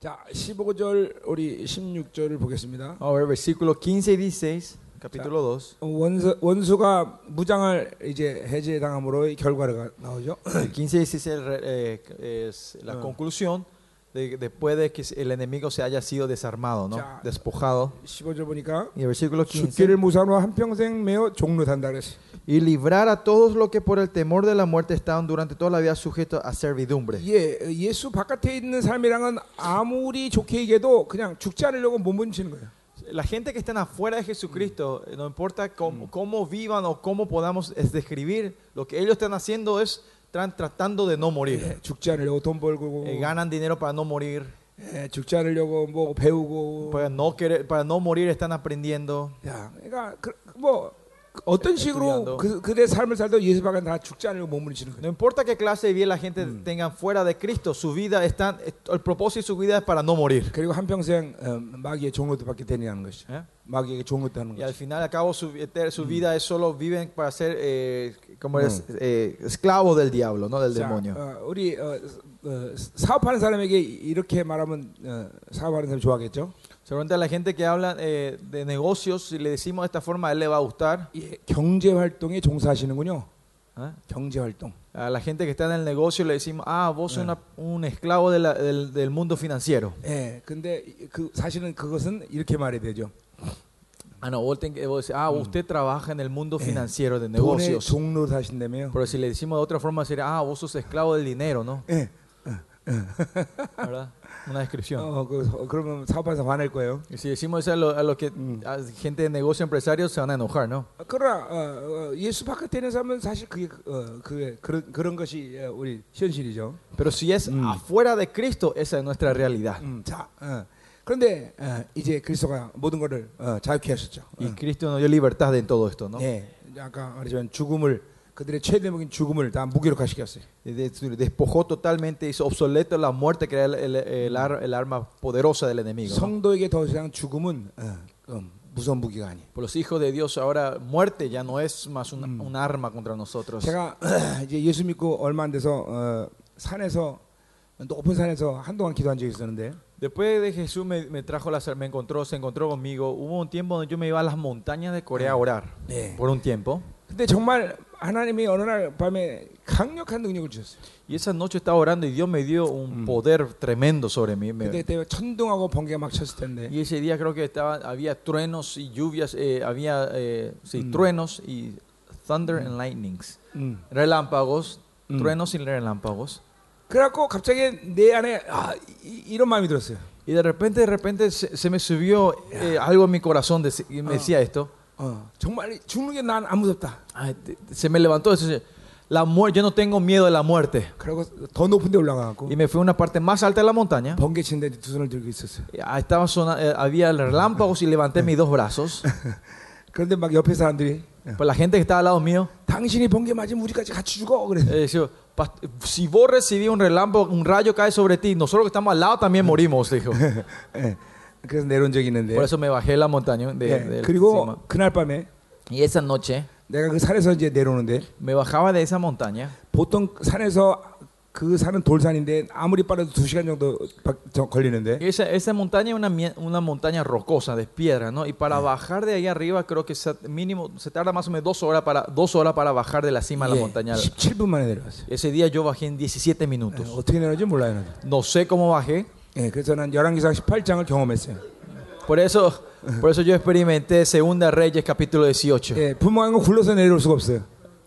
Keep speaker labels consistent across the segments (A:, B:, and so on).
A: 자, 15절 우리 16절을 보겠습니다.
B: Ahora, versículo 15 y 16, capítulo 2.
A: 어, 원수, 원수가 무장을 이제 해제당함으로 이 결과가 나오죠.
B: El 15 y 16 re- eh, es la
A: Ah.
B: conclusión de, después de que el enemigo se haya sido desarmado, ¿no?
A: Ya.
B: despojado.
A: 15절 보니까
B: Y el versículo 15.
A: 숫기를 무산으로 한평생 매어 종로산다 그랬어요.
B: Y librar a todos los que por el temor de la muerte estaban durante toda la vida sujetos a servidumbre.
A: 예, 예수 바깥에 있는 삶이랑은 아무리 좋게 얘기해도 그냥 죽지 않으려고 몸부림치는 거예요.
B: La gente que están afuera de Jesucristo, eh, no importa
A: Mm.
B: cómo, cómo vivan o cómo podamos es describir, lo que ellos están haciendo es están tratando de no morir.
A: 예, 죽지 않으려고 돈 벌고,
B: Eh, ganan dinero para no morir,
A: 예, 죽지 않으려고 뭐 배우고.
B: para no, querer, para no morir están aprendiendo.
A: 야, 그러니까 그, 뭐 어떤 식으로
B: 에스트리안도.
A: 그, 그들의 삶을 살도 예수 밖에 다 죽지 않으려고 몸부림치는 거예요.
B: No importa qué clase de vida la gente tenga fuera de Cristo, su vida están, el propósito de su vida es para no morir.
A: 그리고 한평생 어, 마귀의 종로도 받게 되냐는 것이죠.
B: ¿eh? Mm.
A: 마귀에게 종로도 하는
B: Y al
A: 거죠.
B: final, al cabo, su, eter- su vida es solo viven para ser eh, como es, eh, esclavos del diablo, no del
A: 자,
B: demonio.
A: 어, 우리 어, 어, 사업하는 사람에게 이렇게 말하면 어, 사업하는 사람 좋아하겠죠?
B: Seguramente a la gente que habla eh, de negocios, si le decimos de esta forma, a él le va a gustar.
A: 예, 경제 활동에 종사하시는군요.
B: ¿eh?
A: 경제 활동.
B: A la gente que está en el negocio le decimos, ah, vos sos una- un esclavo de la- del, del mundo financiero.
A: 예, 근데 이- 그 사실은 그것은 이렇게 말해야 되죠.
B: Ah, no, vos, ten- vos decís, ah, usted trabaja en el mundo financiero de
A: 돈의
B: negocios.
A: 종로 사신다며요.
B: Pero si le decimos de otra forma, sería, ah, vos sos esclavo del dinero, ¿no?
A: 예,
B: ¿Verdad? Una descripción.
A: 어, 그, 어, 그러면 사업하는 사람 화낼 거예요.
B: Y si decimos eso a lo, a lo que a gente de negocio, empresarios, se van a enojar, ¿no?
A: 그러나 어, 어, 예수 바깥에 있는 사람은 사실 그게 어, 그 그런 그런 것이 어, 우리 현실이죠.
B: Pero si es afuera de Cristo, esa es nuestra realidad.
A: 음, 자, 어. 그런데 어, 이제 그리스도가 모든 것을 어, 자유케 하셨죠.
B: Y Cristo nos dio libertad en todo esto, ¿no?
A: 예, 아까 말했지만 죽음을 그들의 최대목인 죽음을 다 무기력화 시켰어요.
B: Y de- Despojó totalmente, hizo obsoleto la muerte, que era el, el- el ar- el arma poderosa del enemigo. ¿no?
A: 성도에게 더 이상 죽음은 어, 음, 무서운 무기가 아니에요.
B: Por Pues los hijos de Dios, ahora muerte ya no es más un, un arma contra nosotros.
A: 제가 이제 예수 믿고 얼마 안 돼서 어, 산에서 높은 산에서 한동안 기도한 적이 있었는데
B: Después de Jesús me, me trajo la, me encontró, se encontró conmigo. Hubo un tiempo donde yo me iba a las montañas de Corea a orar
A: 네.
B: por un tiempo.
A: 근데 정말 하나님이 어느 날 밤에 강력한 능력을 주셨어요.
B: Y esa noche estaba orando y Dios me dio un poder tremendo sobre mí. Me-
A: 그때 그때 천둥하고 번개가 막 쳤을 텐데
B: y ese día creo que estaba, había truenos y lluvias, eh, había eh, sí, truenos y thunder and lightnings,
A: 음.
B: relámpagos,
A: Mm.
B: truenos y relámpagos.
A: 그래갖고 갑자기 내 안에 아, 이, 이런 마음이 들었어요.
B: Y de repente, de repente se, se me subió eh, algo en mi corazón de- y me decía esto.
A: 어, 정말 죽는 게 난 안 무섭다.
B: Ay, te- te- se me levantó eso, la muer- yo no tengo miedo de la muerte.
A: 그리고 더 높은 데 올라가갖고
B: Y me fui a una parte más alta de la montaña.
A: 번개 치는데 두 손을 들고 있었어요.
B: Eh, ah, Estaba sona- eh, había relámpagos y levanté mis dos brazos.
A: 그런데 막 옆에 사람들이
B: Pero la gente que estaba al lado mío
A: 당신이 번개 맞으면 우리까지 같이 죽어. 그래.
B: eh, decía, "Past- si vos recibís un relámpago, un rayo cae sobre ti, nosotros que estamos al lado también morimos, dijo.
A: 예. 그래서 내려온 적이 있는데.
B: Por eso me bajé de la montaña. de-
A: 예.
B: del cima.
A: 그리고 그날 밤에
B: Y esa noche
A: 내가 그 산에서 이제 내려오는데
B: me bajaba de esa montaña.
A: 보통 산에서 그 산은 돌산인데 아무리 빠르도 두 시간 정도 바- 저- 걸리는데
B: Esa, esa montaña es una, mie- una montaña rocosa de piedra, ¿no? Y para bajar de ahí arriba creo que se- mínimo se tarda más o menos dos horas para, dos horas para bajar de la cima a la montaña.
A: 예. 17분 만에 내려왔어요.
B: Ese día yo bajé en 17
A: 예,
B: minutos.
A: 어떻게 내려오는지 몰라요. 나도.
B: No sé cómo bajé.
A: 예, 그래서 난 열왕기상 18장을 경험했어요.
B: Por eso, por eso yo experimenté Segunda Reyes capítulo 18.
A: 예, 분명한 건 굴러서 내려올 수가 없어요.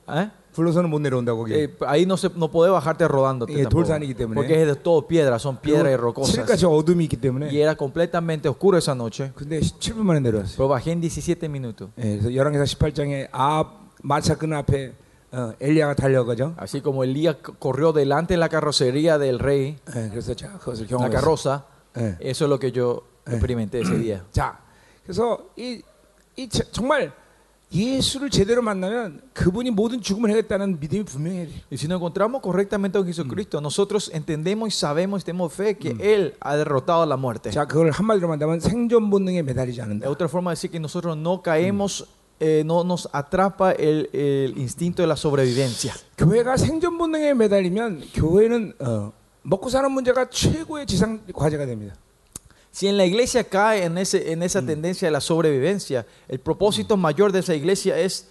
B: ¿Eh?
A: 굴러서는 못 내려온다고 거기.
B: Eh, ahí no se no podés bajarte rodando
A: Eh, 돌산이기 때문에.
B: porque es de todo piedra son piedras y rocosas
A: 칠까지 어둠이 있기 때문에.
B: y era completamente oscuro esa noche
A: 근데 17분 만에 내려왔어요.
B: pero bajé en 17 minutos
A: 예, 그래서 열왕기상 18장에 앞 마차끈 앞에 어, 엘리야가 달려가죠.
B: así como Elías c- corrió delante de la carrocería del rey
A: 예, 그래서 제가 그것을
B: la
A: 경험했어요.
B: carroza
A: 예.
B: eso es lo que yo experimenté ese día
A: 자, 그래서 이, 이 제- 정말 예수를 제대로 만나면 그분이 모든 죽음을 해겠다는 믿음이 분명해야 돼요.
B: y si nos encontramos correctamente con Jesucristo nosotros entendemos y sabemos y tenemos fe que Él ha derrotado la muerte
A: 자, 그걸 한마디로 만나면 생존 본능에 매달리지
B: de
A: 않는다.
B: otra forma decir que nosotros no caemos eh, no nos atrapa el- el instinto de la sobrevivencia
A: 교회가 생존 본능에 매달리면 교회는 어, 먹고 사는 문제가 최고의 지상 과제가 됩니다.
B: Si en la iglesia cae en, ese, en esa tendencia de la sobrevivencia, el propósito mayor de esa iglesia es,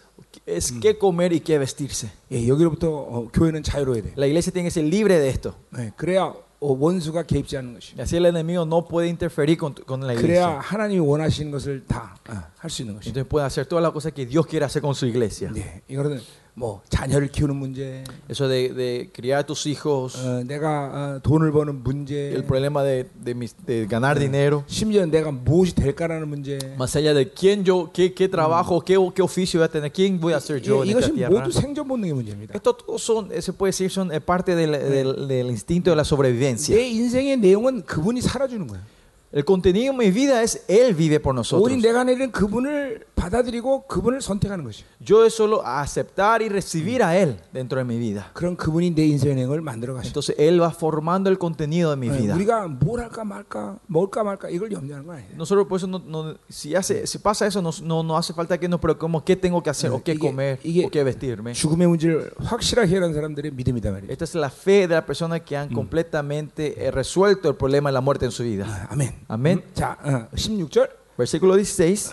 B: es qué comer y qué vestirse.
A: 예, 여기로부터 어, 교회는 자유로워야 돼요.
B: La iglesia tiene que ser libre de esto.
A: 예, 그래야 어, 원수가 개입지 않는 것이.
B: Y así el enemigo no puede interferir con, tu- con la
A: 그래야
B: iglesia.
A: 하나님이 원하시는 것을 다 어, 할 수 있는 것이.
B: Entonces puede hacer todas las cosas que Dios quiere hacer con su iglesia.
A: 네, 이거는 뭐 자녀를 키우는 문제,
B: Eso de, de criar a tus hijos,
A: 어, 내가 어, 돈을 버는 문제,
B: el problema de, de mis- de ganar dinero,
A: 심지어 내가 무엇이 될까라는 문제.
B: más allá de quién yo, qué, qué trabajo, qué, qué oficio voy a tener, quién voy a ser yo
A: 예,
B: en esta
A: 이것이
B: tierra.
A: 모두 생존 본능의 문제입니다.
B: Esto todo son, eh, se puede decir, son eh, parte del, del- del instinto de la sobrevivencia.
A: 내 인생의 내용은 그분이 살아주는 거예요.
B: El contenido de mi vida es Él vive por
A: 오직
B: nosotros.
A: 내가 내리는 그분을 받아들이고 그분을 선택하는 것이.
B: Yo es solo aceptar y recibir a Él dentro de mi vida.
A: 그런 그분이 내 인생의 내용을 만들어 가시.
B: Entonces Él va formando el contenido de mi
A: 예,
B: vida.
A: 우리가 뭘 할까 말까, 먹을까 말까 이걸 염려하는 건 아니에요.
B: Nosotros por eso, no, no- si, hace, si pasa eso, nos- no, no hace falta que nos preocupemos qué tengo que hacer, o qué
A: Igue-
B: comer,
A: igue-
B: o qué vestirme.
A: 죽음의 문제를 확실하게 해라는 사람들의 믿음이다 말이에요.
B: Esta es la fe de las personas que han completamente eh, resuelto el problema de la muerte en su vida.
A: 아, 아멘.
B: 아멘.
A: 음, 자, 어, 16절.
B: Versículo 16.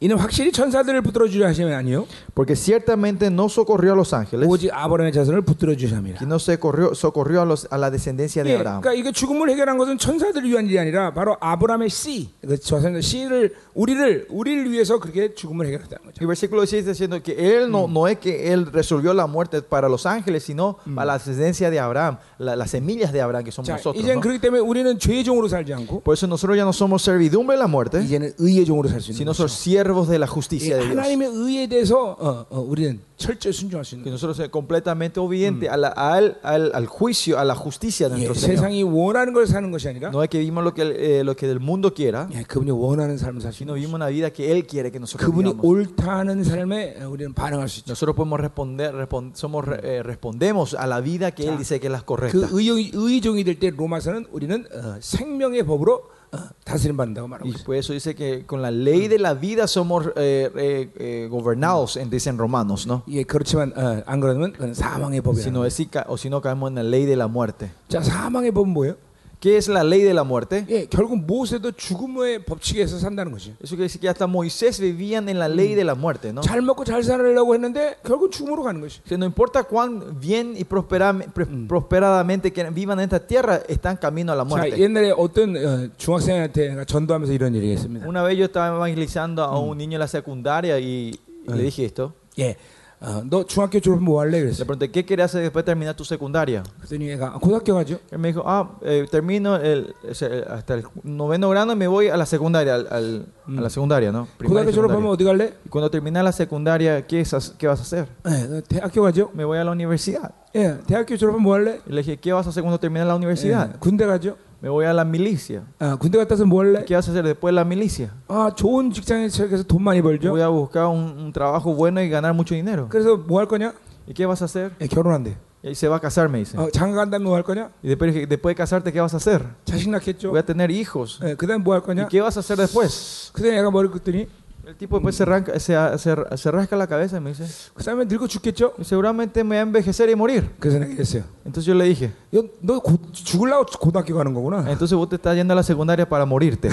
A: 이는 확실히 천사들을 붙들어 주려 하시면 아니요.
B: Porque ciertamente no socorrió a los ángeles.
A: 오직 아브라함의 자손을 붙들어 주시합니다.
B: que no socorrió, socorrió a, los, a la descendencia de
A: 예,
B: Abraham.
A: 그러니까 이게 죽음을 해결한 것은 천사들을 위한 일이 아니라 바로 아브라함의 씨, 그 자손의 씨를 우리를 우리를 위해서 그렇게 죽음을 해결했다는 거죠.
B: Y versículo 16 diciendo que él no, no es que él resolvió la muerte para los ángeles, sino para la descendencia de Abraham, la- las semillas de Abraham que somos
A: 자,
B: nosotros.
A: 이젠
B: ¿no?
A: 그렇기 때문에 우리는 죄의 종으로 살지 않고
B: Por eso nosotros ya no somos servidumbre de la muerte,
A: 이제는 의의 종으로 살 수 있는
B: sino
A: 거죠.
B: somos siervos de la
A: 이
B: justicia de Dios.
A: 하나님의 의에 대해서 어, 어, 우리는 철저히 순종할 수
B: Que
A: 있는 거죠.
B: nosotros seamos completamente obedientes a la- al, al, al juicio, a la justicia de
A: 예,
B: nuestro Señor.
A: 세상이 원하는 걸 사는 것이 아니라
B: No es que vivimos lo que, el- eh, lo que el mundo quiera,
A: 예, 그분이 원하는 삶을 살 수 있는 거죠.
B: sino vivimos una vida que Él quiere que nosotros
A: 그분이
B: vivamos.
A: 옳다는 삶에 우리는 반응할 수 있죠.
B: Nosotros podemos responder, respon- somos, re- eh, respondemos a la vida que Él dice que es la
A: 그
B: correcta.
A: 의의, 의종이 될 때 로마서는 우리는 어, 생명의 법으로 어, 다스림 받는다고 말하고
B: Y
A: 있어요.
B: por eso dice que con la ley de la vida somos eh, eh, eh, gobernados, en- dicen romanos, ¿no?
A: 예, 그렇지만 어, 안 그러면 그건 사망의
B: Si
A: 법이에요.
B: no, es si ca- o si no caemos en la ley de la muerte.
A: 자, 사망의 법은 뭐예요?
B: ¿Qué es la ley de la muerte?
A: 예, 결국 모세도 죽음의 법칙에서 산다는 것이죠.
B: Eso quiere decir que hasta Moisés vivían en la ley de la muerte, ¿no?
A: 잘 먹고 잘 살려고 했는데 결국 죽음으로 가는 것이.
B: Que no importa cuán bien y prosperam- pr- prosperadamente que vivan en esta tierra, están camino a la
A: 자,
B: muerte.
A: 옛날에 어떤 어, 중학생한테 내가 전도하면서 이런 얘기 했습니다.
B: Una vez yo estaba evangelizando a un niño en la secundaria y, y le dije esto.
A: 예, 어, 너 중학교 졸업 뭐 할래?
B: Le
A: 그랬어요.
B: pregunté, ¿qué querías hacer después de terminar tu secundaria?
A: 그랬더니 얘가 아, 고등학교 가죠.
B: Él me dijo, ah, eh, termino el, o sea, el- hasta el noveno grado y me voy a la secundaria, al, al- a la secundaria, ¿no? Primaria
A: 고등학교
B: y secundaria.
A: 졸업하면 어디 갈래?
B: Y cuando termina la secundaria, ¿qué, es ha- ¿qué vas a hacer?
A: 예, 대학교 가죠.
B: Me voy a la universidad.
A: 예, 대학교 졸업하면 뭐 할래?
B: Y le dije, ¿qué vas a hacer cuando termines la universidad?
A: 예, 군대 가죠.
B: Me voy a la milicia.
A: 아, 군대 갔다 와서 뭐 할래?
B: ¿Qué vas a hacer después de la milicia?
A: 아, 좋은 직장에 시작해서 돈 많이 벌죠.
B: Voy a buscar un, un trabajo bueno y ganar mucho dinero.
A: 그래서 뭐 할 거냐?
B: ¿Y qué vas a hacer?
A: 예, 결혼한대.
B: Y ahí se va a casar, me dice.
A: 어, 장가 간다면 뭐 할 거냐?
B: Y después, dije, después de casarte, ¿qué vas a hacer?
A: 자식 낳겠죠.
B: Voy a tener hijos.
A: 예, 그다음 뭐 할
B: ¿Y
A: 거냐?
B: qué vas a hacer después?
A: 그다음 애가 머리 끄더니
B: El tipo después se, arranca- se, se- se rasca la cabeza y me dice,
A: 그다음에 늙어 죽겠죠.
B: "Y seguramente me voy a envejecer y morir.
A: 그래서 내가 했어요.
B: Entonces yo le dije,
A: 너, 너 고, 죽을라고 고등학교 가는 거구나.
B: entonces vos te estás yendo a la secundaria para morirte.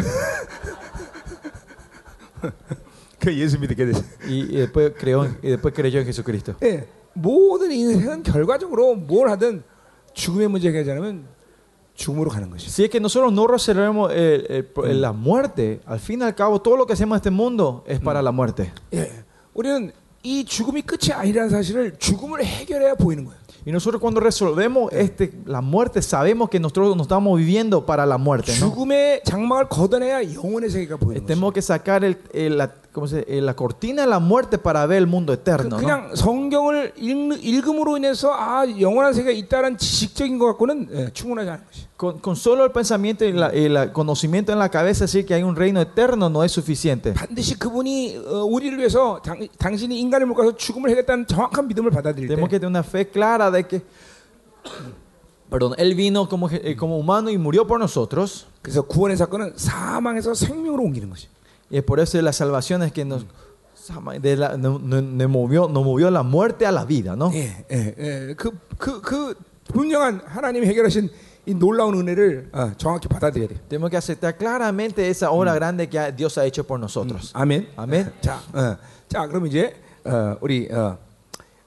A: 그 예수 믿게 되죠.
B: Y, y después, creó, en- y después creyó en Jesucristo.
A: 예, 모든 인생은 결과적으로 뭘 하든 죽음의 문제 해결하면 죽음으로 가는 것이죠.
B: Si es que nosotros no resolvemos el- el pro- la muerte, al fin y al cabo todo lo que hacemos en este mundo es para la muerte.
A: 예, 우리는 이 죽음이 끝이 아니라는 사실을 죽음을 해결해야 보이는 거예요.
B: Y nosotros cuando resolvemos este, la muerte sabemos que nosotros nos estamos viviendo para la muerte. ¿no?
A: 죽음의 장막을 걷어내야 영혼의 세계가 보이는 거죠.
B: Tenemos que sacar el- el- la, ¿cómo se dice? Eh, la cortina de la muerte para ver el mundo
A: 그,
B: eterno. ¿no?
A: 그냥 성경을 읽, 읽음으로 인해서 아 영원한 세계가 있다는 지식적인 것 갖고는 예, 충분하지 않은 것이.
B: Con, con solo el pensamiento y la- el conocimiento en la cabeza decir que hay un reino eterno no es suficiente.
A: 반드시 그분이 어, 우리를 위해서 당, 당신이 인간의 물가서 죽음을 해겠다는 정확한 믿음을 받아들일 때
B: Tenemos que tener una fe clara de que, perdón, Él vino como, je- eh, como humano y murió por nosotros.
A: 그래서 구원의 사건은 사망에서 생명으로 옮기는 것이.
B: Y es por eso la salvación es que nos, de la- no- no- nos movió, nos movió la 어? muerte a la vida, ¿no?
A: 예, 예, 예. 그, 그, 그 분명한 하나님이 해결하신 이 놀라운 은혜를 어, 정확히 받아들여야 돼.
B: Tenemos que aceptar claramente esa obra grande que ha- Dios ha hecho por nosotros.
A: 아멘.
B: 아멘.
A: 자, 어, 자, 그럼 이제 어, 우리 어,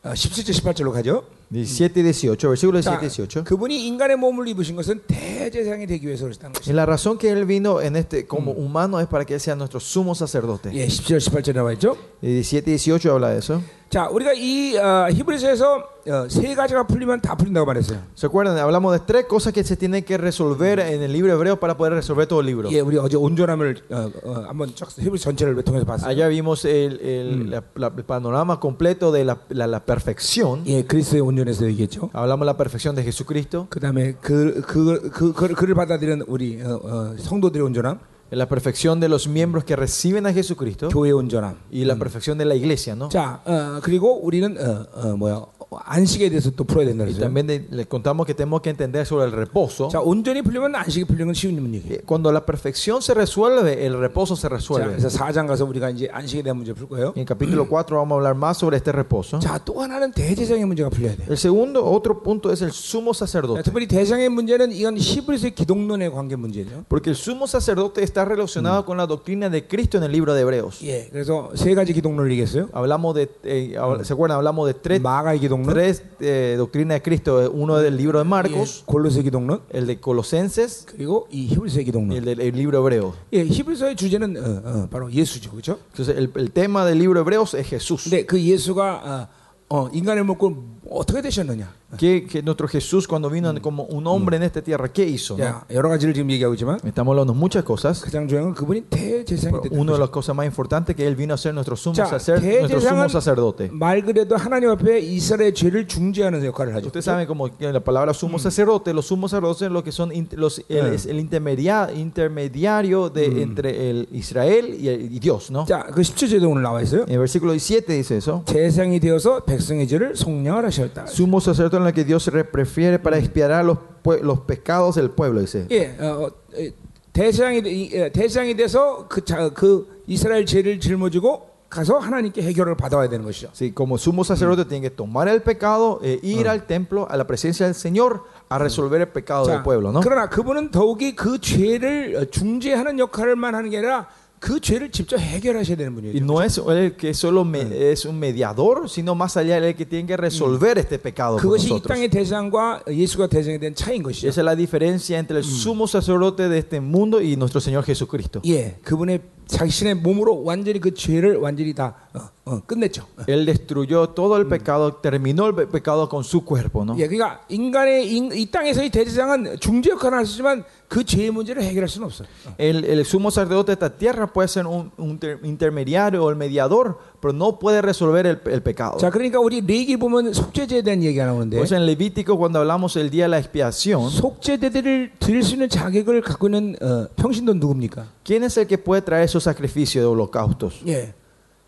A: 어, 17절 18절로 가죠.
B: 17 y 18, versículo
A: 자,
B: 17 y 18.
A: 그분이 인간의 몸을 입으신 것은 대제사장이 되기 위해서 그러셨다는 것이죠.
B: Y la razón que Él vino en este, como humano es para que Él sea nuestro sumo sacerdote.
A: 예, 17절 18절에 나와 있죠.
B: Y 17 y 18 habla de eso.
A: 자, 우리가 이 어, 히브리서에서 어, 세 가지가 풀리면 다 풀린다고 말했어요.
B: ¿Se acuerdan? Hablamos de tres cosas que se tienen que resolver en el libro hebreo para poder resolver todo Mm. el libro.
A: 예, 우리 어제 온전함을 어, 어, 한번 쫙 히브리서 전체를 통해서 봤어요.
B: Allá vimos el, el- la- la- el panorama completo de la, la- la perfección.
A: 예, 그리스도의 온전에서 얘기했죠.
B: Hablamos de la perfección de Jesucristo,
A: 그다음에 그, 그, 그, 그, 그를 받아들이는 우리 어, 어, 성도들의 온전함,
B: de la perfección de los miembros que reciben a Jesucristo
A: 교회의 온전함.
B: y la perfección de la iglesia, ¿no?
A: 자, 어, 그리고 우리는 어, 어, 뭐야 어, 안식에 대해서 또 풀어야 된다
B: Y
A: 그랬어요.
B: también de- le contamos que tenemos que entender sobre el reposo.
A: 자, 온전히 풀리면 안식이 풀리는 건 쉬운 문제예요.
B: Eh, Cuando la perfección se resuelve, el reposo se
A: 자,
B: resuelve.
A: 그래서 4장 가서 우리가 이제 안식에 대한 문제 풀 거예요.
B: En el capítulo 4 vamos a hablar más sobre este reposo.
A: 자, 또 하나는 대제사장의 문제가 풀려야 돼요.
B: El segundo, otro punto es el sumo
A: 자,
B: sacerdote.
A: 특별히 대제사장의 문제는 이건 히브리서의 기독론의 관계 문제죠.
B: Porque el sumo sacerdote está relacionado con la doctrina de Cristo en el libro de Hebreos.
A: 예, 그래서 세 가지 기독론을 얘기했어요.
B: Hablamos de, eh, hab- ¿se acuerdan? Hablamos de tres,
A: 마가의 기독론,
B: tres eh, doctrinas de Cristo. Uno del libro de
A: 예,
B: Marcos,
A: 골로새 기독론,
B: el de Colosenses
A: 그리고 이 히브리서의
B: y
A: 기독론.
B: el del el libro hebreo.
A: 예, 히브리서의 주제는 어, 어, 바로 예수죠, 그렇죠?
B: Entonces, el, el tema del libro hebreos es Jesús.
A: 근데 그 예수가 어, 어, 인간의 몸을 어떻게 되셨느냐?
B: que, que nuestro Jesús cuando vino como un hombre en esta tierra, ¿qué hizo? no?
A: 자, 여러 가지를 지금 얘기하고 있지만
B: Estamos hablando de muchas cosas.
A: 가장 중요한 건 그분이 대제사장이
B: pero
A: 됐다.
B: Una de las cosas más importantes que Él vino a ser nuestro sumo,
A: Ya,
B: sacer-
A: que
B: nuestro
A: llegan-
B: sumo sacerdote.
A: 말 그대로 하나님 앞에 이스라엘의 죄를 중재하는 역할을 하죠.
B: Usted sabe como que la palabra sumo sacerdote, los sumos sacerdotes lo que son int- los, el,
A: Eh.
B: es el intermedia- intermediario de, entre el Israel y, el- y Dios, ¿no?
A: 자, 그 10주제도 오늘 나와 있어요.
B: En el versículo 17 dice eso.
A: 제사장이 되어서 백성의 죄를 속량을 하셨다.
B: Sumo sacerdote en el que Dios se re- prefiere para expiar a los, pue- los pecados del pueblo, dice.
A: 예, 어, 어, 예, 대제사장이 되- 이, 예, 대제사장이 돼서 그, 자, 그 이스라엘 죄를 짊어지고 가서 하나님께 해결을 받아와야 되는 것이죠.
B: Sí, como sumo sacerdote tiene que tomar el pecado, eh, ir al templo, a la presencia del Señor, a resolver el pecado del
A: 자,
B: pueblo, ¿no?
A: 그러나 그분은 더욱이 그 죄를 어, 중재하는 역할만 하는 게 아니라 그 죄를 직접 해결하셔야 되는 분이에요.
B: Y no es el que solo me- es un mediador, sino más allá el que tiene que resolver este pecado por
A: 그것이 이
B: nosotros.
A: 땅의 대상과 예수가 대상에 대한 차이인 것이죠.
B: Esa es la diferencia entre el sumo sacerdote de este mundo y nuestro Señor Jesucristo.
A: 예, 그분의 자신의 몸으로 완전히 그 죄를 완전히 다 어, 어, 끝냈죠. 어.
B: Él destruyó todo el pecado, terminó el pe- pecado con su cuerpo, ¿no?
A: 예, 그러니까 인간의 인- 이 땅에서의 대제사장은 중재 역할을 할 수지만 그 죄의 문제를 해결할 수는 없어요. 어.
B: El, el sumo sacerdote de esta tierra puede ser un, un ter- intermediario o el mediador, pero no puede resolver el, el pecado.
A: 자, 그러니까 우리 레기 보면 속죄제에 대한 얘기가 나오는데
B: Pues en Levítico cuando hablamos el día de la expiación,
A: 속죄제들을 드릴 수 있는 자격을 갖고 있는 어, 평신도는 누굽니까?
B: ¿quién es el que puede traer esos sacrificios de holocaustos?
A: 예,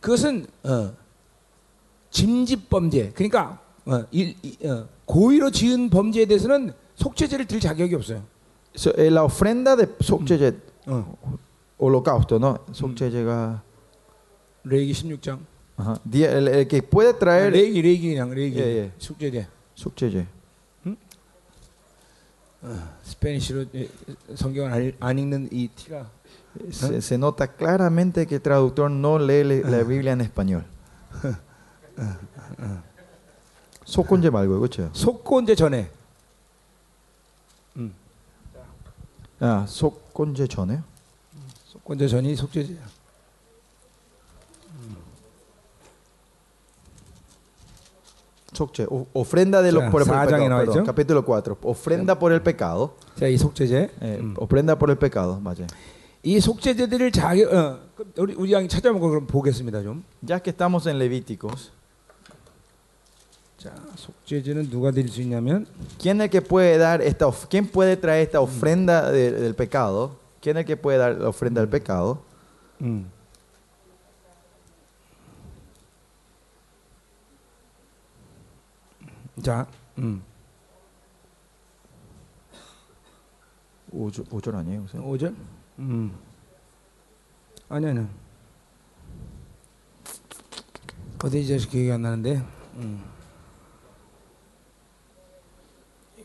A: 그것은 어, 짐짓 범죄. 그러니까 어, 일- 이- 어, 고의로 지은 범죄에 대해서는 속죄제를 드릴 자격이 없어요.
B: So, eh, la ofrenda de 속죄제,
A: 어,
B: holocausto, ¿no? 속죄제가-
A: 레기 16장.
B: ajá. Día- el, el que puede
A: 아,
B: traer
A: 레기 레기 그냥 레기
B: 예, 예.
A: 숙제제
B: 속죄제.
A: 스페니쉬로 예, 성경을 알- 안 읽는 이 티가
B: Se, se nota claramente que el traductor no lee le- la Biblia en español. 속건제 말고 그렇죠?
A: 속건제 전에
B: 아, 속건제 전에.
A: 속건제 전이 속죄제야.
B: 속죄. O- ofrenda de los
A: 자,
B: por el
A: 사장에
B: pecado.
A: 나와
B: perdón,
A: 있죠?
B: capítulo 4. Ofrenda por el pecado.
A: 자, 이 속죄제. 음.
B: Eh, Ofrenda por el pecado, 맞아요.
A: 이 속죄제들을 자기 어, 그 우리 우리 양이 찾아보고 그럼 보겠습니다 좀.
B: Ya que estamos en Levíticos,
A: 자, 속죄제는 누가 드릴 수 있냐면
B: ¿quién es el que puede dar esta of- quién puede traer esta ofrenda de- del pecado? ¿Quién es el que puede dar la ofrenda del pecado?
A: 음. 자, 음.
B: 오절- 오절 아니에요, 요새?
A: 5절? 음. 아니 아니. 어디 이 자식 기억이 안 나는데. 음.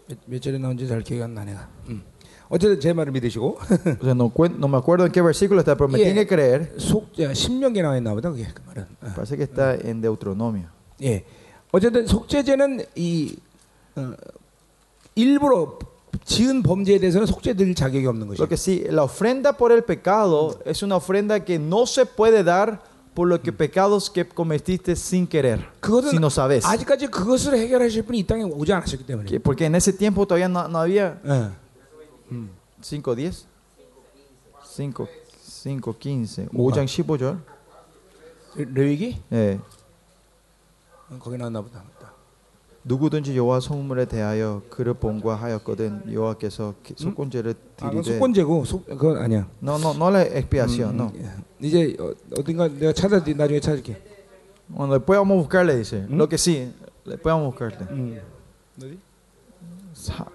A: 몇, 몇 절에 나온지 잘 기억이 안 나네요. 음. 어쨌든 제 말을 믿으시고
B: O sea, no, cuen- no me acuerdo en qué versículo está, pero me
A: Yeah.
B: tiene que creer.
A: 속 야, 신명기에 나와 있나 보다 그게 그 말은. 어.
B: Parece que
A: Ah.
B: está en Deuteronomio.
A: 예. 어쨌든 속죄죄는 이 어, 일부러 지은 범죄에 대해서는 속죄될 자격이 없는 것이죠.
B: Porque sí, la ofrenda por el pecado es una ofrenda que no se puede dar por los
A: Mm.
B: que pecados que cometiste sin querer,
A: 그것은
B: si no sabes.
A: 아직까지 그것을 해결하실 분이 이 땅에 오지 않으셨기 때문에.
B: Que- Porque en ese tiempo todavía no, no había
A: 예.
B: 5, 10, 5, 5, 15,
A: 뭐가?
B: 5장 15절.
A: 레위기
B: 예.
A: 어, 거기 나왔나 보다.
B: 누구든지 여호와 성물에 대하여 글을 봉과하였거든 여호와께서 기- 속건제를
A: 아, 그건
B: 드리되
A: 속건제고 속 그건 아니야. 음,
B: No, no, no la expiación, no.
A: 이제 어, 어딘가 내가 찾아 나중에 찾을게.
B: Bueno, después vamos a buscarle, dice. Lo que sí, después vamos a buscarle.
A: 음.
B: 4,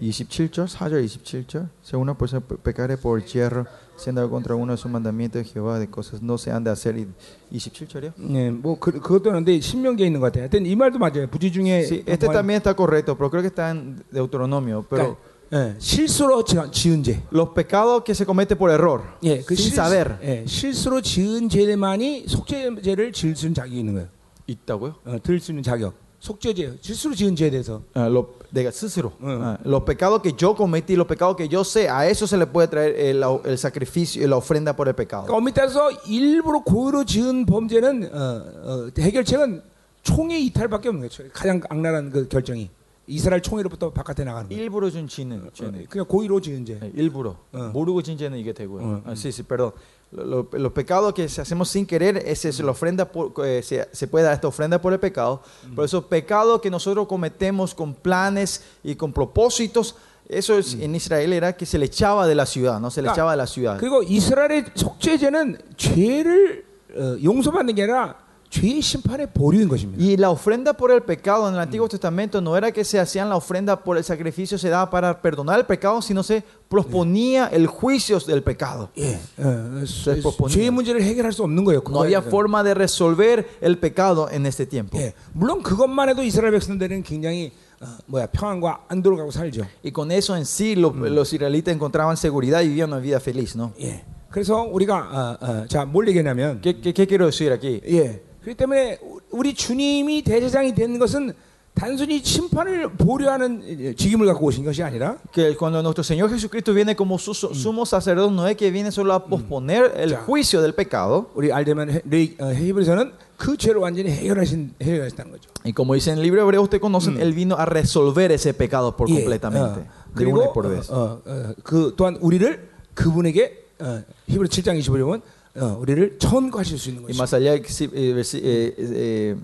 B: 27절, 4절 27절. Si una persona pe- pecare por hierro, siendo algo contra uno de sus mandamientos de Jehová, de cosas no se han de hacer. Y 27절이요?
A: 예, 뭐 그, 그것도 하는데 신명기에 있는 것 같아요. 하여튼 이 말도 맞아요. 부지 중에
B: Sí, este
A: 범한-
B: también está correcto, pero creo que está en Deuteronomio. Pero
A: 그러니까, 예, 실수로 지- 지은 죄.
B: los pecados que se comete por error,
A: 예, 그
B: sin
A: 실-
B: saber.
A: 예, 실수로 지은 죄만이 속죄죄를 지을 수 있는 자격이 있는 거예요.
B: 있다고요?
A: 어, 들을 수 있는 자격. 속죄죄, 실수로 지은 죄에 대해서.
B: Ah, lo- de Cícero.
A: Ah.
B: Ah, los pecados que yo cometí, los pecados que yo sé, a eso se le puede traer el, el sacrificio, la ofrenda por el pecado.
A: 그러니까 엄밀히 따서 일부러 고의로 지은 범죄는 어, 어, 해결책은 총의 이탈밖에 없는 거죠. 가장 악랄한 그 결정이 이스라엘 총회로부터 바깥에 나가는 거예요.
B: 일부러 준 죄는
A: 어, 그냥 고의로 지은 죄.
B: 네, 일부러
A: 어.
B: 모르고 진 죄는 이게 되고요.
A: 어,
B: 아, Ah, sí, sí, perdón. Lo- lo- los pecados que hacemos sin querer ese es la ofrenda por- eh, se, se puede dar esta ofrenda por el pecado. Pero esos pecados que nosotros cometemos con planes y con propósitos, eso es, en Israel era que se le echaba de la ciudad, no se le
A: Ah,
B: echaba de la ciudad.
A: 그리고 이스라엘의 속죄죄는 죄를 어, 용서받는 게 아니라 죄의 심판의 보류인 것입니다.
B: Y la ofrenda por el pecado en el Antiguo Testamento no era que se hacían la ofrenda por el sacrificio, se daba para perdonar el pecado, sino se proponía el juicio del pecado.
A: 예, 어, 수-
B: 법본이에요.
A: 죄의 문제를 해결할 수 없는 거예요.
B: No
A: 그거에
B: había
A: 대해서는.
B: forma de resolver el pecado en este tiempo.
A: 예, 물론 그것만 해도 이스라엘 백성들은 굉장히 어, 뭐야 평안과 안도를 가고 살죠.
B: Y con eso en sí lo- los israelitas encontraban seguridad y vivían una vida feliz, ¿no?
A: 예, 그래서 우리가 어, 어, 자뭘 얘기냐면
B: ¿Qué, qué- qué quiero decir aquí?
A: 예, 그렇기 때문에 우- 우리 주님이 대제사장이 된 것은 단순히 심판을 보류하는 직임을 갖고 오신 것이 아니라
B: Que cuando nuestro Señor Jesucristo viene como su- su- sumo sacerdote, no es que viene solo a posponer el
A: Ya.
B: juicio del pecado.
A: 우리 알데만 헤- 레이- 어, 히브리서는 그 죄를 완전히 해결하신 해결하셨다는 거죠.
B: Y como dice en el libro hebreo, usted conocen, Él vino a resolver ese pecado por
A: 예,
B: completamente.
A: 어,
B: de
A: 그리고
B: una y por
A: 어,
B: vez.
A: 어, 어, 그 또한 우리를 그분에게 어, 히브리 7장 25절은 어, 우리를 천구하실 수 있는
B: Y
A: 것이죠.
B: más allá, eh, sí, eh, versi- eh, eh,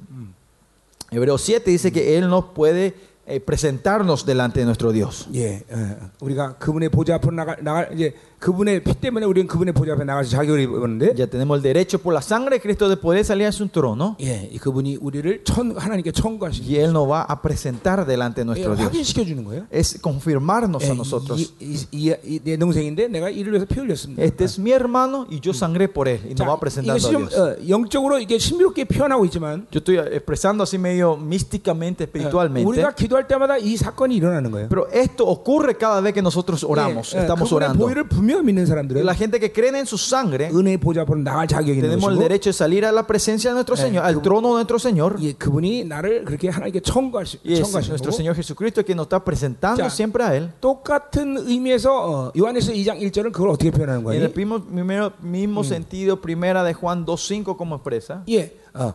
B: Hebreo 7 dice que Él nos puede eh, presentarnos delante de nuestro Dios.
A: 예, 어, 우리가 그분의 보좌 앞으로 나가 나갈 이제 그분의 피 때문에 우리는 그분의 보좌 앞에 나가서 자격을 입었는데
B: Ya tenemos el derecho por la sangre de Cristo de poder salir a su trono.
A: 예, 이 그분이 우리를 천 하나님께 천구하신
B: Y Él nos va a presentar delante de
A: 예,
B: nuestro Dios.
A: 확인시켜 주는 거예요.
B: Es confirmarnos
A: 예,
B: a nosotros.
A: 이, 이, 이, 이, 내 동생인데 내가 이를 위해서 피 흘렸습니다.
B: Este es mi hermano y yo sangré por él. Y nos
A: 자,
B: va a presentar a
A: 이것이 좀
B: Dios.
A: 어, 영적으로 이게 신비롭게 표현하고 있지만
B: Yo estoy eh, expresando así medio místicamente, espiritualmente.
A: 어, 우리가 기도할 때마다 이 사건이 일어나는 거예요.
B: Pero esto ocurre cada vez que
A: Eh,
B: nosotros oramos,
A: 예, 예,
B: estamos
A: 그분의
B: orando.
A: 보혈을 분명히 믿는 사람들은
B: La gente que cree en su sangre,
A: 은혜의 보좌 앞으로 나갈 자격이 있는
B: tenemos el
A: 것이고
B: derecho de salir a la presencia de nuestro Señor, al trono de nuestro Señor.
A: 예, 그분이 나를 그렇게 하나님께 청구할 수,
B: Y es
A: 청구하시는
B: nuestro
A: 거고
B: Señor Jesucristo que nos está presentando
A: Ya.
B: siempre a Él.
A: 똑같은 의미에서 어, 요한에서 2장 1절은 그걸 어떻게 표현하는
B: Y en el
A: 거예요?
B: mismo, primero- mismo sentido, primera de Juan 2.5 como expresa,
A: 예, 어, 어,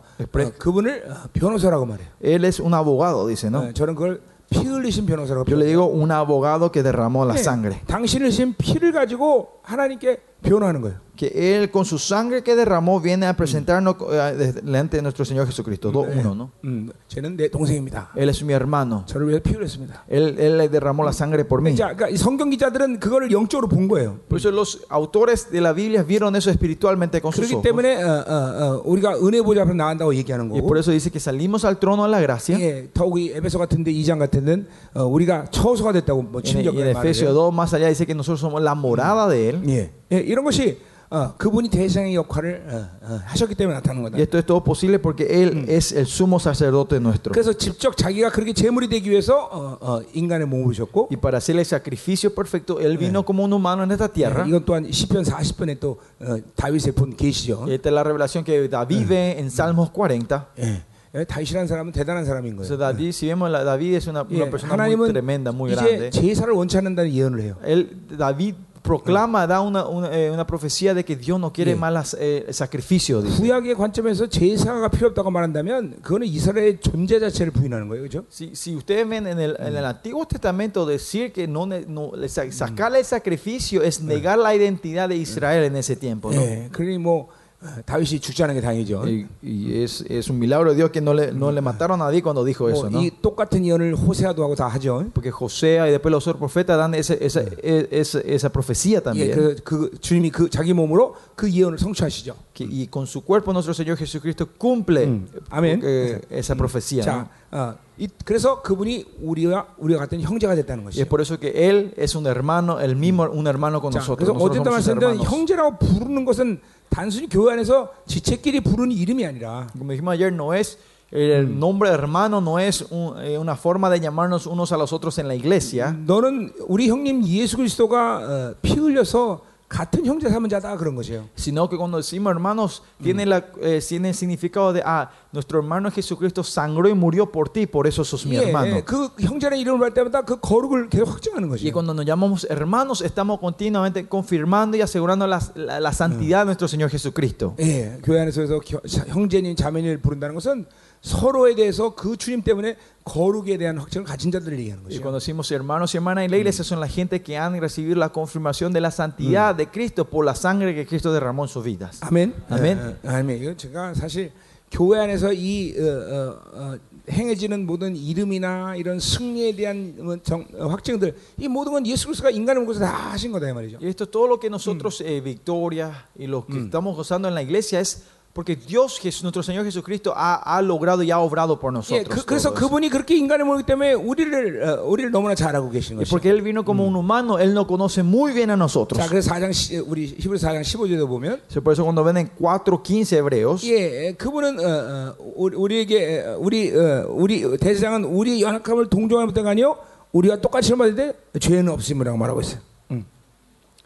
A: 그분을 어, 변호사라고 말해요.
B: Él es un abogado, dice, ¿no?
A: 어, 저는 그걸 피 흘리신 변호사라고
B: Yo le
A: 표현해요.
B: digo un abogado que derramó la
A: 네,
B: sangre.
A: 당신을 신 피를 가지고 하나님께 변호하는 거예요.
B: Que Él con su sangre que derramó viene a presentarnos eh, delante de nuestro Señor Jesucristo. 2.1, ¿no?
A: 음, 쟤는 내 동생입니다.
B: Él es mi hermano.
A: 저를 위해 피 흘렸습니다.
B: Él, él le derramó la sangre por mí.
A: 자, 그러니까 이 성경 기자들은 그거를 영적으로 본 거예요.
B: Por eso los autores de la Biblia vieron eso espiritualmente con sus
A: 그렇기
B: ojos.
A: 때문에 어, 어, 어, 우리가 은혜 보좌 앞에 나간다고 얘기하는
B: Y por
A: 거고.
B: eso dice que salimos al trono de la gracia.
A: 예, 더욱이 에베소 같은데 2장 같은데 어, 우리가 처소가 됐다고 뭐
B: En, en
A: 침략을 말해요. Mm.
B: Efesios 2, más allá, dice que nosotros somos la morada de Él.
A: 예. 예, 이런 것이 어, 그분이 대상의 역할을 어, 어, 하셨기 때문에 나타난 거다.
B: Y esto es todo posible porque Él es el sumo sacerdote nuestro.
A: 그래서 직접 자기가 그렇게 제물이 되기 위해서 어, 어, 인간의 몸을 오셨고
B: Y para hacer el sacrificio perfecto, Él vino como un humano en esta tierra.
A: 예, 이건 또한 시편 40편에 또 어, 다윗의 본 계시죠.
B: Y esta es la revelación que David ve en Salmos 40.
A: 예. 예, 다윗이라는 사람은 대단한 사람인 거예요.
B: Entonces, David, si vemos, la- David es una,
A: 예,
B: una persona muy
A: 하나님은 뭐
B: tremenda, muy
A: 이제
B: grande.
A: 제사를 원치 않는다는 예언을 해요.
B: Él, David proclama, da una, una, eh, una profecía de que Dios no quiere
A: Sí.
B: malas eh, sacrificios. dice.
A: 구약의 관점에서 제사가 필요 없다고 말한다면 그거는 이스라엘의 존재 자체를 부인하는 거예요, 그렇죠?
B: Si, si ustedes ven en el, en el Antiguo Testamento decir que no, ne- no- le sa- sacarle el sacrificio es negar la identidad de Israel en ese tiempo. ¿no?
A: 예, 그러니 뭐 어, 다윗이 죽지 않은 게 다행이죠.
B: Y, y es, es un milagro de Dios que no le, no le mataron a David cuando dijo eso. ¿no?
A: 뭐이 똑같은 예언을 호세아도 하고 다 하죠.
B: Porque José y después los otros profetas dan ese- esa,
A: Mm.
B: e- esa- esa profecía
A: 예,
B: también.
A: 그, 그 주님이 그 자기 몸으로 그 예언을 성취하시죠.
B: Que- y con su cuerpo nuestro Señor Jesucristo cumple
A: Mm. Amén. Mm.
B: eh, esa profecía. ¿no?
A: 자, 어, 이, 그래서 그분이 우리와 우리와 같은 형제가 됐다는
B: Y es
A: 것이죠.
B: por eso que Él es un hermano, el mismo
A: Mm.
B: un hermano con
A: 자,
B: nosotros.
A: 그래서
B: nosotros
A: 어쨌든
B: somos sus
A: 말씀드린
B: hermanos.
A: 형제라고 부르는 것은 단순히 교회 안에서 지체끼리 부르는 이름이 아니라
B: Como dijimos ayer, no es
A: Mm.
B: el nombre de hermano no es un- eh, una forma de llamarnos unos a los otros en la
A: 네.
B: iglesia,
A: 너는 우리 형님 예수 그리스도가 어, 피 흘려서 같은 형제 삼은 자다 그런 것이에요.
B: sino que cuando decimos hermanos
A: Mm.
B: tiene, la, eh, tiene el significado de ah, nuestro hermano Jesucristo sangró y murió por ti, por eso sos mi
A: 예,
B: hermano.
A: 예, 그 형제라는 이름을 할 때마다 그 거룩을 계속 확증하는
B: Y
A: 것이에요.
B: cuando nos llamamos hermanos, estamos continuamente confirmando y asegurando la, la- la santidad de nuestro Señor Jesucristo.
A: 예, 교회 안에서 겨- 자- 형제님 자매님을 부른다는 것은 서로에 대해서 그 주님 때문에 거룩에 대한 확증을 가진 자들을 얘기하는
B: Y
A: 것이에요.
B: cuando decimos hermanos y hermanas en la iglesia, son la gente que han recibido la confirmación de la santidad de Cristo por la sangre que Cristo derramó en sus vidas.
A: 아멘.
B: 아멘.
A: 예, 예, 아멘. 이건 제가 사실 교회 안에서 이 어, 어, 어, 행해지는 모든 이름이나 이런 승리에 대한 어, 정- 어, 확증들 이 모든 건 예수 그리스도가 인간의 몸에서 다 하신 거다 이 말이죠.
B: Y esto todo lo que nosotros, eh, victoria y lo que estamos gozando en la iglesia es porque Dios, Jes- nuestro Señor Jesucristo, ha, ha logrado y ha obrado por
A: 예,
B: nosotros.
A: 그, 그래서
B: todos.
A: 그분이 그렇게 인간의 몸이기 때문에 우리를 어, 우리를 너무나 잘 알고 계시는
B: Y
A: 것이죠.
B: porque Él vino como un humano, Él nos conoce muy bien a nosotros.
A: 자, 그래서 4장 시- 우리 히브리 4장 15절에 보면
B: Sí, Por eso cuando ven en 4.15 hebreos,
A: 예, 그분은 어, 어, 우리- 우리에게 어, 우리 어, 우리 대장은 우리 연약함을 동정하는 때가 아니요 우리가 똑같이 받을 때 죄는 없음이라고 말하고 있어요. 음.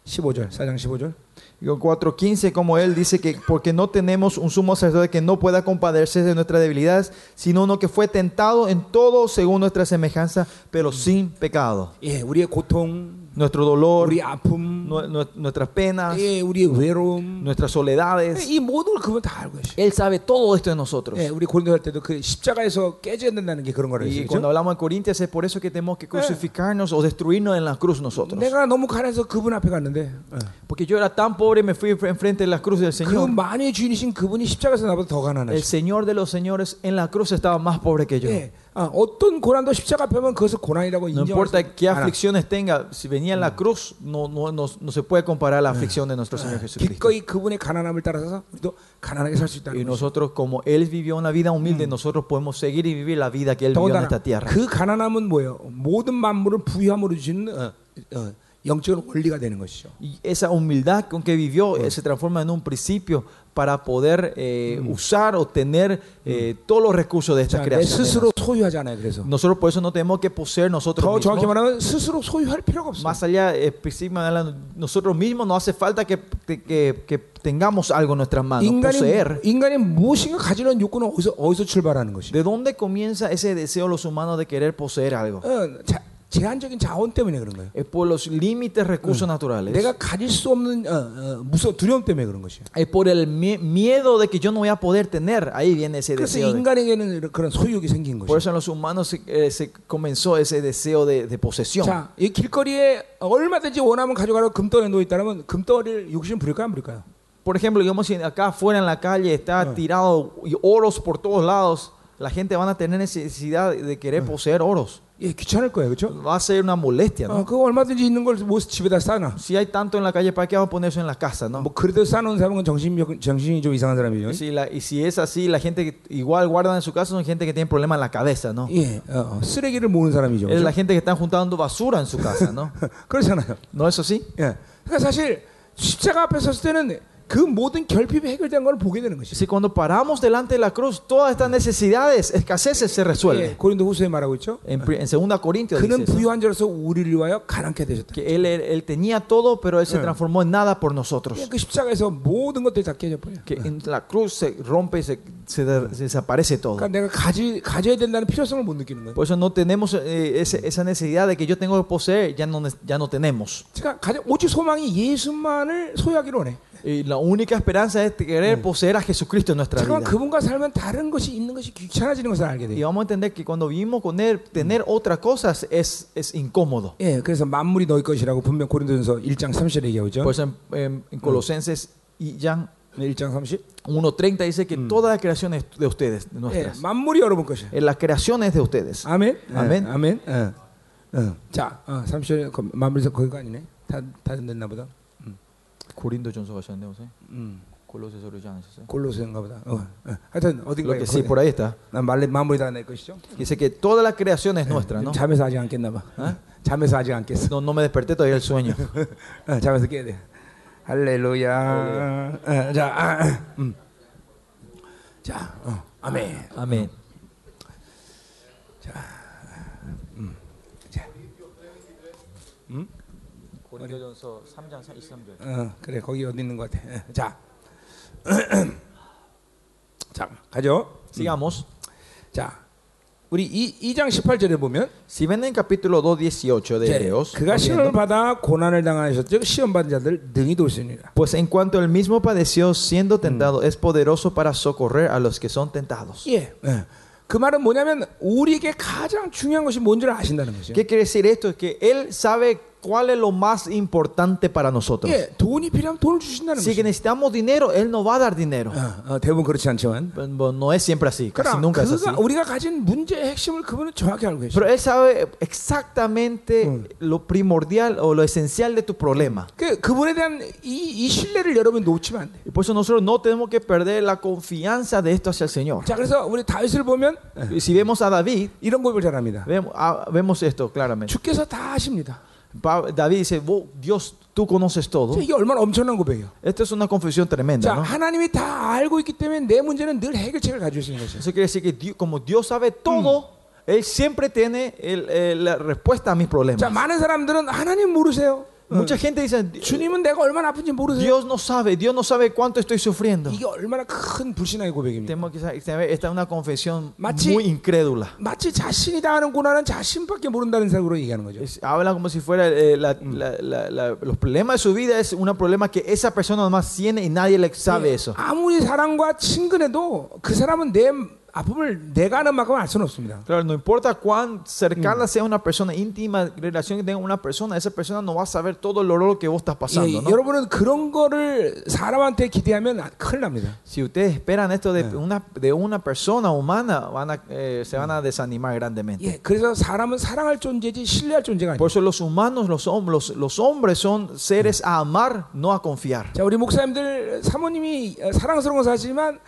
A: 15절, 4장 15절.
B: Y con 4.15, como él dice que porque no tenemos un sumo sacerdote que no pueda compadecerse de nuestras debilidades, sino uno que fue tentado en todo según nuestra semejanza, pero sin pecado.
A: 예, 우리의 고통,
B: Nuestro dolor,
A: 우리 아픔,
B: nu- nu- nuestras penas,
A: 예, 우리의 외로움, 예,
B: nuestras soledades.
A: 이 모든 걸 그분 다 알고 계셔.
B: Él sabe todo esto de nosotros.
A: 예, 우리 고린도 할 때도 그 십자가에서 깨져야 된다는 게 그런 거라고
B: Y
A: 했죠.
B: cuando hablamos de Corintias es por eso que tenemos que crucificarnos o destruirnos en la cruz nosotros.
A: 내가 너무 가난해서 그분 앞에 갔는데
B: Porque yo era tan pobre, me fui enfrente de la cruz del
A: 그
B: Señor.
A: 만유의 주인이신 그분이 십자가에서 나보다 더
B: El
A: 가난하시죠.
B: Señor de los señores en la cruz estaba más pobre que yo.
A: 예, 아, 어떤 고난도 십자가 앞에 하면 그것을 고난이라고
B: No
A: 인정할 수
B: importa qué
A: 않아.
B: aflicciones tenga, si venía en la cruz, no, no, no, no se puede comparar a la aflicción de nuestro Señor Jesucristo.
A: 기꺼이 그분의 가난함을 따라서 우리도 가난하게 살 수
B: Y
A: 있다는 것이죠.
B: nosotros, como Él vivió una vida humilde, nosotros podemos seguir y vivir la vida que Él vivió
A: 더군다나
B: en esta tierra.
A: 그 가난함은 뭐예요? 모든 만물을 부유함으로 주시는 어, 어, 영적인 원리가 되는 것이죠.
B: Y esa humildad con que vivió eh, se transforma en un principio para poder eh, usar o tener eh, todos los recursos de esta
A: 자, 내
B: creación.
A: 스스로 소유하잖아요. 그래서
B: Nosotros por eso no tenemos que poseer nosotros
A: 더 정확히
B: mismos.
A: 말하면 스스로 소유할 필요가 없어요.
B: Más allá, eh, principio, nosotros mismos no hace falta que, que- que tengamos algo en nuestras manos,
A: 인간이
B: poseer.
A: 인간이 무엇인가 가지려는 욕구는 어디서 어디서 출발하는 것이죠.
B: ¿De dónde comienza ese deseo de los humanos de querer poseer algo?
A: 어, 자, 제한적인 자원 때문에 그런 거예요.
B: Es por los límites recursos naturales.
A: 내가 가질 수 없는 어, 어, 무서 두려움 때문에 그런 것이에요.
B: Es por el mie- miedo de que yo no voy a poder tener. Ahí viene ese
A: 그래서
B: deseo. de-
A: 인간에게는 이런- 그런 소유욕이 생긴
B: Por
A: 것이죠.
B: eso en los humanos se, eh, se comenzó ese deseo de, de posesión.
A: 자, 이 길거리에 얼마든지 원하면 가져가라고 금덩이 놓여 있다면 금덩이를 욕심 부릴까요, 안 부릴까요?
B: Por ejemplo, digamos, si acá afuera en la calle está tirado y oros por todos lados, la gente van a tener necesidad de querer poseer oros.
A: 예, 귀찮을 거예요, 그렇죠?
B: Va a ser una molestia, ¿no?
A: 어, 그거 얼마든지 있는 걸 뭐 집에다 싸놔.
B: Si hay tanto en la calle, ¿para qué vamos a poner eso en la casa, no?
A: 뭐 그래도 싸놓은 사람은 정신력, 정신이 좀 이상한 사람이에요.
B: Y si, la- y si es así, la gente que igual guardan en su casa son gente que tiene problemas en la cabeza, ¿no?
A: 예, 어, 어, 쓰레기를 모으는 사람이죠.
B: Es la
A: 그렇죠?
B: gente que están juntando basura en su casa, ¿no?
A: 그렇잖아요.
B: ¿No es así?
A: 예, 그러니까 사실 십자가 앞에 섰을 때는 그 모든 결핍이 해결된 걸 보게 되는 것이죠.
B: Si cuando paramos delante de la cruz, todas estas necesidades, escaseces se
A: 예,
B: resuelven.
A: 고린도 후서에 말하고 있죠.
B: En, pri- en 2 Corintios dice
A: 예, 그는
B: eso,
A: 부유한 자로서 우리를 위하여 가난케 되셨다.
B: que él, él- él tenía todo, pero él se
A: Eh.
B: transformó en nada por nosotros.
A: 그 십자가에서 모든 것들이 다 깨져버려.
B: Que en la cruz se rompe, se, se de- se desaparece todo.
A: 그러니까 내가 가지, 가져야 된다는 필요성을 못 느끼는 거예요.
B: Por eso no tenemos eh, ese- esa necesidad de que yo tengo que poseer, ya no, ne- ya no tenemos.
A: 제가 가장 오직 소망이 예수만을 소유하기로 원해.
B: Y la única esperanza es querer poseer a Jesucristo en nuestra
A: 잠깐
B: vida.
A: 그분과 살면 다른 것이 있는 것이 귀찮아지는 것을 알게
B: Y
A: 돼요.
B: vamos a entender que cuando vivimos con Él, tener otras cosas es, es incómodo.
A: 예, 그래서 만물이 너희 것이라고 분명 고린도전서 1장 30절에 얘기하죠.
B: Por eso en, en- en Colosenses y Jan
A: 네, 1장 30.
B: 1.30 dice que toda la creación es de ustedes, de
A: 예,
B: nuestras.
A: 만물이 여러분 것이야.
B: Eh, La creación es de ustedes.
A: 아멘.
B: 아멘.
A: 예, 아멘. 예. 예. 자, 어, 30절 그 만물에서 거기가 아니네. 다 다른 데나 보다.
B: Corinto Johnson Gallandeo, ¿sí?
A: 음.
B: Colosenses y Jan, ¿sí?
A: 골로새인가 보다. 어. 예. 하여튼
B: Lo
A: 어딘가에
B: que sí, por ahí está.
A: 난 말레 마무리 다내 것이죠.
B: Dice que toda la creación es nuestra, ¿no?
A: 지금 잠에서 아직 안 깼나 봐. 어? 잠에서 아직 안 깼어.
B: No, no me desperté todavía del sueño.
A: 어, 잠에서 깨야 돼. 할렐루야. 어, 자, 아, 음. 자, 어, 아멘.
B: Amén. Corinto Johnson, Sam Jan, y Sam Jan.
A: 어, 그래 거기 어디 있는 것 같아. 예, 자, 자 가죠.
B: Sigamos.
A: 자, 우리 이 2장 18절에 보면
B: Si ven en capítulo 2, 18 de
A: 자,
B: Hebreos,
A: 그가 시험을
B: viendo,
A: 받아 고난을 당하셨죠. 시험 받은 자들 능히 도우시니라.
B: pues en cuanto el mismo padeció siendo tentado, es poderoso para socorrer a los que son tentados.
A: 예. 예. 그 말은 뭐냐면 우리에게 가장 중요한 것이 뭔지를 아신다는 거죠.
B: ¿Qué quiere decir esto? Es que Él sabe cuál es lo más importante para nosotros.
A: 예, 돈이 필요하면 돈을 주신다는
B: Si que
A: 거죠.
B: necesitamos dinero, Él nos va a dar dinero.
A: 어, 어, 대부분 그렇지 않지만.
B: Bueno, No es siempre así, casi
A: 그러나
B: nunca es así.
A: 그가 우리가 가진 문제의 핵심을 그분은 정확히 알고 계셔.
B: Pero Él sabe exactamente lo primordial o lo esencial de tu problema.
A: 그 그분에 대한 이, 이 신뢰를 여러분 놓치면 안 돼.
B: Y por eso nosotros no tenemos que perder la confianza de esto hacia el Señor.
A: 자, 그래서 우리 다윗을 보면 예,
B: Y si vemos a David,
A: 이런 고백을 잘합니다.
B: Vemos, ah, vemos esto claramente.
A: 주께서 다 아십니다.
B: Pa- David dice, "Vos, Dios, tú conoces todo.
A: 자, 이게 얼마나 엄청난 고백이에요.
B: Esta es una confesión
A: 자,
B: tremenda. ¿no?
A: 하나님이 다 알고 있기 때문에 내 문제는 늘 해결책을 가지고 있는 것이에요.
B: Eso quiere decir que Dios- como Dios sabe todo, Él siempre tiene el- el- la respuesta a mis
A: 자,
B: problemas.
A: 많은 사람들은 하나님 모르세요.
B: Mucha gente dice, "Di-
A: 주님은 내가 얼마나 아픈지 모르세요.
B: Dios no sabe, Dios no sabe cuánto estoy sufriendo.
A: 이게 얼마나 큰 불신앙의 고백입니다.
B: Tenemos que saber, esta es una confesión
A: Machi-
B: muy incrédula.
A: 마치 자신이 당하는 고난은 자신밖에 모른다는 생각으로 얘기하는 거죠.
B: Es- habla como si fuera eh, la- la- la- la- los problemas de su vida es un problema que esa persona nomás tiene y nadie le sabe eso.
A: 아무리 사랑과 친근해도 그 사람은 내 아픔을 내가 아는 만큼 알 수는 없습니다.
B: Claro, no importa cuán cercana sea una persona, íntima relación que tenga una persona, esa persona no va a saber todo el dolor que vos estás
A: 예,
B: pasando, ¿no?
A: 여러분은 그런 거를 사람한테 기대하면 아- 큰일 납니다.
B: Si ustedes esperan esto de una, de una persona humana, van a, eh, se van a desanimar grandemente.
A: 예, 그래서 사람은 사랑할 존재지 신뢰할 존재가 아니에요.
B: Por eso los humanos, los, hom- los, los hombres son seres a amar, no a confiar.
A: 자, 우리 목사님들 사모님이 어, 사랑스러운 건 사실이지만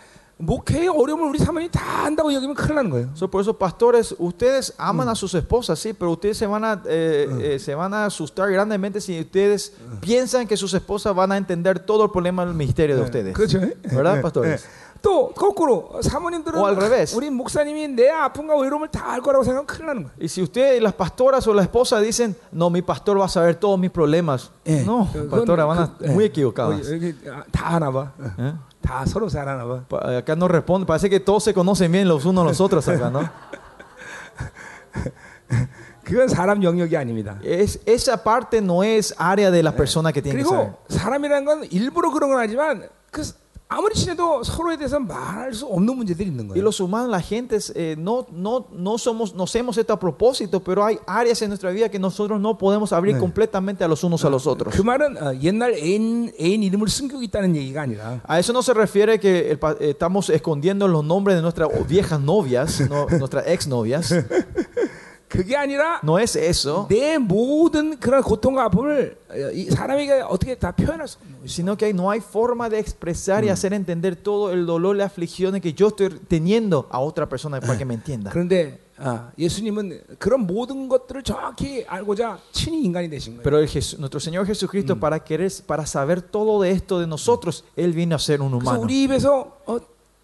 A: 목회의 어려움을 우리 사모님 다 안다고 여기면 큰일 나는 거예요.
B: So, por eso, pastores, ustedes aman a sus esposas, sí, pero ustedes se van, a, eh, eh, se van a asustar grandemente si ustedes piensan que sus esposas van a entender todo el problema del misterio de ustedes.
A: 그렇죠?
B: ¿Verdad, pastores?
A: 또 거꾸로 사모님들은
B: 어, al revés.
A: 우리 목사님이 내 아픔과 외로움을 다 알 거라고 생각하면 큰일 나는 거예요.
B: Y si ustedes, las pastoras o la esposa dicen, no, mi pastor va a saber todos mis problemas.
A: 예.
B: No,
A: 그건
B: pastora, van a,
A: 그- 예.
B: muy equivocadas.
A: 거기- 여기 아, 다 하나 봐.
B: ¿Eh?
A: 다 서로 잘 하나 봐.
B: Pa- Acá no responde, parece que todos se conocen bien los unos a los otros acá, ¿no?
A: 그건 사람 영역이 아닙니다.
B: Es, esa parte no es área de la persona que tiene que saber.
A: 그리고 사람이라는 건 일부러 그런 건 아니지만 그 스- 아무리 친해도 서로에 대해서 말할 수 없는 문제들이 있는
B: Y
A: 거예요.
B: los humanos, la gente, es, eh, no, no, no somos, nos hemos esto a propósito, pero hay áreas en nuestra vida que nosotros no podemos abrir completamente a los unos a los otros.
A: 그 말은 어, 옛날 애인, 애인 이름을 숨기고 있다는 얘기가 아니라
B: A eso no se refiere que el pa- eh, estamos escondiendo los nombres de nuestras viejas novias, no- nuestras exnovias.
A: 그게 아니라
B: No es eso,
A: 내 모든 그런 고통과 아픔을 어, 이 사람에게 어떻게 다 표현할 수 없는 거예요.
B: sino que no hay forma de expresar y hacer entender todo el dolor, las aflicciones que yo estoy teniendo a otra persona para que me entienda.
A: 그런데 아, 예수님은 그런 모든 것들을 정확히 알고자 친히 인간이 되신 거예요.
B: Pero el Jesu- nuestro Señor Jesucristo, para, querer, para saber todo de esto de nosotros, Él vino a ser un
A: 그래서
B: humano.
A: 우리 입에서 어,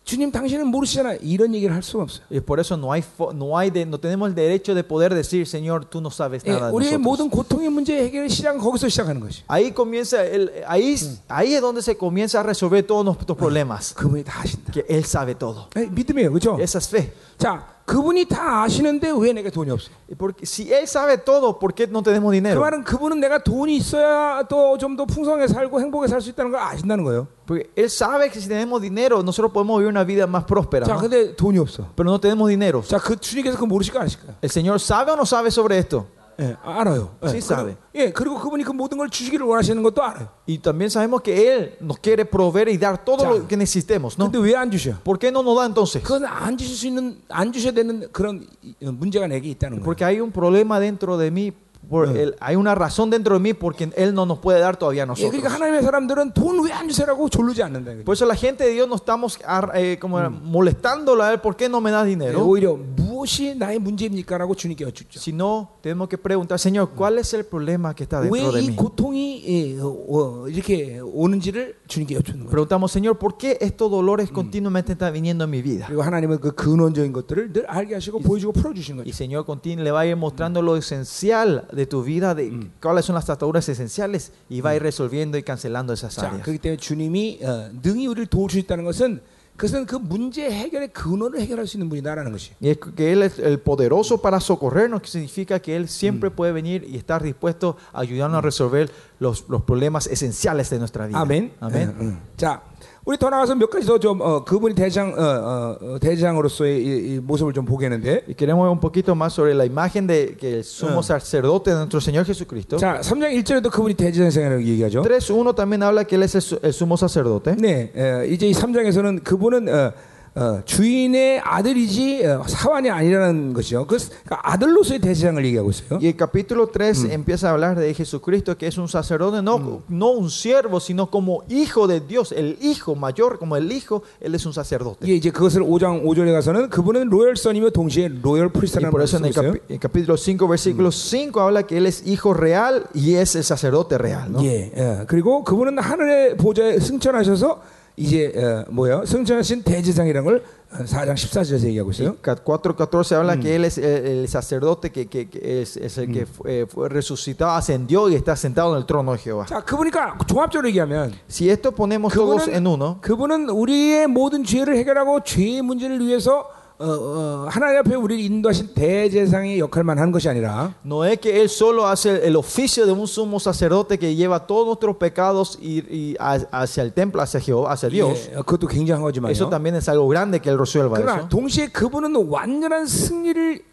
A: 주님 당신은 모르시잖아 이런 얘기를 할 수가 없어요.
B: Y por eso no, hay, fo- no, hay de- no tenemos el derecho de poder decir, Señor, tú no sabes
A: 예,
B: nada de
A: 우리의
B: nosotros.
A: 모든 고통의 문제 해결의 시작은 거기서 시작하는 것이.
B: Ahí, comienza el, ahí, ahí es donde se comienza a resolver todos nuestros problemas.
A: 그분이 다 아신다.
B: Que Él sabe todo.
A: 예, 믿음이에요, 그렇죠?
B: Esa es fe.
A: 자, 그분이 다 아시는데 왜 내가 돈이 없어?
B: Y Porque, si Él sabe todo, ¿por qué no tenemos
A: 그
B: dinero?
A: 말은 그분은 내가 돈이 있어야 또 좀 더 풍성하게 살고 행복하게 살 수 있다는 걸 아신다는 거예요.
B: Porque Él sabe que si tenemos dinero, nosotros podemos vivir una vida más próspera.
A: 자,
B: ¿no?
A: 근데 돈이 없어.
B: Pero no tenemos dinero.
A: 자, 그 주님께서 그 모르실까 아실까?
B: ¿El Señor sabe o no sabe sobre esto?
A: 예, 알아요. 예,
B: Sí, sabe.
A: 그리고, 예, 그리고 그분이 그 모든 걸 주시기를 원하시는 것도 알아요.
B: Y también sabemos que Él nos quiere proveer y dar todo
A: Ya.
B: lo que necesitemos, ¿no?
A: 근데 왜 안 주셔?
B: ¿Por qué no nos da entonces?
A: 그건 안 주실 수 있는 안 주셔야 되는 그런 이- 어, 문제가 내게 있다는 거예요.
B: Porque hay un problema dentro de mí, por
A: Mm.
B: él- hay una razón dentro de mí porque Él no nos puede dar todavía a
A: 예, 그러니까
B: nosotros.
A: 하나님의 사람들은 돈 왜 안 주세요라고 졸르지 않는다. 이거죠.
B: Por eso la gente de Dios no estamos ar- eh, como
A: Mm.
B: molestándola a Él, ¿por qué no me das
A: 예,
B: dinero?
A: 오히려 무엇이 나의 문제입니까라고 주님께 여쭙죠.
B: Sino tenemos que preguntar, Señor, ¿cuál es el problema que está
A: 왜
B: dentro de
A: 이
B: mí?
A: 고통이 예, 어, 어, 이렇게 오는지를 주님께 여쭙는 거예요.
B: Preguntamos, Señor, ¿por qué estos dolores continuamente están viniendo en mi vida?
A: 그리고 하나님은 그 근원적인 것들을 늘 알게 하시고 보여주고 풀어주신
B: Y
A: 거죠.
B: Señor, continúe, le va a ir mostrando lo esencial de tu vida, de cuáles son las ataduras esenciales, y va a ir resolviendo y cancelando esas
A: 자,
B: áreas.
A: 그렇기 때문에 주님이 어, 능히 우리를 도와주셨다는 것은 그것은 그 문제 해결의 근원을 해결할 수 있는 분이다라는 것이.
B: Y es que Él es el poderoso para socorrernos, que significa que Él siempre puede venir y estar dispuesto a ayudarnos a resolver los, los problemas esenciales de nuestra vida.
A: 아멘.
B: Amén.
A: 예, 음. 자, 우리 더 나가서 몇 가지 더좀 어, 그분이 대장 어, 어, 어, 대장으로서의 이, 이 모습을 좀 보게 하는데.
B: Y queremos ver un poquito más sobre la imagen de que el sumo sacerdote de nuestro Señor Jesucristo.
A: 자, 3장 1절에도 그분이 대장생이라고 얘기하죠.
B: 3.1 también habla que Él es el, su- el sumo sacerdote.
A: 네, 어, 이제 이 3장에서는 그분은 어, 어, 주인의 아들이지 어, 사환이 아니라는 것이요. 그 그러니까 아들로서의 대장을 얘기하고 있어요.
B: Y el capítulo 3 empieza a hablar de Jesucristo, que es un sacerdote, no, no un siervo, sino como hijo de Dios, el hijo mayor, como el hijo, él es un sacerdote.
A: 이게 이제 그것을 5장 5절에 가서는 그분은 로열 선이며 동시에 로열
B: Y
A: 프리스트라는
B: por
A: 말을
B: eso
A: 쓰고
B: en el,
A: 있어요.
B: capi- el capítulo 5, versículo 5, habla que él es hijo real y es el sacerdote real. ¿no?
A: 예, 예. 그리고 그분은 하늘의 보좌에 승천하셔서 이제 어, 뭐야 승천하신 대제장이라는 걸 어, 4장 14절에서 얘기하고
B: Y
A: 있어요.
B: 4.14 habla que él es el, el sacerdote que, que- que es, es el que fue, eh, fue resucitado, ascendió y está sentado en el trono de Jehová.
A: 자, 그분이니까 그러니까 종합적으로 얘기하면
B: Si esto ponemos todos en uno,
A: 그분은 우리의 모든 죄를 해결하고 죄의 문제를 위해서 어, 어, 하나님 앞에 우리를 인도하신 대제상의 역할만 하는 것이 아니라
B: No es que él solo hace el oficio de un sumo sacerdote que lleva todos nuestros pecados y, y ha- hacia el templo, hacia Jehová, hacia Dios.
A: 예, 그것도 굉장한 거지만요.
B: Eso también es algo grande que él resuelva
A: 그러나
B: eso.
A: 동시에 그분은 완전한 승리를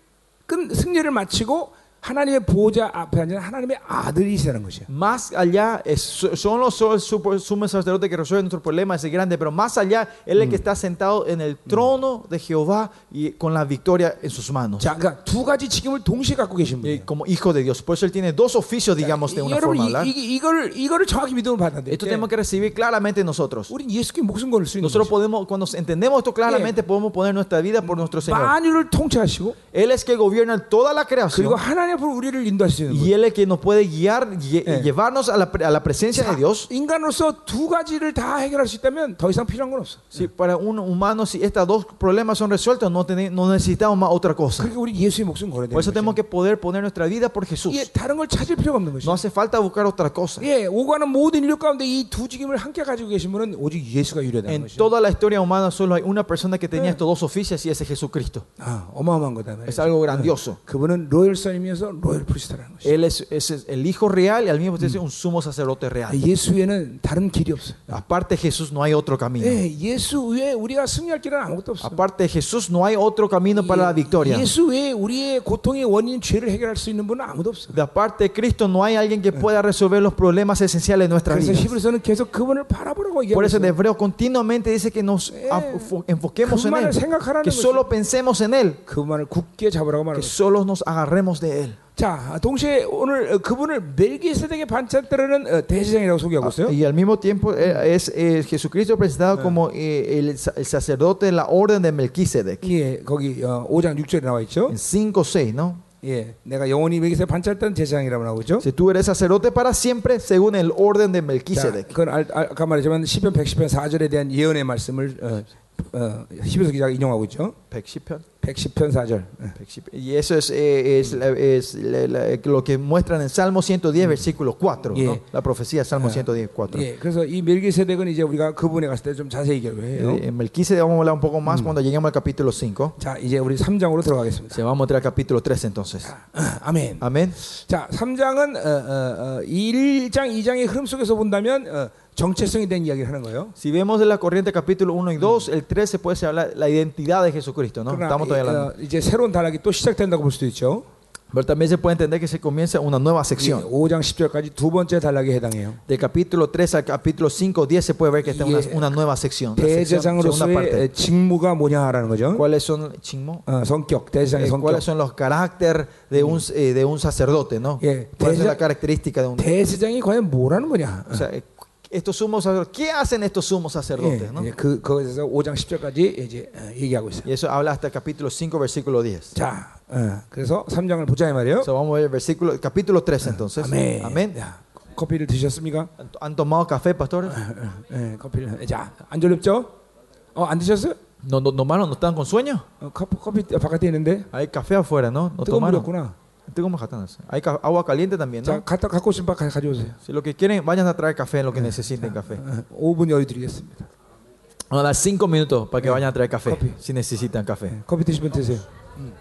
A: 끝 승리를 마치고 하나님의 보좌 앞에 앉은 하나님의 아들이시라는 것이야.
B: Más allá, es- son los so- su- sumo sacerdote que resuelve nuestro problema, ese grande, pero más allá, él es el que está sentado en el trono de Jehová y con la victoria en sus manos.
A: 자, 그러니까 두 가지 직임을 동시에 갖고 계신
B: Y
A: 분이에요.
B: como hijo de Dios. Por eso él tiene dos oficios, digamos, de
A: 이-
B: una forma de
A: 여러분
B: hablar.
A: 이, 이, 이걸 이거를 정확히 믿음을 받는데 예,
B: Esto tenemos que recibir claramente nosotros.
A: 우리 예수께 목숨 걸을 수 있는 거죠.
B: Nosotros podemos, cuando entendemos esto claramente, podemos poner nuestra vida por nuestro Señor.
A: 만유를 통치하시고
B: Él es que gobierna toda la
A: 그리고
B: creación
A: 하나님 앞으로 우리를 인도하실 수 있는 거예요.
B: y Él es que nos puede guiar y y llevarnos a la, pre- a la presencia de Dios.
A: 인간으로서 두 가지를 다 해결할 수 있다면 더 이상 필요한 건 없어.
B: Si para un humano, si estos dos problemas son resueltos, no, teni- no necesitamos más otra cosa.
A: 그러니까 우리 예수의 목숨 걸어야 되는
B: Por eso tenemos
A: 거죠.
B: que poder poner nuestra vida por Jesús.
A: 예, 다른 걸 찾을 필요가 없는
B: No
A: 것이죠.
B: hace falta buscar otra cosa.
A: 예, 오가는 모든 인류 가운데 이 두 직임을 함께 가지고 계신 분은 오직 예수가 유일하다는
B: En
A: 것이죠.
B: toda la historia humana solo hay una persona que tenía estos dos oficios y ese es Jesucristo.
A: 아, 어마어마한 거다.
B: Es algo grandioso.
A: 그분은 로열 선이면서 로열 프리스트라는 것이죠.
B: Él es, es- es el Hijo real y al mismo tiempo es un sumo sacerdote real.
A: 아, 예수 외에는 다른 길이 없어요.
B: Aparte de Jesús no hay otro camino.
A: 예, 예수 외에 우리가 승리할 길은 아무것도 없어요.
B: Aparte de Jesús no hay otro camino para la victoria.
A: 예수 외에 우리의 고통의 원인 죄를 해결할 수 있는 분은 아무도 없어요.
B: De aparte de Cristo no hay alguien que pueda resolver los problemas esenciales de nuestra
A: 그래서
B: vida.
A: 히브리서는 계속 그분을 바라보라고
B: Por eso en
A: 얘기합니다.
B: Hebreo continuamente dice que nos afo- enfoquemos en
A: 그분만을
B: Él,
A: 생각하라는
B: que
A: 거죠.
B: solo pensemos en Él,
A: 그분만을 굳게 잡으라고
B: que
A: 말합니다.
B: solo nos agarremos de Él.
A: 자, 동시에 오늘 어, 그분을 멜기세덱의 반찬대라는 어, 대제사장이라고 소개하고 있어요.
B: Ah, Y al mismo tiempo eh, es eh, Jesucristo presentado como eh, el, sa- el sacerdote de la orden de Melquisedec.
A: 예, 거기 어, 5장 6절에 나와 있죠.
B: En 5 6, ¿no?
A: 예, 내가 영원히 멜기세덱 반찬대라는 제사장이라고 나오고 있죠.
B: Si tú eres sacerdote para siempre según el orden de
A: 자,
B: Melquisedec.
A: 그건 알, 알, 아까 말했지만 시편 110편 4절에 대한 예언의 말씀을 어, 어, 히브리서 기자가 인용하고 있죠. 110편 4절.
B: Y eso es, eh, es la- es la- la- lo que muestran en Salmo 110, versículo 4, ¿no?
A: Mm. Yeah. Ah.
B: La profecía de Salmo 110, 4.
A: 예, 그래서 이 멜기세덱은 이제 우리가 그분에 갔을 때 좀 자세히 얘기를 해요.
B: Eh, En Melquisedec vamos a hablar un poco más
A: Mm.
B: cuando lleguemos al capítulo 5.
A: 자, 이제 우리 3장으로 들어가겠습니다.
B: Se va a mostrar al capítulo 3 entonces.
A: 아멘.
B: Amén.
A: 자, 3장은 어, 어, 어, 1장, 2장의 흐름 속에서 본다면 어, 정체성에 대한 이야기를 하는 거예요.
B: Si vemos de la corriente capítulo 1 y 2, el 13 puede ser hablar la identidad de Jesucristo, ¿no?
A: 그러나
B: Estamos
A: 이,
B: todavía hablando.
A: 어, 이제 새로운 단락이 또 시작된다고 볼 수도 있죠.
B: Pero también se puede entender que se comienza una nueva
A: 이
B: sección.
A: 5장 10절까지 두 번째 단락에 해당해요.
B: De capítulo 3 al capítulo 5, 10 se puede ver que está una,
A: Yeah.
B: una nueva sección. la sección segunda
A: 대제사장으로서의
B: parte.
A: 에, 직무가 뭐냐라는 거죠.
B: ¿Cuáles son, chismo?
A: 어, 성격, 대제사장의
B: Eh,
A: 성격.
B: ¿Cuáles son los caracteres de un, eh, de un sacerdote, no?
A: Yeah.
B: ¿Cuál es
A: Deza-
B: la característica de un...
A: 대제사장이 과연 뭐라는 거냐. 어,
B: O sea, eh, estos sumos sacerdotes, ¿qué hacen estos sumos
A: 예,
B: sacerdotes, no?
A: 이제 그 거기서 5장 10절까지 이제 어, 얘기하고 있어요.
B: Y eso habla hasta el capítulo 5, versículo 10.
A: 자, 어, 그래서 3장을 보자 이 말이에요.
B: So, vamos a ver el versículo, capítulo 3 entonces.
A: 아멘.
B: Ah, Amén. Ah.
A: 야, 커피를 드셨습니까?
B: ¿Han- ¿Han tomado café, pastores?
A: 예, 커피를. 자, 안 졸립죠? 어, 안 드셨어요?
B: No, no, tomaron, no están con sueño.
A: 어, 커피, 커피 바깥에 있는데
B: Hay café afuera, ¿no? No
A: 뜨거운
B: tomaron.
A: 물이었구나.
B: Tengo más jatanas. Hay ca- agua caliente también,
A: 자,
B: ¿no?
A: 갖다 갖고 싶으면 가- 가져오세요.
B: Si lo que quieren, vayan a traer café, lo que necesiten café.
A: 어, 5분 여유 드리겠습니다.
B: Vamos a dar cinco minutos para que vayan a traer café, si necesitan café.
A: 예, 커피 드시면 드세요. 음.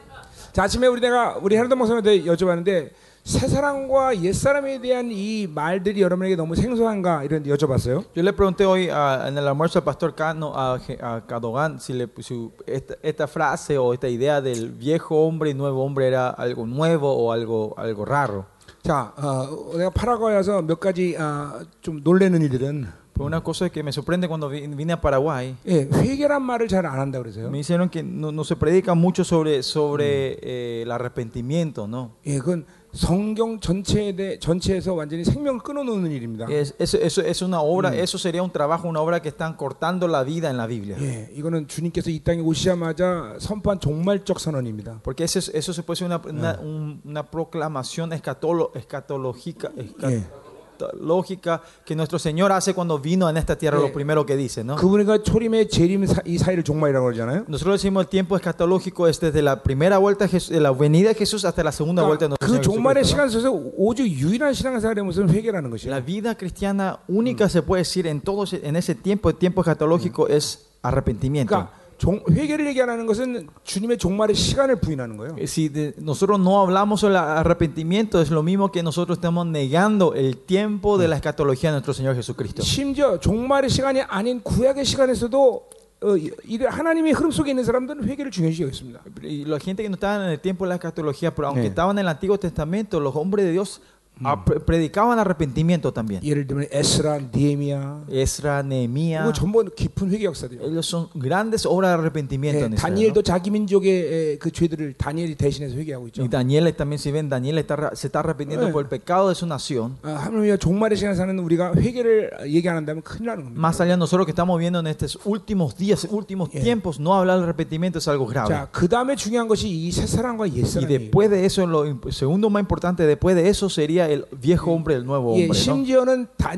A: 자, 아침에 우리 내가 우리 헤르드 목사님한테 여쭤봤는데 새 사랑과 옛 사람에 대한 이 말들이 여러분에게 너무 생소한가 이런 여쭤봤어요.
B: Yo le pregunté hoy a- en el almuerzo al pastor Cano, a, Je- a Cadogan, si, le, si esta, esta frase o esta idea del viejo hombre y nuevo hombre era algo nuevo o algo, algo raro.
A: 자, 어, 내가 파라과이 와서 몇 가지 아, 좀 놀래는 일들은
B: Pero una cosa que me sorprende cuando vi- vine a Paraguay,
A: 예, 회개란 말을 잘 안 한다 그래서요.
B: me dijeron que no, no se predica mucho sobre, sobre eh, el arrepentimiento, ¿no?
A: 예, 그건 성경 전체에 대 전체에서 완전히 생명을 끊어놓는 일입니다. 예.
B: Es, eso, eso es una obra, eso sería un trabajo, una obra que están cortando la vida en la Biblia.
A: 예, 이거는 주님께서 이 땅에 오시자마자 선포한 종말적 선언입니다.
B: Porque eso, es- eso se puede ser una, una, un- una proclamación escatolo, escatológica,
A: 예.
B: escatológica que nuestro Señor hace cuando vino en esta tierra,
A: Yeah.
B: lo primero que dice,
A: 어.
B: ¿no?
A: 그분이가 초림의 재림 사- 이 사이를 종말이라고 그러잖아요.
B: Nosotros decimos el tiempo escatológico es desde la primera vuelta, de Jesús- de la venida de Jesús hasta la segunda vuelta de
A: 그러니까
B: nuestro
A: 그
B: Señor
A: 종말의
B: Jesucristo,
A: 시간
B: ¿no?
A: 속에서 오직 유일한 신앙생활의 모습은 회개라는 것이에요.
B: La vida cristiana única se puede decir en todo ese- en ese tiempo, el tiempo escatológico es arrepentimiento.
A: 그러니까 종- 회개를 얘기하는 것은 주님의 종말의 시간을 부인하는 거예요.
B: Eh, Si de- nosotros no hablamos sobre arrepentimiento, es lo mismo que nosotros estamos negando el tiempo de la escatología de nuestro Señor Jesucristo.
A: 심지어 종말의 시간이 아닌 구약의 시간에서도 어, 이- 이를 하나님의 흐름 속에 있는 사람들은 회개를 중요시 여겼습니다.
B: Y la gente que no estaba en el tiempo de la escatología, pero aunque
A: Sí.
B: estaban en el Antiguo Testamento, los hombres de Dios ah, pre- predicaban arrepentimiento también.
A: 예를 들면 에스라, 니에미야
B: Esra, Nehemías,
A: 이거 전부 깊은 회개 역사들이에요.
B: ellos son grandes obras de arrepentimiento.
A: 예,
B: en Israel,
A: 다니엘도 자기 민족의 에, 그 죄들을 다니엘이 대신해서 회개하고
B: ¿no? Y
A: 있죠.
B: Daniel también, si ven, Daniel está ra- se está arrepintiendo
A: Sí.
B: por el pecado de su nación.
A: 아, 하물며 종말의 시간 사는 우리가 회개를 얘기 안 한다면 큰일 나는 겁니다.
B: Más allá de nosotros que estamos viendo en estos últimos días, últimos
A: Sí.
B: tiempos, no hablar de arrepentimiento es algo grave.
A: 자, 그 다음에 중요한 것이 이 새 사람과 옛
B: Y
A: 사람이에요.
B: después de eso, lo imp- segundo más importante, después de eso sería el viejo hombre, el nuevo
A: 예,
B: hombre. ¿no?
A: 심지어는 다,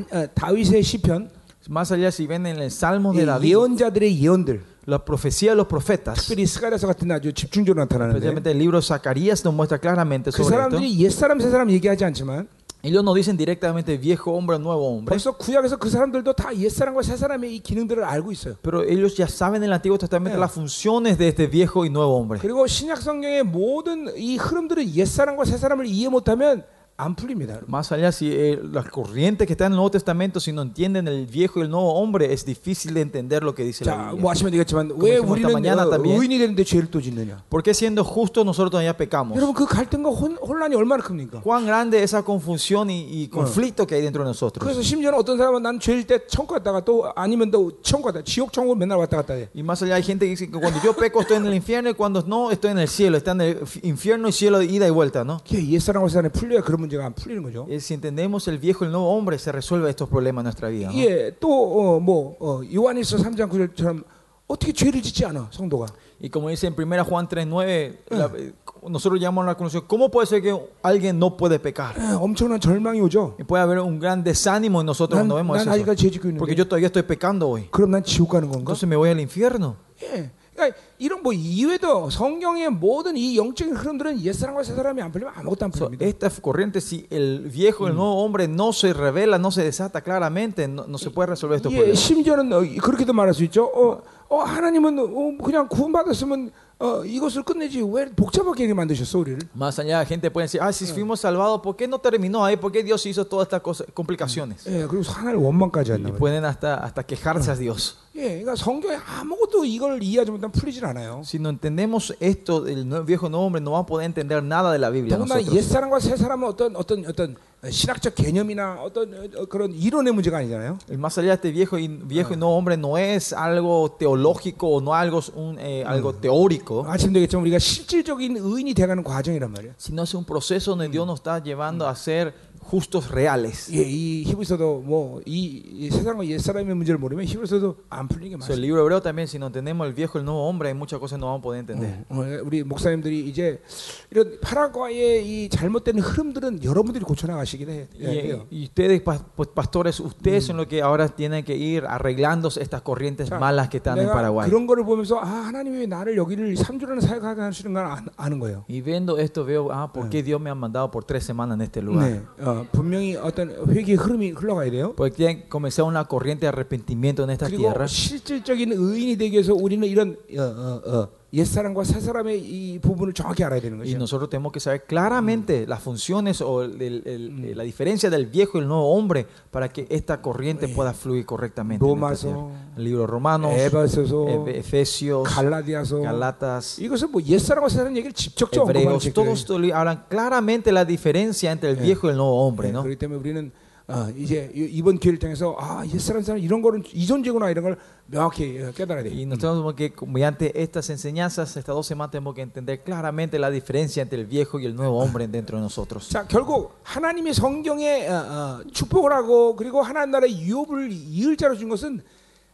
A: 윗의 시편,
B: Más allá, si ven en el Salmo de
A: 예,
B: David,
A: 예언자들의 예언들,
B: la profecía de los profetas,
A: 특별히 스가랴서 같은 데 아주 집중적으로 나타나는데
B: especialmente el libro de Zacarías, nos muestra claramente
A: 그
B: sobre esto.
A: 사람들이 옛 사람 새 사람 얘기하지 않지만
B: Ellos no dicen directamente viejo hombre, nuevo hombre,
A: 벌써 구약에서 그 사람들도 다옛 사람과 새 사람의 이 기능들을 알고 있어요.
B: pero ellos ya saben en el Antiguo Testamento
A: Sí.
B: las funciones de este viejo
A: 네.
B: y nuevo hombre.
A: 그리고 신약 성경의 모든 이 흐름들은 옛 사람과 새 사람을 이해 못하면 안 풀립니다. 여러분.
B: Más allá, si eh, las corrientes que están en el Nuevo Testamento, si no entienden el viejo y el nuevo hombre, es difícil de entender lo que dice la
A: 자, 뭐
B: Biblia.
A: 아시면 되겠지만 왜
B: 그럼
A: 우리는
B: 마ñana
A: 어,
B: también.
A: 의인이 되는데 죄를 또 짓느냐?
B: ¿Por qué siendo justos nosotros todavía pecamos?
A: 여러분 그 갈등과 혼, 혼란이 얼마나 큽니까?
B: ¿Cuán grande es esa confusión y, y conflicto que hay dentro de
A: 그래서
B: nosotros?
A: 심지어는 어떤 사람은 난 죄일 때 천국 갔다가 또 아니면 또 천국 갔다 지옥 천국 맨날 왔다 갔다 해.
B: Y más allá hay gente que dice que cuando yo peco estoy en el infierno y cuando no estoy en el cielo. Está en el f- infierno y cielo de ida y vuelta, ¿no?
A: 이게 옛사람과 사람이 풀려야 그런 문제가 안 풀리는 거죠.
B: Eh, Si entendemos el viejo y el nuevo hombre, se resuelve estos problemas en nuestra vida. ¿no?
A: 예, 또뭐 어, 요한일서 3장 9절처럼 어떻게 죄를 짓지 않아 성도가?
B: Y como dice en 1 Juan 3.9, la- eh, nosotros llamamos a la conclusión, ¿cómo puede ser que alguien no puede pecar?
A: 예, 엄청난 절망이 오죠.
B: Y puede haber un gran desánimo en nosotros
A: 난,
B: cuando vemos
A: 난
B: eso.
A: 아직까지 죄 짓고
B: Porque
A: 있는데
B: yo todavía estoy pecando hoy.
A: 그럼 난 지옥 가는 건가?
B: Entonces me voy al infierno.
A: 예. 그러니까 이런 뭐 이외도 성경의 모든 이 영적인 흐름들은 옛사람과 새사람이 안 풀리면 아무것도 안
B: So,
A: 풀립니다.
B: esta corriente, si el viejo, el nuevo hombre no se revela, no se desata claramente, no, no se puede resolver estos
A: 예,
B: problemas.
A: 심지어는 어, 그렇게도 말할 수 있죠. 어, 어, 하나님은 어, 그냥 구원받았으면 어, 이것을 끝내지 왜 복잡하게 만드셨어 우리를?
B: Más allá, gente puede decir, ah, si fuimos salvados, ¿por qué no terminó ahí? ¿Por qué Dios hizo todas estas cosas, complicaciones?
A: 예, 그리고 하나를 원망까지
B: Y
A: 한다고.
B: pueden hasta, hasta quejarse a Dios.
A: 예, 그러니까 성경에 아무것도 이걸 이해하지 못하면 풀리질 않아요.
B: Si no entendemos esto, el nue- viejo nuevo hombre no va a poder entender nada de la Biblia.
A: 더구나
B: nosotros.
A: 옛 사람과 새 사람은 어떤 어떤 어떤 신학적 개념이나 어떤 어, 어, 그런 이론의 문제가 아니잖아요.
B: El más allá de este viejo y, viejo y nuevo hombre no es algo teológico o no algo, un, eh, algo teórico,
A: 아침 되겠지만 우리가 실질적인 의인이 돼가는 과정이란 말이에요.
B: sino es un proceso donde Dios nos está llevando a ser justos reales.
A: 예, 이 히브리서도 뭐이 이 세상과 옛 사람의 문제를 모르면 히브리서도 안 풀리는 게
B: So, el
A: 많습니다.
B: libro hebreo también, si no entendemos el viejo y el nuevo hombre, hay muchas cosas que no vamos a poder entender.
A: 어, 우리 목사님들이 이제 이런 파라과의 이 잘못된 흐름들은 여러분들이 고쳐나가시긴 해- 해야
B: Y, eh,
A: 돼요.
B: y ustedes, pas- pues, pastores, ustedes son los que ahora tienen que ir arreglando estas corrientes
A: Claro.
B: malas que están en
A: 내가
B: Paraguay.
A: 그런 거를 보면서 아 하나님 왜 나를 여기를 삼주라는 사역하게 하시는 걸 아- 아는 거예요.
B: Y viendo esto veo, ah, ¿por qué Dios me ha mandado por tres semanas en este lugar?
A: 네, 어, 분명히 어떤 회개의 흐름이 흘러가야 돼요.
B: Porque tiene Pues que comenzar una corriente de arrepentimiento en esta
A: 그리고
B: tierra.
A: 실질적인 의인이 되기 위해서 우리는 이런 어, 어, 어, 옛 사람과 새 사람의 이 부분을 정확히 알아야 되는
B: Y
A: 것이죠.
B: nosotros tenemos que saber claramente las funciones o el- el- el- eh, la diferencia del viejo y el nuevo hombre para que esta corriente pueda fluir correctamente. en esta
A: Romaso,
B: tierra. el libro Romanos,
A: 에베소서,
B: Efe- Efesios,
A: 갈라디아서,
B: Galatas,
A: 이것은 뭐 옛사람과 새사람 얘기를 직접적으로 언급하는
B: Hebreos,
A: 책들이에요.
B: todos estos li- hablan claramente la diferencia entre el viejo y el nuevo hombre,
A: 네,
B: ¿no?
A: 그렇기 때문에 우리는 어, 이제 이- 이번 기회를 통해서 아 옛사람 사람 이런 거는 이존재구나 이런 걸 명확히 어, 깨달아야 돼요.
B: Y nosotros tenemos que, mediante estas enseñanzas, estas dos semanas, tenemos que entender claramente la diferencia entre el viejo y el nuevo hombre dentro de nosotros.
A: 자 결국 하나님이 성경에 어, 어, 축복을 하고 그리고 하나님 나라의 유업을 이을자로 준 것은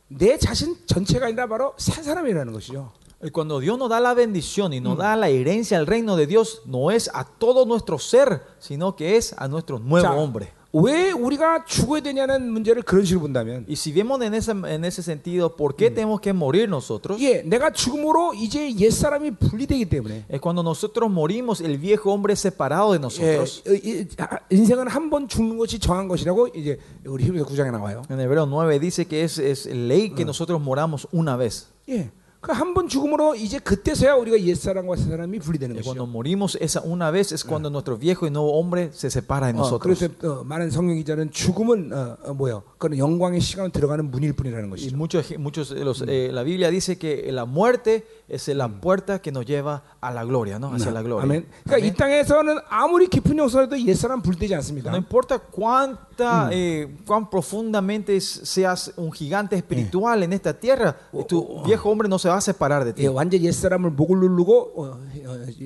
A: 내 자신 전체가 아니라 바로 새 사람이라는 것이죠.
B: Y Cuando Dios nos da la bendición y nos da la herencia al reino de Dios, no es a todo nuestro ser, sino que es a nuestro nuevo
A: 자,
B: hombre.
A: 왜 우리가 죽어야 되냐는 문제를 그런 식으로 본다면
B: Y si vemos en ese, en ese sentido, ¿por qué tenemos que morir nosotros?
A: 예, 내가 죽음으로 이제 옛 사람이 분리되기 때문에
B: Es cuando nosotros morimos, el viejo hombre es separado de
A: 예,
B: nosotros.
A: 이- 이- 아, 인생은 한 번 죽는 것이 정한 것이라고 이제 우리 히브리서 9장에 나와요.
B: En Hebreo 9 dice que es, es ley que nosotros moramos una vez.
A: 예. 그 한 번 죽음으로 이제 그때서야 우리가 옛 사람과 새 사람이 분리되는
B: Y cuando
A: 것이죠.
B: morimos esa una vez es cuando nuestro viejo y nuevo hombre se separa de
A: 어,
B: nosotros.
A: 그래서 어, 많은 성경 기자는 죽음은 어, 어, 뭐요? 그건 영광의 시간으로 들어가는 문일 뿐이라는
B: Y
A: 것이죠.
B: muchos, muchos de los, eh, la Biblia dice que la muerte es la puerta que nos lleva a la gloria, ¿no? Hacia la gloria.
A: 아멘. 그러니까 이 땅에서는 아무리 깊은 용서라도 옛 사람 분리되지 않습니다.
B: No importa cuánta, eh, cuán profundamente s- seas un gigante espiritual en esta tierra, tu viejo hombre no se va a separar de ti.
A: 예, 완전 옛 사람을 목을 누르고 어, 어,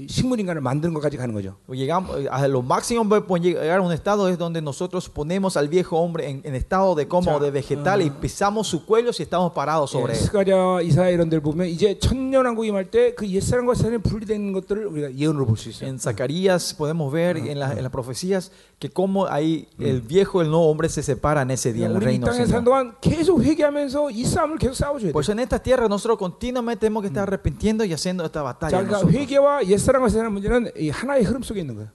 A: 식물 인간을 만드는 것까지 가는 거죠.
B: Llegamos eh, a lo máximo que puede llegar a un estado es donde nosotros ponemos al viejo hombre en, en estado de coma o de vegetal y pisamos su cuello si estamos parados sobre
A: 예,
B: él.
A: 스가랴 이사야 이런 데를 보면 이제 천년왕국 임할 때 그 옛 사람과 새 사람이 분리되는 것들을 우리가 예언으로 볼 수 있어요.
B: En Zacarías podemos ver en, la- en las profecías que cómo ahí el viejo y el nuevo hombre se separan ese día en el
A: 예, 우리 이
B: reino. del
A: 땅에 사는
B: Señor.
A: 동안 계속 회개하면서 이 싸움을 계속 싸워줘야 돼요.
B: Por eso Pues en esta tierra nosotros continuamente tenemos que estar arrepintiendo y haciendo esta
A: 자,
B: batalla.
A: 그러니까
B: nosotros.
A: 회개와 옛사람과 새사람 문제는 이 하나의 흐름 속에 있는 거예요.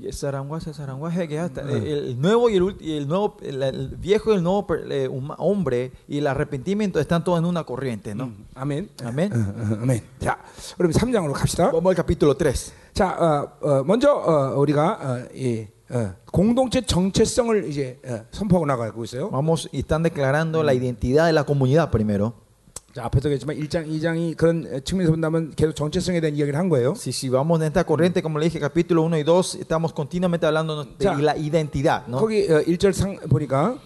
B: Y Saranguaza, Saranguaza, que hasta- el- el nuevo y el, ult- y el nuevo el, el viejo y el nuevo per- eh, huma- hombre y el arrepentimiento están todos en una corriente,
A: 음.
B: ¿no?
A: Mm. 아멘.
B: Amén.
A: 응, 응, 아멘. 자,
B: ¿Ah?
A: 그럼 3장으로 갑시다.
B: Vamos al capítulo 3.
A: 자, 어, 어, 먼저 어, 우리가 어, 이 어, 공동체 정체성을 이제 어, 선포하고 나가고 있어요.
B: Vamos y están declarando la identidad de la comunidad primero.
A: 자, 앞에서 얘기했지만 1장, 2장이 그런 어, 측면에서 본다면 계속 정체성에 대한 이야기를 한 거예요.
B: Si, si vamos en esta corriente, como le dije, capítulo 1 y 2, estamos continuamente hablando
A: Ya.
B: de la identidad. ¿no?
A: 거기 어, 1절 상 보니까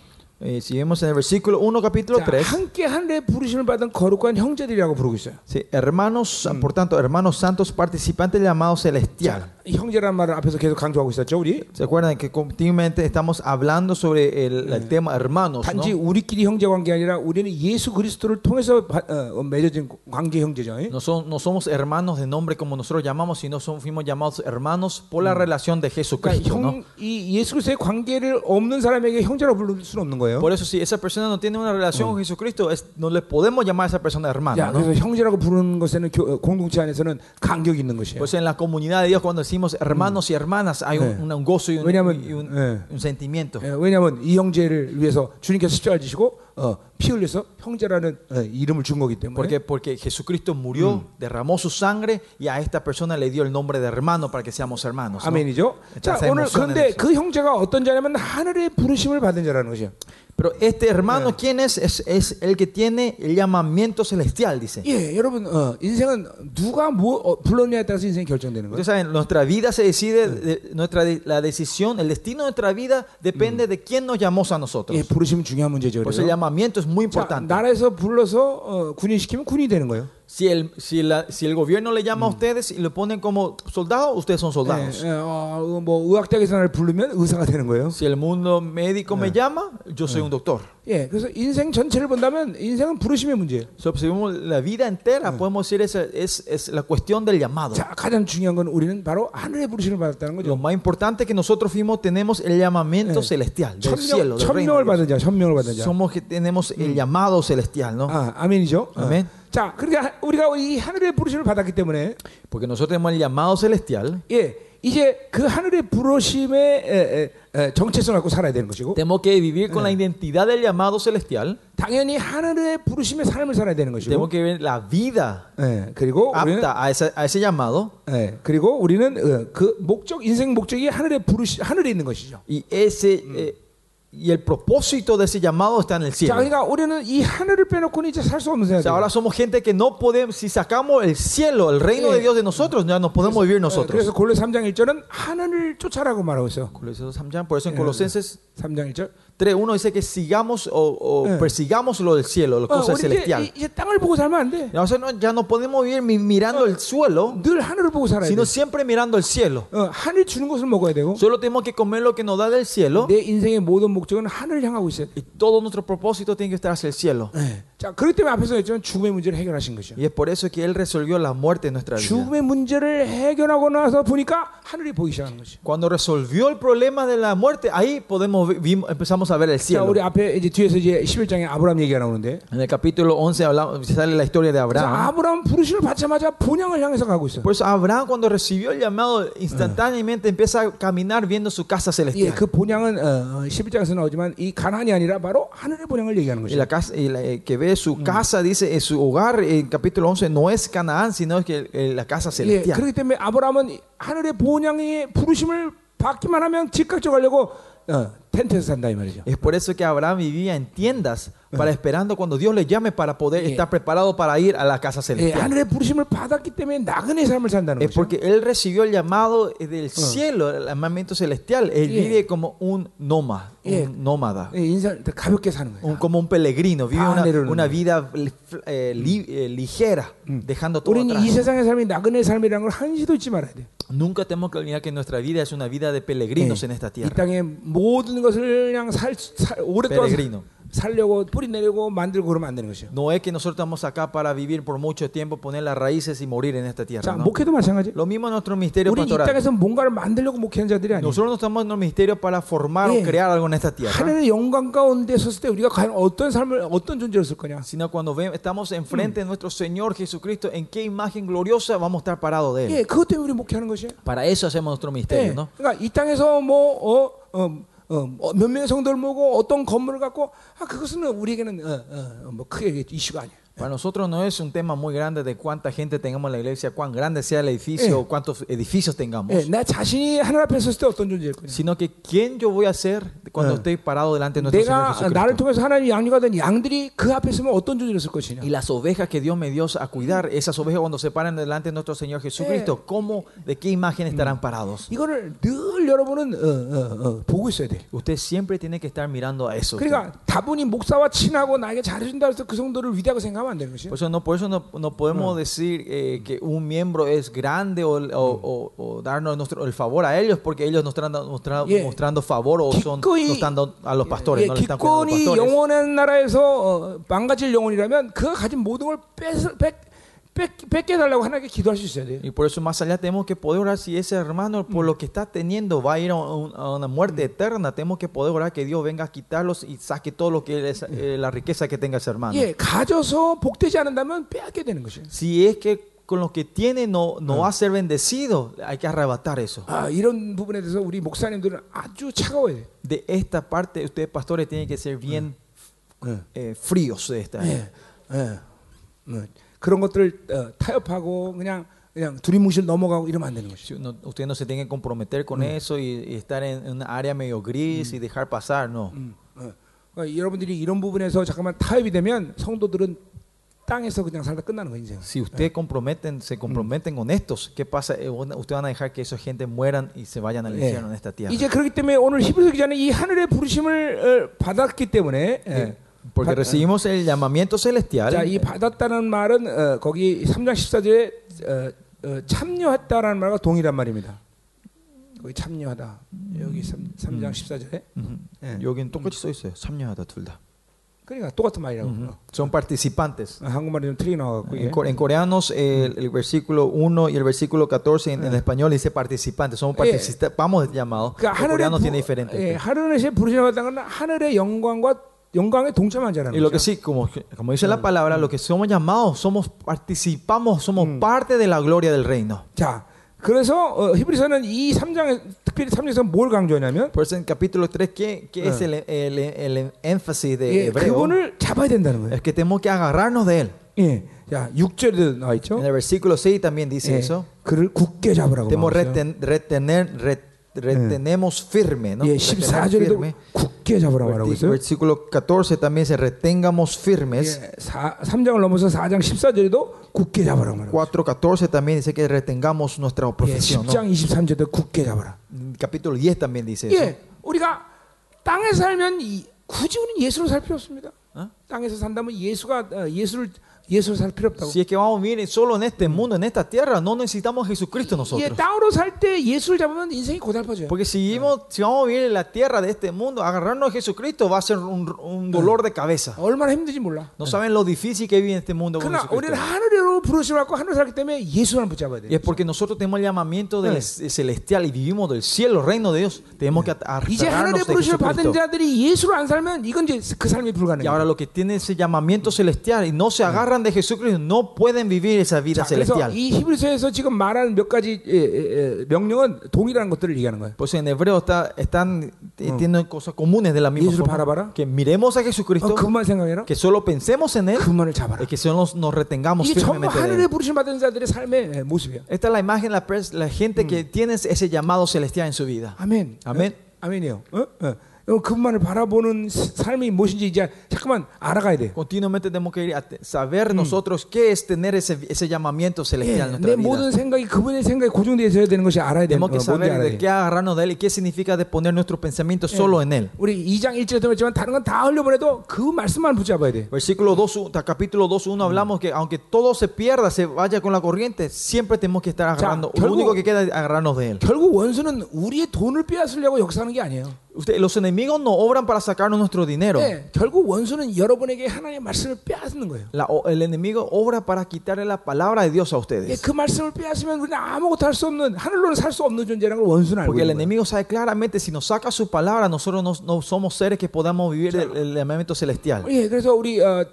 B: Eh, si vemos en el versículo 1, capítulo
A: 자,
B: 3,
A: 함께 하늘의 부르심을 받은 거룩한 형제들이라고 부르고 있어요.
B: sí, hermanos, por tanto, hermanos santos, participantes del llamado celestial.
A: 자, 이 형제란 말을 앞에서 계속 강조하고 있었죠, 우리.
B: ¿Se acuerdan que continuamente estamos hablando sobre el, el tema hermanos? ¿no?
A: 단지 우리끼리 형제 관계 아니라 우리는 예수 그리스도를 통해서 바- 어, 어, 맺어진 관계 형제죠.
B: No, son- no somos hermanos de nombre como nosotros llamamos, sino son- fuimos llamados hermanos por la relación de
A: 그러니까
B: Jesucristo. ¿no?
A: 형, 이 예수 그리스도의 관계를 없는 사람에게 형제라고 부를 수는 없는 거예요.
B: Por eso, si esa persona no tiene una relación con Jesucristo, es- no le podemos llamar a esa persona hermana.
A: 야,
B: ¿no?
A: 그래서 형제라고 부르는 것에는 교- 어, 공동체 안에서는 간격이 있는 것이에요.
B: Pues en la comunidad de Dios, cuando decimos hermanos y hermanas, hay un, un gozo y un,
A: 왜냐면,
B: y un-
A: 예.
B: un sentimiento.
A: 예, 왜냐하면 이 형제를 위해서 주님께서 십자가를 지시고 어, 피 흘려서 형제라는 어, 이름을 준 거기 때문에
B: Porque, porque Jesucristo murió, derramó su sangre y a esta persona le dio el nombre de hermano para que seamos hermanos. ¿no?
A: 아멘이죠. 어, 네, 자
B: 자세히
A: 오늘
B: 모션을
A: 그런데
B: 해주세요.
A: 그 형제가 어떤 자냐면 하늘의 부르심을 받은 자라는 것이에요.
B: Pero este hermano, ¿quién es? es? es el que tiene el llamamiento celestial, dice.
A: 예, 여러분 어, 인생은 누가 뭐 어, 불렀냐에 따라서 인생이 결정되는 거예요.
B: Ustedes saben, nuestra vida se decide, de- nuestra, de- la decisión, el destino de nuestra vida depende de quién nos llamó a nosotros.
A: 예, 부르심은 중요한 문제죠.
B: Por eso el
A: 그래서.
B: llamamiento es muy
A: 자,
B: importante.
A: 나라에서 불러서 어, 군인 시키면 군인이 되는 거예요.
B: Si el, si, la- si el gobierno le llama a ustedes y lo ponen como soldado, ustedes son soldados.
A: 예, 예, 어, 뭐 의학대학에서 나를 부르면 의사가 되는 거예요.
B: Si el mundo médico me llama, yo soy un doctor.
A: 예, 그래서 인생 전체를 본다면 인생은 부르심의 문제예요.
B: So, si vemos la vida entera, podemos decir esa es, es la cuestión del llamado.
A: 자, 가장 중요한 건 우리는 바로 하늘의 부르심을 받았다는
B: Lo
A: 거죠. 뭐,
B: más importante es que nosotros fuimos, tenemos el llamamiento
A: 네,
B: celestial del cielo,
A: 천명,
B: del
A: 천명을
B: reino de Dios.
A: 받은 자, 천명을 받은 자.
B: Somos que tenemos el llamado celestial, ¿no?
A: 아, 아멘이죠. 어.
B: 아멘.
A: 자, 그러니까 우리가 이 하늘의 부르심을 받았기 때문에
B: Porque nosotros tenemos el llamado celestial.
A: 예, 이제 그 하늘의 부르심의 에, 에, 에, 정체성을 갖고 살아야 되는 것이고
B: Tenemos que vivir con la identidad del llamado celestial.
A: 당연히 하늘의 부르심의 삶을 살아야 되는 것이고
B: Tenemos que vivir la vida
A: 예, 그리고 우리는
B: apta a ese, a ese llamado.
A: 예, 그리고 우리는 어, 그 목적 인생 목적이 하늘의 부르시 하늘에 있는 것이죠.
B: Y, ese, eh, y el propósito de ese llamado está en el
A: 자,
B: cielo.
A: 그러니까 우리는 이 하늘을 빼놓고는 이제 살 수 없는
B: O
A: 세상이에요.
B: sea, ahora somos gente que no podemos, si sacamos el cielo, el reino de Dios de nosotros, ya no podemos vivir
A: 예, 그래서
B: nosotros.
A: 골로 3장 1절은 하늘을 쫓아라고 말하고 있어요.
B: Colosenses 3:1, Por eso en Colosenses
A: 3장 1절.
B: 3.1 dice que sigamos o, o
A: Eh.
B: persigamos lo del cielo, las
A: 어, 우리
B: cosas
A: 이제, 이-
B: celestiales.
A: 이제 땅을 보고 살면 안 돼.
B: O sea, no- ya no podemos vivir mi- mirando el suelo,
A: 늘 하늘을 보고 살아야 돼.
B: sino siempre mirando el cielo.
A: 어, 하늘 주는 것을 먹어야 되고
B: Solo tenemos que comer lo que nos da del cielo
A: 내 인생의 모든 목적은 하늘을 향하고 있어야 돼.
B: y todo nuestro propósito tiene que estar hacia el cielo.
A: Eh. 자, 그렇기 때문에 앞에서 했지만 죽음의 문제를 해결하신 것이죠.
B: Y es por eso que Él resolvió la muerte en nuestra vida.
A: 죽음의 문제를 해결하고 나서 보니까 하늘이 보이기 시작하는 거죠.
B: Cuando resolvió el problema de la muerte, ahí podemos vi- vi- empezamos a ver el
A: 자,
B: cielo.
A: 우리 앞에 이제 뒤에서 이제 11장에 아브라함 얘기가 나오는데
B: En el capítulo 11 hablamos- sale la historia de
A: 자,
B: Abraham.
A: 아브라함 부르심을 받자마자 본향을 향해서 가고 있어요.
B: Por eso Abraham cuando recibió el llamado instantáneamente empieza a caminar viendo su casa
A: 예,
B: celestial.
A: 그 본향은 어, 11장에서 나오지만 이 가나안이 아니라 바로 하늘의 본향을 얘기하는
B: Y
A: 것이죠.
B: la casa, y la- eh, que ve su casa, dice, eh, su hogar, en capítulo 11, no es Canaán, sino es que, eh, la casa
A: 예,
B: celestial.
A: 그렇기 때문에 아브라함은 이 하늘의 본향의 부르심을 받기만 하면 즉각적 하려고 어, 텐트에서 산다 이 말이죠.
B: Es por eso que Abraham vivía en tiendas, para esperando cuando Dios le llame para poder estar preparado para ir a la casa
A: 예,
B: celestial.
A: 하늘의 부르심을 받았기 때문에 나그네 삶을 산다는
B: Es
A: 거죠.
B: porque él recibió el llamado eh, del cielo, el llamamiento celestial. Él
A: Yeah.
B: vive como un nómada,
A: Yeah.
B: un nómada,
A: 예, 인생 가볍게 사는
B: un-
A: 거예요.
B: como un peregrino. Vive
A: Ah,
B: una,
A: negro,
B: una
A: negro.
B: vida eh, li- eh, ligera, dejando todo
A: 우리는 이
B: atrás.
A: 세상의 삶이 나그네 삶이라는 걸 한시도 잊지 말아야 돼.
B: Nunca tenemos que olvidar que nuestra vida es una vida de peregrinos en esta
A: 이
B: tierra.
A: 땅의 모든 것을 그냥 살, 살 오랫동안
B: Peregrino.
A: 살려고 뿌리 내려고 만들고 그러면 안 되는 것이요.
B: No es que nosotros estamos acá para vivir por mucho tiempo, poner las raíces y morir en esta
A: 자,
B: tierra. ¿no?
A: 목회도 마찬가지.
B: Lo mismo en nuestro ministerio
A: 우리 이
B: pastoral.
A: 땅에서 뭔가를 만들려고 목회하는 자들이 아니에요.
B: Nosotros no estamos en el ministerio para formar
A: Yeah.
B: o crear algo en esta tierra,
A: 하늘의 영광 가운데 섰을 때 우리가 과연 어떤 삶을 어떤 존재로 을 거냐.
B: sino cuando ve- estamos enfrente de nuestro Señor Jesucristo, en qué imagen gloriosa vamos a estar parados de Él.
A: 예, 그것 때문에 우리 목회하는 것이야.
B: Para eso hacemos nuestro
A: 예.
B: ministerio, ¿no?
A: 그러니까 이 땅에서 어, 뭐어어몇 명의 성도를 모고 어떤 건물을 갖고 아 그것은 우리에게는 어, 어, 어, 뭐 어, 크게 이슈가 아니야.
B: Para nosotros no es un tema muy grande de cuánta gente tengamos en la iglesia, cuán grande sea el edificio o cuántos edificios tengamos,
A: 예, 나 자신이 하나님 앞에 섰을 때 어떤 존재일 거예요.
B: sino que quién yo voy a ser cuando
A: Eh.
B: esté parado delante de nuestro Señor
A: 내가 나를
B: Jesucristo.
A: 통해서 하나님 양육가 된 양들이 그 앞에 서면 어떤 존재였을 것이냐.
B: Y las ovejas que Dios me dio a cuidar, esas ovejas cuando se paran delante de nuestro Señor Jesucristo, ¿cómo, de qué imagen estarán parados?
A: 이거를 늘 여러분은 어, 어, 어, 보고 있어야 돼.
B: Usted siempre tiene que estar mirando a eso. usted.
A: 그러니까 다분히 목사와 친하고 나에게 잘해준다 해서 그 성도를 위대하고 생각하면 안 되는 것이에요.
B: Por eso no, por eso no, no podemos decir eh, que un miembro es grande o, o- o- o darnos nuestro- el favor a ellos porque ellos nos están dando- nos están
A: Yeah.
B: mostrando favor o son,
A: Giccoi-
B: nos están dando a los pastores.
A: 예,
B: no le están cuidando a los
A: 기권이
B: pastores.
A: 영원한 나라에서 어, 망가질 영혼이라면 그가 가진 모든 걸 뺏, 뺏, 뺏, 뺏겨달라고 하나님께 기도할 수 있어야 돼요.
B: Y por eso más allá tenemos que poder orar si ese hermano por lo que está teniendo va a ir a, un- a una muerte eterna. Tenemos que poder orar que Dios venga a quitarlos y saque todo lo que él es, eh, la riqueza que tenga ese hermano.
A: 예, 가져서 복되지 않는다면 빼앗게 되는 것이에요.
B: Si es que con lo que tiene no, no va a ser bendecido, hay que arrebatar eso.
A: 아, 이런 부분에 대해서 우리 목사님들은 아주 차가워야 돼요.
B: De esta parte ustedes pastores tienen que ser bien eh, fríos de esta.
A: 예, 예, 예. 그런 것들을 어, 타협하고 그냥 그냥 두리뭉실 넘어가고 이러면 안 되는 것이죠.
B: Si uno- usted no se tiene que comprometer con eso y, y estar en una área medio gris y dejar pasar, no.
A: 음, 어. 그러니까 여러분들이 이런 부분에서 잠깐만 타협이 되면 성도들은 땅에서 그냥 살다 끝나는 거예요, 인생.
B: Si usted comprometen, se comprometen con estos, ¿qué pasa? Eh, una- Usted van a dejar que esa gente mueran y se vayan al
A: 예.
B: infierno en esta tierra.
A: 이제 그렇기 때문에 오늘 히브리서 기자는 이 하늘의 부르심을 어, 받았기 때문에 예.
B: Eh, Porque recibimos el llamamiento
A: 자,
B: celestial.
A: 이 받았다는 말은 어, 거기 3장 14절에 어, 어, 참여했다라는 말과 동일한 말입니다. 거기 참여하다. 여기 3, 장 14절에.
B: Ujú.
A: 예.
B: Yo quien toco eso dice, "삼녀하다 둘다".
A: 그러니까 똑같은 말이라고.
B: Ujú. Son participantes.
A: 어, 한국말이 좀 틀리게 나와 갖고 예.
B: En, core- en coreanos eh, el, el versículo 1 y el versículo 14 en, en español dice participantes, somos
A: Eh.
B: participantes, vamos llamados. El
A: 그러니까 하늘의
B: coreano
A: 부,
B: tiene diferente.
A: 예, 하늘의 부르심을 받았다는 건 하늘의 영광과 영광에 동참한
B: Y
A: 자라는
B: lo que
A: 거죠.
B: sí, como, como dice la palabra, lo que somos llamados, somos participamos, somos parte de la gloria del reino.
A: 자, 그래서 어, 히브리서는 이 3장에 특별히 3장에서 뭘 강조하냐면
B: Por eso en capítulo 3, ¿qué, qué es el, el- el énfasis de
A: 예,
B: hebreo?
A: 그분을 잡아야 된다는 거예요.
B: Es que tenemos que agarrarnos de él.
A: 예. 자, 6절에도 나와 있죠.
B: En el versículo 6 también dice
A: 예,
B: eso.
A: 그를 굳게 잡으라고.
B: Tenemos
A: 말하죠.
B: reten- retener, ret- retenemos firme, ¿no?
A: 예,
B: Retener
A: 14절에도 굳게 잡으라고 말하고
B: Verti-
A: 있어요.
B: Versículo 14 también se retengamos firmes.
A: 예, 4, 3장을 넘어서 4장 14절에도 굳게 잡으라고 말하고 있어요.
B: 4.14 también dice que retengamos nuestra
A: 예,
B: profesión. ¿no? Mm,
A: 10장 23절도 굳게 잡아라.
B: Capítulo 10 también dice eso.
A: 예, 우리가 땅에 살면 이, 굳이 우리는 예수로 살 필요 없습니다.
B: 어?
A: 땅에서 산다면 예수가 어, 예수를 예수로 살 필요 없다고.
B: Si es que vamos, miren, solo en este mundo, en esta tierra, no necesitamos a Jesucristo
A: 예,
B: nosotros.
A: 땅으로 살 때 예수를 잡으면 인생이 고달퍼져요.
B: Porque si, vivimos- si vamos a vivir en la tierra de este mundo, agarrarnos a Jesucristo va a ser un, un dolor de cabeza.
A: 얼마나 힘든지 몰라.
B: No saben lo difícil que vive en este mundo con
A: 그러나 우리는
B: Jesucristo.
A: 하늘으로 부르심을 받고 하늘로 살기 때문에 예수만 붙잡아야
B: Y
A: 돼.
B: es porque nosotros tenemos el llamamiento del
A: Eh.
B: celestial y vivimos del cielo, reino de Dios. Tenemos que
A: 이제 하늘의
B: agarrarnos de
A: 부르심을 받은
B: Jesucristo.
A: 자들이 예수로 안 살면 이건 이제 그 삶이
B: Y
A: 불가능해.
B: ahora lo que tiene ese llamamiento celestial y no se agarran de Jesucristo, no pueden vivir esa vida
A: 자, 그래서
B: celestial.
A: 이 히브리서에서 지금 말하는 몇 가지 예, 예, 예, 명령은 동일한 것들을 얘기하는 거예요.
B: Pues en hebreo está, están eh, tienen cosas comunes de la misma
A: Yesus
B: forma.
A: 바라봐라.
B: Que miremos a
A: 어,
B: Jesucristo,
A: 그만 생각해라.
B: que solo pensemos en Él,
A: 그만을 잡아라.
B: y que solo nos, nos retengamos
A: 이게 전부
B: firmemente de
A: 하늘의
B: Él.
A: 부르심 받은 자들의 삶의 예, 모습이에요.
B: Esta es la imagen, la, pres- la gente que tiene ese llamado celestial en su vida.
A: 아멘.
B: 아멘.
A: 어, 아멘이요. 어? 어. 어, 그분만을 바라보는 스- 삶이 무엇인지 이제 잠깐만 알아가야 돼.
B: Continuamente tenemos que ir a te- saber nosotros qué es tener ese, ese llamamiento
A: 예,
B: celestial en
A: 내
B: nuestra vida.
A: 모든 생각이 그분의 생각에 고정되어 있어야 되는 것이 알아야 되는
B: Tenemos que
A: 거예요. 뭔지
B: saber
A: 네, 알아야
B: de Eh.
A: 돼.
B: qué agarrarnos de Él y qué significa de poner nuestros pensamientos solo en Él.
A: 우리 2장 1절에 들었지만 다른 건 다 흘려보내도 그 말씀만 붙잡아야 돼.
B: Versículo 2, u- ta- capítulo 2, 1 hablamos que aunque todo se pierda, se vaya con la corriente, siempre tenemos que estar agarrando. lo
A: 결국-
B: único que queda es agarrarnos de él.
A: 결국 원수는 우리의 돈을 빼앗으려고 역사하는 게 아니에요.
B: Usted- los enemigos no obran para sacarnos nuestro dinero.
A: 네, 결국 원수는 여러분에게 하나님의 말씀을 빼앗는 거예요.
B: La- o- el enemigo obra para quitarle la palabra de Dios a
A: 예,
B: ustedes.
A: 그 말씀을 빼앗으면 우리는 아무것도 할 수 없는 하늘로는 살 수 없는 존재라는 걸 원수는 알고
B: Porque el
A: 있는 거예요.
B: enemigo sabe claramente, si nos saca su palabra, nosotros no, no somos seres que podamos vivir el, el llamamiento celestial.
A: 예, 그래서 우리 어,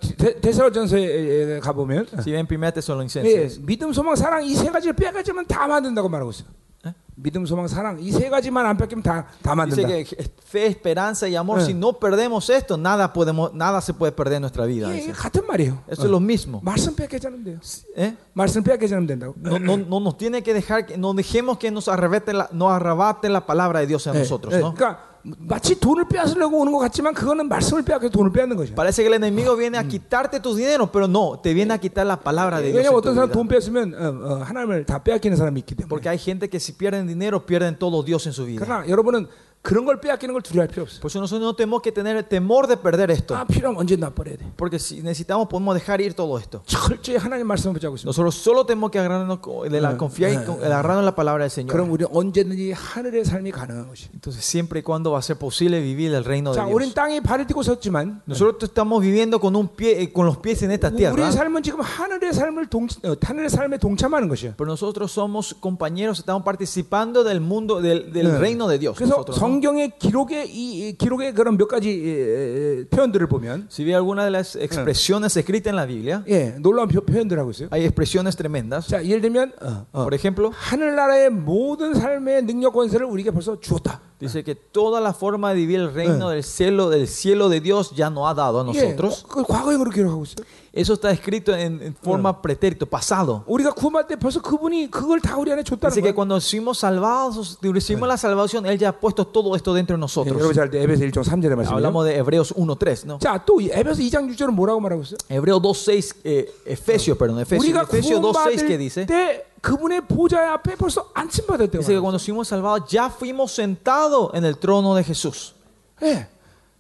A: 대사로전서에 가보면
B: Si ven 1
A: 예, Eh.
B: Tesalonicenses,
A: 믿음, 소망, 사랑 이 세 가지를 빼앗지만 다 만든다고 말하고 있어요.
B: ¿eh?
A: 믿음, 소망, 사랑 이 네? 세 가지만 안 뺏기면 다 다
B: Dice
A: 만든다.
B: que fe, esperanza y amor,
A: Eh.
B: si no perdemos esto, nada, podemos, nada se puede perder en nuestra vida.
A: 이게
B: dice.
A: 예, 같은 말이에요. 어,
B: Esto es lo mismo.
A: 말씀 뺏겨자면 돼요.
B: ¿eh?
A: 말씀 뺏겨자면 된다고.
B: No, no- no nos tiene que dejar, que, no dejemos que nos arrebate la, no arrebate la palabra de Dios a
A: 예,
B: nosotros.
A: 예,
B: ¿no?
A: 그러니까 마치 돈을 빼앗으려고 오는 것 같지만 그거는 말씀을 빼앗겨 돈을 빼앗는 거죠.
B: Parece que el enemigo viene a quitarte tus dinero, pero no, te Mm. viene a quitar la palabra de Dios. en
A: 왜냐면
B: tu
A: 어떤 사람
B: vida.
A: 돈 뺏으면 어, 어, 하나님을 다 빼앗기는 사람이 있기 때문에.
B: Porque hay gente que si pierden dinero, pierden todo Dios en su vida.
A: 그러나 여러분은 그런 걸 빼앗기는 걸 두려워할 필요 없어요.
B: Por eso nosotros no tenemos que tener el temor de perder esto.
A: 아 필요하면 언제든 놔버려야 돼.
B: Porque si necesitamos, podemos dejar ir todo esto.
A: 철저히 하나님 말씀을 붙잡고 있습니다.
B: Nosotros solo tenemos que agarrarnos co- de la confiar y con- agarrarnos la palabra del
A: 그럼
B: Señor.
A: 우리는 언제든지 하늘의 삶이 가능한 것이.
B: Entonces, siempre y cuando va a ser posible vivir el reino de
A: 자, 우린
B: Dios.
A: 땅에 발을 딛고 섰지만
B: Nosotros estamos viviendo con un pie, eh, con los pies en esta
A: 우리의
B: tierra.
A: 삶은 지금 하늘의 삶을 동, 어, 하늘의 삶에 동참하는 것이에요.
B: Pero nosotros somos compañeros, estamos participando del mundo, del, del
A: 네.
B: reino de Dios.
A: 그래서
B: nosotros, ¿no?
A: 성경의 기록의 이, 이 기록의 그런 몇 가지 예, 예, 표현들을 보면
B: Si ve alguna de las expresiones escritas en la Biblia,
A: 예, 놀라운 표, 표현들 하고 있어요.
B: hay expresiones tremendas.
A: 자, 예를 들면 어, 어,
B: Por ejemplo,
A: 하늘나라의 모든 삶의 능력 권세를 우리에게 벌써 주었다.
B: dice que toda la forma de vivir el reino del cielo, del cielo de Dios ya no ha dado a
A: 예,
B: nosotros.
A: 그 과거에 그렇게 기록하고 있어요.
B: Eso está escrito en, en forma pretérito, pasado.
A: 우리가 구할 때 벌써 그분이 그걸 다 우리 안에 줬다는
B: Dice que
A: 거예요.
B: cuando fuimos salvados, recibimos la salvación, Él ya ha puesto todo esto dentro
A: 예,
B: de
A: 여러분
B: nosotros.
A: 잘 때 에베소 1장
B: 아,
A: 3절의 말씀이에요.
B: Hablamos de Hebreos 1.3, ¿no?
A: 자, 또 이 에베소 2장 6절은 뭐라고 말하고 있어요?
B: Hebreos 2.6, eh, Efesios, perdón, Efesios,
A: 우리가
B: Efesios 2.6 que
A: 구원받을
B: dice,
A: 때 그분의 보좌 앞에 벌써 안침받았대요.
B: dice que cuando fuimos salvados ya fuimos sentados en el trono de Jesús.
A: 예,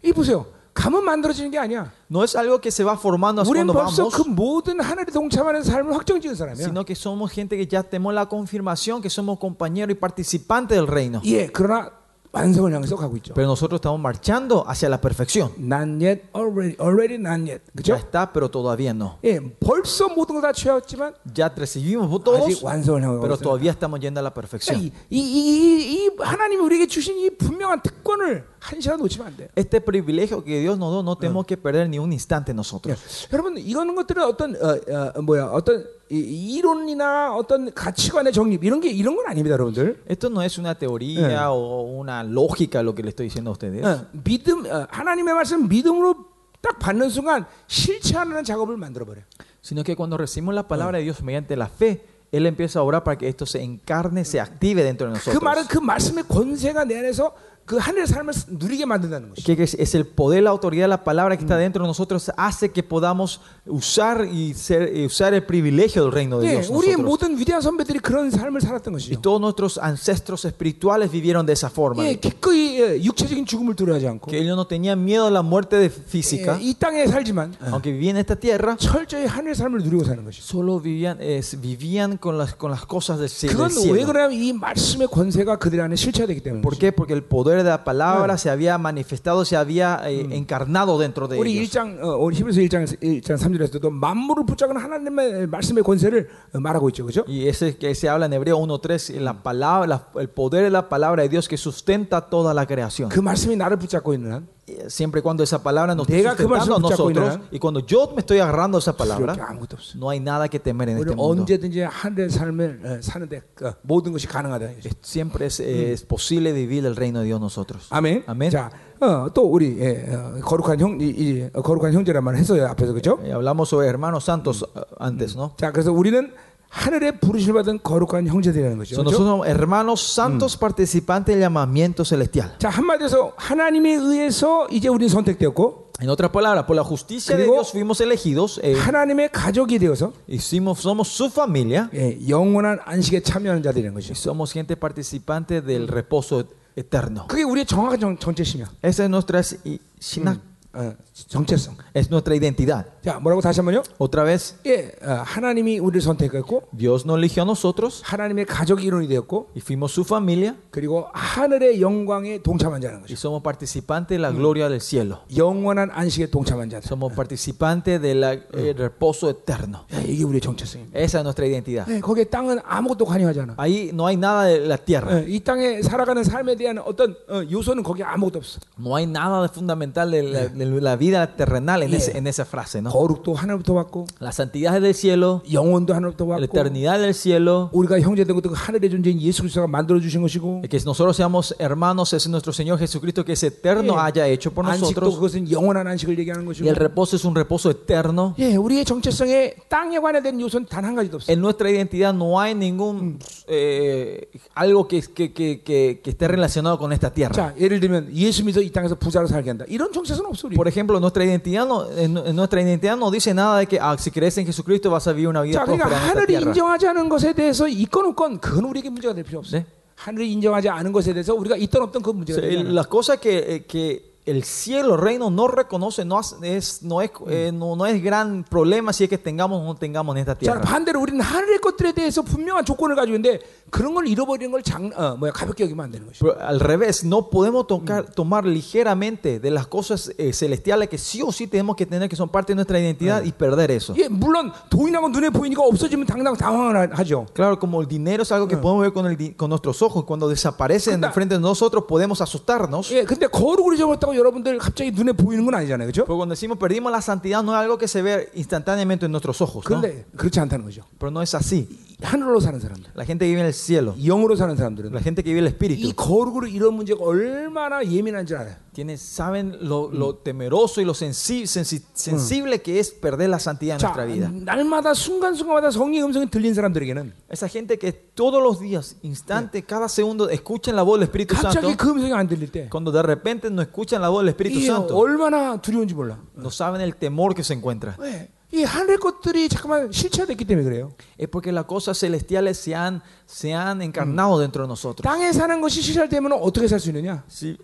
A: 이 보세요. 감은 만들어지는 게 아니야.
B: No es algo que se va formando
A: 우리는
B: cuando
A: 벌써
B: vamos,
A: 그 모든 하늘에 동참하는 삶을 확정지은 사람이야.
B: sino que somos gente que ya tenemos la confirmación que somos compañeros y participantes del reino.
A: 예, 그러나 완성을 향해서 가고 있죠.
B: Pero nosotros estamos marchando hacia la perfección.
A: Not yet, already, already not yet.
B: Ya
A: 그죠?
B: está, pero todavía no.
A: 예, 벌써 모든 걸 다 취하였지만
B: Ya recibimos
A: 아직
B: todos,
A: 완성을 향하고
B: pero
A: 있어요.
B: todavía estamos yendo a la perfección.
A: 이, 이, 이, 이, 이 하나님이 우리에게 주신 이 분명한 특권을 한 시간 놓치면 안 돼요.
B: Este privilegio que Dios nos dio no tenemos que perder ni un instante nosotros.
A: 여러분 이런 것들은 어떤 어, 어, 뭐야 어떤 이- 이론이나 어떤 가치관의 정립 이런 게 이런 건 아닙니다, 여러분들.
B: Esto no es una teoría o una lógica lo que le estoy diciendo a ustedes.
A: 어, 믿음 어, 하나님의 말씀 믿음으로 딱 받는 순간 실체하는 작업을 만들어 버려.
B: Sino que cuando recibimos la palabra de Dios mediante la fe, Él empieza a orar para que esto se encarne, se active dentro de
A: 그
B: nosotros.
A: 말은 그 말씀의 권세가 내 안에서 그 하늘의 삶을 누리게 만든다는 것이.
B: Que es, es el poder, la autoridad, la palabra que está dentro de nosotros hace que podamos usar y ser- y usar el privilegio del reino de
A: 예,
B: Dios.
A: 우리의
B: nosotros.
A: 모든 위대한 선배들이 그런 삶을 살았던
B: Y
A: 것이죠.
B: todos nuestros ancestros espirituales vivieron de esa forma.
A: 예, 기꺼이 예, 육체적인 죽음을 두려워하지 않고
B: Que ellos no tenían miedo a la muerte
A: 예,
B: de física,
A: 이 땅에 살지만
B: aunque vivían en esta tierra,
A: 철저히 하늘의 삶을 누리고 사는 것이죠.
B: solo vivían, eh, vivían con, las, con las cosas del cielo.
A: 그건
B: del
A: 왜
B: cielo.
A: 그러냐면 이 말씀의 권세가 그들 안에 실체되기 때문에. 그렇죠.
B: ¿Por qué? Porque el poder de la palabra se había manifestado, se había eh, encarnado dentro de
A: 우리
B: ellos.
A: 1장 어, 우리 히브리서 1장 1장 3절에서도 만물을 붙잡은 하나님의 말씀의 권세를 어, 말하고 있죠. 그죠?
B: Y ese que se habla en Hebreo 1.3, en la palabra, la- el poder de la palabra de Dios que sustenta toda la creación.
A: 그 말씀이 나를 붙잡고 있는 한
B: Eh, Siempre y cuando esa palabra nos
A: Nega
B: está
A: que 말씀
B: sustentando a
A: 붙잡고
B: nosotros,
A: 있나?
B: y cuando yo me estoy agarrando a esa
A: 두려울 게
B: palabra,
A: 아무것도 없어.
B: no hay nada que temer en
A: 우리
B: este mundo.
A: 언제든지 하늘의 삶을 어, 사는데 어, 모든 것이 가능하다.
B: Es- Siempre es, eh, es posible vivir el reino de Dios nosotros.
A: 아멘.
B: Amén.
A: 자, 어, 또 우리 예, 어, 거룩한 형, 이, 이, 어, 거룩한 형제란 말을 했어요 앞에서 그죠?
B: Eh, Hablamos sobre hermanos santos eh, antes, ¿no?
A: 자, 그래서 우리는 하늘의 부르심을 받은 거룩한 형제들이라는 거죠.
B: So,
A: 그죠?
B: nosotros somos hermanos santos participantes del llamamiento celestial.
A: 자, 한마디로 하나님에 의해서 이제 우리는 선택되었고
B: En otras palabras, por la justicia de
A: Griego-
B: Dios fuimos elegidos,
A: 네.
B: eh,
A: 하나님의 가족이 되어서
B: hicimos, somos su familia
A: 예, 영원한 안식에 참여하는 자들이라는 것이죠.
B: y somos gente participante del reposo eterno.
A: 그게 우리의 정확한 정, 정체심이야.
B: Esa es nuestra, s- i- shina-
A: 어, 정체성.
B: es nuestra identidad.
A: 자, 뭐라고 다시 한번요?
B: Otra vez,
A: 예, 어, 하나님이 우리를 선택했고
B: Dios nos eligió a nosotros
A: 하나님의 가족 이론이 되었고
B: y fuimos su familia
A: 그리고 하늘의 영광에 동참한 자라는
B: y
A: 것이죠.
B: somos participantes de la gloria del cielo.
A: 영원한 안식에 동참한 자들.
B: Somos participantes del eh, reposo eterno.
A: 야, 이게 우리의 정체성입니다.
B: Esa es nuestra identidad.
A: 예, 거기에 땅은 아무것도 관여하지 않아.
B: Ahí no hay nada de la tierra,
A: 예, 이 땅에 살아가는 삶에 대한 어떤 어, 요소는 거기에 아무것도 없어.
B: no hay nada de fundamental de la- la vida terrenal en,
A: 예.
B: ese- en esa frase, ¿no?
A: 거룩도 하나님부터 받고
B: La santidad es del cielo,
A: 영혼도 하나님부터
B: la
A: 받고
B: eternidad del cielo.
A: 우리가 형제된 것도 그 하늘의 존재인 예수 그리스도가 만들어 주신 것이고
B: Que nosotros seamos hermanos es nuestro Señor Jesucristo que es eterno
A: 예.
B: haya hecho por
A: 안식도
B: nosotros.
A: 그것은 영원한 안식을 얘기하는
B: Y
A: 것이고
B: el reposo es un reposo eterno.
A: 예, 우리의 정체성에 땅에 관련된 요소는 단 한 가지도 없어요.
B: En nuestra identidad no hay ningún eh, algo que, que, que, que- que esté relacionado con esta tierra.
A: 자, 예를 들면 예수 믿어 이 땅에서 business 부자로 살게 한다. 이런 정체성은 없어 우리.
B: Por ejemplo, nuestra identidad no, en, en nuestra identidad no dice nada de que ah, si crees en Jesucristo vas a vivir una vida
A: 자, 그러니까
B: próspera en esta
A: 하늘이
B: tierra.
A: 인정하지 않은 것에 대해서 있건 없건 그건 우리에게 문제가 될 필요 없어요.
B: 네?
A: 하늘이 인정하지 않은 것에 대해서 우리가 있던 없던 그
B: O
A: 문제가
B: sea,
A: 되지 않아요.
B: la cosa que, eh, que el cielo, el reino no reconoce, no hace- es, no, es, eh, no, no es gran problema si es que tengamos o no tengamos en esta
A: 자,
B: tierra.
A: 반대로 우리는 하늘의 것들에 대해서 분명한 조건을 가지고 있는데 그런 걸 잃어버리는 걸 장, 어, 뭐야, 가볍게 여기면 안 되는 것이죠.
B: Pero al revés, no podemos tocar, tomar ligeramente de las cosas eh, celestiales que sí o sí tenemos que tener, que son parte de nuestra identidad, y perder eso.
A: 예, 물론 도인하고 눈에 보이니까 없어지면 당장 당황을 하- 하죠.
B: Claro, como el dinero es algo que podemos ver con, el di- con nuestros ojos, cuando desaparece en
A: Claro.
B: frente de nosotros podemos asustarnos.
A: 예, 근데 거룩을 잊어버렸다고 여러분들 갑자기 눈에 보이는 건 아니잖아요. 그렇죠? 그죠?
B: Pero cuando decimos perdimos la santidad no es algo que se ve instantáneamente en nuestros ojos, ¿no?
A: 근데 그렇지 않다는 거죠.
B: pero no es así.
A: 이 하늘로 사는 사람들,
B: La gente que vive en el cielo,
A: 영으로 사는 사람들은
B: la gente que vive el
A: 이
B: espíritu,
A: 거룩으로 이런 문제가 얼마나 예민한지 알아요.
B: tiene, saben lo, lo temeroso y lo sensi- sensi- sensible que es perder la santidad en
A: 자,
B: nuestra vida.
A: 날마다 순간순간마다 성령의 음성이 들린 사람들에게는
B: Esa gente que todos los días, instante, cada segundo, escuchan la voz del Espíritu Santo.
A: 갑자기 그 음성이 안 들릴 때
B: Cuando de repente no escuchan la voz del Espíritu
A: 이
B: Santo,
A: 얼마나 두려운지 몰라.
B: no saben el temor que se encuentra.
A: 왜? 이 하늘의 것들이 잠깐만 실체됐기 때문에 그래요.
B: Es porque las cosas celestiales se han, se han encarnado dentro de nosotros.
A: 땅에 사는 것이 실체되면 어떻게 살 수 있느냐?
B: Si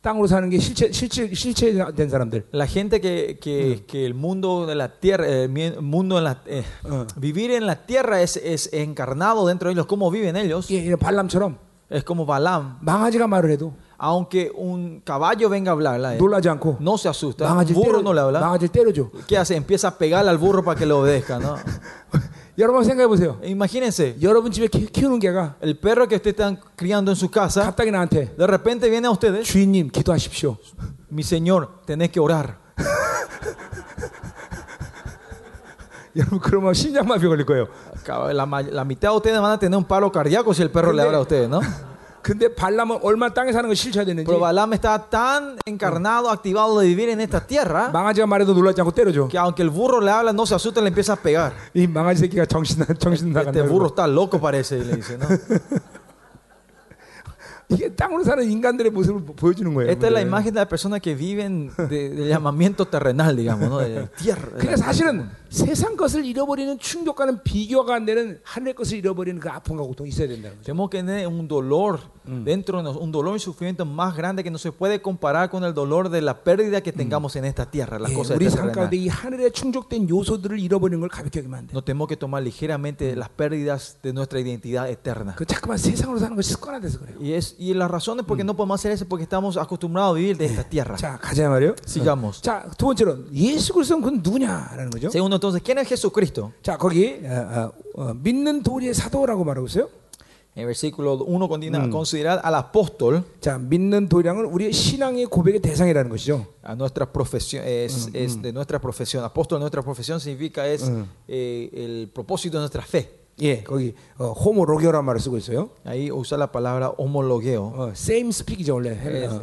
A: 땅으로 사는 게 실체 실체 실체된 사람들.
B: la gente que, que, que el mundo de la tierra, el mi- mundo en la, eh,
A: Ah.
B: vivir en la tierra es, es encarnado dentro de ellos, como viven ellos,
A: 예, 이런 발람처럼
B: es como Balaam.
A: 망아지가 말을 해도
B: Aunque un caballo venga a hablarla, eh,
A: 놀라지 않고
B: no se asusta, un
A: 망아지를
B: burro no le
A: 때려,
B: habla.
A: 망아지를 때려줘.
B: ¿Qué hace? Empieza a pegarle al burro para que le obedezca, ¿no?
A: 여러분 생각해 보세요.
B: Imagínense,
A: 여러분 집에 키- 키우는 개가
B: el perro que ustedes están criando en su casa,
A: 갑자기 나한테
B: de repente viene a ustedes,
A: 주인님 기도하십시오.
B: mi señor, tenés que orar.
A: 여러분 그러면 심장마비 걸릴 거예요.
B: La, ma- la mitad de ustedes van a tener un paro cardíaco si el perro le habla a ustedes, ¿no?
A: 근데 발람은 얼마 나 땅에 사는 걸 실체됐는지
B: Pero Balaam está tan encarnado, activado de vivir en esta tierra,
A: 망아지가 말해도 놀라지 않고 때려줘.
B: que aunque el burro le habla, no se asusta, le empieza a pegar.
A: 이 망아지 새끼가 정신 나 정신
B: Este
A: 나간다.
B: burro está loco, parece, y le dice, ¿no?
A: 이게 땅으로 사는 인간들의 모습을 보- 보여주는 거예요.
B: Esta es la
A: 여러분들.
B: imagen de la persona que viven de- del llamamiento terrenal, digamos, ¿no? De la tierra. de la
A: 그러니까 사실은 세상 것을 잃어버리는 충격과는 비교가 안 되는 하늘의 것을 잃어버리는 그 아픔과 고통이 있어야 된다는 거죠.
B: Tenemos que tener un dolor dentro de nosotros, un dolor y sufrimiento más grande que no se puede comparar con el dolor de la pérdida que tengamos en esta tierra, las
A: 예,
B: cosas
A: 우리 삶
B: terrenales.
A: 가운데 이 하늘에 충족된 요소들을 잃어버리는 걸 가볍게 여기면 안 돼.
B: No tenemos que tomar ligeramente las pérdidas de nuestra identidad eterna.
A: 그 자꾸만 세상으로 사는 것이 습관화돼서 그래요.
B: Y, es, y las razones por qué no podemos hacer eso es porque estamos acostumbrados a vivir de esta tierra.
A: 자 가자 말이요.
B: Sigamos.
A: 자, 두 번째로 예수 그리스도는 그건 누구냐라는 거죠.
B: Segundo, entonces, ¿quién es Jesucristo?
A: 자, 거기 어, 어, 어, 믿는 도리의 사도라고 말하고 있어요.
B: En versículo 1 continúa, considerad al apóstol,
A: 자, 믿는 도리랑은 우리의 신앙의 고백의 대상이라는 것이죠.
B: a nuestra profesión, es, es de nuestra profesión. Apóstol de nuestra profesión significa es eh, el propósito de nuestra fe.
A: 예, 거기 어, 호모로교란 말을 쓰고 있어요.
B: Ahí usa la palabra homologueo.
A: 어, same speak이죠 원래.
B: Es-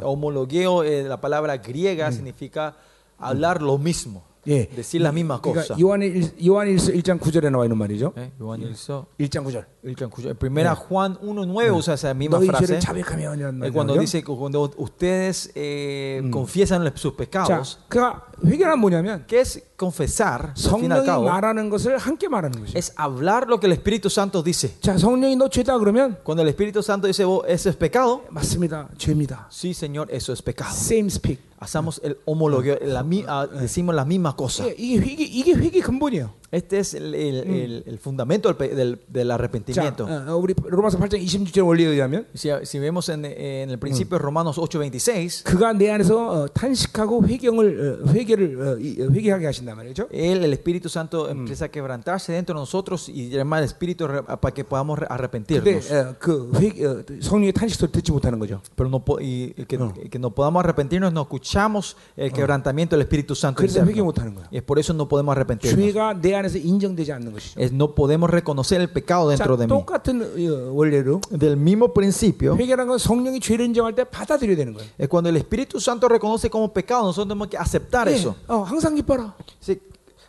A: 어,
B: homologueo, eh, la palabra griega significa hablar lo mismo,
A: 예.
B: decir la misma cosa.
A: 그러니까 요한일 요한일서 1장 9절에 나와 있는 말이죠.
B: Eh, Juan hizo-
A: 1장 9절.
B: Ilchan Cuyo- En primera Juan 1.9 usa esa misma
A: 너희
B: frase.
A: 죄를 자백하면이라는
B: eh,
A: 말이죠.
B: cuando dice que cuando ustedes eh, confiesan sus
A: 자,
B: pecados,
A: 그러니까 회개란 뭐냐면
B: ¿qué es confesar? Al fin y al
A: 성령이
B: cabo,
A: 말하는 것을 함께 말하는 것이죠.
B: es hablar lo que el Espíritu Santo dice.
A: 자, 성령이 너 죄다 그러면
B: Cuando el Espíritu Santo dice, "Oh, eso es pecado,
A: 맞습니다. 죄입니다.
B: sí, Señor, eso es pecado.
A: same speak.
B: Hacemos el homologueo, la mi- ah, decimos la misma misma cosa.
A: 예, 이게, 이게 회개, 이게 회개 근본이에요.
B: Este es el, el- el- el fundamento del, pe- del- del
A: 자,
B: arrepentimiento.
A: 어, 어, 우리 로마서 8장 26절 원리에 의하면
B: Si, si vemos en, en el principio de Romanos 8:26,
A: 그가 내 안에서 어, 탄식하고 회경을 어, 회개를 어, 이- 어, 회개하게 하신단 말이죠.
B: él, el Espíritu Santo, empieza a quebrantarse dentro de nosotros y llama al Espíritu re- para que podamos re-
A: 근데
B: arrepentirnos.
A: 어, 그 회- 어, 성령의 탄식 소리 듣지 못하는 거죠.
B: Pero no po- y que, que no podamos arrepentirnos, no escuchamos el quebrantamiento del Espíritu Santo.
A: 그래서 네, 회개
B: interno.
A: 못하는 거야.
B: Y es por eso no podemos arrepentirnos.
A: 죄가 내 안에서 인정되지 않는 것이죠.
B: Es no podemos reconocer el pecado
A: 자,
B: dentro de mí.
A: 똑같은 어, 원리로
B: Del mismo principio,
A: 회개라는 건 성령이 죄를 인정할 때 받아들여야 되는 거예요.
B: es cuando el Espíritu Santo reconoce como pecado, nosotros tenemos que aceptar
A: 예,
B: eso.
A: 어, 항상 기뻐라.
B: Sí,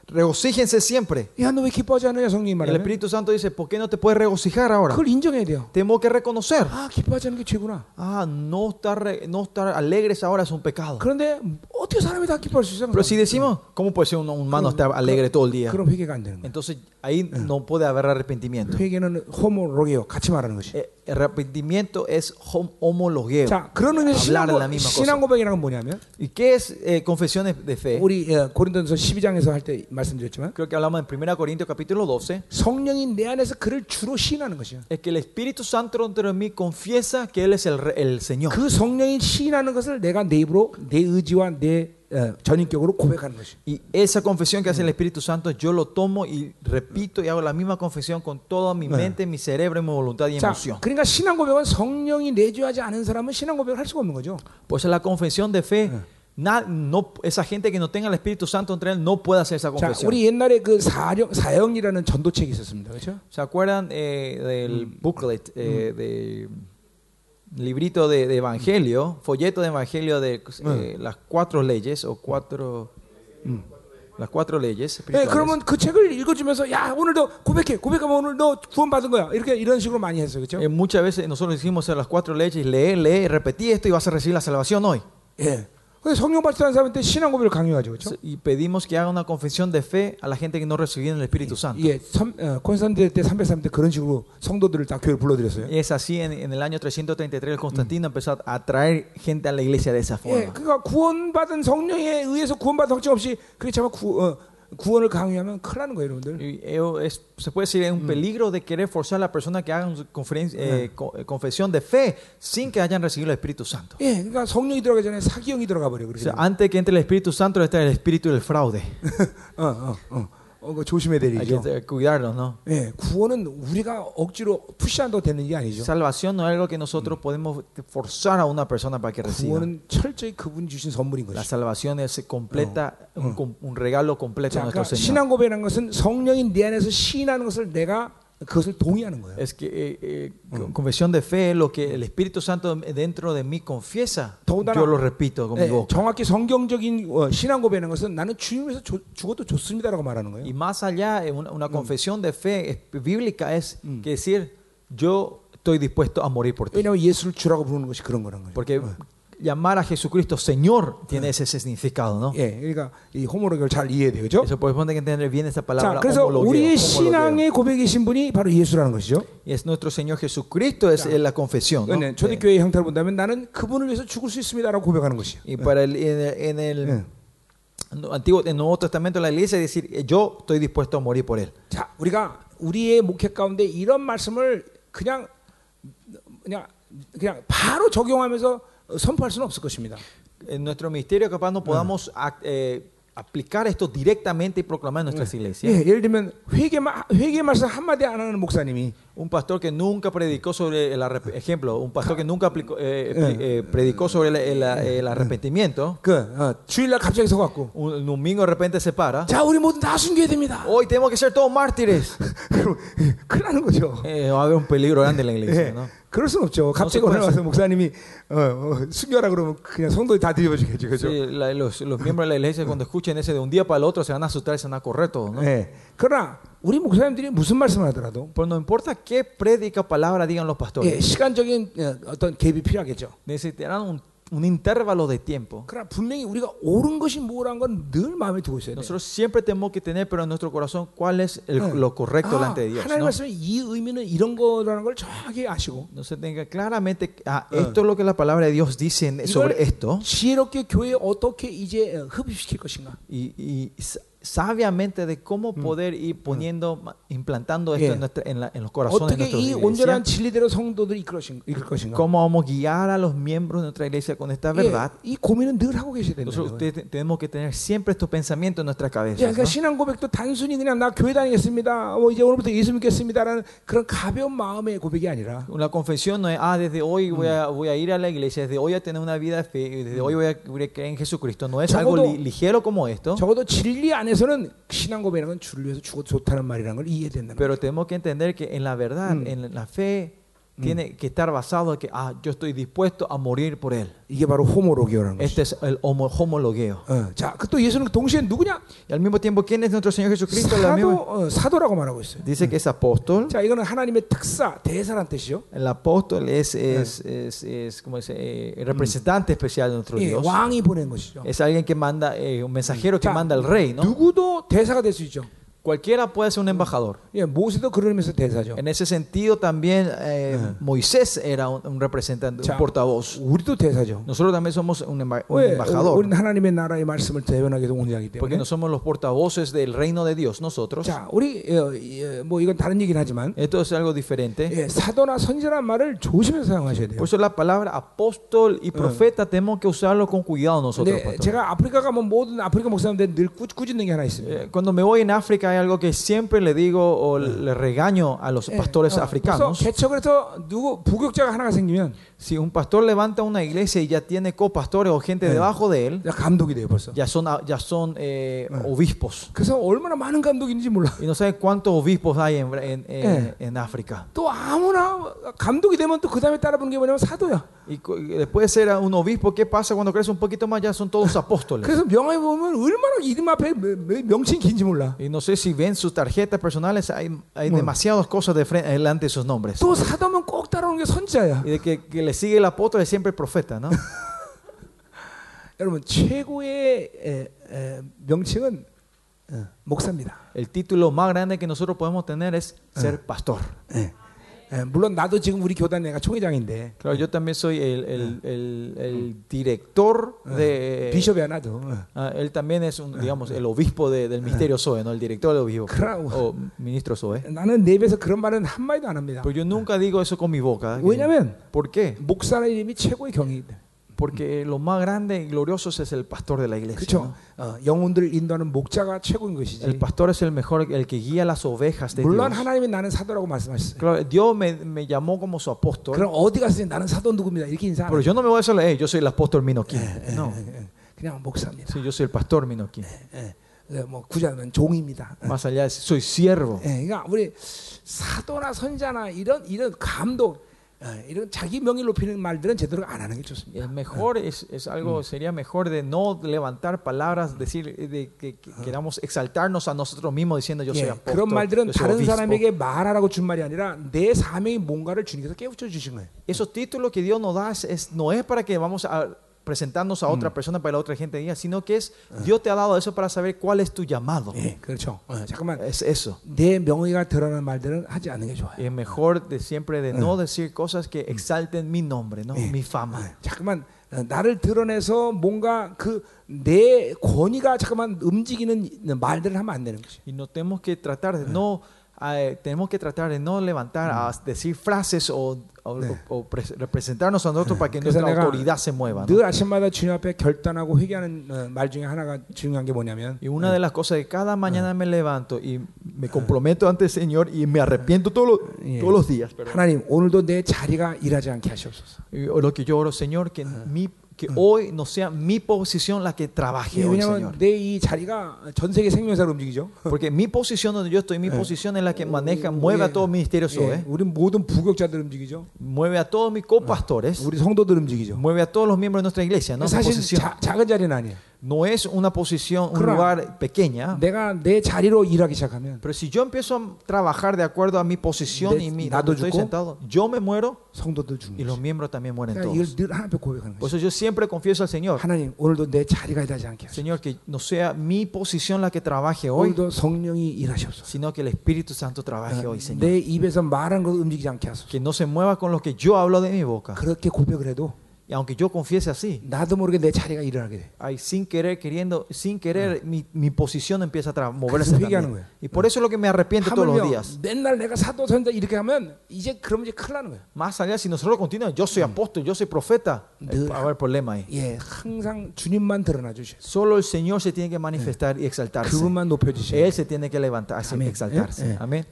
B: regocíjense siempre.
A: 야, 너 왜 기뻐하지 않느냐 성령이
B: El
A: 말하면.
B: Espíritu Santo dice, ¿por qué no te puedes regocijar ahora?
A: 그걸 인정해야 돼요.
B: Tengo que reconocer.
A: 아, 기뻐하지 않는 게 죄구나.
B: Ah, no estar, re- no estar alegres ahora es un pecado.
A: 그런데 어떻게 사람이 다 기뻐할 수 있어?
B: Pero si decimos, ¿cómo puede ser un humano estar alegre todo el
A: 음,
B: día?
A: 그럼 회개가 안 되는 거예요.
B: Entonces ahí no puede haber arrepentimiento.
A: 회개는 호모로게요. 같이 말하는 것이.
B: Eh, Arrepentimiento es hom- homologueo.
A: 자, 그런 의미에서 신앙,
B: hablar de la
A: 고,
B: misma
A: 신앙
B: cosa.
A: 고백이라는 건 뭐냐면
B: ¿Y qué es eh, confesiones de fe?
A: 우리 어, 고린도전서 12장에서 할 때 말씀드렸지만
B: Creo que hablamos en 1 Corintios capítulo 12.
A: 성령이 내 안에서 그를 주로 시인하는 것이야.
B: Es que el Espíritu Santo dentro de mí confiesa que Él es el, re- el Señor.
A: 그 성령이 시인하는 것을 내가 내 입으로 내 의지와 내 어, 전인격으로 고백하는 것이.
B: Y esa confesión que hace el Espíritu Santo, yo lo tomo y repito y hago la misma confesión con toda mi mente, mi cerebro, mi voluntad y
A: 자,
B: emoción.
A: 그러니까 신앙 고백은 성령이 내주하지 않은 사람은 신앙 고백을 할 수가 없는 거죠.
B: Por eso Pues la confesión de fe, na- no, esa gente que no tenga el Espíritu Santo entre él no puede hacer esa
A: 자,
B: confesión.
A: 우리 옛날에 그 사령 사형이라는 전도책이 있었습니다. 그렇죠?
B: ¿Se acuerdan eh, del booklet, eh, de librito de, de evangelio, folleto de evangelio de eh, las cuatro leyes o cuatro, las cuatro leyes?
A: 네,
B: espirituales?
A: 그러면 그 책을 읽어주면서 야 오늘도 고백해 고백하면 오늘 너 구원 받은 거야 이렇게 이런 식으로 많이 했어요, 그렇죠?
B: Eh, muchas veces nosotros decimos a las cuatro leyes, lee, lee, repetí esto y vas a recibir la salvación hoy.
A: 예. 근데 성령 발전한 사람한테 신앙 고백을 강요하죠, 그렇죠?
B: Y pedimos que haga una confesión de fe a la gente que no recibió en el Espíritu Santo.
A: 예, 삼, 어, 콘스탄티노 때 303년 때 그런 식으로 성도들을 다 교회를 불러들였어요.
B: Es así, en, en el año 333 el Constantino empezó a atraer gente a la iglesia de esa
A: 예,
B: forma.
A: 그러니까 구원받은 성령에 의해서 구원받은 확증 없이 그렇지만 구, 어, 구원을 강요하면 큰일 나는 거예요, 여러분들.
B: Y, eh, es- se puede decir, es un peligro de querer forzar a la persona que haga una conferen- eh, co- eh, confesión de fe sin que hayan recibido el Espíritu Santo.
A: 예, 그러니까 성령이 들어가기 전에 사기형이 들어가 버려.
B: O
A: 그렇게
B: sea, antes que entre el Espíritu Santo está el espíritu del fraude.
A: 어, 어, 어. 어, 그거 조심해야
B: Hay
A: 되죠.
B: que cuidarlo, ¿no?
A: 예, 구원은 우리가 억지로 푸시한다고 되는 게 아니죠.
B: Salvación no es algo que nosotros podemos forzar a una persona para que reciba.
A: 구원은 철저히 그분이 주신 선물인
B: La
A: 것이죠.
B: salvación es eh, completa, un, com- un regalo completo de
A: 자, 그러니까
B: nuestro Señor.
A: 신앙 고백이라는 것은 성령이 내 안에서 시인하는 것을 내가 그것을 동의하는 거예요.
B: Es que eh, eh, con- confesión de fe es lo que el Espíritu Santo dentro de mí confiesa.
A: 더군다나-
B: Yo lo repito con mi
A: 예,
B: boca.
A: 정확히 성경적인 어, 신앙 고백이라는 것은 나는 주님에서 조- 죽어도 좋습니다라고 말하는 거예요.
B: Y más allá, eh, una, una confesión de fe es- bíblica es que decir, yo estoy dispuesto a morir por ti.
A: 왜냐하면 예수를 주라고 부르는 것이 그런 거란 거죠.
B: Porque llamar a Jesucristo Señor tiene ese significado, ¿no?
A: 예, 그러니까 이 호모로기를 잘 이해해야 돼요, 그죠?
B: Eso por eso hay que entender bien esa
A: 자,
B: palabra.
A: 그래서
B: homologueo,
A: 우리의
B: homologueo.
A: 신앙의 고백이신 분이 바로 예수라는 것이죠.
B: Y Es nuestro Señor Jesucristo, es eh, la confesión. ¿no? Eh,
A: 네, 초대교회의 형태를 본다면 나는 그분을 위해서 죽을 수 있습니다라고 고백하는 것이에요.
B: Y para el, en el, en el no- antiguo, en el Nuevo Testamento, la iglesia es decir, eh, yo estoy dispuesto a morir por él.
A: 자, 우리가 우리의 목회 가운데 이런 말씀을 그냥 그냥 그냥 바로 적용하면서 선포할 수는 없을 것입니다.
B: En nuestro ministerio, capaz no podamos ac- eh, aplicar esto directamente y proclamar en nuestras iglesias.
A: 예, 예를 들면 회개 마- 회개 말씀 한 마디 안 하는 목사님이
B: Un pastor que nunca predicó sobre el arrep- ejemplo, un pastor que nunca aplicó, eh, pri- eh, predicó sobre el, el- el arrepentimiento,
A: 그 어, juil날 갑자기 서갖고
B: un, un domingo de repente se para.
A: 자, 우리 모두 다 숨겨야 됩니다.
B: Hoy tenemos que ser todos mártires.
A: 그럼 큰일 나는 거죠.
B: Eh, va a haber un peligro grande en la iglesia,
A: 예,
B: ¿no?
A: 그럴 순 없죠. 갑자기 오늘 와서 목사님이 어, 어, 숨겨라 그러면 그냥 성도들 다 뒤집어지겠죠. 그죠?
B: Sí, la- los, los miembros de la iglesia cuando escuchen ese de un día para el otro se van a asustar, se van a correr todos, ¿no?
A: 예. 그러나 우리 목사님들이 무슨 말씀을 하더라도
B: Pero no importa qué prédica o palabra digan los
A: 예,
B: pastores,
A: 시간적인 예, 어떤 갭이 필요하겠죠.
B: necesitarán un un intervalo de tiempo.
A: 그러나 분명히 우리가 옳은 것이 뭐라는 건 늘 마음에 두고 있어야 돼.
B: Nosotros siempre tenemos que tener, pero en nuestro corazón, cuál es el- lo correcto
A: 아,
B: delante de Dios.
A: 하나님
B: ¿no?
A: 말씀에 이 의미는 이런 거라는 걸 정확히 아시고
B: No se tenga claramente, ah, esto es lo que la palabra de Dios dice en- sobre
A: 어?
B: esto.
A: 지혜롭게 교회에 어떻게 이제 어, 흡입시킬 것인가.
B: Y, y sa- sabiamente de cómo poder ir poniendo, ma- implantando esto
A: Yeah.
B: en, nuestra- en la- en los corazones de
A: 어떻게
B: nuestra
A: 이
B: iglesia.
A: 온전한 진리대로 성도들이 이끌 것인- 이끌 것인가.
B: Cómo vamos a guiar a los miembros de nuestra iglesia con esta
A: 예,
B: verdad.
A: 이 고민은 늘 하고 계셔야 된다.
B: Nosotros te- te- tenemos que tener siempre estos pensamientos en nuestra cabeza.
A: 그러니까 신앙 고백도 단순히 그냥 나 교회 다니겠습니다. 뭐 이제 오늘부터 예수 믿겠습니다라는 그런 가벼운 마음의 고백이 아니라
B: La confesión no es, ah, desde hoy voy a, voy a ir a la iglesia, desde hoy voy a tener una vida de fe, y desde hoy voy a, voy a creer en Jesucristo. No es algo
A: Segundo-
B: li- ligero como esto,
A: 적어도 진리 안에서는 신앙 고백이라는 건 주를 위해서 죽어도 좋다는 말이라는 걸 이해해야 된다.
B: pero tenemos que entender que en la verdad, en la fe, tiene que estar basado en que, ah, yo estoy dispuesto a morir por Él.
A: 이게 바로 호모로기오라는 거죠.
B: Este es el homo- homologueo.
A: 어, 자, 그 또 예수는 동시에 누구냐?
B: Y al mismo tiempo, ¿quién es nuestro Señor Jesucristo? La
A: 사도
B: misma-
A: 어, 사도라고 말하고 있어요.
B: dice que es apóstol.
A: 자, 이거는 하나님의 특사 대사란 뜻이죠.
B: El apóstol es, es, es, es, ¿cómo dice? Eh, el representante especial de nuestro
A: 예,
B: Dios.
A: 왕이 보낸 것이죠.
B: Es alguien que manda, eh, un mensajero que
A: 자,
B: manda al rey, ¿no?
A: 누구도 대사가 될 수 있죠.
B: Cualquiera puede ser un embajador.
A: 예, 모세도 그런 의미에서 대사죠.
B: En ese sentido también eh, Moisés era un, un representante,
A: Cha.
B: un portavoz.
A: 우리도 대사죠.
B: Nosotros también somos un, emba- un
A: 왜?
B: embajador,
A: 우리는 하나님의 나라의 말씀을 대변하기 위해서 온 자이기
B: porque
A: 때문에.
B: no somos los portavoces del reino de Dios nosotros.
A: 자, 우리 어, 예, 뭐 이건 다른 얘기긴 하지만
B: Esto es algo diferente.
A: 예, 사도나 선지란 말을 조심해서 사용하셔야 돼요.
B: Por eso la palabra apóstol y profeta tenemos que usarlo con cuidado nosotros.
A: 근데
B: pastor.
A: 제가 아프리카 가면 뭐 모든 아프리카 목사님들 늘 꾸- 꾸짖는 게 하나 있습니다.
B: Eh, Cuando me voy en África hay algo que siempre le digo o le regaño a los
A: 예,
B: pastores
A: 어, 그래서
B: africanos.
A: 개척을 해서 누구 부격자가 하나가 생기면
B: Si un pastor levanta una iglesia y ya tiene copastores o gente debajo de él,
A: 야, 감독이 돼요 벌써.
B: ya son, ya son eh, obispos.
A: 그래서 얼마나 많은 감독인지 몰라.
B: Y no sabe cuántos obispos hay en, en- en-
A: Eh.
B: en África.
A: 또 아무나 감독이 되면 또 그 다음에 따라붙는 게 뭐냐면 사도야.
B: Y cu- y después de ser un obispo, ¿qué pasa cuando crece un poquito más? Ya son todos apóstoles.
A: 그래서 명함에 보면 얼마나 이름 앞에 매- 매- 명칭이 긴지 몰라.
B: Y no sé si ven sus tarjetas personales, hay, hay demasiadas cosas de frente, delante de sus nombres.
A: 또 사도면 꼭 따라오는 게 선지자야.
B: Y de que, que le sigue el apóstol es siempre el profeta, ¿no?
A: 여러분 최고의 에, 에, 명칭은 어, 목사입니다.
B: El título más grande que nosotros podemos tener es ser pastor.
A: 예. 예, 물론 나도 지금 우리 교단 내가 총회장인데
B: Claro, yo también soy el, el- el- el director de...
A: 비숍이 하나 더. 어.
B: Ah, él también es, un, digamos, el obispo de- del ministerio Zoe, ¿no? El director del obispo.
A: Claro.
B: O ministro Zoe.
A: 나는 내 입에서 그런 말은 한 마디도 안 합니다.
B: Pero yo nunca digo eso con mi boca. ¿eh?
A: 왜냐면
B: ¿Por qué?
A: 목사의 이름이 최고의 경이기 때문에.
B: Porque lo más grande y glorioso es el pastor de la iglesia.
A: 그렇죠.
B: ¿no?
A: 어, 영혼들을 인도하는 목자가 최고인
B: El
A: 것이지.
B: pastor es el mejor, el que guía las ovejas de
A: 물론
B: Dios.
A: 하나님이 나는 사도라고 말씀하셨어요.
B: Claro, Dios me, me llamó como su apóstol.
A: 그럼 어디 가서 나는 사도 누굽니다 이렇게 인사. 안
B: Pero
A: 해요.
B: yo no me voy a decirle, "Hey, yo soy el apóstol Minoquín.
A: Eh,
B: No,
A: 예, 그냥 목사입니다.
B: sí, yo soy el pastor Minoquín.
A: 예, 예, 뭐 구자면 종입니다. 예,
B: Más allá, de- soy siervo.
A: 그러니까 우리 사도나 선자나 이런 이런 감독 예, 이런 자기 명예 높이는 말들은 제대로 안 하는 게 좋습니다.
B: Es mejor, es, es algo, sería mejor de no levantar palabras, decir eh, de que, que queramos exaltarnos a nosotros mismos diciendo yo soy
A: 예,
B: apóstol,
A: 그런 말들은
B: yo soy
A: 다른
B: obispo".
A: 사람에게 말하라고 준 말이 아니라 내 사명이 뭔가를 주님께서 깨우쳐 주신 거예요.
B: Esos títulos que Dios nos da es- es- no es para que vamos a presentarnos a otra persona para que la otra gente diga, sino que es Dios te ha dado eso para saber cuál es tu llamado.
A: 예, 그렇죠. 예, 잠깐만
B: Es eso.
A: 내 명예가 드러나는 말들은 하지 않는 게 좋아요.
B: Es mejor de siempre de no decir cosas que exalten mi nombre, ¿no? mi
A: Eh.
B: fama.
A: 잠깐만 어, 나를 드러내서 뭔가 그 내 권위가 잠깐만 움직이는 말들을 하면 안 되는 거죠.
B: Y no tenemos que tratar de no eh, tenemos que tratar de no levantar a decir frases o, o- o pre- representarnos a nosotros para que
A: 그래서
B: nuestra
A: 내가
B: autoridad se mueva. ¿no?
A: 늘 아침마다 주님 앞에 결단하고 회개하는 어, 말 중에 하나가 중요한 게 뭐냐면
B: Y una de las cosas que cada mañana me levanto y me comprometo ante el Señor y me arrepiento todos los-
A: Yeah.
B: todos los días. perdón.
A: 하나님 오늘도 내 자리가 일하지 않게 하시옵소서.
B: Y Lo que yo oro, Señor, que, mi, que hoy no sea mi posición la que trabaje
A: 예,
B: hoy,
A: 왜냐하면
B: Señor.
A: 내 이 자리가 전 세계 생명사로 움직이죠.
B: Porque mi posición donde yo
A: Eh.
B: estoy, mi posición es la
A: Uh,
B: que maneja, mueve a todo ministerio
A: 예,
B: SOE,
A: 우리 모든 부격자들 움직이죠.
B: ¿eh? mueve a
A: 예.
B: todos mis copastores,
A: 우리 성도들 움직이죠. 뭐,
B: mueve a todos los miembros de nuestra iglesia, ¿no? Mi
A: 사실
B: posición.
A: 자- 작은 자리는 아니에요.
B: No es una posición, un
A: Claro.
B: lugar pequeña.
A: 내가 내 자리로 일하기 시작하면
B: Pero si yo empiezo a trabajar de acuerdo a mi posición
A: De-
B: y mi
A: dado
B: donde estoy
A: yuko.
B: sentado, yo me muero
A: 성도들 죽는
B: y los
A: 거지.
B: miembros también mueren
A: 그러니까
B: todos.
A: 이걸 늘 하나님 앞에 고백하는
B: Por
A: 거지.
B: eso yo siempre confieso al Señor,
A: 하나님 오늘도 내 자리가 되지 않게 하소서.
B: Señor, que no sea mi posición la que trabaje hoy,
A: 오늘도 성령이 일하시옵소서. 어,
B: sino que el Espíritu Santo
A: Ah,
B: trabaje hoy, Señor.
A: 내 입에서 말한 것을 움직이지 않게 하소서.
B: Que no se mueva con lo que yo hablo de mi boca.
A: 그렇게 고백을 해도
B: Y aunque yo confiese así,
A: 나도 모르게 내 자리가 일어나게 돼.
B: ay, sin querer, queriendo, sin querer, mi, mi posición empieza a tra-
A: Eso
B: moverse
A: es lo que
B: también.
A: hago.
B: Y por eso es lo que me arrepiento todos los
A: 하물며
B: días.
A: 맨날 내가 사도 선자 이렇게 하면 이제 그러면 이제 큰일 나는 거야.
B: Más allá, si nosotros continuamos, yo soy apóstol, yo soy profeta, eh,
A: 늘-
B: va a haber problema ahí.
A: 예, 항상 주님만 드러나 주셔.
B: Solo el Señor se tiene que manifestar y exaltarse.
A: 그분만 높여 예? 주셔.
B: Él se tiene que levantarse y
A: Eh,
B: exaltarse. Amén.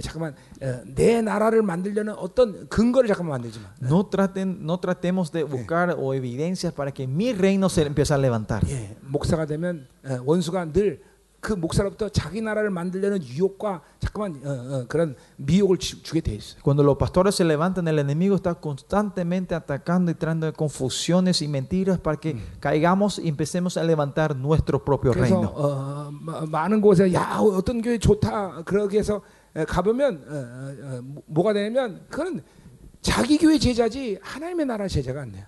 A: 잠깐만 어, 내 나라를 만들려는 어떤 근거를 잠깐만 만들지 마.
B: No, traten, no tratemos de buscar o evidencias para que mi reino se empiece a levantar.
A: 예, 목사가 되면 어, 원수가 늘 그 목사로부터 자기 나라를 만들려는 유혹과 잠깐만 어, 어, 그런 미혹을 주, 주게 돼 있어.
B: Cuando los pastores se levantan, el enemigo está constantemente atacando y trayendo confusiones y mentiras para que caigamos y empecemos a levantar nuestro propio
A: 그래서
B: reino.
A: 어, 마- 많은 곳에 야 어떤 교회 좋다 그렇게 해서 에, 가보면 어, 어, 어, 뭐- 뭐가 되냐면 그건 자기 교회 제자지 하나님의 나라 제자가 안 돼요.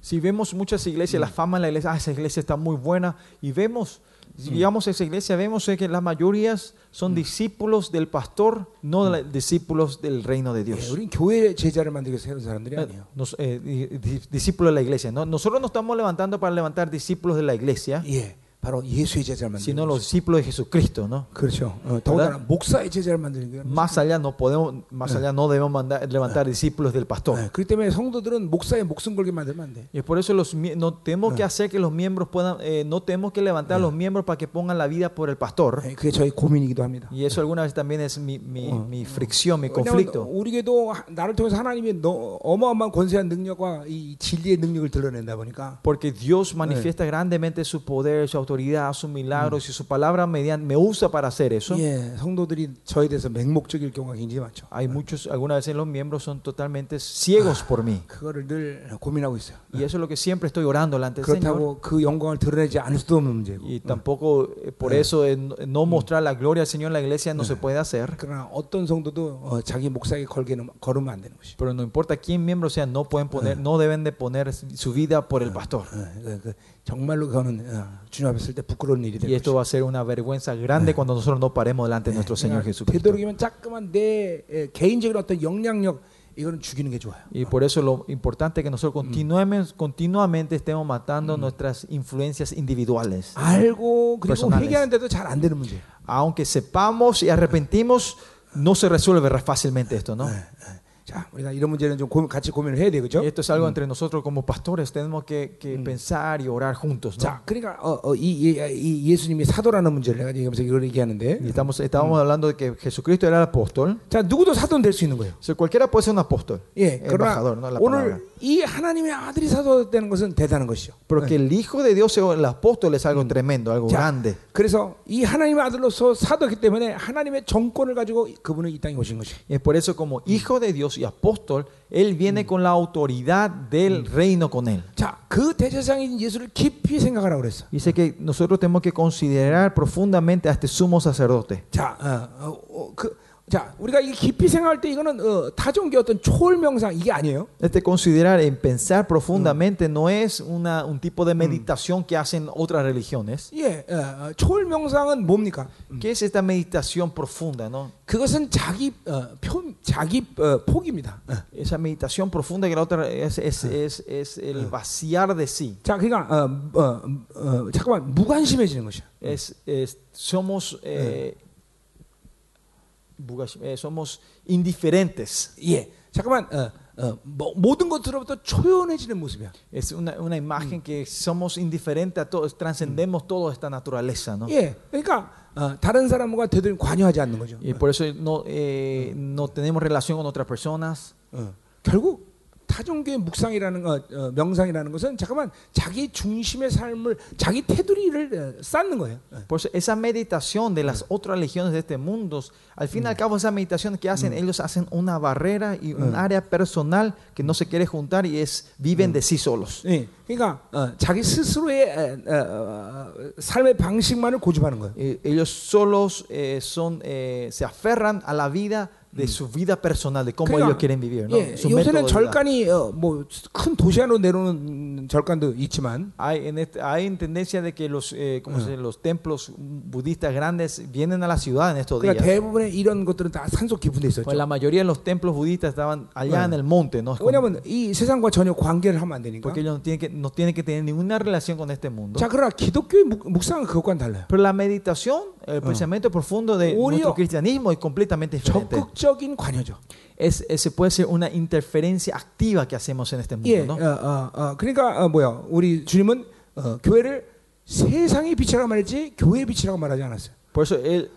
B: Si vemos muchas iglesias, la fama en la iglesia, ah, esa iglesia está muy buena, y vemos, si llegamos a esa iglesia, vemos eh, que la mayoría son discípulos del pastor, no la- discípulos del reino de
A: 예,
B: Dios.
A: 우린 교회 제자를 만들기 위해서 세운 사람들이 아니에요.
B: Nos- eh, di- di- discípulos de la iglesia. ¿no? Nosotros no estamos levantando para levantar discípulos de la iglesia,
A: 예, 바로 예수의 제자를 만들기
B: sino
A: 위해서.
B: los discípulos de Jesucristo. ¿no?
A: 그렇죠. 어, 더군다나 목사의 제자를 만들기 위해서.
B: Más allá no podemos, más allá no debemos mandar- levantar discípulos del
A: 예,
B: pastor.
A: 그렇기 때문에 성도들은 목사의 목숨 걸게 만들면 안 돼.
B: Y por eso los, mie- no tenemos que hacer que los miembros puedan, eh, no tenemos que levantar a los miembros para que pongan la vida por el pastor.
A: 예, 그게 저희 고민이기도 합니다. 그
B: Y eso alguna vez también es mi, mi, mi fricción, mi
A: 예. 왜냐하면
B: conflicto.
A: 우리에게도 하- 나를 통해서 하나님이 너- 어마어마한 권세한 능력과 이 진리의 능력을 드러낸다 보니까
B: Porque Dios manifiesta grandemente su poder, su autoridad, sus milagros y su palabra mediante, me usa para hacer eso.
A: 예, 성도들이 저에 대해서 맹목적일 경우가 굉장히 많죠.
B: Hay muchos, algunas veces los miembros son totalmente ciegos por mí.
A: 그거를 늘 고민하고 있어요.
B: Y eso es lo que siempre estoy orando delante del
A: 그렇다고
B: Señor.
A: 그 영광을 드러내지 않을 수도 없는 문제고.
B: Y tampoco eh, por eso eh, no- no mostrar la gloria al Señor en la iglesia no se puede hacer.
A: 그러나 어떤 성도도 어, 자기 목사에게 걸게는 걸으면 안 되는 것이.
B: Pero no importa quién miembro sea, no pueden poner, no deben de poner su vida por el pastor.
A: 예, 그- 그 정말로 그거는 어, 주님 앞에 있을 때 부끄러운 일이
B: Y
A: 되는
B: esto
A: 것이.
B: va a ser una vergüenza grande cuando nosotros no paremos delante de nuestro
A: Ah.
B: Señor Jesucristo.
A: 그러니까 되도록이면 자꾸만 내 예, 개인적인 어떤 영향력 이거는 죽이는 게 좋아요.
B: Y por eso lo importante es que nosotros continuamente, continuamente estemos matando nuestras influencias
A: Ah.
B: individuales.
A: 알고 그리고
B: Personales.
A: 회개하는데도 잘 안 되는 문제예요.
B: Aunque sepamos y arrepentimos, no se resuelve ra- fácilmente esto, ¿no?
A: Ah. 네. 자, 우리가 이런 문제는 좀 고민- 같이 고민을 해야 되겠죠?
B: Y esto es algo entre nosotros como pastores, tenemos que, que pensar y orar juntos, ¿no?
A: 자, 그러니까 어, 어, 이, 이, 이 예수님이 사도라는 문제를 내가 얘기하면서 이걸 얘기하는데,
B: Y estamos, estábamos hablando de que Jesucristo era el apóstol.
A: 자 누구도 사도는 될 수 있는 거예요.
B: O sea, cualquiera puede ser un apóstol,
A: 예,
B: embajador, ¿no?
A: 그러나
B: La palabra.
A: 오늘 이 하나님의 아들이 사도되는 것은 대단한 것이죠. 네.
B: Pero que el Hijo de Dios sea el apóstol es algo tremendo, algo
A: 자,
B: grande.
A: 그래서 이 하나님의 아들로서 사도이기 때문에 하나님의 정권을 가지고 그분은 이 땅에 오신 것이죠.
B: Y es por eso como hijo de Dios y apóstol, Él viene con la autoridad del reino con Él.
A: 자, 그 대제사장인 예수를 깊이 생각하라고 그랬어.
B: Dice que nosotros tenemos que considerar profundamente a este sumo sacerdote.
A: 자, 어, 어, 어, 그, 자, 우리가 이 깊이 생각할 때 이거는 어, 타종교 어떤 초월명상 이게 아니에요.
B: Este considerar en pensar profundamente no es una, un tipo de meditación que hacen otras religiones.
A: 예, 어, 초월명상은 뭡니까?
B: ¿Qué es esta meditación profunda? No?
A: 그것은 자기 어, 표, 자기 어, 폭입니다. 어.
B: Esa meditación profunda que la otra es, es, es, es el vaciar de sí.
A: 자, 그러니까 어, 어, 어, 잠깐만 무관심해지는 것이야.
B: Es, es- somos, eh, bugash- eh, somos indiferentes.
A: 예, 잠깐만 어, 어, 뭐, 모든 것으로부터 초연해지는 모습이야.
B: Es una, una imagen que somos indiferentes a todos, trascendemos toda esta naturaleza, ¿no?
A: 예, 그러니까 어, 다른 사람과 되도록 관여하지 않는 거죠.
B: Y por eso no, eh, no tenemos relación con otras personas.
A: 어. 결국 타종교의 묵상이라는 거, 어, 명상이라는 것은 잠깐만 자기 중심의 삶을 자기 테두리를 어, 쌓는 거예요. 어.
B: Por eso esa meditación de las otras religiones de este mundo, al fin y al cabo esa meditación que hacen, ellos hacen una barrera y un área personal que no se quiere juntar y es viven de sí solos.
A: 예, 그러니까 어, 자기 스스로의 어, 어, 어, 삶의 방식만을 고집하는 거예요.
B: Eh, ellos solos eh, son, eh, se aferran a la vida de su vida personal, de
A: 뭐
B: cómo ellos quieren vivir. ¿no?
A: 예,
B: Su método
A: 요새는
B: de vida.
A: 절간이 어, 뭐큰 도시 안으로 내려오는 절간도 있지만
B: Hay, en este- hay en tendencia de que los, eh, ¿cómo se dice? los templos budistas grandes vienen a la ciudad en estos días.
A: 그러니까 대부분의 이런 것들은 다 산속 깊은데 있었죠.
B: Pues la mayoría de los templos budistas estaban allá
A: Bueno.
B: en el monte, ¿no? Es como-
A: 왜냐하면 이 세상과 전혀 관계를 하면 안 되니까.
B: porque ellos no tienen, que, no tienen que tener ninguna relación con este mundo.
A: 자, 그러나 기독교의 묵- 묵상은 그것과는 달라요.
B: Pero la meditación, el pensamiento profundo de
A: Orio.
B: nuestro cristianismo es completamente
A: 네.
B: diferente.
A: 적극적인 관여죠.
B: Es, ese puede ser una interferencia activa que hacemos en este
A: 예,
B: mundo, ¿no?
A: 어, 어, 어, 그러니까 어, 뭐야? 우리 주님은 어, 교회를 세상의 빛이라고 말했지 교회의 빛이라고 말하지 않았어요.
B: Por eso él...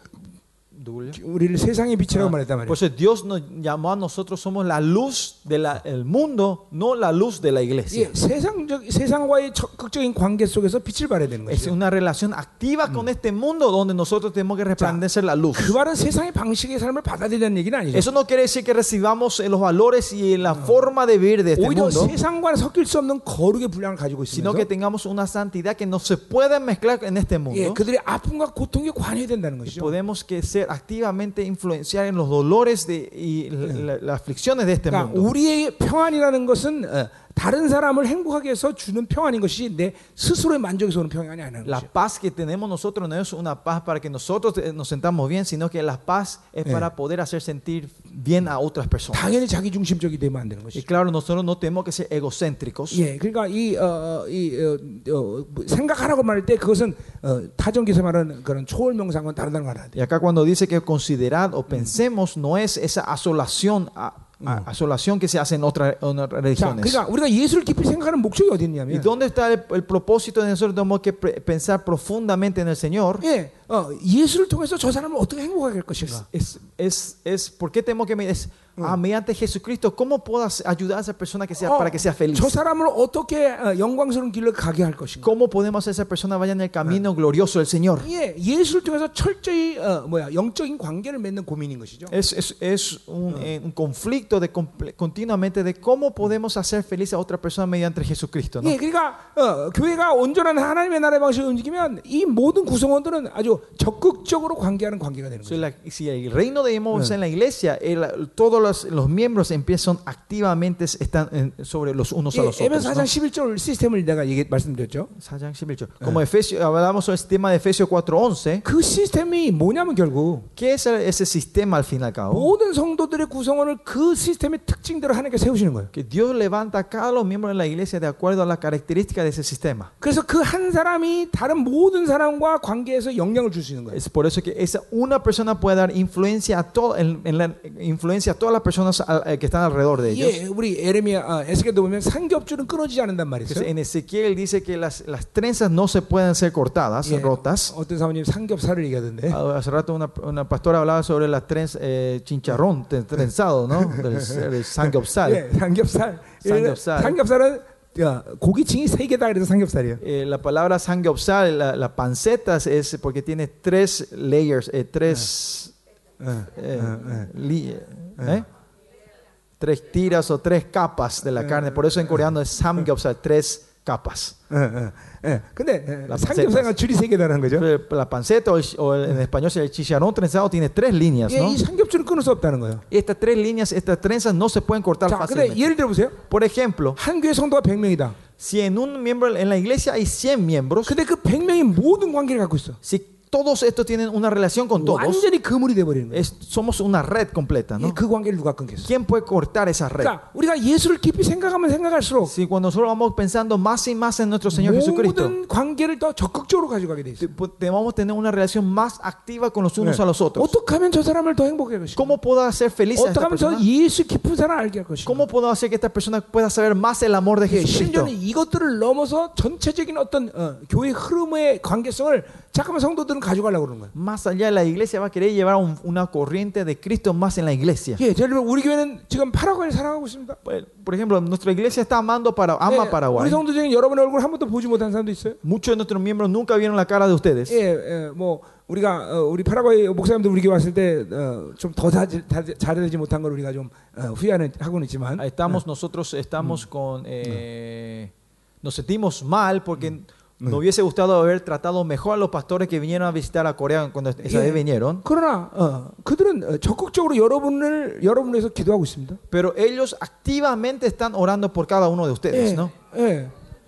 B: Dulio.
A: 우리를 세상의 빛이라고 말했단 말이에요.
B: Por eso Dios nos llamó a nosotros, somos la luz del mundo, no la luz de la iglesia.
A: 예, 세상적 세상과의 적극적인 관계 속에서 빛을 발해야 되는
B: Es
A: 거죠.
B: una relación activa con este mundo donde nosotros tenemos que resplandecer la luz.
A: 그 말은 세상의 방식의 삶을 받아들이는 얘기는 아니죠.
B: Eso no quiere decir que recibamos eh, los valores y la forma de vivir de este
A: 오히려
B: mundo,
A: 세상과 섞일 수 없는 거룩의 분량을 가지고
B: sino
A: 있으면서
B: que tengamos una santidad que no se pueda mezclar en este
A: 예,
B: mundo.
A: 그들의 아픔과 고통에 관여해야 된다는 것이죠.
B: Podemos que ser activamente influenciar en los dolores de, y la- la- las aflicciones de este
A: 그러니까
B: mundo.
A: 우리의 평안이라는 것은 어, 다른 사람을 행복하게 해서 주는 평안인 것이 내 스스로의 만족에서 오는 평안이 아니라는
B: La
A: 거죠.
B: paz que tenemos nosotros no es una paz para que nosotros eh, nos sentamos bien, sino que la paz es
A: Eh.
B: para poder hacer sentir bien a otras personas.
A: 당연히 자기 중심적이 되면 안 되는
B: Y
A: 것이죠.
B: claro, nosotros no tenemos que ser egocéntricos.
A: 예, 그러니까 이, 어, 어, 이 어, 어, 뭐 생각하라고 말할 때 그것은 어, 타종기에서 말하는 그런 초월 명상과 다르다는 걸 알아야 돼.
B: Y acá cuando dice que considerad o pensemos, no es esa asolación, a- a- asolación que se hace en otras, en
A: 자,
B: otras religiones.
A: 그러니까 우리가 예수를 깊이 생각하는 목적이 어디
B: ¿Y
A: 있냐면,
B: dónde está el, el propósito de nosotros? Tenemos que pre- pensar profundamente en el Señor.
A: 예, 어, 예수를 통해서 저 사람을 어떻게 행복하게 할 것인가.
B: Es, es, es, ¿Por qué tenemos que me- es, ah, mediante Jesucristo, cómo puedo hacer- ayudar a esa persona que sea,
A: 어,
B: para que sea feliz?
A: 저 사람을 어떻게 어, 영광스러운 길로 가게 할 것인가.
B: ¿Cómo podemos hacer a esa persona vaya en el camino glorioso del Señor?
A: 예, 예수를 통해서 철저히 어, 뭐야 영적인 관계를 맺는 고민인 것이죠.
B: Es, es, es un, eh, un conflicto de comple- continuamente de cómo podemos hacer feliz a otra persona mediante Jesucristo. ¿no?
A: 예, 그러니까 어, 교회가 온전한 하나님의 나라의 방식으로 움직이면 이 모든 구성원들은 아주 적극적으로 관계하는 관계가 되는
B: Si,
A: 거죠.
B: la- si el reino de Dios en la iglesia, el- todos los, los miembros empiezan activamente están en- sobre los unos a los
A: 예, 에베소 4장
B: otros. ¿no?
A: 11절 시스템을 내가 얘기 말씀드렸죠.
B: 사장 11절. Como Efesio, hablamos sobre el sistema de Efesios 4:11,
A: 그 시스템이 뭐냐면 결국
B: ¿qué es ese sistema al fin y al cabo?
A: 모든 성도들의 구성원을 그 시스템의 특징대로 하나님께 세우시는 거예요.
B: Que Dios levanta a cada los miembros de la iglesia de acuerdo a las características de ese sistema.
A: 그래서 그 한 사람이 다른 모든 사람과 관계에서 영향을 줄 수 있는 거예요.
B: Es por eso que esa una persona puede dar influencia a todo, en, en la- influencia a todas las personas al- eh, que están alrededor de ellos.
A: 예, 우리 에레미야 아, 에스겔도 보면 삼겹줄은 끊어지지 않는단
B: Entonces,
A: 말이죠.
B: En Ezequiel dice que las, las trenzas no se pueden ser cortadas,
A: 예,
B: rotas.
A: 어떤 사모님 삼겹살을 얘기하던데.
B: Ah, Hace rato una, una pastora hablaba sobre las trenzas, eh, chincharrón ten- trenzado, ¿no? Del, del samgyeopsal.
A: 예, 삼겹살.
B: 삼겹살.
A: 삼겹살. 은 고기층이 세 개다 그래서 삼겹살이에요.
B: Eh, la palabra samgyeopsal, la, la panceta, es porque tiene tres layers, eh, tres,
A: 예. Ah.
B: eh, li- ¿eh? tres tiras o tres capas de la carne. Por eso en coreano es samgyeopsal, tres capas.
A: 예, 예, 예. 근데
B: 나
A: 삼겹살은 줄이 세 개다라는 거죠.
B: Pero Eh, La panceta, o, el- o el- en español el chicharrón trenzado, tiene tres líneas,
A: 예,
B: ¿no?
A: 이 삼겹줄은 끊을 수 없다는 거예요.
B: Estas tres líneas, estas trenzas no se pueden cortar
A: 자, 근데
B: fácilmente.
A: 예를 들어 보세요.
B: Por ejemplo,
A: 한 교회 성도가 100명이다.
B: Si en un miembro en la iglesia hay 100 miembros,
A: 근데 그 100명이 모든 관계를 갖고 있어.
B: si todos estos tienen una relación con todos,
A: 완전히 그물이 돼 버리는 거예요.
B: es- somos una red completa,
A: 예,
B: ¿no?
A: 그 관계를 누가 끊겠어?
B: ¿Quién puede cortar esa red?
A: 그러니까 우리가 예수를 깊이 생각하면 생각할수록
B: Si cuando nosotros vamos pensando más y más en nuestro Señor Jesucristo,
A: 모든 관계를 더 적극적으로 가져가게 돼 있어.
B: te- po- te- vamos a tener una relación más activa con los unos a los otros.
A: 어떻게 하면 저 사람을 더 행복하게 할 것인가?
B: ¿Cómo puedo hacer feliz
A: 어떻게
B: a esta
A: 하면 저
B: persona?
A: 예수 깊은 사람 알게 할 것인가?
B: ¿Cómo puedo hacer que esta persona pueda saber más el amor de
A: 예,
B: Jesucristo?
A: 심지어는 이것들을 넘어서 전체적인 어떤 어, 교회 흐름의 관계성을 잠깐만 성도들은 가져가려고 그러는 거예요.
B: Más allá, la iglesia va a querer llevar un- una corriente de Cristo más en la iglesia.
A: 예, 예를 들면 우리 교회는 지금 파라과이를 사랑하고 있습니다.
B: Por- Por ejemplo, nuestra iglesia está amando para, ama
A: 예, 우리
B: Paraguay.
A: 성도 중에 여러분의 얼굴 한 번도 보지 못한 사람도 있어요.
B: Muchos de nuestros miembros nunca vieron la cara de ustedes.
A: 예, 예, 뭐 우리가 어, 우리 파라과이 목사님들 우리 교회 왔을 때 어, 좀 더 잘해지 못한 걸 우리가 좀 어, 후회하는 하고는 있지만
B: Ah, Estamos, nosotros estamos con. eh, nos sentimos mal porque nos hubiese gustado haber tratado mejor a los pastores que vinieron a visitar a Corea cuando esa vez
A: Yeah.
B: vinieron.
A: 그러나 어, 그들은 어, 적극적으로 여러분을 여러분을 위해서 기도하고 있습니다.
B: Pero ellos activamente están orando por cada uno de ustedes,
A: 예,
B: ¿no?
A: 예.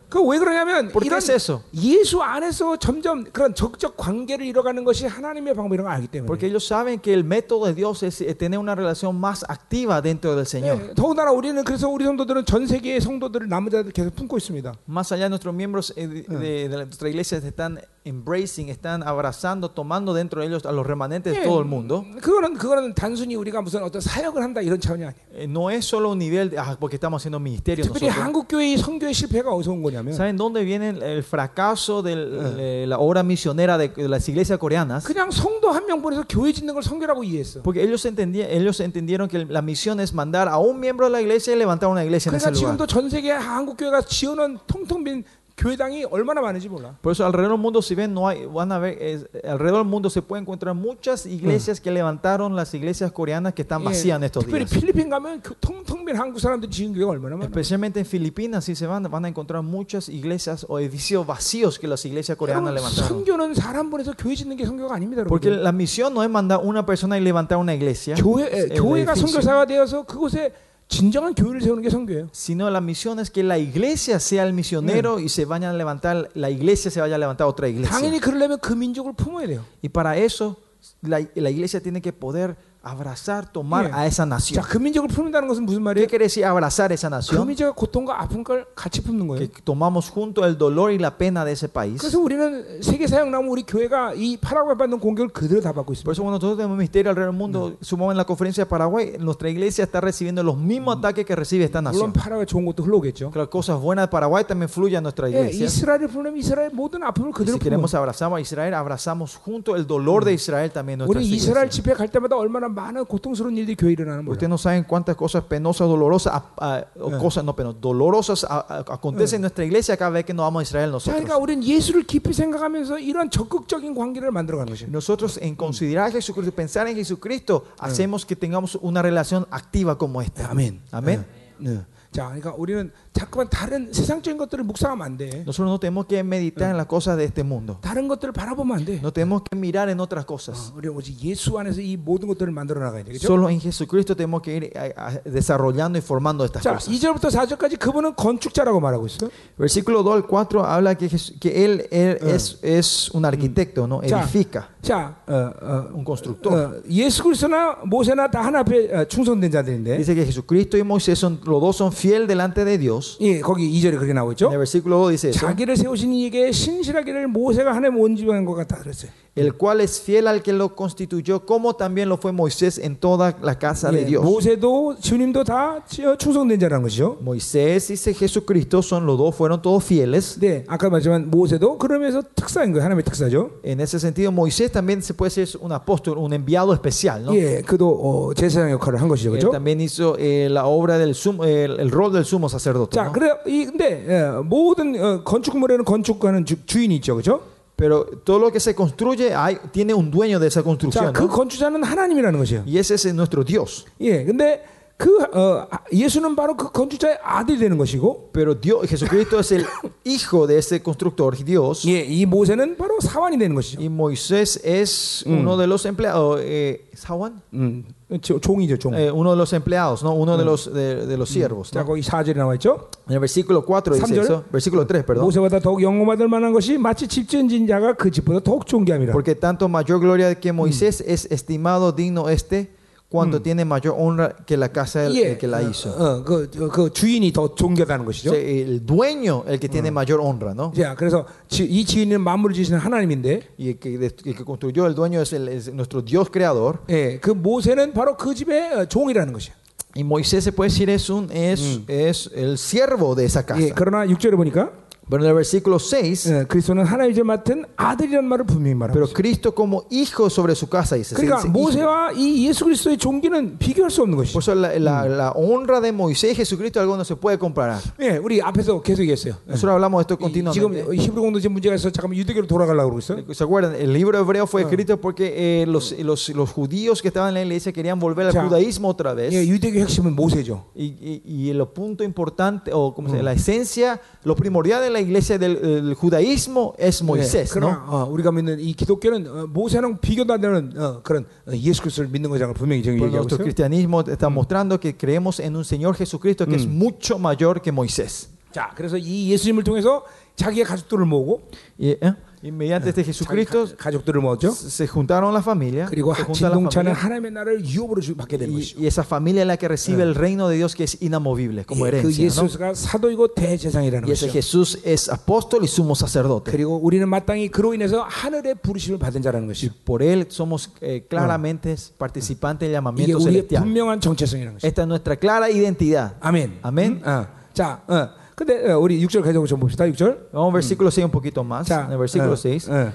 A: 그 왜 그러냐면
B: ¿Por qué
A: 이런
B: es eso?
A: 예수 안에서 점점 그런 적적 관계를 잃어가는 것이 하나님의 방법이라는 걸 알기 때문에.
B: Porque ellos saben que el método de Dios es eh, tener una relación más activa dentro del Señor.
A: 예, 더군다나 우리는 그래서 우리 성도들은 전 세계의 성도들을 남은 자들 계속 품고 있습니다.
B: Más allá, nuestros miembros eh, de, de- de la- nuestra iglesia se están embracing, están abrazando, tomando dentro de ellos a los remanentes de
A: Yeah.
B: todo el mundo.
A: 예. 그거는 그거는 단순히 우리가 무슨 어떤 사역을 한다 이런 차원이 아니에요.
B: Eh, no es solo un nivel de, ah, porque estamos haciendo ministerio.
A: 특별히
B: nosotros.
A: 한국 교회의 선교의 실패가 어디서 온 거냐면
B: ¿Saben dónde viene el, el fracaso de la obra misionera de, de las iglesias coreanas?
A: 그냥 성도 한 명 보내서 교회 짓는 걸 선교라고 이해했어.
B: Porque ellos, entendían, ellos entendieron que la misión es mandar a un miembro de la iglesia y levantar una iglesia
A: 그러니까
B: en ese lugar.
A: 지금도 전 세계 한국 교회가 지어놓은 텅텅 빈 교회당이 얼마나 많은지 몰라.
B: Por eso alrededor del mundo si ven no hay van a ver es- alrededor del mundo se puede encontrar muchas iglesias que levantaron las iglesias coreanas que están
A: 예,
B: vacías en estos
A: 특별히
B: días.
A: 필리핀 가면 그 텅텅 빈 한국 사람들 지은 교회가 얼마나 많아.
B: Especialmente en Filipinas si se van van a encontrar muchas iglesias o edificios vacíos que las iglesias coreanas
A: 여러분,
B: levantaron.
A: 선교는 사람 보내서 교회 짓는 게 선교가 아닙니다, 여러분.
B: Porque la misión no es mandar una persona y levantar una iglesia.
A: 교회 에,
B: el
A: 교회가
B: edificio.
A: 선교사가 되어서 그곳에 진정한 교회를 세우는 게 선교예요.
B: sino la misión es que la iglesia sea el misionero y se vayan a levantar, la iglesia se vaya a levantar otra iglesia.
A: 당연히 그러려면 그 민족을 품어야 돼요.
B: Y para eso la, la iglesia tiene que poder abrazar, tomar
A: Bien.
B: a esa
A: 자,
B: nación.
A: 그 민족을 품는다는 것은 무슨
B: ¿Qué
A: 말이에요?
B: quiere decir abrazar esa
A: 그
B: nación?
A: 민족의 고통과 아픈 걸 같이 품는 거예요.
B: Que tomamos junto el dolor y la pena de ese país.
A: 그래서 우리는 세계 사역 나면 우리 교회가 이 파라과이 받는 공격을 그대로 다 받고
B: Por
A: 있습니다.
B: eso cuando nosotros tenemos misterio alrededor del mundo, sumamos en la conferencia de Paraguay, nuestra iglesia está recibiendo los mismos ataques que recibe esta
A: 물론
B: nación.
A: 파라과이 좋은 것도 흘러오겠죠.
B: Que las cosas buenas de Paraguay también fluyen a nuestra
A: 예,
B: iglesia.
A: 그러니까 이스라엘을 보면 이스라엘 모든 아픔을
B: Y
A: 그대로
B: Si
A: 품어.
B: queremos abrazar a Israel, abrazamos junto el dolor de Israel también en nuestra
A: 우리
B: iglesia.
A: 이스라엘 집회 갈 때마다 얼마나 많은 고통스러운 일들이 교회 에 일어나는 거예요.
B: Ustedes no saben cuántas cosas penosas, dolorosas, ah, ah, o cosas no penosas, dolorosas ah, ah, acontecen en nuestra iglesia cada vez que nos vamos a Israel
A: 자,
B: nosotros.
A: 그러니까 우리는 예수를 깊이 생각하면서 이런 적극적인 관계를 만들어가는 것이에요.
B: Nosotros en considerar a Jesucristo, pensar en Jesucristo, hacemos que tengamos una relación activa como
A: 네,
B: esta.
A: 아멘.
B: 아멘.
A: 네. 네. 자, 그러니까 우리는 자꾸만 다른 세상적인 것들을 묵상하면 안 돼.
B: Nosotros no tenemos que meditar en las cosas de este mundo.
A: 다른 것들을 바라보면 안 돼. 어,
B: No tenemos que mirar en otras cosas.
A: 우리 오직 예수 안에서 이 모든 것들을 만들어 나가야 되겠죠.
B: Solo en Jesucristo tenemos que ir ah, ah, desarrollando y formando estas
A: 자,
B: cosas.
A: 2절부터 4절까지 그분은 건축자라고 말하고 있어요.
B: Versículo 2 al 4 habla que, Jes- que él, él es, es un arquitecto, ¿no?
A: Ya.
B: Edifica,
A: 자, 어, 어,
B: un constructor.
A: 어, 예수 그리스도나 모세나 다 하나 앞에 어, 충성된 자들인데.
B: Dice que Jesucristo y Moisés son, los dos son fiel delante de Dios.
A: 예, 거기 2절에 그렇게 나오고 있죠.
B: En el versículo 2 dice eso,
A: 자기를 세우신 이에게 신실하기를 모세가 하나님 온 집안인 것 같다 그랬어요.
B: el cual es fiel al que lo constituyó, como también lo fue Moisés en toda la casa de
A: 예,
B: Dios.
A: 모세도 주님도 다 치- 어, 충성된 자라는 것이죠.
B: Moisés dice Jesucristo son los dos, fueron todos fieles.
A: 네, 아까 말했지만 모세도 그러면서 특사인 거예요. 하나님의 특사죠.
B: En ese sentido, Moisés también se puede decir un apóstol, un enviado especial, ¿no?
A: 예, 그도 어, 제사장 역할을 한 것이죠,
B: Él
A: 그렇죠?
B: también hizo eh, la obra del sumo- el, el rol del sumo sacerdote.
A: 자,
B: ¿no?
A: 그래 이 근데 예, 모든 어, 건축물에는 건축하는 주, 주인이 있죠, 그렇죠?
B: Pero todo lo que se construye hay, tiene un dueño de esa
A: 자,
B: construcción.
A: 그
B: ¿no?
A: 건축자는 하나님이라는 것이에요.
B: Y ese es nuestro Dios.
A: 예, 근데 그 어, 아, 예수는 바로 그 건축자의 아들이 되는 것이고,
B: Pero Dios, Jesucristo es el hijo de ese constructor, Dios.
A: 예, 이 모세는 바로 사환이 되는 것이죠.
B: Y Moisés es uno de los empleados. eh, ¿Sawan?
A: 음, 저- 종이죠, 종.
B: Eh, uno de los empleados, ¿no? Uno de los, de, de los siervos. ¿no?
A: 자, 거기 4절에 나와 있죠.
B: En el versículo 4 dice
A: Samjol.
B: eso. Versículo 3, perdón.
A: 모세보다 더욱 영광받을 만한 것이 마치 집 지은 진 자가 그 집보다 더욱 존귀함이라.
B: Porque tanto mayor gloria que Moisés es estimado digno este, cuanto tiene mayor honra que la casa del-
A: 예,
B: el que la hizo.
A: 어, 그, 그, 그 주인이 더 존귀하다는
B: O
A: 것이죠.
B: sea, el dueño, el que tiene mayor honra, ¿no?
A: 자, 그래서 지, 이 지인은 만물을 지시는 하나님인데,
B: Y el que, dest- el que construyó el dueño es, el- es nuestro Dios creador.
A: 예, 그 모세는 바로 그 집의 어, 종이라는 것이야.
B: Mm. Y Eh, Moisés se puede decir es un es, es el siervo de esa casa.
A: 예, 그러나 6절에 보니까
B: Pero en el versículo 6,
A: 예, 그리스도는 하나님을 맡은 아들이라는 말을 분명히 말하고
B: pero
A: 있어요.
B: Cristo como hijo sobre su casa, dice. se
A: 그러니까
B: dice hijo.
A: 모세와 이 예수 그리스도의 종기는 비교할 수 없는
B: Por
A: 것이죠.
B: eso la, la- la honra de Moisés y Jesucristo es algo que no se puede comparar.
A: 예, 우리 앞에서 계속 얘기했어요. 예.
B: Nosotros hablamos de esto
A: 이- 지금
B: continuamente.
A: 히브리 공동체 문제가 있어서 잠깐만 유대교로 돌아가려고 그러고 있어요.
B: ¿Se acuerdan? El libro de Hebreo fue escrito porque eh, los, los, los judíos que estaban en la iglesia querían volver
A: Ya.
B: al judaísmo otra vez.
A: 예,
B: Y,
A: 유대교 핵심은 모세죠.
B: y, y lo punto importante, o como se dice, la esencia, lo primordial de la iglesia del del judaísmo es Moisés,
A: 예,
B: ¿no?
A: 그러나 어, 우리가 믿는 이 기독교는 어, 모세랑 비교도 안 되는 어, 그런 어, 예수 그리스도를 믿는 거잖아요. 분명히 지금
B: Pero
A: 얘기하고
B: nuestro
A: 있어요.
B: cristianismo está mostrando que creemos en un Señor Jesucristo que es mucho mayor que Moisés.
A: 자, 그래서 이 예수님을 통해서 자기의 가족들을 모으고
B: Y, ¿eh? y mediante este
A: 자기 가,
B: Jesucristo
A: 가족들을 모았죠.
B: se juntaron la familia,
A: 그리고
B: se
A: 하-
B: junta la
A: 진동차는
B: familia
A: 하나님의 나라를 유업으로 주- 받게 되는 것이죠.
B: y, y esa familia es la que recibe el reino de Dios que es inamovible como
A: 예, 그
B: herencia. ¿no?
A: 예수가 사도이고 대제사장이라는
B: Y ese
A: 것이죠.
B: Jesús es apóstol y sumo sacerdote.
A: 그리고 우리는 마땅히 그로 인해서 하늘의 부르심을 받은 자라는 것이죠.
B: Por él somos eh, claramente participantes del
A: 이게
B: llamamiento
A: 우리의
B: celestial.
A: 분명한 정체성이라는 것이죠.
B: Esta es nuestra clara identidad.
A: 아멘.
B: 아멘.
A: 음, 어. 자, 어. 근데 어, 우리 6절 가지고 좀 봅시다. 6절.
B: Vamos al versículo 6 un poquito más.
A: 자,
B: En el versículo
A: 어,
B: 6.
A: 어.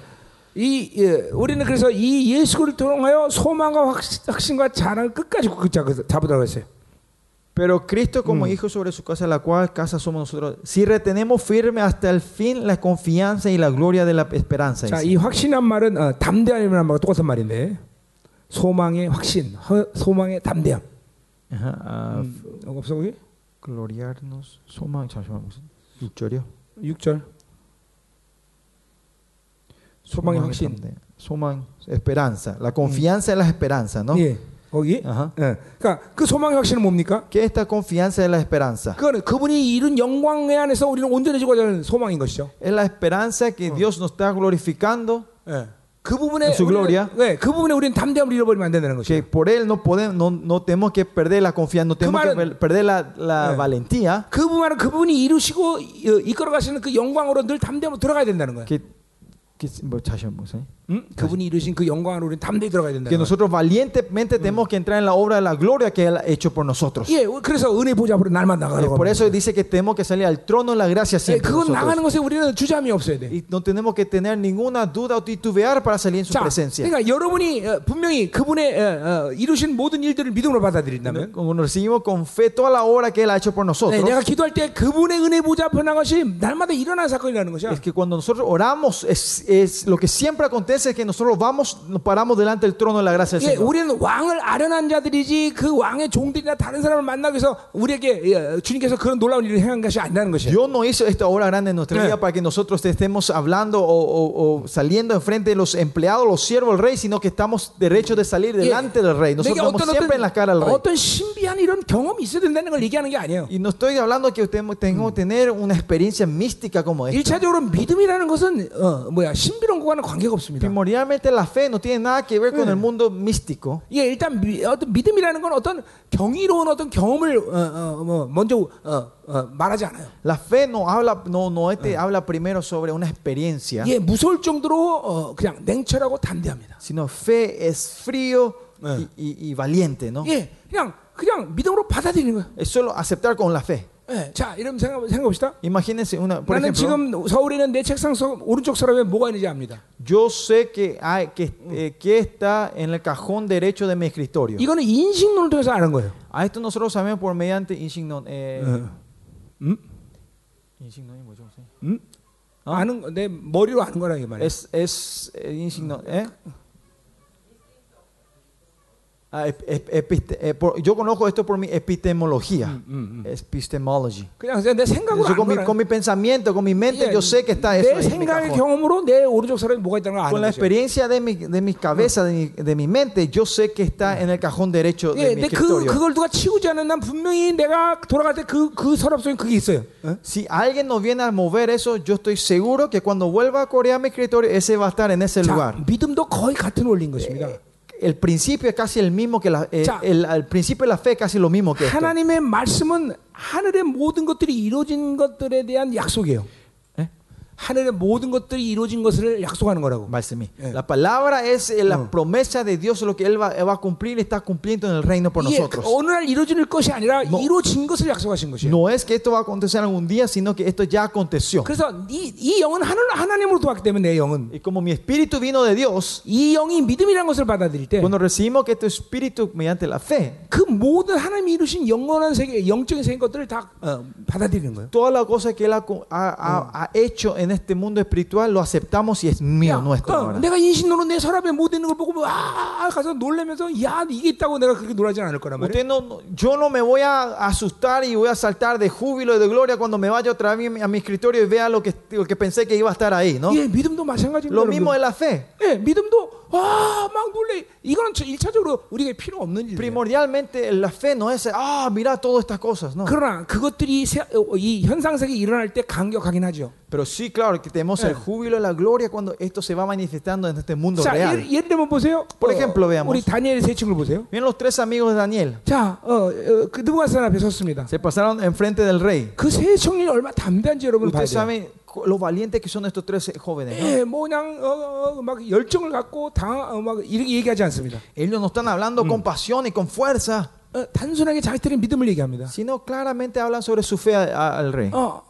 A: 이 예, 우리는 그래서 이 예수를 통하여 소망과 확- 확신과 자랑을 끝까지 그 자- 그 잡으라고 했어요.
B: Pero Cristo como hijo sobre su casa, la cual casa somos nosotros, si retenemos firme hasta el fin la confianza y la gloria de la esperanza.
A: 자,
B: dice.
A: 이 확신한 말은 어, 담대함이라는 말과 똑같은 말인데 소망의 확신, 허- 소망의 담대함.
B: Ajá, ah,
A: 음, 없어 거기?
B: gloriarnos. Soma, cha, soma, victorio.
A: 6절. 소망의
B: Soma,
A: 확신.
B: soma, esperanza. La confianza en la esperanza, ¿no?
A: 예. 거기.
B: Ajá.
A: 예. 그러니까 그 so망의 확신은 뭡니까?
B: ¿Qué es esta confianza en la esperanza?
A: 그거는 그분이 이룬 영광에 안에서 우리는 온전해지고자 하는 소망인 것이죠.
B: Es la esperanza que Dios nos está glorificando,
A: 예. 그 부분에
B: Su
A: 우리는-
B: gloria.
A: 예, 그 부분에 우리는 담대함을 잃어버리면 안 된다는 것이죠.
B: que por Él no, podemos, no, no tenemos que perder la confianza, no tenemos que
A: 말은-
B: per- perder la, la
A: Eh.
B: valentía,
A: 그 부분은 그분이 이루시고 이끌어 가시는 그 영광으로 늘 담대함으로 들어가야 된다는 거예요.
B: que, que, 뭐, 다시 한번 보세요.
A: 음? 그분이 이루신 그 영광으로 우리는 담대히 들어가야
B: que
A: 된다는 거예요.
B: nosotros valientemente tenemos que entrar en la obra de la gloria que Él ha hecho por nosotros.
A: 예, 그래서 은혜 예, 보좌 앞으로 날만
B: Eh,
A: 나가라고.
B: por
A: 합니다.
B: eso dice que tenemos que salir al trono de la gracia
A: 예,
B: siempre.
A: 그건
B: nosotros.
A: 나가는 것에 우리는 주저함이 없어야 돼.
B: Y no tenemos que tener ninguna duda o titubear para salir en su
A: 자,
B: presencia.
A: 그러니까 여러분이 어, 분명히 그분의 어, 어, 이루신 모든 일들을 믿음으로 받아들인다면
B: Cuando ¿Eh? recibimos con fe toda la obra que Él ha hecho por
A: 네,
B: nosotros.
A: 내가 기도할 때 그분의 은혜 보좌 앞에 나간 것이 날마다 일어나는 사건이라는 것이야.
B: Es que cuando nosotros oramos, es, es lo que siempre acontece es que nosotros vamos, nos paramos delante del trono de la gracia del
A: 예,
B: Señor.
A: 우리는 왕을 아련한 자들이지 그 왕의 종들이나 다른 사람을 만나기 위해서 우리에게 예, 주님께서 그런 놀라운 일을 행한 것이 아니라는 것이에요.
B: Dios no hizo esta obra grande en nuestra
A: Eh.
B: vida para que nosotros estemos hablando o, o- o saliendo enfrente de los empleados, los siervos del rey, sino que estamos derechos de salir delante del rey. Nosotros
A: 내가
B: estamos
A: 어떤
B: siempre 뭐 en la cara del
A: 어떤,
B: rey.
A: 어떤 신비한 이런 경험이 있어야 된다는 걸 얘기하는 게 아니에요.
B: Y no estoy hablando que usted tenga que tener una experiencia mística como esta.
A: 일차적으로 믿음이라는 것은 어, 뭐야 신비로운 것과는 관계가 없습니다.
B: Primordialmente la fe no tiene nada que ver con el mundo místico.
A: 예, 일단 미- 어떤 믿음이라는 건 어떤 경이로운 어떤 경험을 어, 어, 뭐 먼저 어, 어, 말하지 않아요.
B: La fe no habla, no, no este habla primero sobre una experiencia,
A: 예, 무서울 정도로 어, 그냥 냉철하고 담대합니다.
B: sino fe es frío y-
A: Eh.
B: y, y valiente, ¿no?
A: 예, 그냥 그냥 믿음으로 받아들이는 거예요.
B: Es solo aceptar con la fe.
A: 예, 자, 이러면 생각 생각해 봅시다.
B: Imagínense una, por
A: 나는
B: ejemplo,
A: 지금 서울에 있는 내 책상 속 오른쪽 서랍에 뭐가 있는지 압니다.
B: yo sé que hay que, eh, que está en el cajón derecho de mi escritorio.
A: 이거는 인식론을 통해서 아는 거예요.
B: A esto nosotros sabemos por mediante insignon, eh,
A: 음?
B: insignon, 뭐죠?
A: 음? 아는 거, 내 머리로 아는 거라 이 말이에요.
B: Es, es eh, insigno- ¿eh? Ah, ep- ep- episte- eh, por- yo conozco esto por mi epistemología. Epistemology.
A: 그냥 내 생각으로 아는
B: Yo con mi,
A: 거라. 예,
B: con mi pensamiento, con mi mente, yo sé que está eso.
A: 내
B: ahí en mi
A: 생각의
B: cajón.
A: 경험으로 내 오른쪽 서랍에 뭐가 있다는 걸
B: Con
A: 아는
B: la
A: 거죠.
B: experiencia de mi, de mi cabeza, de mi, de mi mente, yo sé que está en el cajón derecho
A: 예,
B: de mi
A: 근데 그
B: escritorio.
A: 그걸 누가 치우지 않는 난 분명히 내가 돌아갈 때 그 그 서랍 속에 그게 있어요.
B: ¿Eh? Si alguien nos viene a mover eso, yo estoy seguro que cuando vuelva a Corea mi escritorio, ese va a estar en ese
A: 자,
B: lugar.
A: 믿음도 거의 같은 원리인 것입니다.
B: El principio es casi el mismo que la, eh,
A: Cha.
B: el, el principio de la fe es casi lo mismo que esto.
A: 하나님의 말씀은 하늘의 모든 것들이 이루어진 것들에 대한 약속이에요.
B: ¿Eh?
A: 하늘의 모든 것들이 이루어진 것을 약속하는 거라고.
B: Balsemí.
A: Eh.
B: La palabra es eh, la
A: Oh.
B: promesa de Dios, lo que Él va, Él va a cumplir, está cumpliendo en el reino por
A: 이게
B: nosotros.
A: 어느 뭐 날 이루어질 것이 아니라
B: No.
A: 이루어진 것을 약속하신 것이에요.
B: No es que esto va a acontecer algún día, sino que esto ya aconteció.
A: 어. 그래서 이, 이 영은 하늘 하나님으로부터 왔기 때문에 내 영은
B: Y como mi espíritu vino de Dios,
A: 이 영이 믿음이라는 것을 받아들일 때 그
B: cuando recibimos que este espíritu mediante la fe,
A: 모든 하나님이 이루신 영원한 세계, 영적인 세계 것들을 다 어, 받아들이는 거예요.
B: toda la cosa que Él ha, co- ha- ha- ha hecho en este mundo espiritual lo aceptamos y es mío, nuestro.
A: 그러니까
B: ahora.
A: 내가 인신노로 내 서랍에 못 있는 걸 보고 와 가서 놀래면서 야 이게 있다고 내가 그렇게 놀라진 않을 거란 말이에요.
B: Usted no- no- yo no me voy a asustar y voy a saltar de júbilo y de gloria cuando me vaya otra vez a mi- a mi escritorio y vea lo que, lo que pensé que iba a estar ahí, ¿no?
A: 예, 믿음도 마찬가지입니다.
B: Lo mismo
A: 여러분.
B: es la fe.
A: 예, 믿음도 와막 놀래. 이거는 일차적으로 우리에게 필요 없는 일이에요.
B: Primordialmente la fe no es, ah, mira todas estas cosas, no.
A: 그러나 그것들이 세- 어, 이 현상 세계 일어날 때 강력하긴 하죠.
B: Pero sí, claro, que tenemos el júbilo y la gloria cuando esto se va manifestando en este mundo
A: 자,
B: real.
A: 예를, 예를 들면 보세요. 어,
B: Por ejemplo, veamos.
A: 우리 다니엘의 세 친구를 보세요.
B: Miren los tres amigos de Daniel.
A: 자, 어, 어, 그 느부갓네살 앞에 섰습니다.
B: Se pasaron enfrente del rey.
A: 그 세 청년이 얼마나 담대한지 여러분 봐야
B: Ustedes
A: 돼요.
B: saben co- lo valientes que son estos tres jóvenes. ¿no?
A: 예, 뭐 그냥 어, 어, 막 열정을 갖고 당, 어, 막 이렇게 얘기하지 않습니다.
B: Ellos no están hablando con pasión y con fuerza,
A: 어, 단순하게 자기들의 믿음을 얘기합니다.
B: sino claramente hablan sobre su fe a- a- al rey.
A: 어,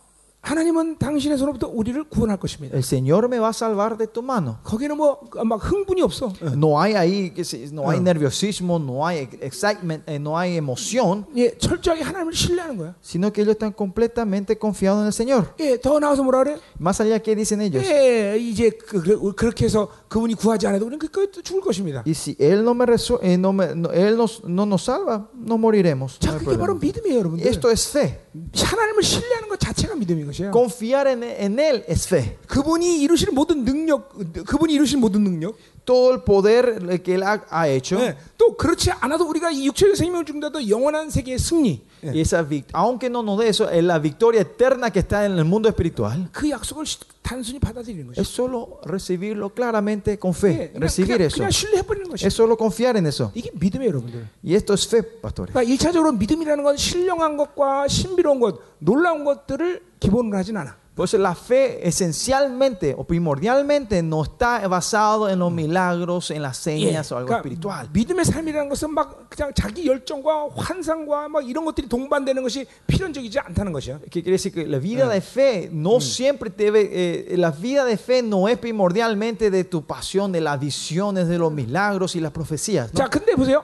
A: 하나님은 당신의 손으로부터 우리를 구원할 것입니다.
B: El Señor me va a salvar de tu mano.
A: 거기는 뭐 막 흥분이 없어.
B: No hay ahí, que se- no hay
A: Ah.
B: nerviosismo, no hay excitement, eh, no hay emoción,
A: 예, 철저하게 하나님을 신뢰하는 거야.
B: sino que ellos están completamente confiados en el Señor.
A: 예, 더 나와서 뭐라 그래?
B: Más allá, ¿qué dicen ellos?
A: 예, 이제 그, 렇게 해서 그분이 구하지 않아도 우리는 그끝 죽을 것입니다.
B: Y si Él no, me resu- eh, no, me- no- él nos, no nos salva, no moriremos. no
A: 자,
B: hay
A: 그게 바로
B: problema.
A: 믿음이에요, 여러분들.
B: Esto es fe.
A: 하나님을 신뢰하는 것 자체가 믿음인 것이에요.
B: Confiar en, en Él es fe.
A: 그분이 이루시는 모든 능력, 그분이 이루시는 모든 능력,
B: Todo el poder que Él ha, ha hecho,
A: 예, 또 그렇지 않아도 우리가 이 육체의 생명을 죽는다도 영원한 세계의 승리, 예.
B: y esa vic- aunque no nos dé eso, es la victoria eterna que está en el mundo espiritual.
A: 그 약속을 시- 단순히 받아들이는 것이에요.
B: Es solo recibirlo claramente con
A: 예,
B: fe.
A: 그냥,
B: Recibir
A: 그냥,
B: eso.
A: 그냥 신뢰해버리는 것이에요.
B: Es solo confiar en eso.
A: 이게 믿음이에요, 여러분들.
B: Y esto es fe, pastores.
A: 그러니까 일차적으로 믿음이라는 건 신령한 것과 신비로운 것, 놀라운 것들을 기본으로 하진 않아.
B: Por eso la fe esencialmente o primordialmente no está basado en los milagros, en las
A: 예,
B: señas o algo
A: 그러니까
B: espiritual.
A: 믿음의 삶이라는 것은 막 그냥 자기 열정과 환상과 막 이런 것들이 동반되는 것이 필연적이지 않다는 것이야.
B: ¿Qué quiere decir? Que la vida de fe no siempre debe, eh, la vida de fe no es primordialmente de tu pasión, de las visiones, de los milagros y las profecías. ¿no?
A: 자, 근데 보세요.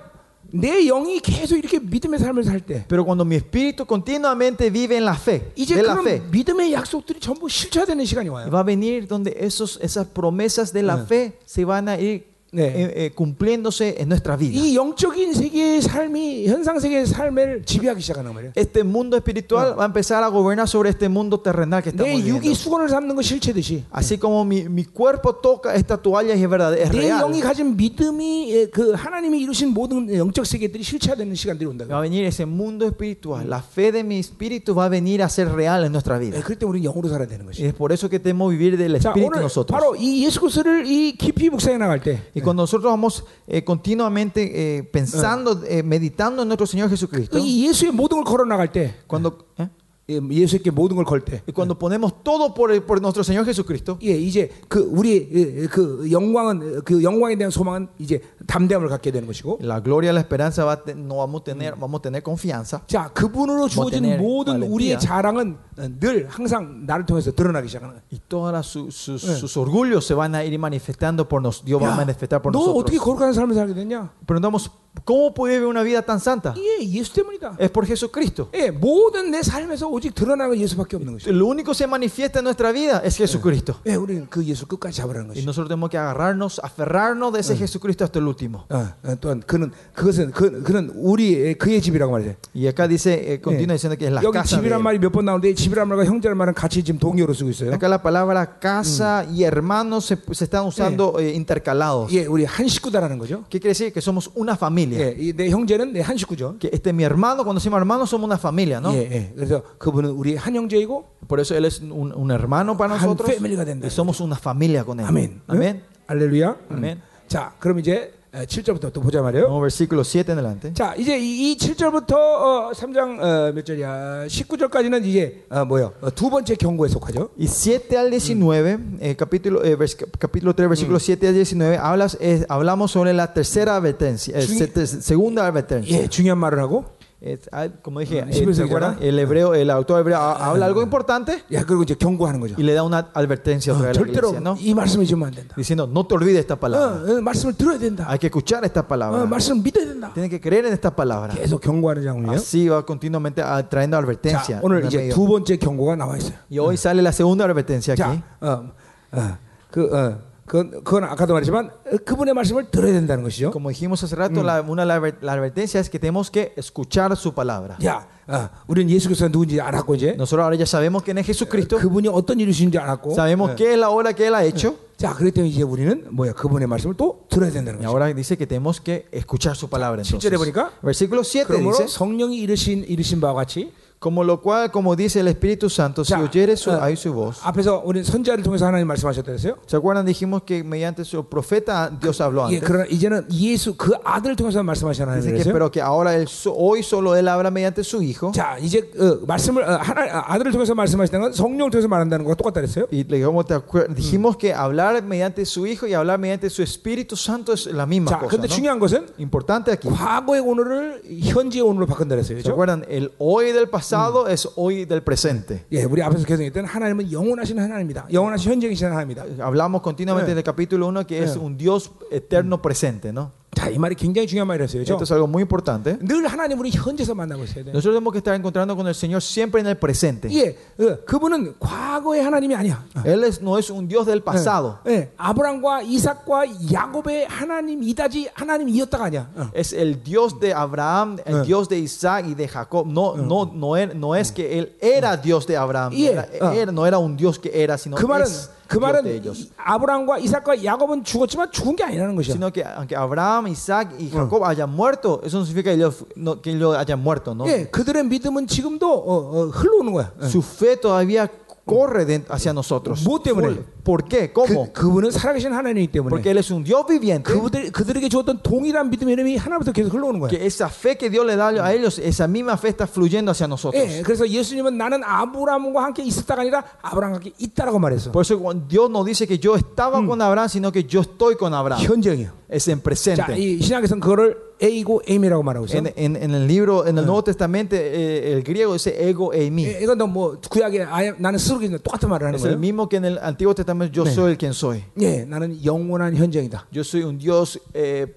A: 내 영이 계속 이렇게 믿음의 삶을 살 때,
B: Pero cuando mi espíritu continuamente vive en la fe,
A: 이제
B: de la
A: 그런
B: fe,
A: 믿음의 약속들이 전부 실체화되는 시간이 와요.
B: va a venir donde esos, esas promesas de la fe se van a ir
A: 네.
B: eh, eh, cumpliéndose en nuestra vida.
A: 이 영적인 세계의 삶이 현상 세계의 삶을 지배하기 시작하는 말이에요.
B: Este mundo espiritual va a empezar a gobernar sobre este mundo terrenal que estamos
A: 내 육이
B: viviendo.
A: 수건을 삼는 아, 건 실체듯이,
B: Así como mi, mi cuerpo toca esta toalla y es verdad, es
A: 내
B: real.
A: 영이 가진 믿음이 예, 그 하나님이 이루신 모든 영적 세계들이 실체화되는 시간들이 온다.
B: Va a venir ese mundo espiritual. La fe de mi espíritu va a venir a ser real en nuestra
A: 예,
B: vida.
A: 그럴 때 우리는 영으로 살아야 되는 것이.
B: Y es por eso que tenemos que vivir del
A: 자
B: espíritu
A: 오늘
B: nosotros.
A: 바로 이 예수 그리스도를 이 깊이 묵상해 나갈 때
B: Y cuando nosotros vamos eh, continuamente eh, pensando, eh, meditando en nuestro Señor Jesucristo,
A: 이 예수의 모든 걸 걸어 나갈 때
B: cuando, ¿eh?
A: 그렇죠? 예, 예수께 모든 걸 걸 때
B: y cuando ponemos todo por, el- por nuestro Señor Jesucristo,
A: 예, 이제 그 우리 예, 그 영광은 그 영광에 대한 소망은 이제 담대함을 갖게 되는 것이고
B: la gloria, la esperanza va a te- no vamos a tener, vamos a tener confianza.
A: 자 그분으로 주어진
B: 뭐 때문에
A: 모든
B: 말했지요?
A: 우리의 자랑은 어, 늘 항상 나를 통해서 드러나기 시작하는 거예요.
B: Y todos sus, sus orgullos se van a ir manifestando por nosotros. Dios va a manifestar por
A: 너 어떻게
B: nosotros.
A: 거룩한 삶을 살게 됐냐?
B: Preguntamos, ¿cómo puede vivir una vida tan santa?
A: 예, 예수 때문이다.
B: Es por Jesucristo.
A: 예, 모든 내 삶에서 오직 드러나는 건 예수밖에 없는 것이죠.
B: Lo único que se manifiesta en nuestra vida es Jesucristo.
A: 예, 우리는 그 예수 끝까지 잡으라는
B: Y
A: 것이죠.
B: nosotros tenemos que agarrarnos, aferrarnos de ese Jesucristo hasta el último.
A: 어, 어, 또한 그는 그것은 그, 그는 우리 그의 집이라고 말해.
B: Y acá dice, eh, continúa diciendo que es la
A: 여기
B: casa. de
A: 집이란
B: él.
A: 말이 몇 번 나오는데 이 집이란 말과 형제란 말은 같이 지금 동요로 쓰고 있어요.
B: Acá la palabra casa y hermanos se, se están usando Mm. eh, intercalados.
A: 예, 우리 한 식구다라는 거죠.
B: ¿Qué quiere decir? Que somos una familia.
A: 예, 이내 형제는 내 한 식구죠.
B: Que este mi hermano, cuando decimos hermano, somos una familia, ¿no?
A: 예, 예. 그래서 그분은 우리 한 형제이고
B: Por eso él es un, un hermano para
A: 한
B: nosotros.
A: 패밀리가 된다.
B: ¿Eh? Y somos una familia con él.
A: 네. 아멘. 어.
B: Amén.
A: 응? 할렐루야.
B: 아멘.
A: 음. 자, 그럼 이제 에, 7절부터 또 보자 말이에요.
B: Vamos, versículo 7 en adelante.
A: 자, 이제 이, 이 7절부터 어, 3장 어, 몇 절이야? 19절까지는 이제 어, 뭐요? 어, 두 번째 경고에 속하죠.
B: Y 7 al 19, eh, capítulo, eh, vers- capítulo 3, versículo 7 al 19, hablas, eh, hablamos sobre la tercera advertencia, eh,
A: Jun-
B: se- ter- segunda advertencia.
A: 예, 중요한 말을 하고.
B: Es- ah, como dije,
A: Ah,
B: eh,
A: sí, pero se
B: ¿se acuerdan?
A: acuerda.
B: el hebreo, el autor hebreo ha-
A: Ah.
B: habla algo importante
A: 야, 그리고 이제 경고하는 거죠.
B: y le da una advertencia
A: 어,
B: otra vez a la
A: 절대로
B: iglesia, ¿no?
A: 이 말씀을 잊으면 안 된다.
B: Diciendo, no te olvides esta
A: 어,
B: palabra.
A: 어, 말씀을 들어야 된다.
B: Hay que escuchar esta
A: 어,
B: palabra.
A: 말씀을 믿어야 된다.
B: Tienen que creer en esta palabra.
A: 계속 경고하는 장면이에요.
B: Así va continuamente ah, trayendo advertencia.
A: 자, 오늘
B: en el
A: 이제
B: medio.
A: 두 번째 경고가 나와 있어요.
B: Y hoy sale la segunda advertencia aquí.
A: 자, 어, 어, 그, 어, 그건, 그건 아까도 말했지만 어, 그분의 말씀을 들어야 된다는 것이죠.
B: Como dijimos hace
A: Mm.
B: rato, la, una de las adver- las advertencias es que tenemos que escuchar su palabra.
A: 야, 어, 우리는 예수께서 누군지 알았고 이제
B: Nosotros ahora ya sabemos quién es Jesucristo,
A: 그분이 어떤 일이신지 알았고.
B: sabemos qué es la obra que Él ha hecho,
A: 자, 그렇기 때문에 이제 우리는 뭐야 그분의 말씀을 또 들어야 된다는 거죠.
B: y ahora dice que tenemos que escuchar su palabra. entonces.
A: 실제로 보니까
B: Versículo 7
A: 그러므로
B: dice:
A: 성령이 이르신 이르신 바와 같이
B: Como lo cual, como dice el Espíritu Santo, si
A: 자,
B: oyeres su,
A: 어,
B: hay su voz.
A: 앞에서 우리 선자를 통해서 하나님 말씀하셨다 했어요.
B: ¿Se acuerdan? Dijimos que mediante su profeta Dios habló
A: 예,
B: antes.
A: 그러나 이제는 예수 그 아들을 통해서 말씀하셨나요?
B: Dice que,
A: 그래서
B: pero que ahora él, so- hoy solo Él habla mediante su Hijo.
A: 자, 이제 어, 말씀을 어, 하나 아, 아들을 통해서 말씀하시는 건 성령을 통해서 말한다는 거와 똑같다 그랬어요.
B: Y le dijimos, ¿te acuer- dijimos que hablar mediante su Hijo y hablar mediante su Espíritu Santo es la misma
A: 자,
B: cosa.
A: 근데
B: ¿no?
A: 중요한 것은
B: Importante aquí.
A: 과거의 오늘을 현재의 오늘로 바꾼다 그랬어요.
B: ¿Se
A: 그렇죠?
B: acuerdan? El hoy del pasado es hoy del presente.
A: 예, 우리 앞에서 계속 했던 하나님은 영원하신 하나님이다. 영원하신 현재 계신 하나님이다.
B: Hablamos continuamente
A: Eh.
B: en el capítulo 1 que es
A: Eh.
B: un Dios eterno presente, ¿no?
A: 자, 이 말이 굉장히 중요한 말이었어요.
B: Esto
A: 그렇죠?
B: es algo muy importante.
A: 늘 하나님 우리 현재에서 만나고 있어야 돼요.
B: Nosotros tenemos que estar encontrando con el Señor siempre en el presente.
A: 예, 어, 그분은 과거의 하나님이 아니야. 어.
B: Él es- no es un Dios del pasado.
A: 예, 아브람과 이삭과 야곱의 하나님이다지 하나님이었다가 아니야. 어.
B: Es el Dios de Abraham, el
A: Eh.
B: Dios de Isaac y de Jacob. No, no, no, er- no es que él era Dios de Abraham,
A: Yeah.
B: era- era- no era un Dios que era, sino
A: 그 말은
B: es
A: 그
B: Dios de
A: 말은
B: ellos.
A: 이- 아브람과 이삭과 야곱은 죽었지만 죽은 게 아니라는 것이야.
B: Sino que aunque Abraham, Isaac y Jacob hayan muerto, eso no significa que ellos, no- que ellos hayan muerto, ¿no?
A: 예, 그들의 믿음은 지금도 어, 어, 흘러오는 거야. 어.
B: su fe todavía corre de- hacia nosotros.
A: ¿Vos te morés?
B: Full. ¿Por qué? ¿Cómo?
A: 그, 그분은 살아계신 하나님이기 때문에
B: Porque Él es un Dios viviente.
A: 그분들 그들에게 주었던 동일한 믿음의 이름이 하나부터 계속 흘러오는 거야.
B: Que esa fe que Dios le da a ellos, esa misma fe está fluyendo hacia nosotros.
A: 예, 그래서 예수님은 나는 아브람과 함께 있었다가 아니라 아브람과 함께 있다라고 말했어.
B: Por eso cuando Dios no dice que yo estaba con Abraham, sino que yo estoy con Abraham.
A: 현정이요.
B: Es en
A: 자,
B: presente.
A: 이 신학에서는 그거를 A고 M이라고 말하고 있어.
B: En, en- en el libro, en el Nuevo Testamento, eh, el griego dice ego e mí.
A: 예, 이건 너뭐 구약에 아예 나는 쓰러기는 똑같은 말을 하는
B: Es el
A: 거예요.
B: mismo que en el Antiguo Testamento yo soy el quien soy.
A: 예, 나는 영원한 현장이다.
B: Yo soy un Dios eh,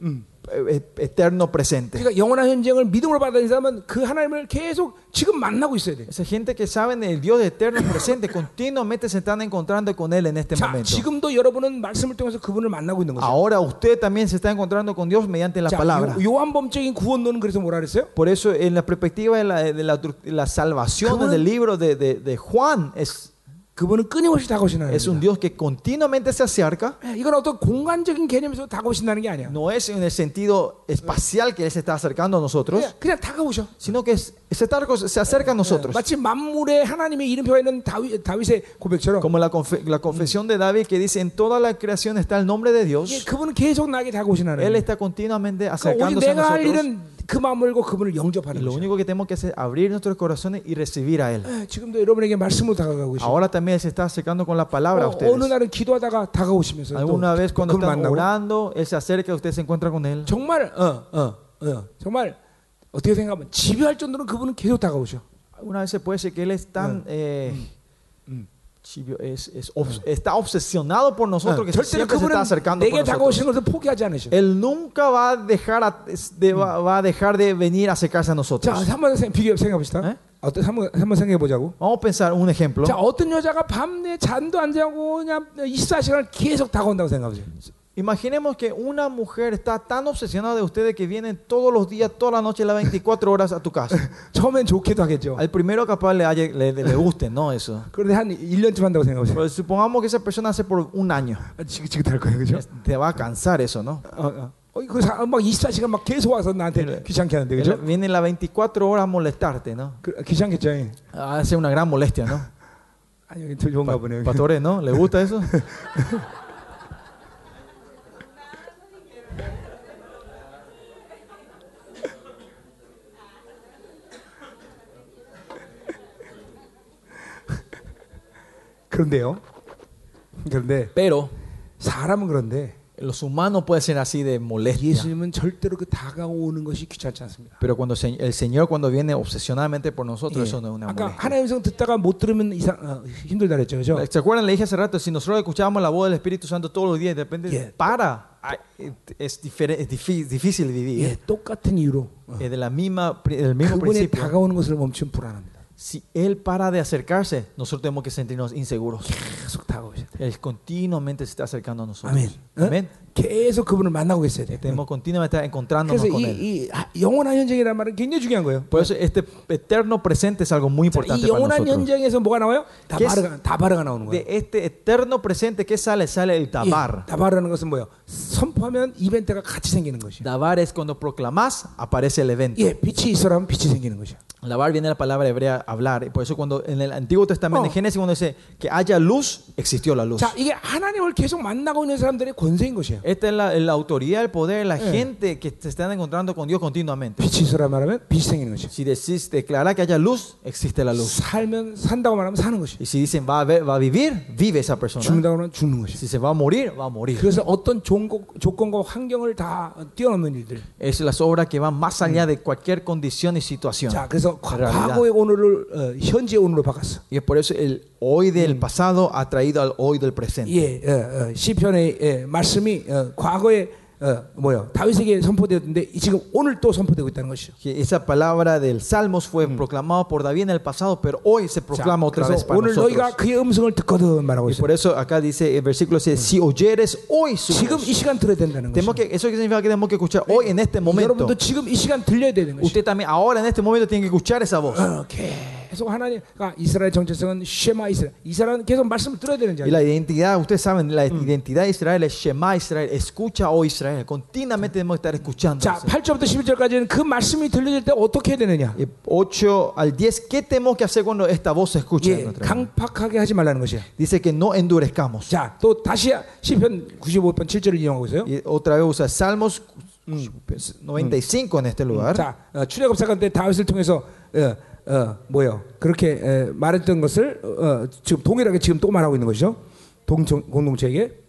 B: eh, eterno presente.
A: 그러니까 영원한 현장을 믿음으로 받아들인 사람은 그 하나님을 계속 지금 만나고 있어야 돼.
B: Esa gente que saben el Dios eterno presente continuamente se están encontrando con Él en este
A: 자,
B: momento.
A: 지금도 여러분은 말씀을 통해서 그분을 만나고 있는 거죠.
B: Ahora usted también se está encontrando con Dios mediante la
A: 자,
B: palabra.
A: 요, 요한범적인 구원론은 그래서 뭐라 그랬어요?
B: Por eso, en la perspectiva de la, de la, de la salvación
A: ¿Cómo?
B: en el libro de, de- de Juan, es,
A: 그분은 끊임없이 다가오시는
B: es un
A: 하나님.
B: Dios que continuamente se acerca.
A: 이건 어떤 공간적인 개념에서 다가오신다는 게 아니야.
B: No es en el sentido espacial que Él se está acercando a nosotros,
A: 예, 그냥, 그냥 다가오셔.
B: sino que es- se, está- se acerca a nosotros.
A: 마치 만물의 하나님의 이름표가 있는 다윗, 다윗의 고백처럼
B: Como la, confe- la confesión de David que dice, en toda la creación está el nombre de
A: 예,
B: Dios.
A: 그분은 계속 나에게 다가오시는
B: Él
A: 하나님.
B: está continuamente
A: 그러니까 우리
B: acercándose a
A: 내가 할
B: nosotros.
A: 일은 그 마음을 열고 그분을
B: Y
A: 영접하는
B: lo
A: 거죠.
B: único que tenemos que hacer es abrir nuestros corazones y recibir a Él.
A: 예, 지금도 여러분에게 말씀으로 다가가고 계시고
B: Ahora también Él se está acercando con la palabra a
A: 어, 어느
B: ustedes.
A: 날은 기도하다가 다가오시면서 또
B: Alguna vez cuando
A: 그분을
B: están
A: 만나고
B: orando, Él se acerca, usted se encuentra con Él.
A: 정말 어, 어, 어, 정말 어떻게 생각하면 지배할 정도로 그분은 계속 다가오셔.
B: Una vez se puede decir que Él es tan... eh, chivio- es- es obs- está obsesionado por nosotros
A: 어,
B: que
A: 절대로
B: siempre se está
A: 그분은
B: acercando por
A: 내게
B: nosotros. 예.
A: 다가오시는 것을 포기하지 않으셔.
B: Él nunca va a dejar, a- es- de- va, va a dejar de venir a acercarse a
A: 자,
B: nosotros.
A: 한번 생- 비교 생각해봅시다.
B: 에?
A: 어떤 한번 한번 생각해 보자고.
B: Vamos a pensar un ejemplo.
A: 자, 어떤 여자가 밤내 잠도 안 자고 그냥 24시간 계속 다가온다고 생각해보세요.
B: Imaginemos que una mujer está tan obsesionada de ustedes que vienen todos los días, toda la noche, las 24 horas a tu casa.
A: 처음엔 좋기도 하겠죠.
B: Al primero capaz le, haya- le, le guste, ¿no? Eso.
A: 그런데 한 1년쯤 한다고 생각해보세요.
B: Pero supongamos que esa persona hace por un año.
A: 아, 지긋지긋할 거예요, 그죠?
B: Te va a cansar eso, ¿no?
A: 어, 어. 어, 그 사- 막 24시간 막 계속 와서 나한테
B: 그래.
A: 귀찮게 하는데,
B: Él
A: 그죠?
B: Viene las 24 horas a molestarte, ¿no?
A: 그, 귀찮겠죠. 예.
B: Hace una gran molestia, ¿no?
A: 아, 여기 더 좋은가 보네요. 여기.
B: Pastores, ¿no? ¿Le gusta eso?
A: 그런데요. 그런데
B: Pero
A: 사람은 그런데
B: los humanos pueden ser así de molestia.
A: 예수님은 절대로 그 다가오는 것이 귀찮지 않습니다.
B: Pero cuando se- el Señor cuando viene obsesionadamente por nosotros,
A: 예.
B: eso no es una
A: 아까
B: molestia.
A: 하나님 성 듣다가 못 들으면 이상 어, 힘들다 그랬죠, 그죠?
B: ¿Se acuerdan? Le dije hace rato, si nosotros escuchábamos la voz del Espíritu Santo todos los días y de repente
A: Yeah.
B: para, ah, es, difere- es difi- difícil vivir.
A: 예, 똑같은 이유로 어.
B: Es de la misma, pri- del mismo
A: 그분이
B: principio.
A: 다가오는 것을 멈추면 불안합니다.
B: Si Él para de acercarse, nosotros tenemos que sentirnos inseguros.
A: 계속 다가오셔야 돼.
B: Él continuamente se está acercando a nosotros.
A: 아멘. 어?
B: Amén. ¿Eh?
A: 계속 그분을 만나고 계셔야 돼.
B: Tenemos continuamente estar encontrándonos
A: 그래서
B: con
A: 이,
B: Él.
A: 이 하- 영원한 현장이라는 말은 굉장히 중요한 거예요.
B: Por eso este eterno presente es algo muy
A: 자,
B: importante
A: 이
B: para
A: 영원한
B: nosotros.
A: 현장에서 뭐가 나와요? 다바르가 다바르가 나오는
B: De
A: 거예요.
B: este eterno presente, ¿qué sale? Sale el
A: 예,
B: tabar.
A: 다바르라는 것은 뭐예요? 선포하면 이벤트가 같이 생기는 것이에요.
B: Tabar es cuando proclamas, aparece el evento.
A: 예, 빛이 있어라면 빛이 생기는 것이야.
B: Lavar viene de la palabra hebrea hablar. y Por eso cuando en el Antiguo Testamento, en
A: Oh.
B: Génesis, cuando dice que haya luz, existió la luz.
A: 자, 이게 하나님을 계속 manna고 있는 사람들의 권세인 것이에요.
B: Esta es la, la autoridad, el poder, la gente que se están encontrando con Dios continuamente.
A: 빛이 있어라 말하면 빛이 생기는 것이야.
B: Si decís, declara que haya luz, existe la luz.
A: 살면 산다고 말하면 사는 것이야.
B: Y si dicen va a, ver- va a vivir, vive esa persona.
A: 죽는다고 하면 죽는 것이야.
B: Si se va a morir, va a morir.
A: 그래서 어떤 종고, 조건과 환경을 다 뛰어넘는 일들.
B: Es las obras que van más allá de cualquier condición y situación.
A: 자, 그래서 과,
B: Realidad.
A: 과거의 오늘을 어, 현재의 오늘로 바꿨어.
B: Y es por eso el hoy del pasado ha traído al hoy del presente.
A: 예, 어, 어, 시편의 예, 말씀이 어, 과거에 어, 뭐요 다윗에게 선포되었는데 이- 지금 오늘 또 선포되고 있다는 것이죠.
B: Que esa palabra del Salmos fue proclamada por David en el pasado, pero hoy se
A: 자,
B: proclama otra
A: 그래서
B: vez para
A: 오늘 너희가
B: nosotros.
A: 그의 음성을 듣거든 말하고
B: Y
A: 있어요.
B: por eso acá dice el versículo dice, si oyeres hoy su
A: 지금
B: voz".
A: 이 시간 들어야 된다는 것이죠.
B: Tenemos que, eso significa que tenemos que escuchar hoy en este momento.
A: 여러분도 지금 이 시간 들려야 되는 것이죠.
B: Usted también ahora en este momento tiene que escuchar esa voz.
A: 어, 계속 하나님, 아, 이스라엘 정체성은 쉐마 이스라엘. 이 사람은 계속 말씀을 들어야 되는
B: Y
A: 자예요.
B: la identidad, ustedes saben, la identidad de Israel es Shema Israel, escucha hoy Israel. Continuamente tenemos que estar escuchando.
A: 자, 8절부터 11절까지는 그 말씀이 들려질 때 어떻게 해야 되느냐?
B: 8 al 10, ¿qué tenemos que hacer cuando esta voz se escucha? en
A: 예,
B: nuestra vida?
A: 강팍하게 하지 말라는 것이야.
B: Dice que no endurezcamos.
A: 자, 또 다시 시편 95편 7절을 인용하고 있어요.
B: Y otra vez usa Salmos mm, pues, 95 en este lugar.
A: 자, 어, 출애굽사건 때 다윗을 통해서 어, 어, 뭐요? 그렇게 에, 말했던 것을 어, 어, 지금 동일하게 지금 또 말하고 있는 것이죠. 동청, 공동체에게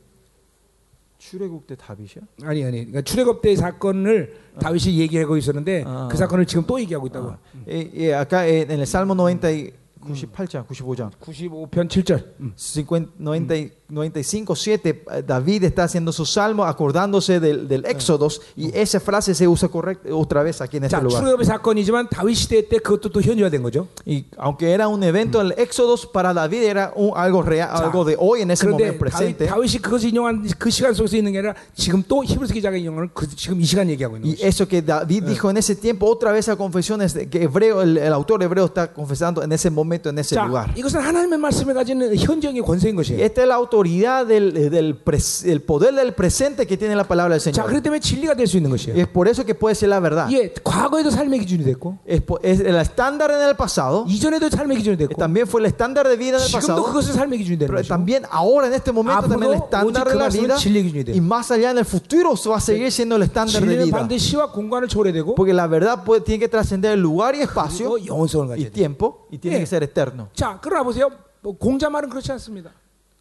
B: 출애굽 때 답이셔?
A: 아니 아니. 그러니까 출애굽 때 사건을 다윗이 얘기하고 있었는데
B: 아.
A: 그 사건을 지금 또 얘기하고 있다고.
B: 예, 예, acá eh, en el Salmo 90 y 98장, 95장.
A: 95편 7절. 음.
B: 50, 90 y 95, 7, eh, David está haciendo su salmo acordándose del, del Éxodos y esa frase se usa correct- otra vez aquí en este
A: 자,
B: lugar.
A: 출애굽의 사건이지만 다윗 시대 때 그것도 또 현지화된 거죠.
B: Y aunque era un evento el Éxodos, para David era un- algo real,
A: 자,
B: algo de hoy en ese
A: 그런데
B: momento
A: 다윗,
B: presente.
A: 다윗이 그것을 인용한 그 시간 속에서 있는 게 아니라 지금 또 히브리서 기자가 인용을 그, 지금 이 시간 얘기하고 있는
B: Y
A: 거죠.
B: eso que David dijo en ese tiempo, otra vez a confesiones de que hebreo, el, el autor hebreo está confesando en ese momento, en ese
A: 자,
B: lugar.
A: 이것은 하나님의 말씀에 가지는 현정의 권세인
B: Y
A: 것이에요.
B: esta es la autoridad del, del pres- el poder del presente que tiene la palabra del
A: 자,
B: Señor.
A: 그렇기 때문에 진리가 될 수 있는
B: Y
A: 것이에요.
B: es por eso que puede ser la verdad.
A: 예, 과거에도 삶의 기준이 됐고,
B: Es, po- es el estándar en el pasado,
A: 이전에도 삶의 기준이
B: eh,
A: 됐고,
B: también fue el estándar de vida en el
A: 지금도
B: pasado,
A: 그것은 삶의 기준이 되는
B: pero
A: 것이고,
B: también ahora en este momento también el
A: 앞으로
B: estándar de la
A: 오직 그
B: vida
A: 말씀은 진리의 기준이 돼요.
B: y más allá en el futuro va a seguir siendo el estándar de
A: 진리는
B: vida.
A: 반드시 시와 공간을 초래되고,
B: Porque la verdad puede- tiene que trascender el lugar y espacio
A: 그리고 영원성을
B: y
A: 가져야 돼요.
B: tiempo y tiene
A: 예.
B: que ser eterno.
A: 자, 그러나 보세요. 뭐 공자 말은 그렇지 않습니다.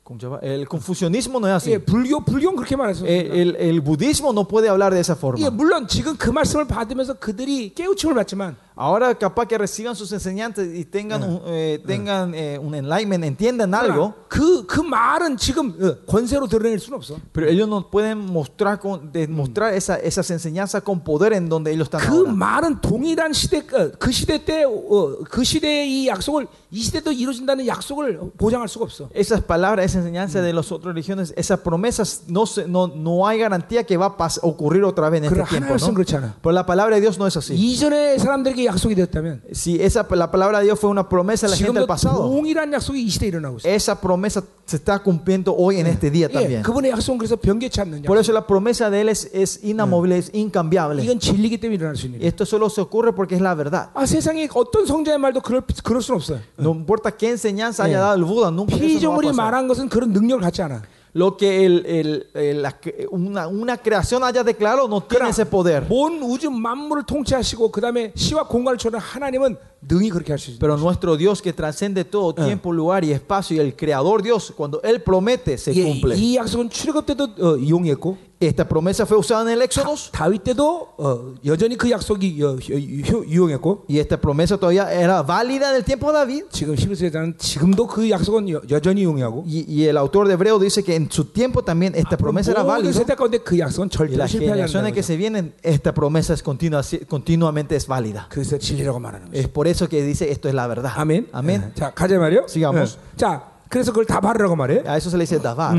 B: ¿Cómo se llama? El confucianismo no es así.
A: 예, 불교, 불교는 그렇게 말했습니다.
B: Eh, el, el budismo no puede hablar de esa
A: 예,
B: forma.
A: 물론 지금 그 말씀을 받으면서 그들이 깨우침을 받지만
B: Ahora capaz que reciban sus enseñanzas y tengan un, eh, tengan, eh, un enlightenment, entiendan algo,
A: 그, 그 말은 지금 어, 권세로 드러낼 수는 없어.
B: pero ellos no pueden mostrar con, demostrar esa- esas enseñanzas con poder en donde ellos están.
A: 그
B: ahora.
A: 말은 동일한 시대 어, 그 시대 때그 시대의 이 약속을 이 시대도 이루어진다는 약속을 보장할 수가 없어.
B: Esas palabras, esa enseñanza de las otras religiones, esas promesas, no, se- no, no hay garantía que va a pas- ocurrir otra vez en este
A: 그러나
B: tiempo.
A: 하나님은 네.
B: ¿no?
A: 그렇지 않아.
B: Pero la palabra de Dios no es así.
A: 이전의 사람들에게 약속이 되었다면
B: Si esa, la palabra de Dios fue una promesa a la gente
A: 지금도
B: del pasado,
A: 동일한 약속이 이 시대에 일어나고 있어.
B: esa promesa se está cumpliendo hoy en este día
A: 예,
B: también.
A: 그분의 약속은 그래서 변개치 않는
B: Por
A: 약속.
B: eso la promesa de Él es, es inamovible, es incambiable.
A: 이건 진리기 때문에 일어날 수 있는
B: Y
A: 일.
B: esto solo se ocurre porque es la verdad.
A: 아 세상에 어떤 성자의 말도 그럴 그럴 수는 없어요.
B: No importa qué enseñanza
A: Eh.
B: haya dado el Buda, nunca eso no va a
A: 피조물이
B: pasar.
A: 말한 것은 그런 능력을 갖지 않아.
B: Lo que el- el- el- la cre- una, una creación haya declarado no tiene ese poder.
A: 온 우주 만물을 통치하시고 그다음에 시와 공간을 초월한 하나님은 능히 그렇게 할 수 있습니다.
B: Pero nuestro Dios que trascende todo tiempo, lugar y espacio y el creador Dios, cuando Él promete, se
A: 예,
B: cumple.
A: 이 약속은 출애굽 때도 어, 이용했고
B: Esta promesa fue usada en el Éxodo
A: 다윗 때도 어, 여전히 그 약속이 어, 효- 효- 이용했고
B: y esta promesa todavía era válida en el tiempo de David.
A: 지금 히브리서에서는 지금도 그 약속은 여, 여전히 이용하고
B: Y, y el autor de Hebreo dice que en su tiempo también pues, esta promesa era
A: 모든
B: válida.
A: 세대 가운데 그 약속은
B: Y
A: 절대로
B: las
A: 실패하지
B: generaciones
A: 않는다는
B: que
A: 거죠.
B: se vienen, esta promesa es continua, continuamente es válida.
A: 그래서 진리라고 말하는 거죠.
B: Es por eso que dice esto es la verdad.
A: 예. 아멘.
B: Amén.
A: 예. 자 가자 말이요. 예.
B: Sigamos.
A: 자 그래서 그걸 다 바르라고 말해. 요
B: A eso se le dice davar.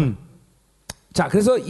A: 자 그래서 이,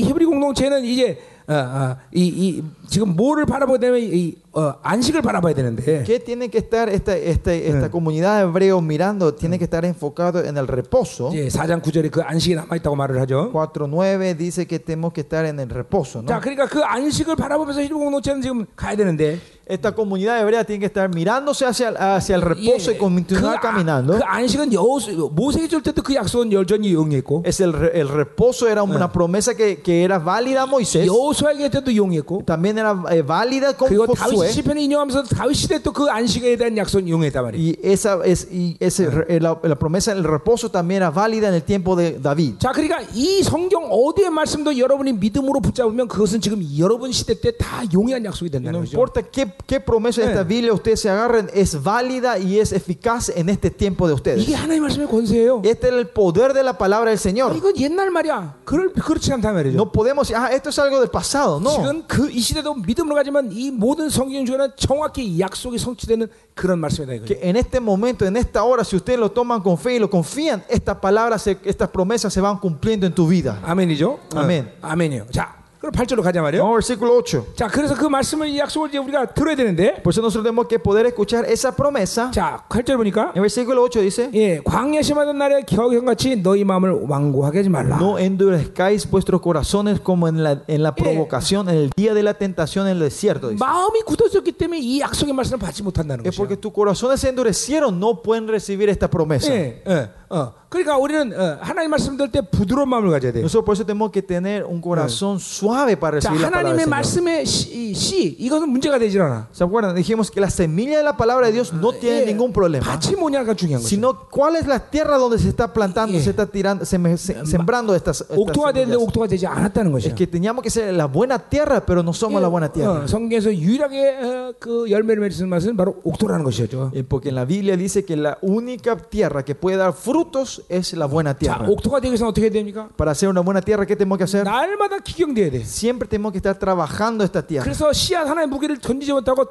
A: 이 히브리 공동체는 이제 어, 어, 이, 이 지금 뭐를 바라보게 되면 이 어, 안식을 바라봐야 되는데
B: ¿Qué tiene que estar esta, esta, esta comunidad de hebreos mirando? Tiene que estar enfocado en el reposo.
A: 이제 4장 9절에 그 안식이 남아 있다고 말을 하죠.
B: 4.9 dice que tenemos que estar en el reposo. ¿no?
A: 자 그러니까 그 안식을 바라보면서 히브리 공동체는 지금 가야 되는데
B: Esta comunidad hebrea tiene que estar mirándose hacia, el- hacia el
A: 예,
B: reposo y
A: 그,
B: continuar
A: 아,
B: caminando.
A: 그 안식은 여호수 모세가 줄 때도 그 약속은 여전히 이용했고
B: Es el, re- el reposo era una promesa que, que era válida a Moisés.
A: 여호수아에게 때도 이용했고
B: También era eh, válida con
A: 그리고 다윗
B: Josué.
A: 시편을 인용하면서 다윗 시대 또 그 안식에 대한 약속은 이용했단 말이에요.
B: Y esa es y ese, re- eh, la, la promesa del reposo también era válida en el tiempo de David.
A: 자, 그러니까 이 성경 어디의 말씀도 여러분이 믿음으로 붙잡으면 그것은 지금 여러분 시대 때 다 용이한 약속이
B: No
A: 된다는 거죠.
B: importa qué, qué promesa de esta
A: Eh.
B: Biblia ustedes se agarren, es válida y es eficaz en este tiempo de
A: 이게
B: ustedes.
A: 하나님의 말씀의 권세예요.
B: Este es el poder de la palabra del
A: 아,
B: Señor.
A: 이건 옛날 말이야. 그럴 그렇지 않단 말이죠.
B: No podemos decir, ah, esto es algo del pasado. No.
A: 지금 그 이 시대도 믿음으로 가지만 이 모든 성경 중에는 정확히 약속이 성취되는 그런 말씀이다 이거죠.
B: Que en este momento, en esta hora, si ustedes lo toman con fe y lo confían, estas palabras, se- estas promesas se van cumpliendo en tu vida.
A: 아멘이죠.
B: 아멘.
A: 어, 아멘이요. 자, 그럼 8절로 가자 말이에요.
B: Vamos al versículo 8.
A: 자, 그래서 그 말씀을 이 약속을 이제 우리가 들어야 되는데.
B: Por eso nosotros tenemos que poder escuchar esa promesa.
A: 자, 8절 보니까
B: En versículo 8 dice.
A: 예, 광야 심하던 날에 겨우형같이 너희 마음을 완고하게 하지 말라.
B: No endurezcáis vuestros corazones como en la, en la provocación, en el día de la tentación en el desierto. dice.
A: 마음이 굳어졌기 때문에 이 약속의 말씀을 받지 못한다는
B: Es
A: 것이죠.
B: porque tus corazones se endurecieron, no pueden recibir esta promesa.
A: 예, 예, 어. 그러니까 우리는 어, 하나님 말씀 들을 때 부드러운 마음을 가져야 돼. 요
B: Nosotros por eso tenemos que tener un corazón suave para
A: 자,
B: recibir la palabra.
A: 하나님의
B: del Señor.
A: 말씀의 씨, 이 씨, 이것은 문제가 되질 않아. 예,
B: ¿Se acuerdan? Dijimos que la semilla de la palabra de Dios no tiene ningún problema,
A: 밭이 뭐냐가 중요한 거죠.
B: sino cuál es la tierra donde se está plantando,
A: Eh.
B: se está tirando, se- se- sembrando estas, estas
A: 옥토가 되는데
B: semillas.
A: 옥토가 되지 않았다는
B: Es
A: 것이야.
B: que teníamos que ser la buena tierra, pero Eh, no somos la buena tierra.
A: 어, 성경에서 유일하게 어, 그 열매를 맺는 맛은 바로 옥토라는 것이죠.
B: Eh, Porque en la Biblia dice que la única tierra que puede dar frutos es la buena
A: 자,
B: tierra.
A: 옥토가 되기 위해서는 어떻게 해야 됩니까?
B: Para hacer una buena tierra, ¿qué tenemos que
A: 네.
B: hacer?
A: 날마다 기경돼야 돼.
B: Siempre tenemos que estar trabajando esta tierra.
A: 그래서 씨앗 하나의 무게를 던지지 못하고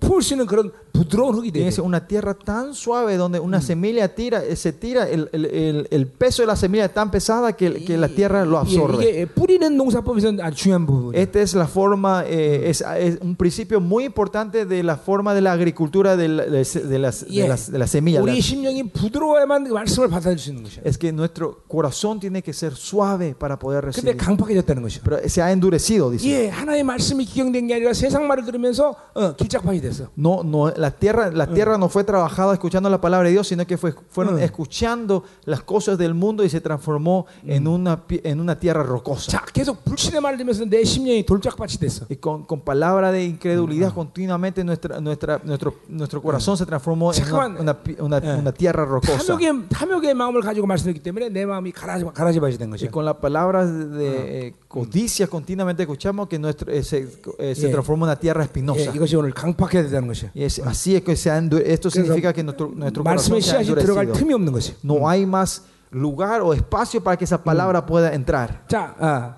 A: 풀 수 있는 그런 부드러운 흙이 돼야
B: Tiene
A: 돼.
B: que ser una tierra tan suave donde una semilla tira, eh, se tira, el, el- el- el peso de la semilla es tan pesada que, que la tierra lo
A: 예,
B: absorbe.
A: 이게 뿌리는 예, 농사법에서는 아주 중요한 부분이에요.
B: Esta es la forma, eh, es, es un principio muy importante de la forma de la agricultura de, la- de- de las, de, las, de las semillas.
A: 우리 심령이 부드러워야만 말씀을 받아들일 수 있는 것이에요.
B: Es que nuestro corazón tiene que ser suave para poder
A: 근데
B: recibir.
A: 강팍해졌다는 것이요.
B: Pero se ha endurecido, dice.
A: 예, 하나의 말씀이 기경된 게 아니라 세상 말을 들으면서 어, 길짝파이 됐어.
B: No, no, la tierra, la tierra no fue trabajada escuchando la palabra de Dios, sino que fue, fueron
A: Mm.
B: escuchando las cosas del mundo y se transformó en, una, pi- en una tierra rocosa.
A: 자, 계속 불신의 말을 들으면서 내 심령이 돌짝밭이 됐어.
B: Y con, con palabra de incredulidad continuamente nuestra, nuestra, nuestro, nuestro corazón Eh. se transformó en una,
A: Chacuán.
B: una pi- una-
A: Eh.
B: una tierra rocosa.
A: 탐욕의 탐욕의 마음을 가지고 말씀드렸기 때문에 내 마음이 가라지 가라지밭이 된
B: Y
A: 것이야.
B: con la palabra de- de eh, codicia continuamente escuchamos que nuestro, eh, se, eh, se
A: Yeah.
B: transforma en una tierra
A: 예,
B: espinosa.
A: 이것이 오늘 강팍해야 된다는 것이야.
B: Y es- así es que se ha endu- esto
A: 그래서
B: significa que nuestro, nuestro
A: 예, 말씀의
B: corazón se ha
A: 씨앗이 들어갈
B: endurecido.
A: 틈이 없는 것이야.
B: No hay más lugar o espacio para que esa palabra pueda entrar.
A: 자, 아,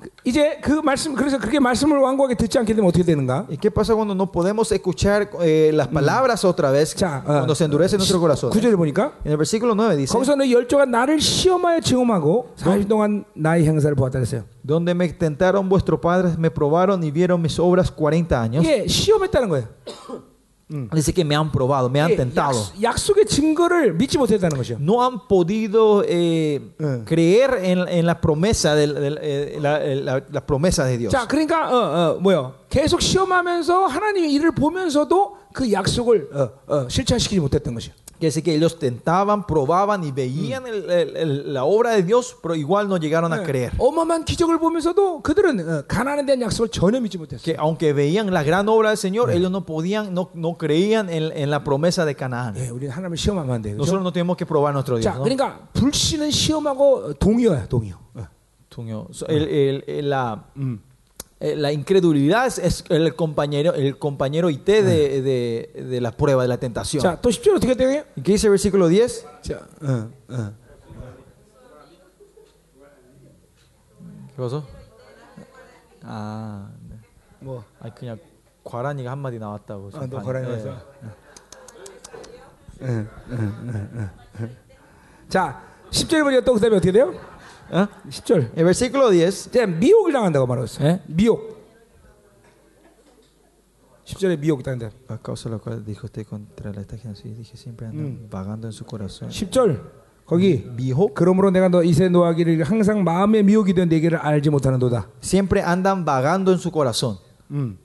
A: 그- 이제 그 말씀 그래서 그렇게 말씀을 완고하게 듣지 않게 되면 어떻게 되는가?
B: ¿Y qué pasa cuando no podemos escuchar eh, las palabras otra vez?
A: 자, 아,
B: Cuando se endurece nuestro corazón.
A: 구절을 보니까
B: En el versículo 9 dice,
A: 거기서 너 열조가 나를 시험하여 증험하고 40일 동안 나의 행사를 보았다 그랬어요.
B: donde me tentaron vuestros padres, me probaron y vieron mis obras 40 años. Mm.
A: 예, 시험했다는 거예요.
B: Dice que me han probado, me han
A: 예,
B: tentado.
A: 약속- 약속의 증거를 믿지 못했다는 것이요.
B: No han podido eh, creer en, en la promesa del- del- eh, la, eh, la- la promesa de Dios.
A: 자, 그러니까 어, 어, 뭐요? 계속 시험하면서 하나님의 일을 보면서도 그 약속을 어, 어, 실천시키지 못했던 것이요.
B: Quiere decir que ellos tentaban, probaban y veían el- el- el- la obra de Dios, pero igual no llegaron
A: Eh.
B: a creer.
A: 예. 어마어마한 기적을 보면서도 그들은 어, 가나안에 대한 약속을 전혀 믿지 못했어요.
B: Que aunque veían la gran obra del Señor, ellos no podían, no, no creían en, en la promesa de Canaán.
A: 예, 우리는 하나님을 시험하면 안 돼요. 그죠?
B: Nosotros no tenemos que probar nuestro Dios.
A: 자,
B: ¿no?
A: 그러니까 불신은 시험하고 동의어야, 동의어. 어.
B: Tuño, so, el- el- el- la, eh, la incredulidad es, es el compañero, el compañero IT de, de- de la prueba, de la tentación.
A: 자, 또 10절 어떻게 되요?
B: ¿Y ¿Qué dice el versículo 10?
A: 자, 어, 어.
B: ¿Qué pasó? Ah, no.
A: 뭐,
B: Ay, 그냥 과란이가 한마디 나왔다고.
A: 아, 예, 너
B: 심판이.
A: 거라니
B: 예.
A: 가서. 응, 응, 응, 응, 응. 예, 자, 10절 보니까 또 그다음에 어떻게 돼요?
B: ¿Eh?
A: 10절.
B: El versículo 10.
A: 이제 미혹을 당한다고 말하고 있어.
B: ¿eh?
A: 미혹. 10절에 미혹 당한다.
B: A causa de la cual dijo usted contra la esta generación, dije siempre anda vagando en su corazón.
A: 10절. 거기
B: Mijo,
A: 그러므로 내가 너 이세 노하기를 항상 마음의 미혹이 된 내게를 알지 못하는도다.
B: siempre andan vagando en su corazón.
A: 음.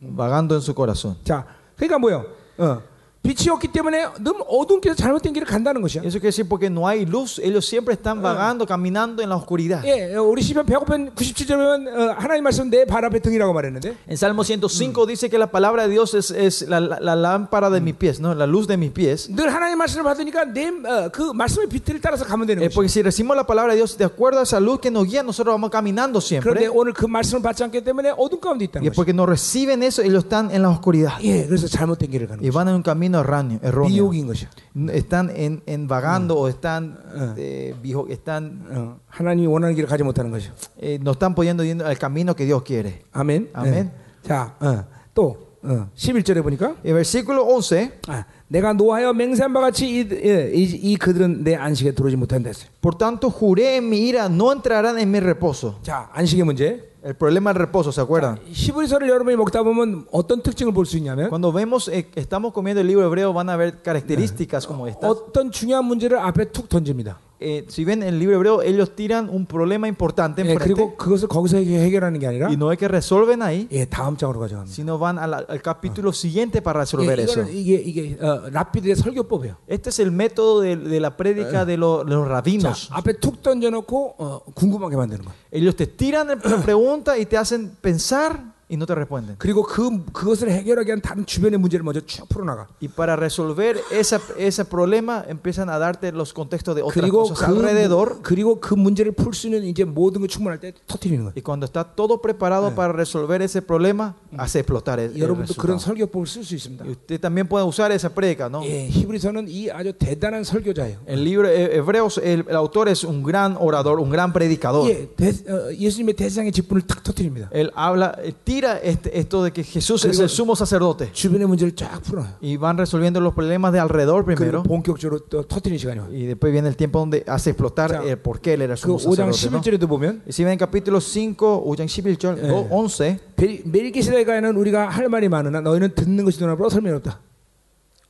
B: Vagando en su corazón.
A: 자, 그러니까 뭐요? 어. 빛이 없기 때문에 늘 어두운 길에서 잘못된 길을 간다는 것이야.
B: Eso quiere decir porque no hay luz, ellos siempre están vagando, caminando en la oscuridad.
A: 예, 어, 우리 시편 105편 97절에는 어, 하나님 말씀 내 발 앞에 등이라고 말했는데
B: En Salmo 105 dice que la palabra de Dios es, es la, la- la lámpara de mis pies, ¿no? la luz de mis pies.
A: 늘 하나님 말씀을 받으니까 내 그 말씀의 빛을 따라서 가면 되는
B: Eh,
A: 것이야.
B: porque si recibimos la palabra de Dios de acuerdo a esa luz que nos guía, nosotros vamos caminando
A: 그런데
B: siempre.
A: 오늘 그 말씀을 받지 않기 때문에 어둠 가운데
B: Y
A: 있다는
B: es
A: 것이야.
B: porque no reciben eso, ellos están en la oscuridad.
A: 예, 그래서 잘못된 길을 가는
B: Y
A: 거야.
B: van en un camino erráneo- erróneo.
A: 미혹인 것이야.
B: Están en, en vagando o están, eh, vijo- están
A: 어, 하나님이 원하는 길을 가지 못하는 것이야.
B: eh, no están pudiendo ir al camino que Dios quiere.
A: 아멘.
B: 아멘.
A: 예. 자, 어, 또 어, 11절에 보니까
B: El versículo 11.
A: 아, 내가 노하여 맹세한 바 같이 이, 예, 이, 이 그들은 내 안식에 들어오지 못한다 했어요.
B: Por tanto, juré en mi ira, no entrarán en mi reposo.
A: 자, 안식의 문제.
B: El problema del reposo, ¿se acuerdan?
A: 히브리서를 여러분이 먹다 보면 어떤 특징을 볼 수 있냐면
B: Cuando vemos, eh, estamos comiendo el libro hebreo, van a ver características como estas.
A: 어떤 중요한 문제를 앞에 툭 던집니다.
B: Eh, si ven el libro hebreo, ellos tiran un problema importante
A: 예,
B: enfrente
A: 그리고 그것을 거기서 해결- 해결하는 게 아니라
B: y no es que resuelven ahí,
A: 예, 다음 장으로 가져갑니다.
B: sino van al, al capítulo siguiente para
A: 예,
B: resolver eso.
A: 이거는 이게 이게 어, 라피들의 설교법이에요.
B: Este es el método de, de la prédica de, lo- de los
A: 자,
B: rabinos.
A: 앞에 툭 던져놓고 어, 궁금하게 만드는 거예요.
B: Ellos te tiran el- la pregunta y te hacen pensar y no te responden.
A: 그리고 그 그것을 해결하기 위한 다른 주변의 문제를 먼저 쭉 풀어나가.
B: Y para resolver esa- ese problema empiezan a darte los contextos de otras
A: 그리고
B: cosas
A: 그
B: alrededor.
A: 그리고 그 문제를 풀 수 있는 이제 모든 걸 충분할 때 터트리는 거예요.
B: Y cuando está todo preparado para resolver ese problema, hace explotar el, el
A: 여러분도
B: resultado.
A: 그런 설교법을 쓸 수 있습니다.
B: Y usted también puede usar esa prédica, ¿no?
A: 예, 히브리서는 이 아주 대단한 설교자예요.
B: El libro eh, Hebreos, el, el autor es un gran orador, un gran predicador.
A: 예, 대, 어, 예수님의 대상의 직분을 탁 터트립니다.
B: Él habla, eh, tira este- esto de que Jesús es el sumo sacerdote.
A: 주변의 문제를 쫙 풀어요.
B: Y van resolviendo los problemas de alrededor
A: 그리고
B: primero.
A: 본격적으로 예, 또 터트리는 시간이 와요.
B: Y después viene el tiempo donde hace explotar
A: Ya.
B: el por qué él era el
A: 그
B: sumo
A: 5장
B: sacerdote. ¿no?
A: 11절에도 보면
B: Y si ven capítulo 5, 5장 11절,
A: 예.
B: 11.
A: 베- 멜기세덱에는 우리가 할 말이 많으나 너희는 듣는 것이 눈앞으로 설명이 없다.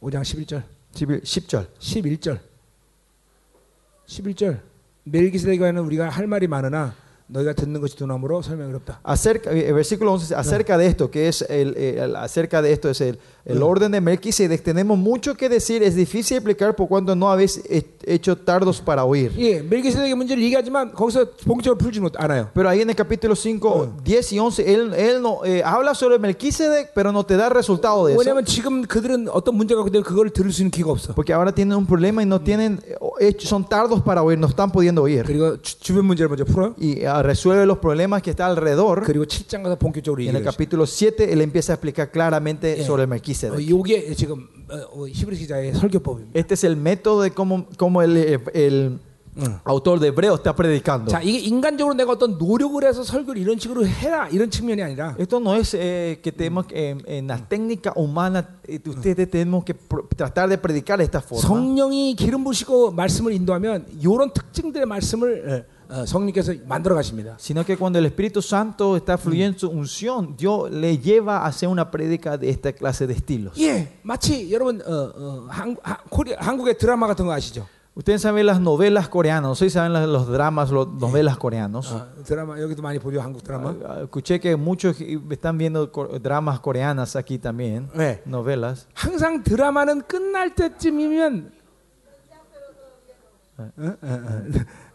A: 5장 11절,
B: 11, 10절.
A: 11절, 11절. 멜기세덱에는 우리가 할 말이 많으나 너희가 듣는 것이 눈앞으로 설명이 없다.
B: Acerca, eh, versículo 11, acerca de esto, que es el, el- el- acerca de esto, es el, el orden de Melquisedec. Tenemos mucho que decir, es difícil explicar por cuanto no habéis he- hecho tardos para oír.
A: 예, 멜기세덱의 문제를 얘기하지만 거기서 본격적으로 풀지 못 않아요.
B: Pero ahí en el capítulo 5, 10 y 11, él, él no, eh, habla sobre Melquisedec, pero no te da resultado de eso.
A: 왜냐하면 지금 그들은 어떤 문제가 있기 때문에 그걸 들을 수 있는 기회가 없어.
B: Porque ahora tienen un problema y no tienen, eh, o- hecho- son tardos para oír, no están pudiendo oír.
A: 그리고 주, 주변 문제를 먼저 풀어요.
B: Y ah, resuelve los problemas que está alrededor.
A: 그리고 7장 가서 본격적으로
B: Y en el
A: 얘기해요.
B: capítulo 7, él empieza a explicar claramente
A: Eh.
B: sobre Melquisedec.
A: 이게 지금 어, 어, 히브리 기자의 설교법입니다.
B: Este es el método de cómo, cómo el, eh, el
A: 응.
B: autor de Hebreo está predicando.
A: 자, 이게 인간적으로 내가 어떤 노력을 해서 설교를 이런 식으로 해라 이런 측면이 아니라
B: Esto no es eh, que tenemos que, eh, en la técnica humana, eh, ustedes tenemos que pro- tratar de predicar de esta forma.
A: 성령이 기름 부시고 말씀을 인도하면 이런 특징들의 말씀을 어, 어, 성령께서 만들어 가십니다.
B: Sino que cuando el Espíritu Santo está fluyendo en su unción, Dios le lleva a hacer una prédica de esta clase de estilos.
A: 예, 마치 여러분 어, 어, 한, 한, 코리, 한국의 드라마 같은 거 아시죠?
B: Ustedes saben las novelas coreanas, no sé si saben las- los dramas, los novelas coreanos.
A: 아, 드라마 여기도 많이 보죠 한국 드라마.
B: Ah, Escuché que muchos están viendo cor- dramas coreanas aquí también,
A: 네.
B: novelas.
A: 항상 드라마는 끝날 때쯤이면 어, 어, 어.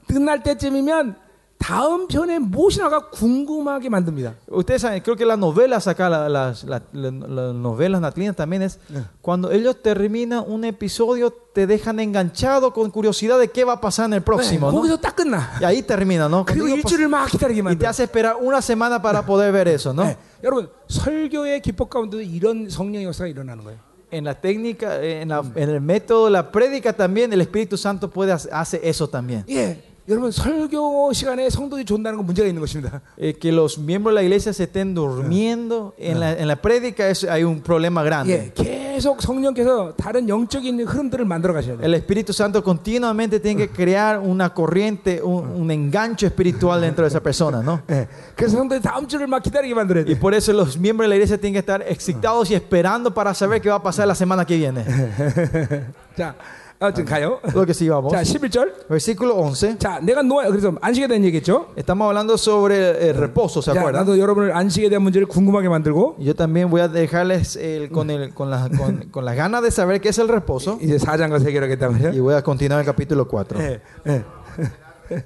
A: 끝날 때쯤이면 다음 편에 무엇이 나가 궁금하게 만듭니다.
B: Ustedes saben, creo que las novelas acá, la- las, la- la- las novelas natalinas también es, cuando ellos terminan un episodio, te dejan enganchado con curiosidad de qué va a pasar en el
A: 네,
B: próximo, ¿no?
A: 거기서 딱 끝나.
B: Y ahí termina, ¿no?
A: 그리고
B: Contigo
A: 일주일을 막 기다리게
B: pas- Y te
A: 만들어.
B: hace esperar una semana para poder ver eso, ¿no?
A: 네, 여러분 설교의 기법 가운데도 이런 성령 의 역사가 일어나는 거예요.
B: En la técnica, eh, en, la- en el método de la prédica también, el Espíritu Santo puede hace, hace eso también.
A: 예, 여러분 설교 시간에 성도들이 존다는 건 문제가 있는 것입니다.
B: Eh, que los miembros de la iglesia se estén durmiendo en la, en la prédica es, hay un problema
A: 예,
B: grande.
A: 계속 성령께서 다른 영적인 흐름들을 만들어 가셔야 돼요.
B: El Espíritu Santo continuamente tiene que crear una corriente, un, un enganche espiritual dentro de esa persona, ¿no?
A: 예, 그래서 성도들이 다음 주를 막 기다리게 만들어야
B: Y
A: 돼요.
B: por eso los miembros de la iglesia tienen que estar excitados y esperando para saber qué va a pasar la semana que viene.
A: 자, 예. 아무튼 네. 가요.
B: Lo que sí vamos.
A: 자, 11절.
B: Versículo 11.
A: 자, 내가 노아 그래서 안식에 대한 얘기겠죠.
B: Estamos hablando sobre el reposo, ¿se
A: 자,
B: acuerdan?
A: 나도 여러분을 안식에 대한 문제를 궁금하게 만들고
B: Yo también voy a dejarles el- con, el, con, la, con, con las ganas de saber qué es el reposo
A: 이제 4장 가서 해결하겠다
B: y
A: 말이야.
B: voy a continuar el capítulo 4.
A: 예, 예.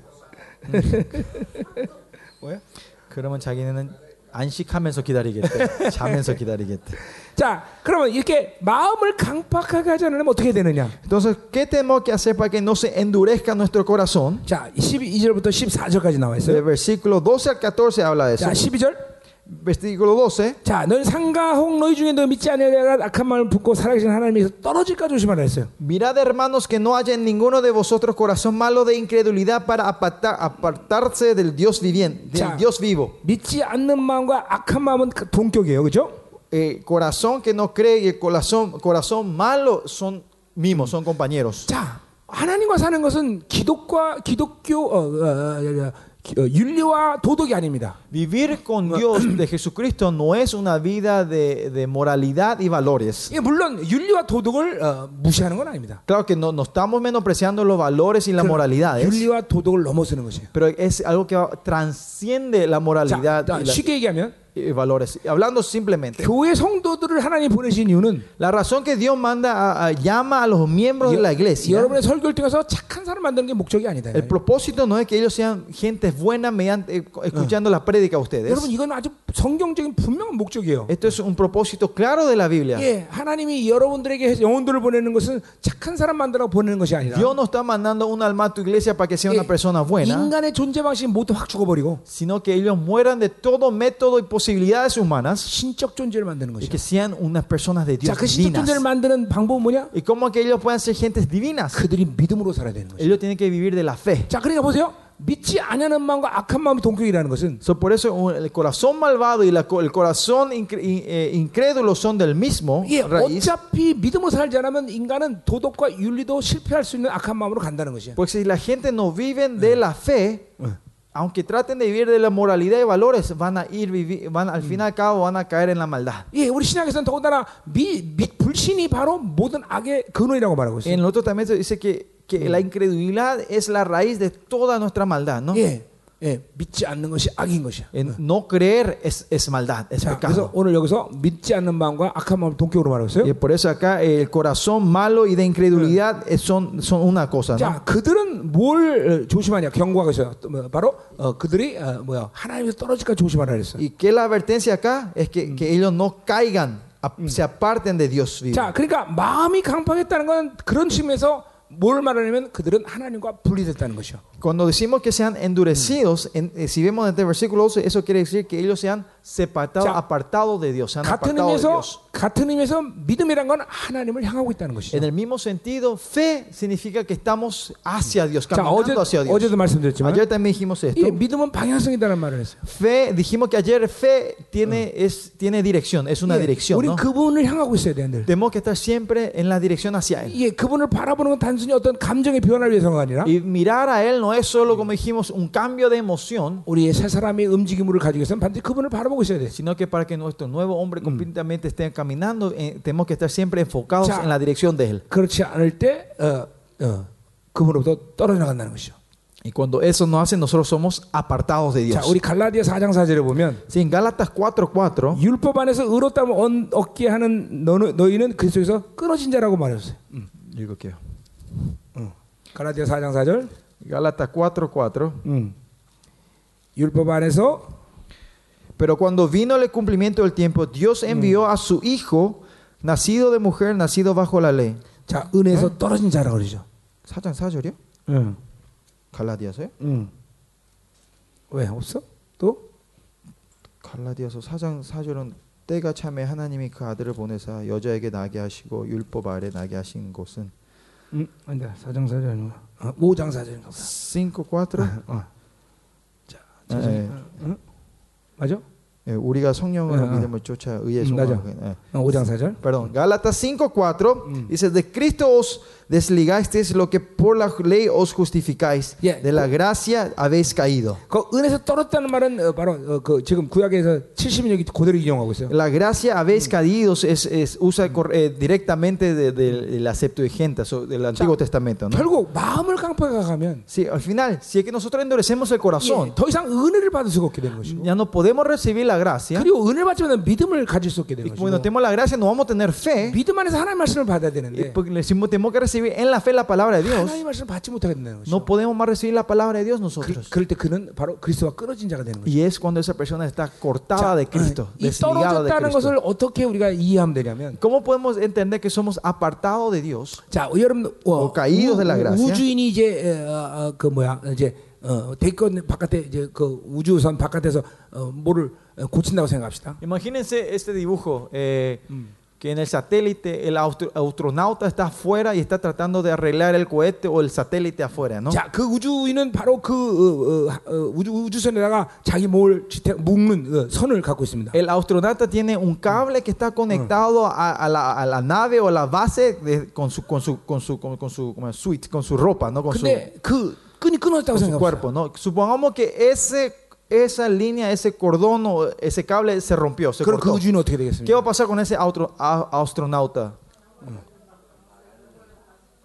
B: 그러면 자기는 안식하면서 기다리겠대. 자면서 기다리겠대.
A: 자, 그러면 이렇게 마음을 강팍하게 하지 않으면 어떻게 되느냐?
B: Entonces, ¿qué tenemos que hacer para que no se endurezca nuestro corazón?
A: 자, 12절부터 14절까지 나와
B: Del
A: 있어요.
B: versículo 12 al 14 habla de eso.
A: 자, 12절.
B: Versículo 12.
A: 자, 너는 상가 홍 너희 중에 너 믿지 아니하려가 악한 마음을 붙고 살아계신 하나님에서 떨어질까 조심하라 했어요.
B: Mirad, hermanos, que no haya en ninguno de vosotros corazón malo de incredulidad para aparta- apartarse del Dios viviente,
A: Ya.
B: del Dios vivo.
A: 믿지 않는 마음과 악한 마음은 그 동격이에요. 그죠?
B: Eh, corazón que no cree y el corazón, corazón malo son mimos, son compañeros.
A: 자, 하나님과 사는 것은 기독과 기독교 어, 어, 어, 어, 기- 어, 윤리와 도덕이 아닙니다.
B: Vivir con Dios de Jesucristo no es una vida de, de moralidad y valores.
A: 예, 물론 윤리와 도덕을 어, 무시하는 건 아닙니다.
B: Claro que no, no estamos menospreciando los valores y las moralidades,
A: 윤리와 도덕을 넘어서는 것이에요.
B: pero es algo que va- transciende la
A: 자,
B: moralidad
A: 자,
B: y, la-
A: 쉽게 얘기하면
B: y valores. Hablando simplemente,
A: 네. 교회 성도들을 하나님 보내신 이유는
B: la razón que Dios manda a- a- llama a los miembros de la iglesia,
A: 여러분의 설교를 통해서 착한 사람 만드는 게 목적이 아니다.
B: el propósito no es que ellos sean gentes buenas mediante eh, escuchando la prédica a ustedes.
A: 여러분 이건 아주 성경적인 분명한 목적이에요.
B: Esto es un propósito claro de la Biblia.
A: 예, 하나님이 여러분들에게 영혼들을 보내는 것은 착한 사람 만들어 보내는 것이 아니라
B: Dios no está mandando un alma a tu iglesia para que sea una
A: Eh,
B: persona buena,
A: 인간의 존재 방식 모두 확 죽어버리고
B: sino que ellos mueran de todo método y posibilidades humanas
A: 신적 존재를 만드는
B: y
A: 것이야.
B: que sean unas personas de
A: 자,
B: Dios
A: 그 신적
B: divinas.
A: 존재를 만드는 방법은 뭐냐?
B: Y cómo que ellos puedan ser gentes divinas.
A: 그들이 믿음으로 살아야 되는 것이야.
B: Ellos tienen que vivir de la fe.
A: 자, 그러니까 보세요. 믿지 않는 마음과 악한 마음이 동격이라는 것은
B: So, por eso un- el corazón malvado y la co- el corazón incre- in- eh, incrédulo son del mismo
A: 예,
B: raíz.
A: 어차피 믿음으로 살지 않으면 인간은 도덕과 윤리도 실패할 수 있는 악한 마음으로 간다는 것이야.
B: Porque si la gente no vive de la fe, aunque traten de vivir de la moralidad y valores, van a ir, vivi- van, al fin y al cabo van a caer en la maldad.
A: 예, 우리 신약에서는 더군다나 미, 미, 불신이 바로 모든 악의 근원이라고 말하고 있어요.
B: En el otro también se dice que, que la incredulidad es la raíz de toda nuestra maldad, ¿no?
A: 예, 예, 믿지 않는 것이 악인 것이야.
B: En no creer es, es maldad, es
A: 자, 그래서
B: pecado.
A: 오늘 여기서 믿지 않는 마음과 악한 마음을 동격으로 말하고 있어요.
B: Y por eso acá eh, el corazón malo y de incredulidad eh, son, son una cosa, ¿no?
A: 자, 그들은 뭘 어, 조심하냐? 경고하고 있어요. 또 뭐, 바로 어, 그들이 어, 뭐야? 하나님에서 떨어질까 조심하라 그랬어요.
B: Y que la advertencia acá es que, que ellos no caigan, a- se aparten de Dios vivo.
A: 자, 그러니까 마음이 강팍했다는 건 그런 측면에서 뭘 말하냐면 그들은 하나님과 분리됐다는 것이요.
B: Cuando decimos que sean endurecidos, en- eh, si vemos en este versículo 12, eso quiere decir que ellos sean separados,
A: Ya.
B: apartados de Dios, se han
A: 같은
B: apartado de
A: 의미에서
B: Dios.
A: 같은 의미에서 믿음이란 건 하나님을 향하고 있다는 것이죠.
B: En el mismo sentido, fe significa que estamos hacia Dios,
A: 자, 어제
B: caminando hacia Dios.
A: 어제도 말씀드렸지만
B: Ayer también dijimos esto.
A: 이 믿음은 방향성이라는 말을 했어요.
B: Fe, dijimos que ayer fe tiene, es, tiene dirección, es una dirección.
A: 예, 우리
B: ¿no?
A: 그분을 향하고 있어야 되는데.
B: Tenemos que estar siempre en la dirección hacia Él.
A: 예, 그분을 바라보는 건 단순히 어떤 감정의 변화를 위해서가 아니라
B: Y mirar a Él no es solo, como dijimos, un cambio de emoción,
A: 우리의 새 사람의 움직임을 가지고 있으면 반드시 그분을 바라보고 있어야 돼.
B: sino que para que nuestro nuevo hombre completamente esté caminando, eh, tenemos que estar siempre enfocados
A: Ya.
B: en la dirección de Él.
A: 그렇지 않을 때 어, 어, 그분으로부터 떨어져 나간다는 것이죠.
B: Y cuando eso no hace, nosotros somos apartados de
A: 자,
B: Dios.
A: 우리 갈라디아 4장 4절에 보면
B: Sí, en Gálatas 4:4,
A: 율법 안에서 의롭다면 얻- 얻게 하는 너, 너희는 그리스도에서 끊어진 자라고 말했어요.
B: mm, digo que
A: 갈라디아 4장 4절.
B: Gálatas 4:4,
A: 음. 율법 안에서
B: pero cuando vino el cumplimiento del tiempo, Dios envió a su hijo, nacido de mujer, nacido bajo la ley.
A: 자 은혜에서 떨어진 자라고 그러죠.
B: 사장 사절이요? 갈라디아서요?
A: 음. 왜 없어? 또?
B: 갈라디아서 4장 4절은 때가 참에 하나님이 그 아들을 보내사 여자에게 나게 하시고 율법 아래 나게 하신 곳은
A: 음, 아니다. 4장 4절 아니구나. 어, 5장 4절인가 보다.
B: 5, 4
A: 어. 자,
B: 예, 예.
A: 어, 응? 맞아? 어,
B: 예, 우리가 성령을
A: 예, 예.
B: 믿음을 쫓아 의의
A: 음,
B: 소망을
A: 맞아.
B: 예.
A: 5장 4절.
B: Perdón, Gálatas 5, 4
A: Mm.
B: dice, de Cristo os desligasteis lo que por la ley os justificáis,
A: Yeah.
B: de la gracia habéis caído.
A: 그 은혜에서 떨었다는 말은 어, 바로 어, 그 지금 구약에서 70년이 그대로 인용하고 있어요.
B: La gracia habéis
A: Mm.
B: caído es, es- usa cor- eh, directamente de, de- de la Septuaginta, so- del Antiguo Testamento. ¿no?
A: 결국 마음을 강포해 가면
B: Sí, al final, si es que nosotros endurecemos el
A: 예,
B: corazón,
A: 더 이상 은혜를 받을 수가 없게 되는 것이고
B: ya no podemos recibir la gracia.
A: 그리고 은혜를 받지만 믿음을 가질 수 없게
B: Y
A: 되는
B: cuando
A: 것이고
B: tenemos la gracia, no vamos a tener fe.
A: 믿음 안에서 하나님 말씀을 받아야
B: Y
A: 되는데
B: porque le decimos, tenemos que recibir en la fe la palabra de Dios.
A: 하나님 말씀을 받지 못하게 된다는
B: No
A: 것이죠.
B: podemos más recibir la palabra de Dios
A: 그,
B: nosotros.
A: 그럴 때 그는 바로 그리스도와 끊어진 자가 되는 것이죠. 아, 네.
B: Y es cuando esa persona está cortada de Cristo,
A: 이
B: desligada de
A: 떨어졌다는
B: Cristo.
A: 것을 어떻게 우리가 이해하면 되냐면
B: ¿Cómo podemos entender que somos apartados de Dios?
A: 자, 여러분 어,
B: 어, caídos de la gracia.
A: 우주인이 이제 어, 어, 그 뭐야 이제 어, 대권 바깥에 이제 그 우주선 바깥에서 어, 뭐를 어, 고친다고 생각합시다.
B: Imagínense este dibujo. eh, Que en el satélite el austro- astronauta está afuera y está tratando de arreglar el cohete o el satélite afuera, ¿no?
A: 자, 그 우주인은 바로 그 어, 어, 어, 우주 우주선에다가 자기 몸을 지탱- 묶는 어, 선을 갖고 있습니다.
B: El astronauta tiene un cable que está conectado a, a la, a la nave o la base de- con su con su con su con, con su como suit, con su ropa, no con su,
A: 근데 그 끈이 끊어졌다고
B: con su
A: 생각합시다.
B: cuerpo, ¿no? Supongamos que ese esa línea, ese cordón o ese cable se rompió, se
A: 그럼 그
B: cortó.
A: 우주인은 어떻게
B: ¿Qué va a
A: 되겠습니까?
B: pasar con ese autro- a- astronauta?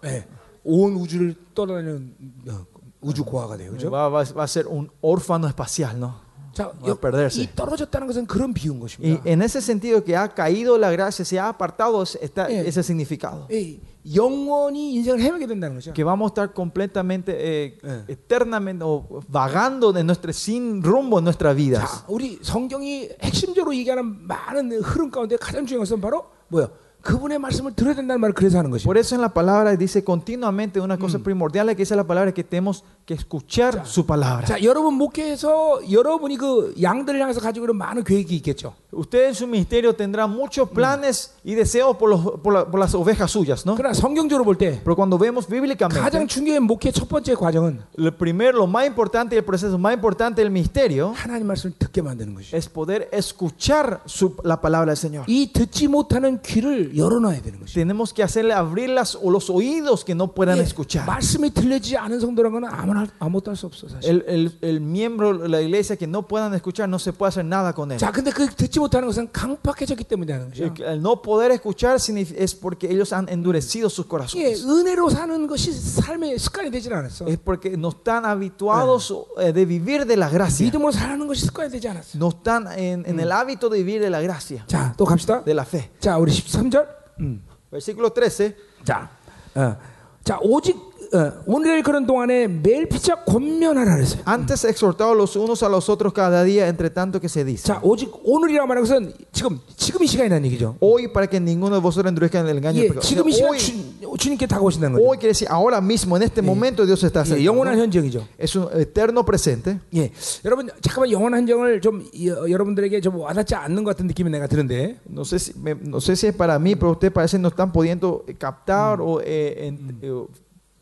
A: 예, 온 우주를 떠다니는 어, 우주 고아가 돼요, 그죠?
B: Va, va- va a ser un órfano espacial, ¿no?
A: 자,
B: 아, perderse.
A: 이 떨어졌다는 것은 그런 비유인
B: Y
A: 것입니다.
B: en ese sentido que ha caído la gracia, se ha apartado es- está
A: Eh.
B: ese significado.
A: 예, 영원히 인생을 헤매게 된다는 거죠.
B: que vamos a estar completamente, eh,
A: Eh.
B: eternamente, o vagando de nuestra, sin rumbo en nuestras vidas.
A: 자, 우리 성경이 핵심적으로 얘기하는 많은 흐름 가운데 가장 중요한 것은 바로 뭐요? 그분의 말씀을 들어야 된다는 말을 그래서 하는 것이에요.
B: Por eso en la palabra dice continuamente una cosa primordial que dice la palabra que tenemos que escuchar su palabra.
A: 자, 여러분 목회에서 여러분이 그 양들을 향해서 가지고 있는 많은 계획이 있겠죠.
B: Usted en su ministerio tendrá muchos planes y deseos por, los- por la- por las ovejas suyas, ¿no?
A: 그러나 성경적으로 볼 때
B: Pero cuando vemos bíblicamente,
A: 가장 중요한 목회 첫 번째 과정은
B: lo primero, lo más importante y el proceso más importante del ministerio
A: 하나님 말씀을 듣게 만드는 것이죠.
B: es poder escuchar su- la palabra del Señor.
A: 이 듣지 못하는 귀를 열어놔야 되는 것이죠.
B: Tenemos que hacerle abrir las, o los oídos que no puedan
A: 예,
B: escuchar.
A: 말씀이 들려지지 않은 성도란 건 아무나 아무것도 할 수 없어 사실.
B: el, el- el miembro de la iglesia que no puedan escuchar, no se puede hacer nada con él.
A: 자, 근데 그 듣지 못하는 것은 강팍해졌기 때문에 하는 것이죠.
B: El, el no poder escuchar signifi- es porque ellos han endurecido sus
A: 예,
B: corazones.
A: 은혜로 사는 것이 삶의 습관이 되질 않았어.
B: Es porque no están habituados eh, de vivir de la gracia.
A: 믿음으로 사는 것이 습관이 되지 않았어.
B: No están en, en el hábito de vivir de la gracia,
A: 자, 또 갑시다.
B: de la fe.
A: 자, 우리 13절. 네. 음.
B: Versículo 13.
A: 자, 어, 자, 오직 어, 오늘 그런 동안에 매일 피차 권면하라 그랬어요.
B: Antes exhortados los unos a los otros cada día, entre tanto que se dice.
A: 자, 오직 오늘이라 말하는 것은 지금 지금 이 시간이라는 얘기죠.
B: Hoy para que ninguno de vosotros endurezca en el engaño. del
A: 예,
B: pecado.
A: 지금 이
B: O
A: 시간
B: sea, hoy,
A: 주, 주님께 다가오신다는
B: hoy
A: 거죠.
B: quiere decir ahora mismo, en este momento Dios está
A: 예,
B: haciendo.
A: 영원한 현장이죠.
B: Es un eterno presente.
A: 예, 여러분 잠깐만 영원한 현장을 좀 이, 어, 여러분들에게 좀 와닿지 않는 것 같은 느낌이 내가 드는데.
B: No sé, si, me- no sé si es para mí, pero ustedes parece no están pudiendo captar o eh, en- eh, o-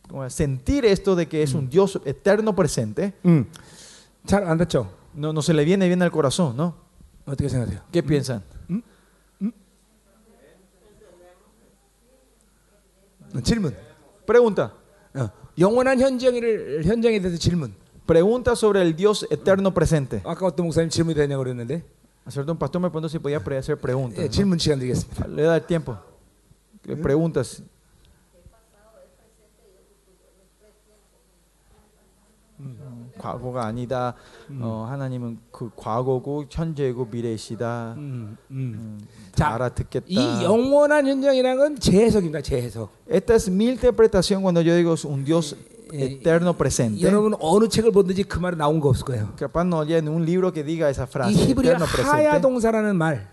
B: como sentir esto de que es un Dios eterno presente.
A: 음, 잘 안 됐죠?
B: No, no se le viene bien al corazón, ¿no?
A: 어떻게 생각해요?
B: ¿Qué piensan?
A: 어, 질문.
B: Pregunta.
A: 어, 영원한 현장을 현장에 대해서 질문.
B: Pregunta sobre el Dios eterno presente.
A: 아까 어떤 목사님 질문이 되냐고 그랬는데
B: Acertó un pastor me preguntó si podía pre- hacer preguntas.
A: 예,
B: ¿no?
A: 질문 시간 드리겠습니다.
B: Le da el tiempo. Le Preguntas. 과거가 아니다. 어, 하나님은 그 과거고 현재고 미래이시다.
A: 음, 음.
B: 다
A: 자,
B: 알아듣겠다.
A: 이 영원한 현장이라는 건 재해석입니다. 재해석.
B: Esta es mi interpretación cuando yo digo es un Dios
A: eh,
B: eterno presente.
A: 여러분 어느 책을 보든지 그 말이 나온 거 없을 거예요.
B: Capaz no haya en un libro que diga esa
A: 이
B: frase.
A: 히브리어
B: Eterno
A: 하야
B: presente.
A: 동사라는 말,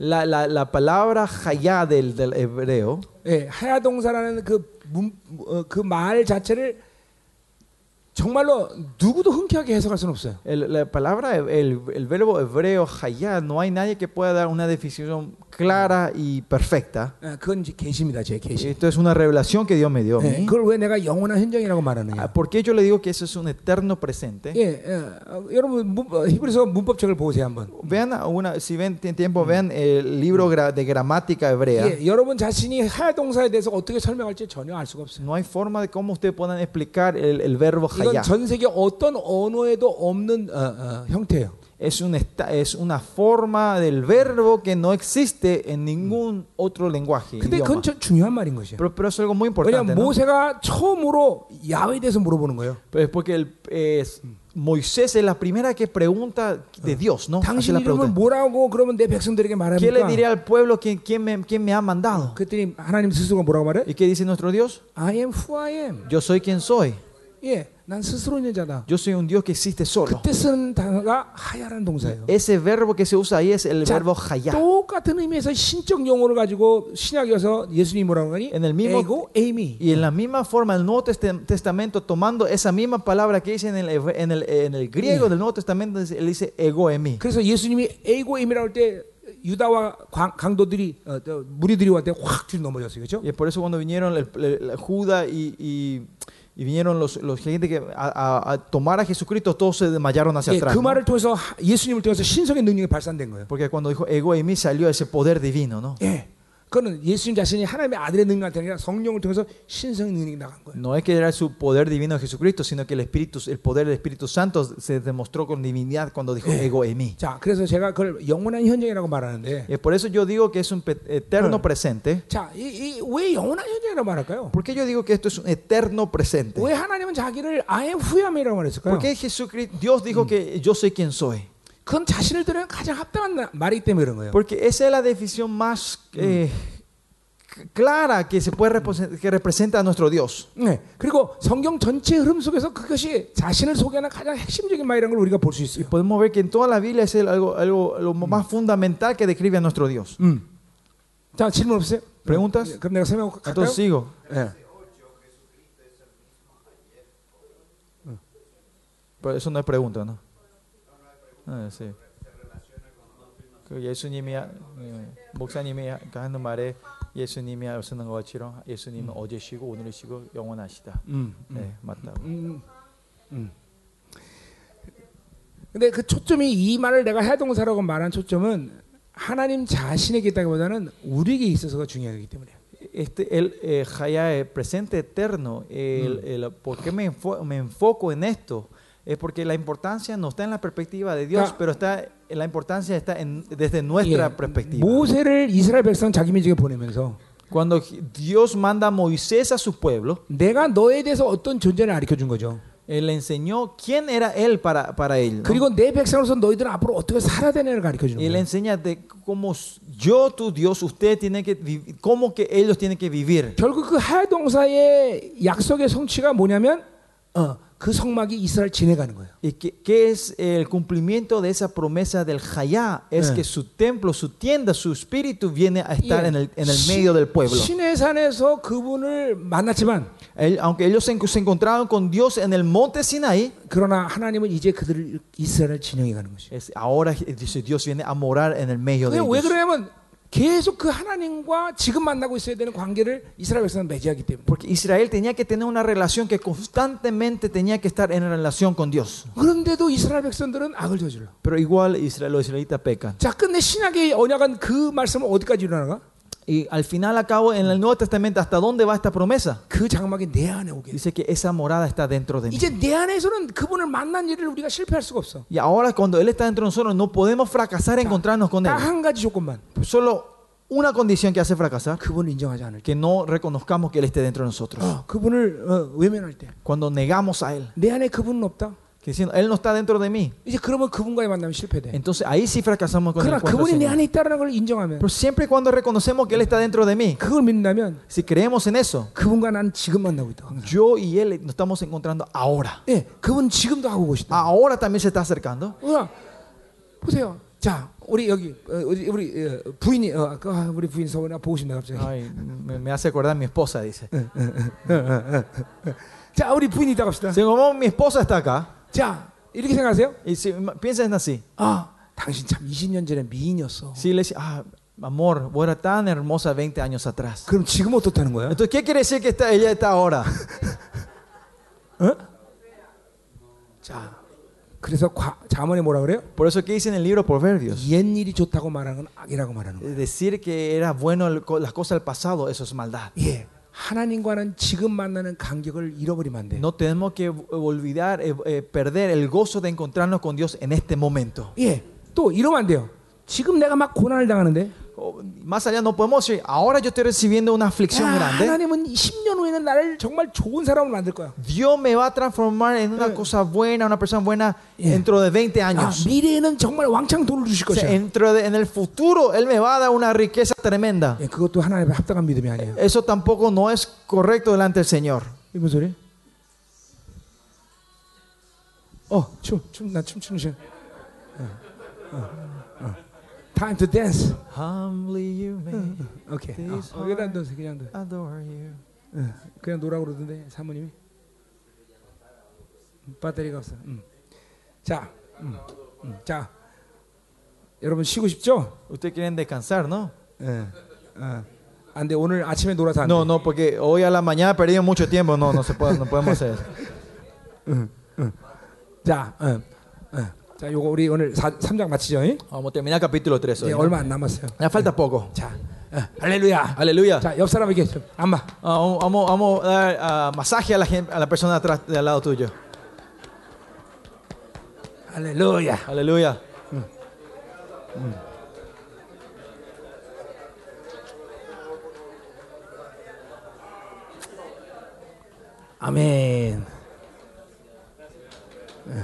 B: La, la, la palabra hayá del, del hebreo,
A: 예, 하야 동사라는 그 어, 그그말 자체를 정말로 누구도 흔쾌하게 해석할 수는 없어요.
B: el- la palabra, el, el verbo hebreo hayá, no hay nadie que pueda dar una definición clara y perfecta.
A: 예, 그건 이제 계시입니다, 제 계시.
B: Esto es una revelación que Dios me dio. a
A: 예,
B: mí.
A: 그걸 왜 내가 영원한 현장이라고 말하느냐?
B: Ah, ¿Por qué yo le digo que eso es un eterno presente?
A: 예, 예. 어, 여러분 문- 어, 히브리서 문법책을 보세요 한번.
B: Vean, a una, si ven, tienen tiempo, vean el libro gra- de gramática hebrea.
A: 예, 여러분 자신이 하야 동사에 대해서 어떻게 설명할지 전혀 알 수가 없어요.
B: No hay forma de cómo ustedes puedan explicar el, el verbo hayá.
A: 이건 전 세계 어떤 언어에도 없는 어, 어, 형태예요.
B: Es, un esta- es una forma del verbo que no existe en ningún otro lenguaje.
A: 근데
B: idioma.
A: 그건 저- 중요한 말인 것이에요.
B: Pero, pero es algo muy importante.
A: 왜냐하면
B: ¿no?
A: 모세가 처음으로 야외에 대해서 물어보는 거예요.
B: Pero es porque el- es- Moisés es la primera que pregunta de Dios, ¿no? Hace
A: 어? 당신
B: la
A: 이름을
B: pregunta.
A: 뭐라고 그러면 내 백성들에게
B: ¿Qué le diré
A: 말합니까?
B: al pueblo que, quién, me, quién me ha mandado?
A: 그랬더니 하나님 스스로가 뭐라고 말해?
B: ¿Y qué dice nuestro Dios?
A: I am who I am.
B: Yo soy quien soy.
A: 예, 난 스스로 있는 자다.
B: Yo soy un Dios que existe solo.
A: 그때 쓰는 단어가 하야라는 동사예요.
B: Ese verbo que se usa ahí es el
A: 자,
B: verbo hayá.
A: 똑같은 의미에서 신적 용어를 가지고 신약에서 예수님이 뭐라고 하니?
B: En el mismo-
A: 에고 에이미.
B: Y en la misma forma, el Nuevo Teste- Testamento, tomando esa misma palabra que dice en el, hebre- en el, en el griego del Nuevo Testamento, dice- él dice ego en mí.
A: 그래서 예수님이 에고 에이미라고 할 때 유다와 광- 강도들이 어, 저 무리들이 왔을 때확 뒤로 넘어졌어요. 그렇죠?
B: Y por eso cuando vinieron el, el- el Judas y, y- y vinieron los, los gente que a, a- a tomar a Jesucristo, todos se desmayaron hacia
A: 예,
B: atrás.
A: 그
B: ¿no?
A: 말을 통해서 하- 예수님을 통해서 신성의 능력이 발산된 거예요.
B: Porque cuando dijo ego en mí salió ese poder divino, ¿no?
A: 예. 그거는 예수님 자신이 하나님의 아들의 능력한테 아니라 성령을 통해서 신성의 능력이 나간 거예요.
B: No es que era su poder divino de Jesucristo, sino que el Espíritu, el poder del Espíritu Santo se demostró con divinidad cuando dijo ego en mí.
A: 자, 그래서 제가 그걸 영원한 현장이라고 말하는데,
B: Eh, por eso yo digo que es un pe- eterno presente.
A: 자, 이, 이, 왜 영원한 현장이라고 말할까요?
B: ¿Por qué yo digo que esto es un eterno presente?
A: 왜 하나님은 자기를 아예 후회함이라고 말했을까요?
B: ¿Por qué Jesucristo, Dios dijo que yo soy quien soy?
A: 그건 자신을 들은 가장 합당한 나- 말이기 때문에 그런 거예요.
B: Porque esa es la definición más eh, c- clara que se puede repose- que representa a nuestro Dios.
A: 네. 그리고 성경 전체 흐름 속에서 그것이 자신을 소개하는 가장 핵심적인 말이라는 걸 우리가 볼 수 있어요.
B: Podemos ver que en toda la Biblia es el- algo, algo lo más fundamental que describe a nuestro Dios.
A: 음. 자, 질문 없으세요?
B: Preguntas?
A: 예, 그럼 내가 설명할까요?
B: Entonces sigo.
A: 예.
B: Pero eso no es pregunta, ¿no? Ah, sí. 그 예수님이야, 예, 목사님이 하는 말에 예수님이 하시는 것처럼 예수님은 어제시고 오늘이시고 영원하시다.
A: 음.
B: 네, 맞다.
A: 음. 음. 근데 그 초점이 이 말을 내가 해동사라고 말한 초점은 하나님 자신에게 있다기보다는 우리에게 있어서가 중요하기 때문에.
B: Este, el eh, Jaya, eh, presente eterno, el, el- ¿por qué me, enfo- me enfoco en esto? Es porque la importancia no está en la perspectiva de Dios,
A: Ca-
B: pero está la importancia está en- desde nuestra
A: 예,
B: perspectiva.
A: 모세를 이스라엘 백성 자기 민족에 보내면서
B: Cuando Dios manda a Moisés a su pueblo,
A: 내가 너에 대해서 어떤 존재를 가르쳐 준 거죠.
B: Él le enseñó quién era Él para, para Él. ¿no?
A: 그리고 내 백성으로서 너희들은 앞으로 어떻게 살아야 되는지를 가르쳐 주는
B: Y le
A: 거예요.
B: enseña de cómo s- yo, tu Dios, usted tiene que vivi- cómo que ellos tienen que vivir.
A: 결국 그 해동사의 약속의 성취가 뭐냐면 어, 그 성막이 이스라엘 지내가는 거예요.
B: ¿Y qué, qué es el cumplimiento de esa promesa del Hayá? Es
A: Eh.
B: que su templo, su tienda, su espíritu viene a estar
A: 예.
B: en el, en el
A: 시-
B: medio del pueblo.
A: 시내산에서 그분을 만났지만
B: El- aunque ellos se, encu- se encontraron con Dios en el monte Sinaí,
A: 그러나 하나님은 이제 그들을 이스라엘 진영에 가는 것이에요.
B: es, ahora eh, dice, Dios viene a morar en el medio de
A: 그게 왜
B: ellos.
A: 그러냐면 계속 그 하나님과 지금 만나고 있어야 되는 관계를 이스라엘 백성은 매지하기 때문에.
B: Porque Israel tenía que tener una relación que constantemente tenía que estar en relación con Dios.
A: 그런데도 이스라엘 백성들은 악을 저질러.
B: Pero igual Israel, los israelitas pecan.
A: 자, 끝내 신약의 언약은 그 말씀은 어디까지 일어나가?
B: Y al final, a cabo, en el Nuevo Testamento, ¿hasta dónde va esta promesa?
A: 그 장막이 내 안에 오게. 돼.
B: Dice que esa morada está dentro de mí.
A: 이제 내 안에서는 그분을 만난 일을 우리가 실패할 수가 없어.
B: Y ahora cuando Él está dentro de nosotros, no podemos fracasar en encontrarnos con Él.
A: 딱 한 가지 조건만.
B: Solo una condición que hace fracasar,
A: 그분을 인정하지 않을 때.
B: que no
A: Ah.
B: reconozcamos que Él esté dentro de nosotros.
A: 어, 그분을 어, 외면할 때.
B: Cuando negamos a Él,
A: 내 안에 그분은 없다.
B: que diciendo, Él no está dentro de mí.
A: 이제 그러면 그분과의 만남이 실패돼.
B: Entonces ahí sí fracasamos con el
A: 네, 그러나
B: encuentro
A: 그분이
B: del
A: 내
B: Señor.
A: 안에 있다는 걸 인정하면
B: Pero siempre y cuando reconocemos que Él está dentro de mí,
A: 그걸 믿는다면
B: si creemos en eso,
A: 그분과 난 지금 만나고 있다. 항상.
B: yo y Él nos estamos encontrando ahora.
A: 예, 그분 지금도 하고 계시다.
B: Ahora también se está acercando.
A: 누나 보세요. 자, 우리 여기 어, 우리 우리, 어, 부인이 어, 아까 아, 우리 부인 서원아 보고 싶네 갑자기. 예,
B: Ay, me, me hace acordar mi esposa, dice.
A: 자, 우리 부인이 있다 갑시다.
B: Si como mi esposa está acá,
A: 자, 이렇게 생각하세요?
B: y si piensen así,
A: 아, 당신 참 20년 전에 미인이었어.
B: si le dice, ah, amor, vos eras tan hermosa 20 años atrás.
A: 그럼 지금 어떻다는 거야?
B: Entonces, ¿qué quiere decir que está, ella está ahora?
A: 자, 그래서 과, 자문에 뭐라 그래요?
B: Por eso, ¿qué dice en el libro Proverbios?
A: 옛 일이 좋다고 말하는 건 악이라고 말하는 거예요.
B: Es Decir que era bueno el co- las cosas del pasado, eso es maldad.
A: 예, 하나님과는 지금 만나는 간격을 잃어버리면 안 돼요.
B: No tenemos que olvidar, eh, eh, perder el gozo de encontrarnos con Dios en este momento.
A: 예, 또 이러면 안 돼요. 지금 내가 막 고난을 당하는데
B: O- Más allá no podemos decir, ahora yo estoy recibiendo una
A: 야,
B: aflicción grande.
A: 하나님은 10년 후에는 나를 정말 좋은 사람으로 만들 거야.
B: Dios me va a transformar en una cosa buena, una persona buena dentro de 20
A: 아,
B: años.
A: 미래에는 정말 왕창 돈을 주실
B: O sea,
A: 것이야.
B: dentro de- en el futuro Él me va a dar una riqueza tremenda.
A: 예, 그것도 하나님의 합당한 믿음이 아니에요.
B: Eso tampoco no es correcto delante del Señor.
A: 이 무슨 소리? 어, 춤, 춤, 나 춤추는 시간. 어, 어, 어. Time to dance.
B: Humbly you may
A: 오케이. 어, 어, 그냥 앉아, 그냥 앉아.
B: adore you.
A: 응, 예, 그냥 노라 그러던데 사모님이 음, 배터리가 없어. 음. 자, 음, 음, 자, 여러분 쉬고 싶죠?
B: Ustedes quieren descansar, ¿no?
A: 예. 어. 안돼 오늘 아침에 놀아서 안 돼.
B: No, no, porque hoy a la mañana perdimos mucho tiempo. No, no se puede, no podemos hacer eso.
A: 자, 응, 응. 자, 요거 우리 오늘 사, 3장 마치죠. 잉?
B: Vamos a terminar capítulo 3
A: 이제
B: hoy.
A: 얼마 안 남았어요.
B: Ya falta poco.
A: 자, 어, 할렐루야.
B: Aleluya.
A: 자, 옆 사람에게 좀 안마.
B: Ah, vamos, vamos- vamos a dar ah, masaje a la, gen- a la persona atrás, de al lado tuyo.
A: 할렐루야.
B: Aleluya.
A: 아멘. 예.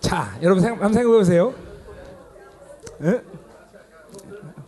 A: 자, 여러분 생각, 한번 생각해 보세요. 응?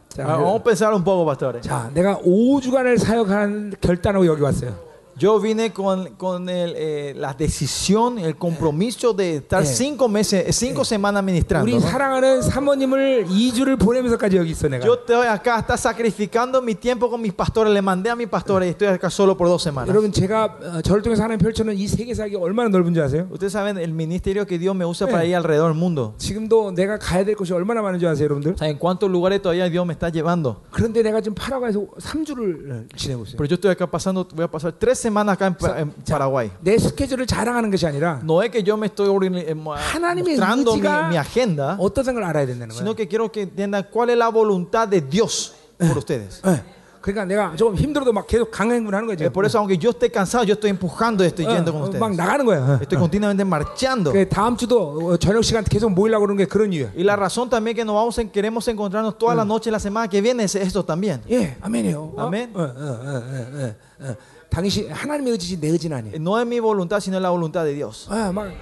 A: 자,
B: Ah, vamos a pensar un poco, ¿eh? pastores.
A: 자, 내가 5주간을 사역하는 결단하고 여기 왔어요.
B: Yo vine con, con el, eh, la decisión, el compromiso de estar
A: Eh.
B: cinco meses, cinco semanas ministrando.
A: 우리
B: ¿no?
A: 사랑하는 사모님을 2주를 bo내면서까지 여기 있어 내가.
B: Yo estoy acá, está sacrificando mi tiempo con mis pastores. Le mandé a mis pastores y estoy acá solo por dos semanas.
A: 여러분 제가 어, 저를 통해서 하나님 펼쳐놓은 이 세계 사역이 얼마나 넓은지 아세요?
B: Ustedes saben el ministerio que Dios me usa para ir alrededor del mundo.
A: 지금도 내가 가야 될 곳이 얼마나 많은지 아세요, 여러분들?
B: ¿Saben cuántos lugares todavía Dios me está llevando?
A: 그런데 내가 지금 파라과에서 3주를 지내고 있어요.
B: Pero yo estoy acá pasando, voy a pasar tres semanas acá en, Pa- en Paraguay.
A: 내 스케줄을 자랑하는 것이 아니라
B: No es que yo me estoy organ- eh, mo-
A: 하나님의
B: mostrando mi,
A: 의지가
B: mi agenda,
A: 어떤 걸 알아야 된다는 거예요.
B: sino que quiero que entiendan cuál es la voluntad de Dios por ustedes.
A: 예. 그러니까 내가 조금 힘들어도 막 계속 강행군 하는 거죠.
B: Eh, Por eso, aunque yo esté cansado, yo estoy empujando, estoy yendo con
A: 막
B: ustedes.
A: 나가는 거야.
B: Estoy continuamente marchando.
A: 그 다음 주도 어, 저녁 시간 계속 모이려고 그러는 게 그런 이유야.
B: Y la razón también que nos vamos en- queremos encontrarnos toda la noche la semana que viene es esto también.
A: 예, 아멘이요. 어?
B: 아멘.
A: 어, 어, 어, 어, 어, 어. 당신 하나님의 의지지 내 의지는 아니에요.
B: Eh, No es mi voluntad, sino es la voluntad de Dios.
A: 아, 막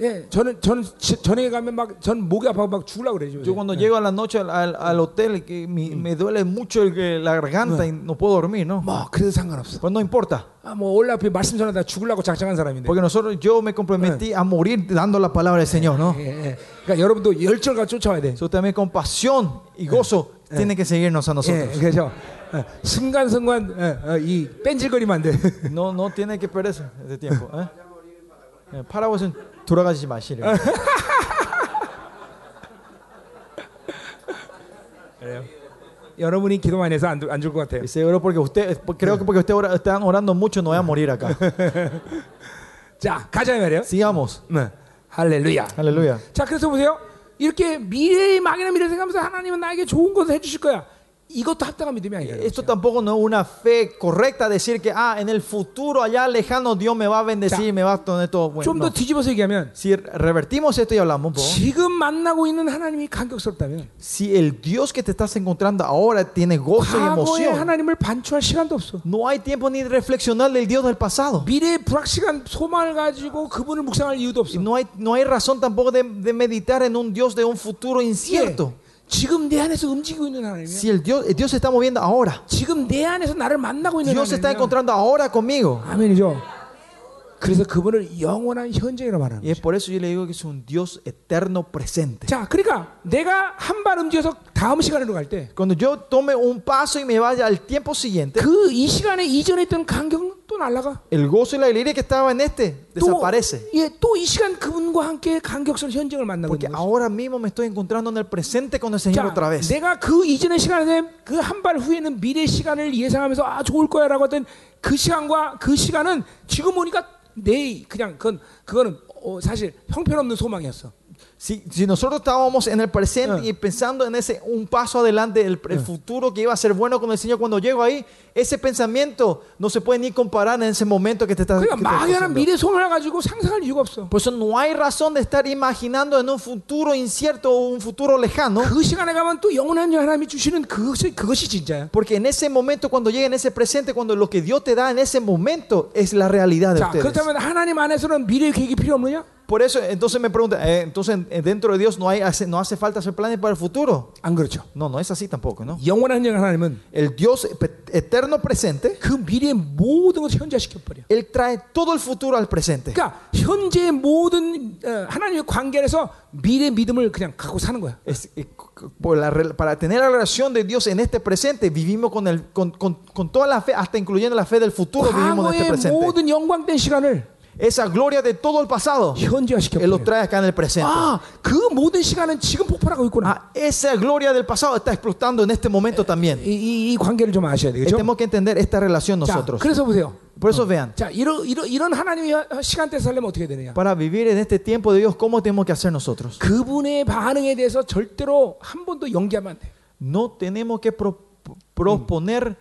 A: 예, 저는 저는 지- 저녁에 가면 막 전 목이 아파서 막 죽으려고 그래요.
B: Yo
A: 요새.
B: cuando llego a la noche al, al- al hotel, que mi- me duele mucho el- que la garganta y no puedo dormir, ¿no?
A: 뭐 그래도 상관없어.
B: Pues no importa,
A: 아, 뭐 원래 앞에 말씀 전하다 죽으려고 작정한 사람인데.
B: porque nosotros, yo me comprometí a morir dando la palabra del Señor, ¿no?
A: 예, 예. 그러니까 여러분도 열정과 쫓아와야 돼.
B: Eso también con pasión y gozo tiene que seguirnos a
A: 예,
B: nosotros.
A: 그래서 어, 순간순간 어, 어, 이 뺀질거리면 안 돼.
B: No, no tiene que perderse ese tiempo. ¿eh? Eh, Paraguasen 돌아가지 마시래요.
A: 여러분이 기도만 해서 안 줄 것 같아요.
B: Y seguro porque usted, creo que porque ustedes ora- están orando mucho no voy a morir acá.
A: 자, 가자 이 말이에요.
B: Sigamos.
A: 네. 할렐루야.
B: Aleluya.
A: 자, 그래서 보세요. 이렇게 미래의 막이나 미래 생각하면서 하나님은 나에게 좋은 것을 해주실 거야. 이것도 합당한 믿음이 아니에요.
B: Esto tampoco no es una fe correcta decir que ah, en el futuro allá lejano Dios me va a bendecir y me va a poner todo bueno.
A: 좀더
B: No.
A: 뒤집어서 얘기하면
B: Si revertimos esto y hablamos un
A: 뭐?
B: poco,
A: 지금 만나고 있는 하나님이 감격스럽다면
B: si el Dios que te estás encontrando ahora tiene gozo y
A: 과거의
B: emoción,
A: 하나님을 반추할 시간도 없어.
B: no hay tiempo ni de reflexionar del Dios del pasado.
A: 미래의 불확실한 소망을 가지고 그분을 묵상할 이유도
B: Y
A: 없어.
B: no hay, no hay razón tampoco de, de meditar en un Dios de un futuro incierto.
A: 예. 지금 내 안에서 움직이고 있는 하나님이야.
B: Si el Dios, el Dios se está moviendo ahora,
A: 지금 내 안에서 나를 만나고 있는
B: Dios se está
A: 하나님이야.
B: encontrando ahora conmigo.
A: 아멘이죠. 그래서 그분을 영원한 현재라고 말하는
B: Y
A: 거예요.
B: es por eso yo le digo que es un Dios eterno presente.
A: 자, 그러니까 내가 한 발 움직여서 다음 시간으로 갈 때 그 이
B: Cuando yo tome un paso y me vaya al tiempo siguiente,
A: 시간에 그 이전에 있던 감격은 또 날아가.
B: el gozo y la alegría que estaba en este desaparece.
A: 또예또이 시간 그분과 함께 감격스러운 현장을 만나고
B: Porque
A: 있는 거죠.
B: ahora mismo me estoy encontrando en el presente con el Señor
A: 자,
B: otra vez.
A: 내가 그 이전의 시간에 그 한 발 후에는 미래 시간을 예상하면서 아 좋을 거야라고 했던 그 시간과 그 시간은 지금 보니까 내 그냥 그건 그거는 어, 사실 형편없는 소망이었어.
B: Si, si nosotros estábamos en el presente
A: Eh.
B: y pensando en ese un paso adelante, el, el futuro que iba a ser bueno con el Señor, cuando llego ahí, ese pensamiento no se puede ni comparar en ese momento que te
A: 그러니까
B: estás que te estás
A: 막연한
B: pasando.
A: 미래 소망을 가지고 상상할 이유가 없어.
B: Por eso no hay razón de estar imaginando en un futuro incierto o un futuro lejano.
A: 그 시간에 가면 또 영원한 하나님이 주시는 그것이 그것이 진짜야.
B: Porque en ese momento, cuando llega en ese presente, cuando lo que Dios te da en ese momento es la realidad de
A: 자,
B: ustedes.
A: 그렇다면 하나님 안에서는 미래 계획이 필요 없느냐?
B: Por eso, entonces me pregunta, eh, entonces eh, dentro de Dios no, hay, hace, no hace falta hacer planes para el futuro.
A: 안 그렇죠.
B: No, no es así tampoco, ¿no?
A: 영원한 영 하나님은
B: El Dios pe- eterno presente,
A: 그 미래의 모든 것을 현재시켜 버려.
B: Él trae todo el futuro al presente.
A: 그러니까 현재의 모든 어, 하나님의 관계 안에서 미래 믿음을 그냥 갖고 사는 거야.
B: Es- eh, c- c- por la rel- para tener la relación de Dios en este presente, vivimos con, el, con, con- con toda la fe, hasta incluyendo la fe del
A: 그
B: futuro, vivimos en
A: 과거의
B: este presente.
A: 모든 영광된 시간을
B: Esa gloria de todo el pasado,
A: 현재화시켜
B: Él lo
A: 버려.
B: trae acá en el presente.
A: 아, 그 모든 시간은 지금 폭발하고 있구나.
B: Ah, esa gloria del pasado está explotando en este momento también.
A: 이, 이, 이 관계를 좀 아셔야
B: Eh,
A: 되겠죠.
B: Tenemos que entender esta relación
A: 자,
B: nosotros.
A: 그래서 보세요.
B: Por eso vean,
A: 자, 이런 이런 이런 하나님의 시간대 살려면 어떻게 되느냐?
B: para vivir en este tiempo de Dios, ¿cómo tenemos que hacer nosotros?
A: 그분의 반응에 대해서 절대로 한 번도 연기하면 안 돼.
B: No tenemos que pro- proponer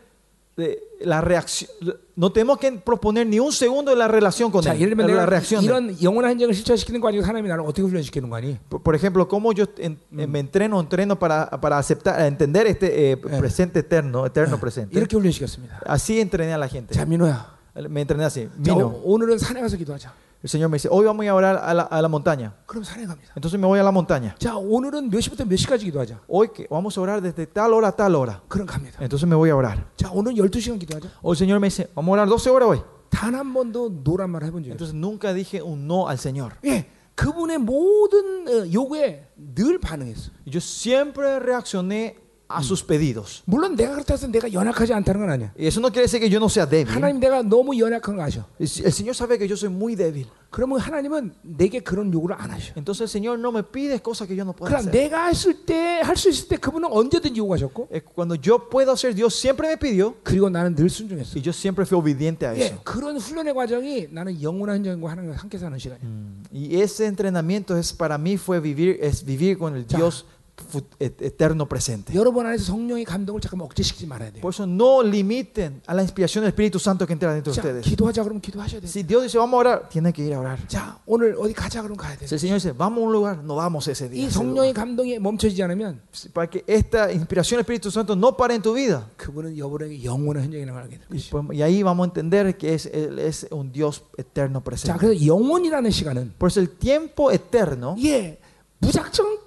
B: eh, la reacción, no tenemos que proponer ni un segundo de la relación con
A: 자,
B: Él,
A: 예를 들면
B: de la
A: 내가
B: reacción. de Él.
A: 이런 영원한 현장을 실천시키는 거 아니고 하나님이 나를 어떻게 훈련시키는 거 아니?
B: Por, por ejemplo, cómo yo en- eh, me entreno, entreno para, para aceptar, a entender este eh, presente eterno, eterno presente.
A: 이렇게 훈련시켰습니다.
B: Así entrené a la gente.
A: 자, 민호야.
B: Me entrené así.
A: 자,
B: Vino.
A: 오- 오늘은 산에 가서 기도하자.
B: El Señor me dice, hoy vamos a ir a orar a la- a la montaña.
A: 그럼 산에 갑니다.
B: Entonces me voy a la montaña.
A: 자, 오늘은 몇 시부터 몇 시까지 기도하자.
B: Hoy que- vamos a orar desde tal hora a tal hora.
A: 그럼 갑니다.
B: Entonces me voy a orar.
A: 자, 오늘 12시간 기도하자.
B: O el Señor me dice, vamos a orar 12 horas hoy.
A: 단 한 번도 노란 말 해본 적이 없어요.
B: Entonces nunca dije un no al Señor.
A: 예. 그분의 모든 어, 요구에 늘 반응했어.
B: Y Yo siempre reaccioné a sus pedidos.
A: 물론 내가 그렇다 해서 내가 연약하지 않다는 건 아니야.
B: Y eso no quiere decir que yo no sea débil.
A: 하나님 내가 너무 연약한 거 아셔.
B: El el Señor sabe que yo soy muy débil.
A: 그러면 하나님은 내게 그런 요구를 안 하셔.
B: Entonces el Señor no me pide cosas que yo no puedo
A: 그러니까
B: hacer.
A: 내가 했을 때 할 수 있을 때 그분은 언제든지 요구하셨고
B: Eh, Cuando yo puedo hacer, Dios siempre me pidió.
A: 그리고 나는 늘 순종했어.
B: Y yo siempre fui obediente a
A: 예,
B: eso.
A: 그런 훈련의 과정이 나는 영원한 현장과 하나님과 함께 사는 시간이야.
B: Mm. Y ese entrenamiento es para mí fue vivir, es vivir con el
A: Ya.
B: Dios fu- et- eterno presente.
A: 여러분 안에서 성령의 감동을 잠깐 억제시키지 말아야 돼요.
B: Por eso no limiten a la inspiración del Espíritu Santo que entra dentro de
A: 자,
B: ustedes.
A: 기도하자 그러면 기도하셔야 돼요.
B: Si Dios dice vamos a orar, tienen que ir a orar.
A: 자, 오늘 어디 가자 그러면 가야 돼요.
B: Si el Señor dice vamos a un lugar, no vamos ese día.
A: 이
B: ese
A: 성령의
B: lugar.
A: 감동이 멈춰지지 않으면
B: Para que esta inspiración del Espíritu Santo no pare en tu vida.
A: 그분은 여러분에게 영원한 현장에 나가게 되는
B: Y,
A: 것이.
B: po- y ahí vamos a entender que es, Él es un Dios eterno
A: 자,
B: presente.
A: 그래서 영원이라는 시간은
B: Por eso el tiempo eterno,
A: 예, 무작정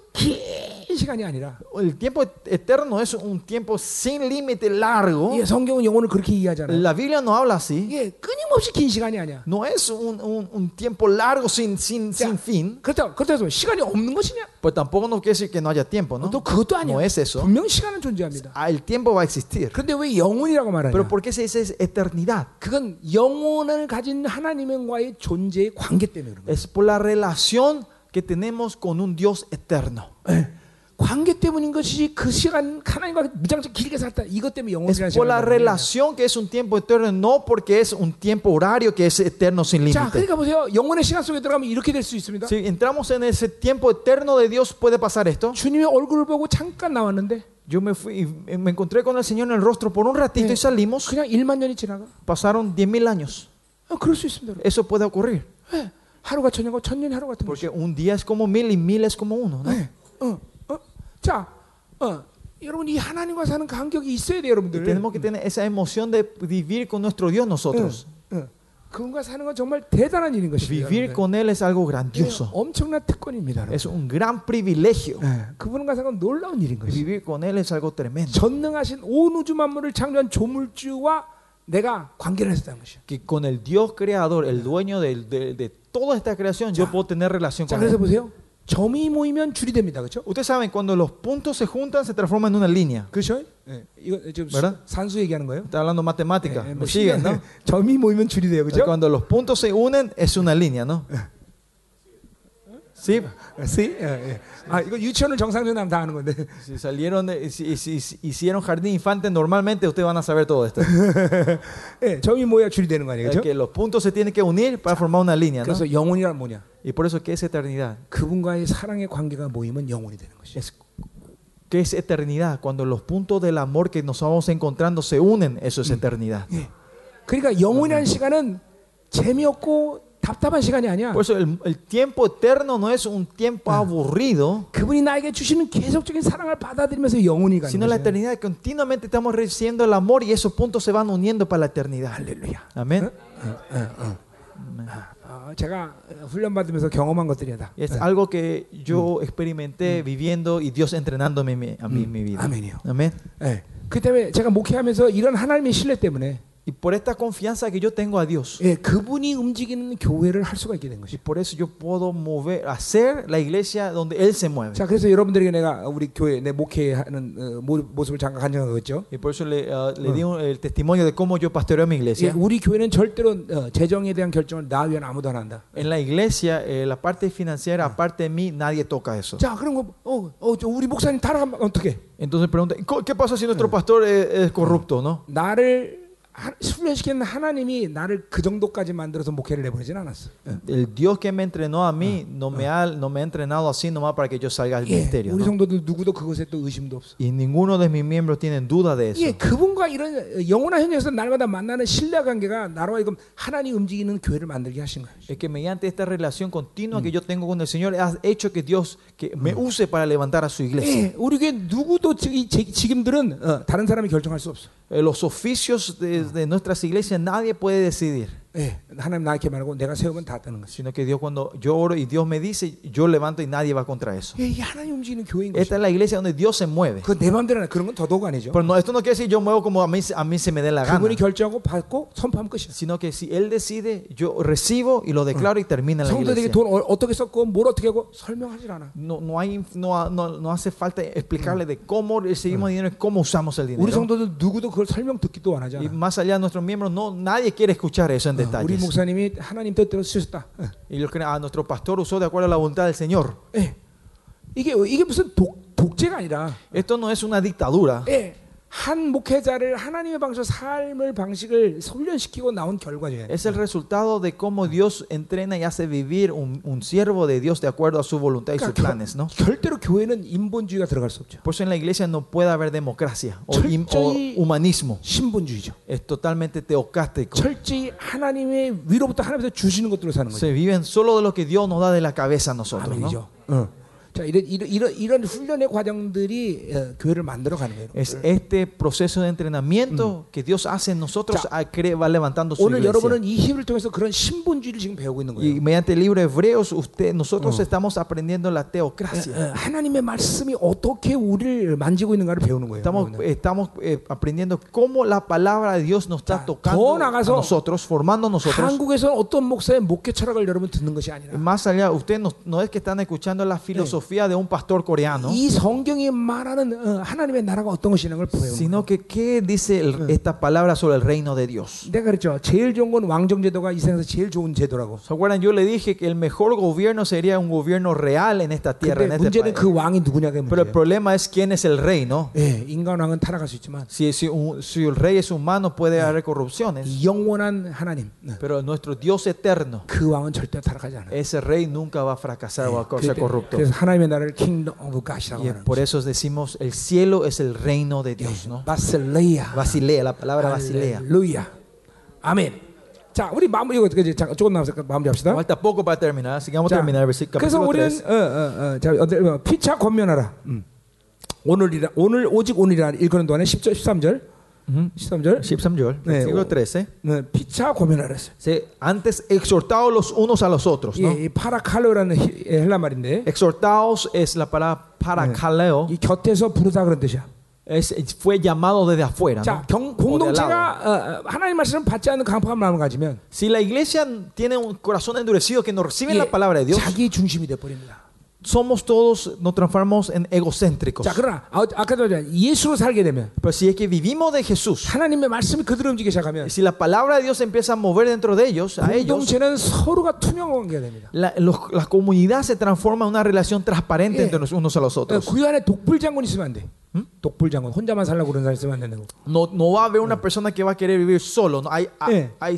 A: 긴 시간이 아니라
B: el tiempo eterno es un tiempo sin límite largo.
A: 예, 성경은 영혼을 그렇게 이해하잖아요.
B: La Biblia no habla así.
A: 예, 끊임없이 긴 시간이 아니야.
B: No es un, un- un tiempo largo sin, sin,
A: Ya.
B: sin fin.
A: 그렇다고 그렇다고 해서 시간이 없는 것이냐?
B: Pues tampoco no quiere decir que no haya tiempo, ¿no?
A: 또 그것도 아니야.
B: No es eso.
A: 분명 시간은 존재합니다.
B: Ah, el tiempo va a existir.
A: 그런데 왜 영혼이라고 말하냐?
B: Pero ¿por qué se dice es eternidad?
A: 그건 영혼을 가진 하나님과의 존재의 관계 때문에 그런 거예요.
B: Es por la relación que tenemos con un Dios eterno.
A: 관계 때문인 것이 그 시간 하나님과 무장적 길게 살다 이것 때문에
B: Es
A: 영혼이라는
B: por
A: 시간을
B: la
A: 말하는 거예요.
B: relación que es un tiempo eterno, no porque es un tiempo horario que es eterno sin
A: 자,
B: límite.
A: 그러니까 보세요. 영혼의 시간 속에 들어가면 이렇게 될 수 있습니다.
B: Si entramos en ese tiempo eterno de Dios, puede pasar esto.
A: 주님의 얼굴을 보고 잠깐 나왔는데
B: Yo me fui y me encontré con el Señor en el rostro por un ratito
A: 네.
B: y salimos.
A: 그냥 1만 년이 지나가.
B: Pasaron 10.000 años.
A: 어, 그럴 수 있습니다. 여러분.
B: Eso puede ocurrir.
A: 네. 하루가 천년과 천년이 하루 같은 거죠.
B: Porque un día es como mil y mil es como uno. ¿no?
A: 네. 어, 어. 자, 어. 여러분 이 하나님과 사는 간격이 있어야 돼요,
B: Y
A: 여러분들.
B: tenemos que tener esa emoción de vivir con nuestro Dios nosotros.
A: 응, 응. 어, 그분과 사는 건 정말 대단한 일인 것입니다.
B: Vivir
A: 여러분들.
B: con Él es algo
A: 예,
B: grandioso.
A: 엄청난 특권입니다. 여러분.
B: Es un gran privilegio.
A: 예, 그분과 사는 건 놀라운 일인 것입니다.
B: Vivir con Él es algo tremendo.
A: 전능하신 온 우주 만물을 창조한 조물주와 내가 관계를 했다는 것이야.
B: Que con el Dios creador, el dueño del- de, de toda esta creación, yo puedo tener relación
A: 자,
B: con
A: 그래서
B: Él.
A: 보세요. 점이 모이면 줄이 됩니다. 그렇죠?
B: Ustedes 사ben, cuando los puntos se juntan, se transforma en una línea.
A: 그렇죠? 예, 이거 지금 수,
B: 뭐라?
A: 산수 얘기하는 거예요.
B: Está hablando matemática.
A: 예,
B: ¿Me siguen, no?
A: 점이 모이면 줄이 돼요. 그렇죠?
B: Cuando los puntos se unen, es una línea, ¿no? Sí.
A: See? 예, 예. 아, 이거 유치원을 정상적으로 하면 다 아는 건데.
B: Si salieron, de- si, si- si hicieron jardín infante, normalmente ustedes van a saber todo esto.
A: 예, 점이 모여야 줄이 되는 거 아니에요.
B: Es
A: 그렇죠?
B: que los puntos se tienen que unir para formar una línea, ¿no?
A: 그래서 영혼이란 뭐냐?
B: Y por eso, ¿qué es eternidad?
A: 그분과의 사랑의 관계가 모이면 영혼이 되는 것이야.
B: Es, ¿Qué es eternidad? Cuando los puntos del amor que nos vamos encontrando se unen, eso es eternidad.
A: 그러니까 영혼이라는 시간은 재미없고 답답한 시간이 아니야.
B: Por eso el, el tiempo eterno no es un tiempo aburrido,
A: 그분이 나에게 주시는 계속적인 사랑을 받아들이면서 영혼이 가는
B: sino la
A: 거야.
B: eternidad. Continuamente estamos recibiendo el amor y esos puntos se van uniendo para la eternidad.
A: 할렐루야.
B: Amén.
A: ¿Eh? 예. 어, 제가 훈련 받으면서 경험한 것들이다.
B: Es algo que yo experimenté viviendo y Dios entrenándome a mí- a mí en mi vida.
A: 아멘이요.
B: Amén.
A: 예. 그 때문에 제가 목회하면서 이런 하나님의 신뢰 때문에
B: Y por esta confianza que yo tengo a Dios,
A: 예, 그분이 움직이는 교회를 할 수가 있게 된
B: y
A: 것이죠.
B: por eso yo puedo mover, hacer la iglesia donde Él se mueve.
A: 자, 그래서 여러분들에게 내가 우리 교회 내 목회하는 어, 모- 모습을 잠깐 간증하고 있죠.
B: Y por eso le, ah, le di un- el testimonio de cómo yo pastoreo mi
A: 예,
B: iglesia.
A: 우리 교회는 절대로 어, 재정에 대한 결정을 나 외에는 아무도 안 한다.
B: En la iglesia, eh, la parte financiera, aparte de mí, nadie toca eso.
A: 자, 그런 거 어, 어, 저 우리 목사님 따라가면 어떻게?
B: Entonces pregunta, "Co- ¿qué pasa si nuestro pastor eh, es corrupto? ¿no?
A: 나를 하- 훈련시키는 하나님이 나를 그 정도까지 man들어서 목회를 내보내진 않았어. 예.
B: El Dios que me entrenó a mí no me ha, no me ha entrenado así nomás para que yo salga al
A: 예,
B: ministerio.
A: 우리
B: ¿no?
A: 성도들 누구도 그것에 또 의심도 없어.
B: Y ninguno de mis miembros tienen duda
A: 예,
B: de eso.
A: 그분과 이런 어, 영원한 현장에서 날마다 만나는 신뢰 관계가 나로 하여금 하나님 움직이는 교회를 만들게 하신 거예요.
B: Es que mediante esta relación continua que yo tengo con el Señor, has hecho que Dios que me use para levantar a su iglesia.
A: 예, 우리 교회 누구도 지- 이 제- 지금들은 어, 다른 사람이 결정할 수 없어.
B: Eh, Los oficios de, de nuestras iglesias nadie puede decidir.
A: 예, 하나님 나에게 말하고 내가 세우면 다 따는 거지.
B: sino que Dios cuando yo oro y Dios me dice, yo levanto y nadie va contra eso.
A: 예, 이게 하나님 움직이는 교회인 거지.
B: Esta es la iglesia donde Dios se mueve.
A: 그내 마음대로 안 해. 그런 건 더더욱 아니죠.
B: Pero no, esto no quiere decir yo muevo como a mí, a mí se me dé la gana,
A: 그분이 결정하고 받고 선포하면 끝이야.
B: sino que si Él decide, yo recibo y lo declaro y termina en la
A: 성도들에게
B: iglesia.
A: 돈 어, 어떻게 썼고 뭘 어떻게 하고 설명하질 않아.
B: No, no, hay, no, ha- no, no hace falta explicarle de cómo recibimos dinero y cómo usamos el
A: 우리
B: dinero.
A: 성도들 누구도 그걸 설명 듣기도 안
B: Y
A: 하잖아. 아,
B: más allá de nuestros miembros, no, nadie quiere escuchar eso
A: 우리
B: en detalles.
A: 목사님이 하나님 뜻대로 쓰셨다.
B: Y yo creo, a nuestro pastor usó de acuerdo a la voluntad del Señor.
A: 예. 이게 이게 무슨 독, 독재가 아니라
B: Esto no es una dictadura.
A: 예. 한 목회자를 하나님의 방식 삶을 방식을 훈련시키고 나온 결과예요.
B: Es el resultado de cómo Dios entrena y hace vivir un, un siervo de Dios de acuerdo a su voluntad y sus planes, ¿no?
A: 절대로 교회는 인본주의가 들어갈 수 없죠.
B: Por eso en la iglesia no puede haber democracia o, im- o
A: 철저히-
B: humanismo.
A: 신본주의죠.
B: Es totalmente teocrático.
A: 철저히 하나님의 위로부터 하나님께서 주시는 것들로 사는 거죠.
B: Se viven solo de lo que Dios nos da de la cabeza a nosotros, ¿no?
A: 아멘이죠. 응. 자 이런 이런 이런, 이런 훈련의 과정들이 어, 교회를 만들어 가는 거예요.
B: Es este proceso de entrenamiento que Dios hace en nosotros, a cre- va levantando su
A: 오늘
B: iglesia.
A: 여러분은 이 힘을 통해서 그런 신본주의를 지금 배우고 있는
B: Y
A: 거예요.
B: mediante el libro de Hebreos, usted, nosotros estamos aprendiendo la teocracia.
A: 어, 하나님의 말씀이 어떻게 우리를 만지고 있는가를 배우는 거예요.
B: Estamos,
A: 여러분들.
B: estamos eh, aprendiendo cómo la palabra de Dios nos
A: 자, 더
B: está tocando a
A: 나가서
B: nosotros, formando a nosotros.
A: 한국에서 어떤 목사의 목회 철학을 여러분 듣는 것이 아니라
B: Más allá, ustedes no, no es que están escuchando la filosofía de un pastor coreano,
A: 이 성경이 말하는 어, 하나님의 나라가 어떤 것이냐는 걸 배우는 거예요.
B: sino que qué dice el- esta palabra sobre el reino de Dios.
A: 내가 그랬죠. 제일 좋은 건 왕정제도가 이 세상에서 제일 좋은 제도라고.
B: ¿Se acuerdan? Yo le dije que el mejor gobierno sería un gobierno real en esta tierra, en
A: 근데
B: este
A: 문제는
B: país.
A: 그 왕이 누구냐가
B: Pero el
A: 문제예요.
B: problema es quién es el rey, ¿no?
A: 예, 인간 왕은 타락할 수 있지만
B: Si, si, un- si el rey es humano puede haber corrupciones,
A: 이 영원한 하나님 네.
B: pero nuestro Dios eterno,
A: 그 왕은 절대 타락하지 않아요.
B: ese rey nunca va a fracasar o a
A: 그- 예,
B: ser corrupto.
A: 그래서 하나님의 나라를 킹덤 오브 갓이라고
B: Y
A: 하는
B: por eso decimos, el cielo es el reino de Dios, ¿no?
A: 바셀레야.
B: Basilea, la palabra Basilea.
A: 할렐루야. 아멘. 자, 우리 마무리 이거 어떻게 이제 잠깐 조금 남았으니까 마무리합시다.
B: Falta poco para terminar, así que vamos a
A: 자,
B: terminar el versículo
A: 그래서
B: capítulo
A: 우리는
B: 3.
A: 어, 어, 어, 자, 어들- 어, 피차 권면하라. 음. 오늘이라 오늘 오직 오늘이라 읽는 동안에 10절 13절. 음. 13절. 네,
B: versículo
A: 오-
B: 13.
A: 네, 피차 권면하라 했어요.
B: Se- antes exhortaos los unos a los otros, ¿no?
A: 예, 이 파라칼로라는 히- 예, 헬라 말인데
B: Exhortaos es la palabra parakaleo,
A: 이 곁에서 부르다 그런 뜻이야.
B: es, fue llamado desde afuera.
A: 자, 경-
B: ¿no? O de al lado.
A: 공동체가 어, 어, 하나님 말씀을 받지 않는 강팍한 마음을 가지면
B: Si la iglesia tiene un corazón endurecido que no recibe
A: 예,
B: la palabra de Dios,
A: 자기 중심이 돼 버립니다.
B: somos todos, nos transformamos en egocéntricos.
A: 자, 그러나 아, 아까도 말했 예수로 살게 되면
B: Pero si es que vivimos de Jesús,
A: 하나님의 말씀이 그들을 움직이기 시작하면
B: y si la palabra de Dios empieza a mover dentro de ellos, a ellos,
A: 공동체는 서로가 투명 관계가 됩니다.
B: la, los- la comunidad se transforma en una relación transparente
A: Yeah.
B: entre los unos a los
A: 예,
B: otros.
A: 구유 안에 독불 장군 있으면 안 돼. 독불 장군 혼자만 살라고 그런 사람 있으면 안 된다고.
B: No, no va a haber una persona que va a querer vivir solo. No, hay, a-
A: Eh.
B: hay-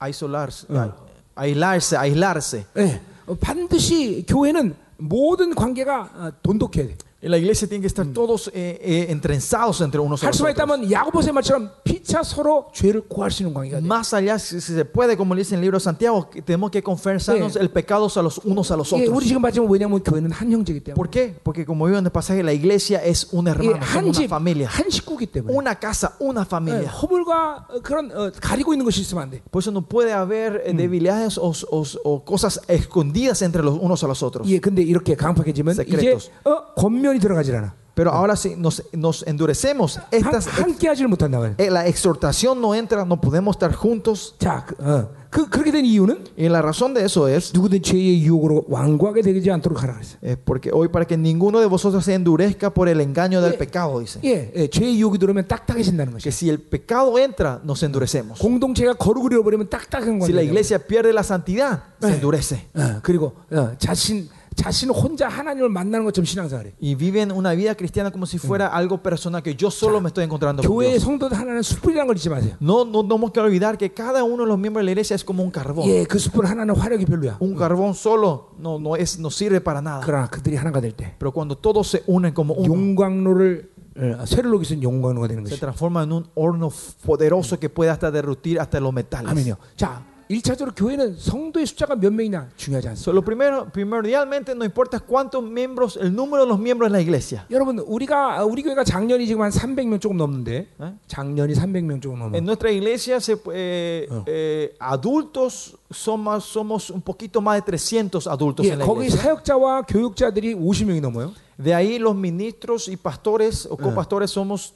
B: aislarse,
A: Eh.
B: aislarse, aislarse.
A: 예. 어, 반드시 교회는 모든 관계가 아, 돈독해야 돼.
B: Y la iglesia tiene que estar todos eh, eh, entrenzados entre unos a
A: 할
B: los
A: 수만
B: otros.
A: 있다면 야고보의 말처럼 피차 서로 죄를 고할 수 있는 관계가 돼.
B: Más allá, si, si se puede, como dice en el libro de Santiago, que tenemos que confesarnos
A: Eh.
B: el pecado a los unos a los
A: 예,
B: otros.
A: 우리 지금 봤지만 왜냐하면 교회는 한 형제이기 때문에.
B: ¿Por qué? Porque como veo en el pasaje, la iglesia es un hermano,
A: 예,
B: somos
A: 한
B: una
A: 집,
B: familia,
A: 한 식구기 때문에.
B: una casa, una
A: 예,
B: familia.
A: 허물과 어, 그런 어, 가리고 있는 것이 있으면 안 돼.
B: Por eso no puede haber eh, debilidades o, o- o cosas escondidas entre los unos a los otros.
A: 예, 근데 이렇게 강팍해지면 이제
B: Secretos.
A: 어, 권면이 들어가질 않아.
B: Pero ahora si nos, nos endurecemos,
A: 한,
B: estas,
A: 함께 하지를 못한다 말이야.
B: eh, la exhortación no entra, no podemos estar juntos.
A: 자, 그, 어, 그 그렇게 된 이유는
B: Y la razón de eso es
A: 누구든 죄의 유혹으로 완고하게 되지 않도록 하라 그랬어요.
B: eh, porque hoy para que ninguno de vosotros se endurezca por el engaño del
A: Eh.
B: pecado, dice.
A: 예, 예, 죄의 유혹이 들어오면 딱딱해진다는 것이.
B: Que si el pecado entra, nos endurecemos.
A: 공동체가 거룩을 잃어버리면 딱딱한
B: Si la
A: 관계.
B: iglesia pierde la santidad, se
A: Eh.
B: endurece.
A: 어, 그리고 어, 자신 자신 혼자 하나님을 만나는 것처럼 신앙생활해.
B: Y viven una vida cristiana como si fuera algo personal, que yo solo me estoy encontrando con
A: 교회의
B: Dios.
A: 성도들 하나는 숯불이라는 걸 잊지 마세요.
B: No, no tenemos que olvidar que cada uno de los miembros de la iglesia es como un carbón.
A: 예, 그 숯불 하나는 화력이 별로야.
B: Un carbón solo no, no, es, no sirve para nada.
A: 그러나 그들이 하나가 될 때.
B: Pero cuando todos se unen como uno,
A: 용광로를 어, 쇠를 녹이 쓴 용광로가 되는
B: se
A: 것이.
B: transforma en un horno poderoso que puede hasta derrutir hasta los metales.
A: 아멘요. 자, 1차적으로 교회는 성도의 숫자가 몇 명이냐 중요하지 않습니다.
B: So, lo primero, primordialmente no importa cuántos miembros, el número de los miembros en la iglesia.
A: 여러분, 우리가 우리 교회가 작년이 지금 한 300명 조금 넘는데
B: 네?
A: 작년이 300명 조금 넘어.
B: ¿eh? En nuestra iglesia, se, eh,
A: Oh.
B: eh, adultos somos, somos un poquito más de 300 adultos
A: 예,
B: en la
A: 거기
B: iglesia.
A: 사역자와 교육자들이 50명이 넘어요.
B: De ahí los ministros y pastores o copastores somos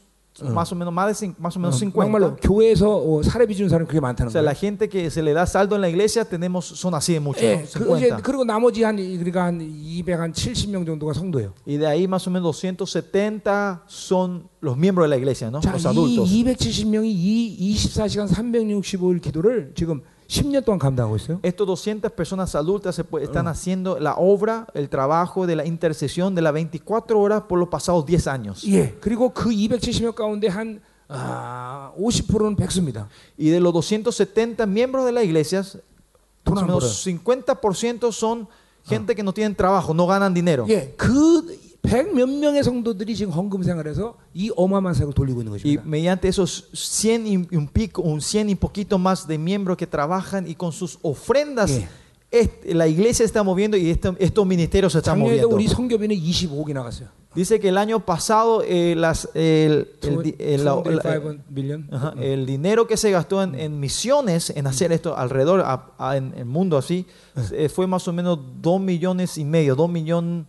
B: más o menos más de cin- más o menos 50.
A: 정말로 어, 교회에서 어, 사례비 주는 사람 그게
B: o
A: 많다는
B: sea, la
A: 거예요.
B: gente que se le da saldo en la iglesia tenemos son así de muchos, ¿no?
A: 예, 그, 이제
B: 50.
A: 그리고 나머지 한 이- 그러니까 한 200, 한 70명 정도가 성도예요.
B: Y de ahí más o menos 270 son los miembros de la iglesia, ¿no?
A: 자,
B: los adultos.
A: 이 270명이 이 24시간 365일 기도를 지금 10년 동안 감당하고 있어요.
B: Estos 200 personas adultas se pu- están haciendo la obra, el trabajo de la intercesión de las 24 horas por los pasados 10 años.
A: 예. 그리고 그 270명 가운데 한 아, 50%는 백수입니다.
B: Y de los 270 miembros de la iglesia, más o
A: Donan por
B: menos 50% son gente que no tienen trabajo, no ganan dinero.
A: 예. 그100 몇 명의 성도들이 지금 헌금 생활에서 이 어마어마한 사역을 돌리고 있는
B: Y
A: 것입니다.
B: mediante esos 100 y un pico, un 100 y poquito más de miembros que trabajan y con sus ofrendas,
A: Sí.
B: est- la iglesia se está moviendo y este- estos ministerios se están
A: 작년에도
B: moviendo.
A: 우리 성교비는 25억이 나갔어요.
B: Dice que el año pasado eh, las, el, el di- eh, la- la-
A: 25 밀리언.
B: ajá, el dinero que se gastó en, en misiones, en hacer esto alrededor, a- a- en el mundo así, eh, fue más o menos 2 millones y medio, 2 millones.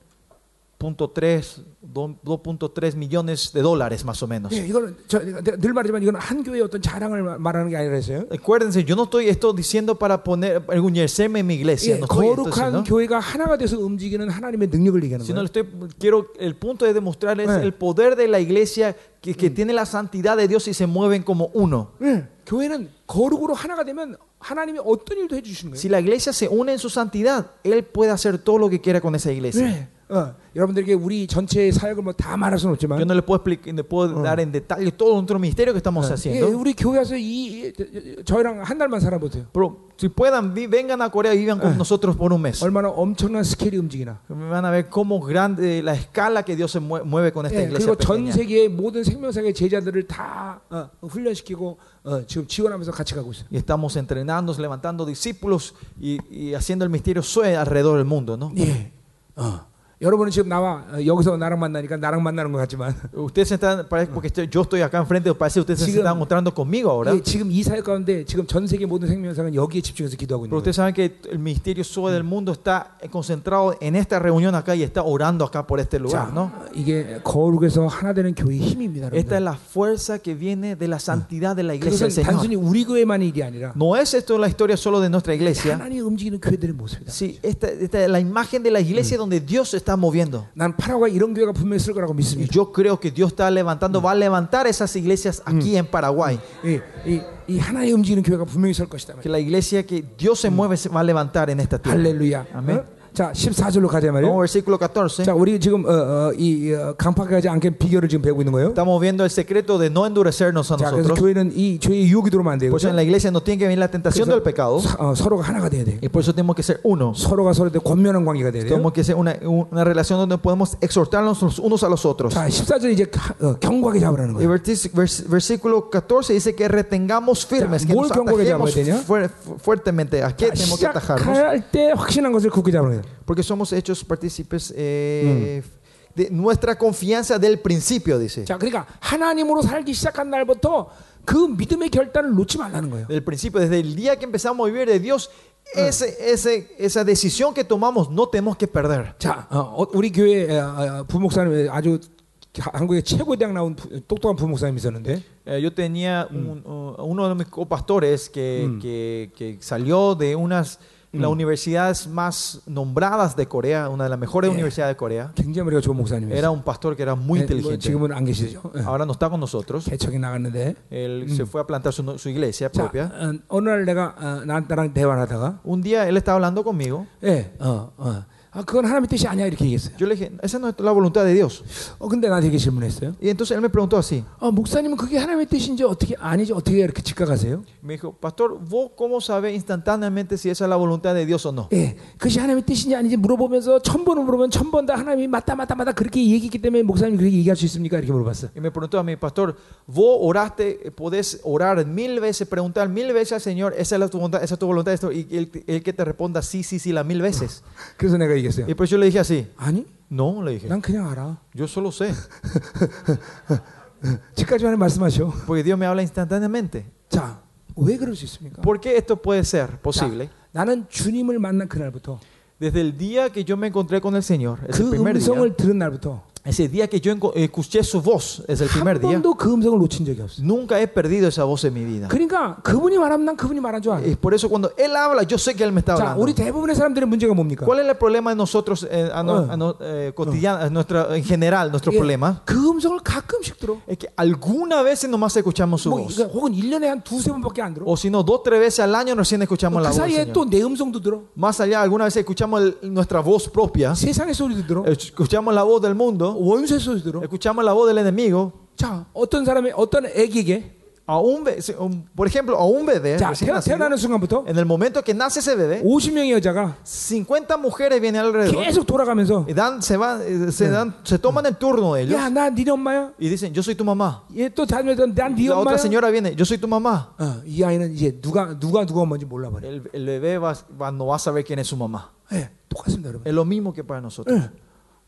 B: 2.3 millones de dólares más o menos.
A: 예, 이거는 저, 내가 늘 말하지만 이건 한 교회의 어떤 자랑을 마- 말하는 게 아니라 했어요.
B: Acuérdense, yo no estoy esto diciendo para poner orgullecerme en mi iglesia,
A: 예,
B: no estoy esto
A: 거룩한
B: diciendo,
A: 교회가 ha나가 돼서 움직이는 하나님의 능력을 얘기하는
B: sino
A: 거예요.
B: le estoy quiero el punto de demostrarles
A: Eh.
B: el poder de la iglesia que, que tiene la santidad de Dios y se mueven como uno.
A: 예, 교회는 거룩으로 하나가 되면 하나님이 어떤 일도 해주시는 거예요.
B: Si la iglesia se une en su santidad, él puede hacer todo lo que quiera con esa iglesia.
A: 네. 어, 여러분들에게 우리 전체 사역을 뭐 다 말할 수는 없지만
B: Yo no le puedo, explic- le puedo dar en detalle todo nuestro ministerio que estamos
A: 예,
B: haciendo.
A: 우리 교회 와서 이, 이- 저희랑 한 달만 살아보세요.
B: Pero si puedan, vi- vengan a Corea y vivan con nosotros por un mes.
A: 얼마나 엄청난 스케일이 움직이나.
B: Van a ver cómo grande la escala que Dios se mue- mueve con esta
A: 예,
B: iglesia.
A: 그리고 전
B: pequeña.
A: 세계의 모든 생명사의 제자들을 다 어, 훈련시키고 어, 지금 지원하면서 같이 가고 있어요.
B: Y estamos entrenando, levantando discípulos y, y haciendo el misterio sue alrededor del mundo. ¿no?
A: 예. 어. 여러분은 지금 나와 어, 여기서 나랑 만나니까 나랑 만나는 것 같지만
B: Ustedes se están, parece- porque estoy- yo estoy acá enfrente, parece que ustedes se
A: Sigan.
B: están mostrando conmigo ahora.
A: 예, 지금 이 사역 가운데 지금 전 세계 모든 생명사는 여기에 집중해서 기도하고
B: Pero
A: 있는 거예요.
B: ustedes saben que el ministerio SOE del mundo está concentrado en esta reunión acá y está orando acá por este lugar, ¿no?
A: 자, 이게 거룩에서 하나 되는 교회의 힘입니다.
B: Esta es
A: 여러분들.
B: la fuerza que viene de la santidad de la iglesia del
A: 그것은
B: Señor.
A: 단순히 우리 교회만 일이 아니라
B: No es esto la historia solo de nuestra iglesia.
A: 하나님 움직이는 교회들의 모습이다.
B: Sí, esta, esta es la imagen de la iglesia donde Dios se está moviendo.
A: 난 파라과이 이런 교회가 분명히 있을 거라고
B: Y
A: 믿습니다.
B: yo creo que Dios está levantando, va a levantar esas iglesias aquí en Paraguay.
A: 이, 예, 이, 이 하나님 움직이는 교회가 분명히 있을 것이다.
B: Que la iglesia que Dios se mueve se va a levantar en esta tierra.
A: 할렐루야.
B: 아멘.
A: 어? 자, 14절로 가자
B: Vamos
A: 말이에요.
B: al versículo 14.
A: 자, 우리 지금 어, 어, 이 어, 강팍하지 않게 비결을 지금 배우고 있는 거예요.
B: Estamos viendo el secreto de no endurecernos a
A: 자, 그래서
B: nosotros.
A: 교회는 이 죄의 유혹이 들어오면 안 돼요.
B: Por eso en
A: 그렇죠?
B: la iglesia no tiene que venir la tentación del pecado.
A: 사- 어, 서로가 하나가 돼야 돼요.
B: Y por eso tenemos que ser uno.
A: 서로가 서로에 대해 권면한 관계가 돼야 돼요.
B: Tenemos que ser una, una relación donde podemos exhortarnos los unos a los otros.
A: 자, 14절 이제 가- 어, 경고하게 잡으라는
B: Y
A: 거예요.
B: vertis- vers- versículo 14 dice que retengamos
A: Ya,
B: firmes, que
A: ¿뭘
B: nos
A: 경고하게 잡아야
B: atajemos
A: 되냐?
B: fuer- fuertemente. ¿A
A: 자,
B: qué tenemos que atajarnos?
A: 시작할 때 확신한 것을 굳게 잡으라는 거예요.
B: Porque somos hechos partícipes eh, de nuestra confianza del principio, dice.
A: 자, 그러니까 하나님으로 살기 시작한 날부터 그 믿음의 결단을 놓지 말라는 거예요.
B: Del principio, desde el día que empezamos a vivir de Dios, ese, ese, esa decisión que tomamos no tenemos que perder.
A: 자, 어, 어, 우리 교회 어, 어, 부목사님 아주 하- 한국의 최고 대학 나온 부- 똑똑한 부목사님 있었는데
B: Eh, yo tenía un- uh, uno de mis copastores que, que, que salió de unas las universidades más nombradas de Corea, una de las mejores universidades de Corea.
A: 굉장히 머리가 좋은 목사님이에요. 네,
B: Era un pastor que era muy inteligente.
A: 지금은 안 계시죠? 예.
B: Ahora no está con nosotros.
A: 개척이 나갔는데
B: Él se fue a plantar su, su iglesia
A: 자,
B: propia.
A: 어, 어느 날 내가 어, 나- 나랑 대화를 하다가
B: Un día él estaba hablando conmigo.
A: 예, 어, 어. 아, 그건 하나님의 뜻이 아니야 이렇게 얘기했어요.
B: Yo le dije, esa no es la voluntad de Dios.
A: 어, 근데 나한테 이렇게 질문했어요.
B: Y entonces él me preguntó así.
A: 아, 목사님은 그게 하나님의 뜻인지 어떻게 아니지 어떻게 이렇게 직각하세요?
B: Me dijo, pastor, ¿vos cómo sabes instantáneamente si esa es la voluntad de Dios o no?
A: 예, 그것이 하나님의 뜻인지 아닌지 물어보면서 천 번을 물어보면 천 번 다 하나님이 맞다 맞다 맞다 그렇게 얘기했기 때문에 목사님 그렇게 얘기할 수 있습니까? 이렇게 물어봤어.
B: Y me preguntó a mi pastor, vos oraste, eh, podés orar mil veces, preguntar mil veces al Señor, esa es la tu voluntad, esa es tu voluntad, esto, y él, él que te responda sí, sí, sí, las mil veces.
A: 그래서 내가 얘기했어요.
B: Y por eso yo le dije así,
A: 아니,
B: no, le dije,
A: 난 그냥 알아.
B: yo solo sé,
A: 지금까지 하나님 말씀하셔.
B: porque Dios me habla instantáneamente.
A: 자, 왜 그럴 수 있습니까?
B: ¿Por qué esto puede ser posible?
A: 나는 주님을 만난 그날부터
B: Desde el día que yo me encontré con el Señor, es el
A: 그
B: primer día,
A: 음성을 들은 날부터
B: ese día que yo enco- escuché su voz, es el
A: 한
B: primer día,
A: 번도 그 음성을 놓친 적이 없어.
B: nunca he perdido esa voz en mi vida.
A: 그러니까 그분이 말하면 난 그분이 말한 줄 알아.
B: Y por eso cuando Él habla, yo sé que Él me está
A: 자,
B: hablando.
A: 우리 대부분의 사람들의 문제가 뭡니까?
B: ¿Cuál es el problema de nosotros eh, a no-
A: Ah.
B: a no- eh, cotidiano, a nuestra- en general, nuestro
A: 예,
B: problema?
A: 그 음성을 가끔씩 들어.
B: Es que alguna vez nomás escuchamos su
A: 뭐,
B: voz.
A: 그러니까 혹은 1년에 한 두세 번밖에 안 들어.
B: O si no, dos, tres veces al año recién escuchamos la
A: 그
B: voz. del
A: 사이에
B: Señor.
A: 또 내 음성도 들어.
B: Más allá, alguna vez escuchamos el- nuestra voz propia.
A: 세상의 소리도 들어.
B: Escuchamos la voz del mundo.
A: 원수의 소리도 들어.
B: Escuchamos la voz del enemigo.
A: 자, 어떤 사람의 어떤 애기에게
B: A un be- si- un- por ejemplo, a un bebé.
A: 자,
B: recién
A: 태어,
B: nacido,
A: 태어나는 순간부터
B: en el momento que nace ese bebé,
A: 50명의 여자가
B: 50 mujeres vienen alrededor.
A: 계속 돌아가면서
B: Y dan, se, van, eh, se, dan, se toman el turno de ellos.
A: 야, 나 니네 엄마야.
B: Y dicen, yo soy tu mamá.
A: 얘또 자녀들 난네
B: La
A: 엄마야.
B: otra señora viene, yo soy tu mamá.
A: 어, 이 아이는 이제 누가 누가 누가 뭔지 몰라 버려.
B: El, el bebé va, va- no va a saber quién es su mamá.
A: 예, 똑같습니다, 여러분.
B: Es lo mismo que para nosotros.
A: 예.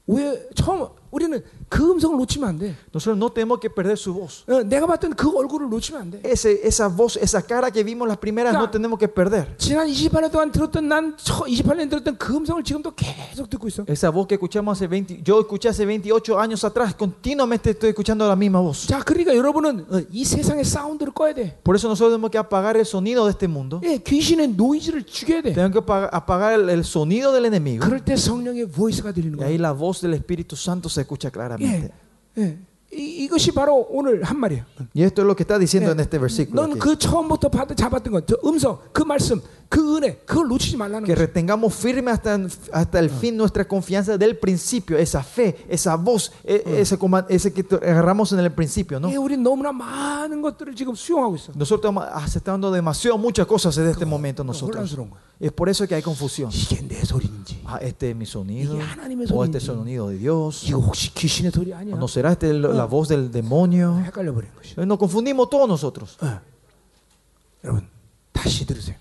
A: 왜 처음 우리는 그 음성을 놓치면 안 돼.
B: Nosotros no tenemos que perder su voz.
A: 어, 내가 봤던 그 얼굴을 놓치면 안 돼.
B: Ese, esa voz, esa cara que vimos las primeras,
A: Claro.
B: no tenemos que perder.
A: 지난 28년 동안 들었던 난 28년 들었던 그 음성을 지금도 계속 듣고 있어.
B: Esa voz que escuchamos hace 20, yo escuché hace 28 años atrás, continuamente estoy escuchando la misma voz.
A: 자, 그러니까 여러분은 어, 이 세상의 사운드를 꺼야 돼.
B: Por eso nosotros tenemos que apagar el sonido de este mundo.
A: 예, 귀신의 노이즈를 죽여야 돼.
B: Tenemos que apagar, apagar el, el sonido del enemigo.
A: 그럴 때 성령의 보이스가 들리는
B: Y
A: 거야.
B: ahí la voz del Espíritu Santo se escucha
A: 예,
B: claramente.
A: 예. 이, 이것이 바로 오늘 한 말이야.
B: Eh,
A: 그
B: Y esto es lo que está diciendo en este versículo.
A: 넌
B: aquí.
A: 그 처음부터 받, 잡았던 것, 저 음성, 그 말씀, 그 은혜 그걸 놓치지 말라는
B: Que Ah.
A: 거죠.
B: retengamos firme hasta, hasta el fin nuestra confianza del principio, esa fe, esa voz, e- ese, coma- ese que to- agarramos en el principio, ¿no?
A: 예, 우리 너무나 많은 것들을 지금 수용하고 있어.
B: Nosotros estamos aceptando demasiado muchas cosas desde este momento nosotros.
A: 혼란스러운 거야.
B: Es por eso que hay confusión.
A: 이게 내 소리인지
B: Ah, este es mi sonido,
A: Y 하나님의
B: o este es
A: son인지.
B: el sonido de Dios,
A: 이거 혹시 귀신의 소리 아니야?
B: o no será este el- la voz del demonio. Eh,
A: 헷갈려 버린 것이.
B: Nos confundimos todos nosotros.
A: 어. 여러분 다시 들으세요.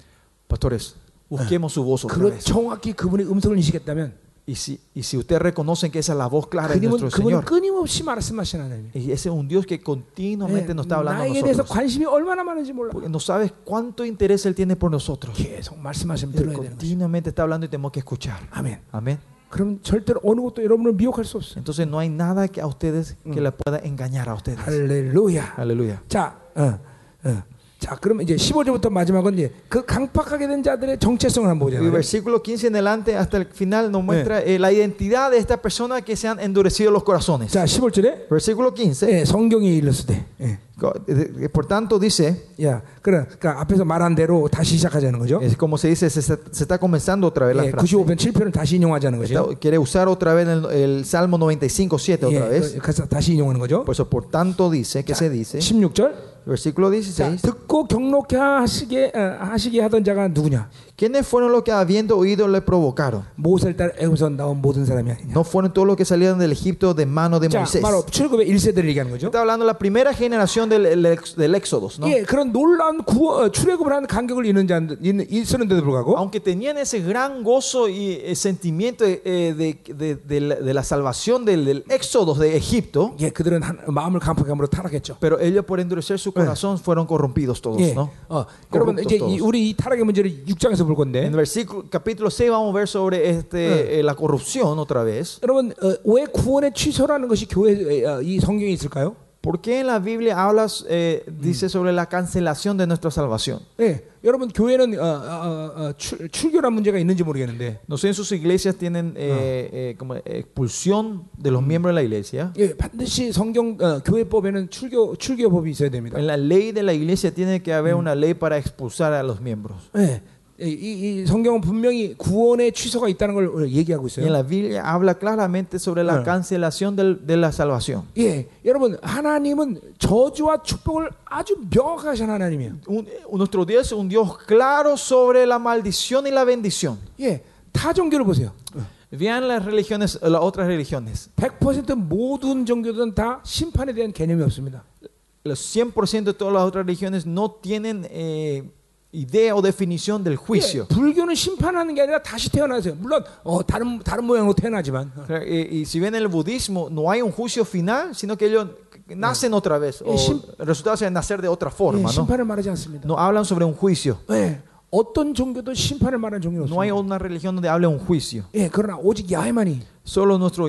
B: Pastores, busquemos su voz otra
A: 그
B: vez.
A: 정확히 그분의 음성을 인식했다면
B: Y si, y si ustedes reconocen que esa es la voz clara de
A: 그님은
B: nuestro
A: 그분은
B: Señor,
A: 끊임없이 말씀하시는 하나님.
B: y ese es un Dios que continuamente nos
A: Eh,
B: está hablando a
A: 나에게 대해서
B: nosotros.
A: 관심이 얼마나 많은지 몰라.
B: Porque no sabes cuánto interés Él tiene por nosotros.
A: 계속 말씀하시면
B: Él
A: 들어야 되는 거죠.
B: continuamente está hablando y tenemos que escuchar.
A: 아멘.
B: Amén.
A: 그럼 절대로 어느 것도 여러분을 미혹할 수 없어요.
B: Entonces no hay nada que a ustedes que la pueda engañar a ustedes.
A: 할렐루야.
B: Aleluya.
A: 자, 어, 어. 자, 그럼 이제 15절부터 마지막은 이제 그 강팍하게 된 자들의 정체성을 한번
B: Y el
A: 보자.
B: versículo 15 en adelante hasta el final nos muestra eh, la identidad de estas personas que se han endurecido los corazones.
A: 자, 15절에
B: Versículo 15.
A: 예, 성경이 일렀을 때, 예.
B: co- eh, de- de- Por tanto dice,
A: 야, 그러니까 앞에서 말한 대로 다시 시작하자는 거죠.
B: es como se dice, se, se- se está comenzando otra vez la
A: 예,
B: frase.
A: 95편 7편을 다시 인용하자는 거죠.
B: Está- quiere usar otra vez el, el Salmo 95,
A: 예,
B: 7 otra vez.
A: 그- 그래서 다시 인용하는 거죠.
B: Por eso, Pues, por tanto dice, que se dice?
A: 16절.
B: Versículo
A: 자,
B: 16.
A: 듣고 경록케 하시게 어, 하시게 하던 자가 누구냐?
B: ¿Quiénes fueron los que habiendo oído le provocaron?
A: 모세를 따라 애굽에서 나온 모든 사람이 아니냐?
B: No fueron todos los que salieron del Egipto de mano de
A: 자,
B: Moisés.
A: 바로 출애굽의 1세대를 얘기하는 거죠.
B: Está hablando de la primera generación del, el ex- del Éxodo. ¿no?
A: 예, 그런 놀라운 구원, 어, 출애굽을 한 간격을 잇는 자, 있었는데도 불구하고
B: Aunque tenían ese gran gozo y eh, sentimiento eh, de, de- de la, de la salvación del, del Éxodo de Egipto,
A: 예, 그들은 한- 마음을 강팍함으로 타락했죠.
B: pero ellos por endurecer su corazón fueron corrompidos todos.
A: 예,
B: ¿no?
A: 어, 여러분 이제 이- 우리 이 타락의 문제를 6장에서 볼
B: En
A: 건데,
B: versículo, capítulo 6 vamos a ver sobre este, eh, la corrupción otra vez.
A: 여러분 어, 왜 구원의 취소라는 것이 교회 어, 이 성경에 있을까요?
B: ¿Por qué en la Biblia hablas, eh, dice sobre la cancelación de nuestra salvación?
A: 예, 여러분 교회는 어, 어, 어, 출, 출교란 문제가 있는지 모르겠는데,
B: No sé, en sus iglesias tienen eh, eh, como expulsión de los miembros de la iglesia.
A: 예, 반드시 성경 어, 교회법에는 출교 출교법이 있어야 됩니다.
B: En la ley de la iglesia tiene que haber una ley para expulsar a los miembros.
A: 예, 이, 이- 이 성경은 분명히 구원의 취소가 있다는 걸 오늘 얘기하고
B: Y en
A: 있어요.
B: la Biblia habla claramente sobre
A: Ah.
B: la cancelación del- de la salvación.
A: 예, 여러분 하나님은 저주와 축복을 아주 명확하신 하나님이에요.
B: Un- eh, nuestro Dios es un Dios claro sobre la maldición y la bendición.
A: 예, 타 종교를 보세요.
B: Vean las religiones, las otras religiones.
A: 100% 모든 종교들은 다 심판에 대한 개념이 없습니다.
B: Los 100% de todas las otras religiones no tienen eh, idea o definición del juicio.
A: 예, 불교는 심판하는 게 아니라 다시 태어나세요. 물론 어, da른 다른 모양으로 태어나지만 어.
B: Claro, eh, Y, y si bien en el budismo no hay un juicio final, sino que ellos nacen otra vez, o
A: Eh, sim-
B: resultados de nacer de otra
A: 예,
B: forma, ¿no?
A: 심판을 말하지 않습니다.
B: No hablan sobre un juicio.
A: 예, 어떤 종교도 심판을 말하는 종교는
B: No hay
A: 없습니다.
B: una religión donde hable un juicio.
A: 예, 그러나 오직 야훼만이
B: Solo nuestro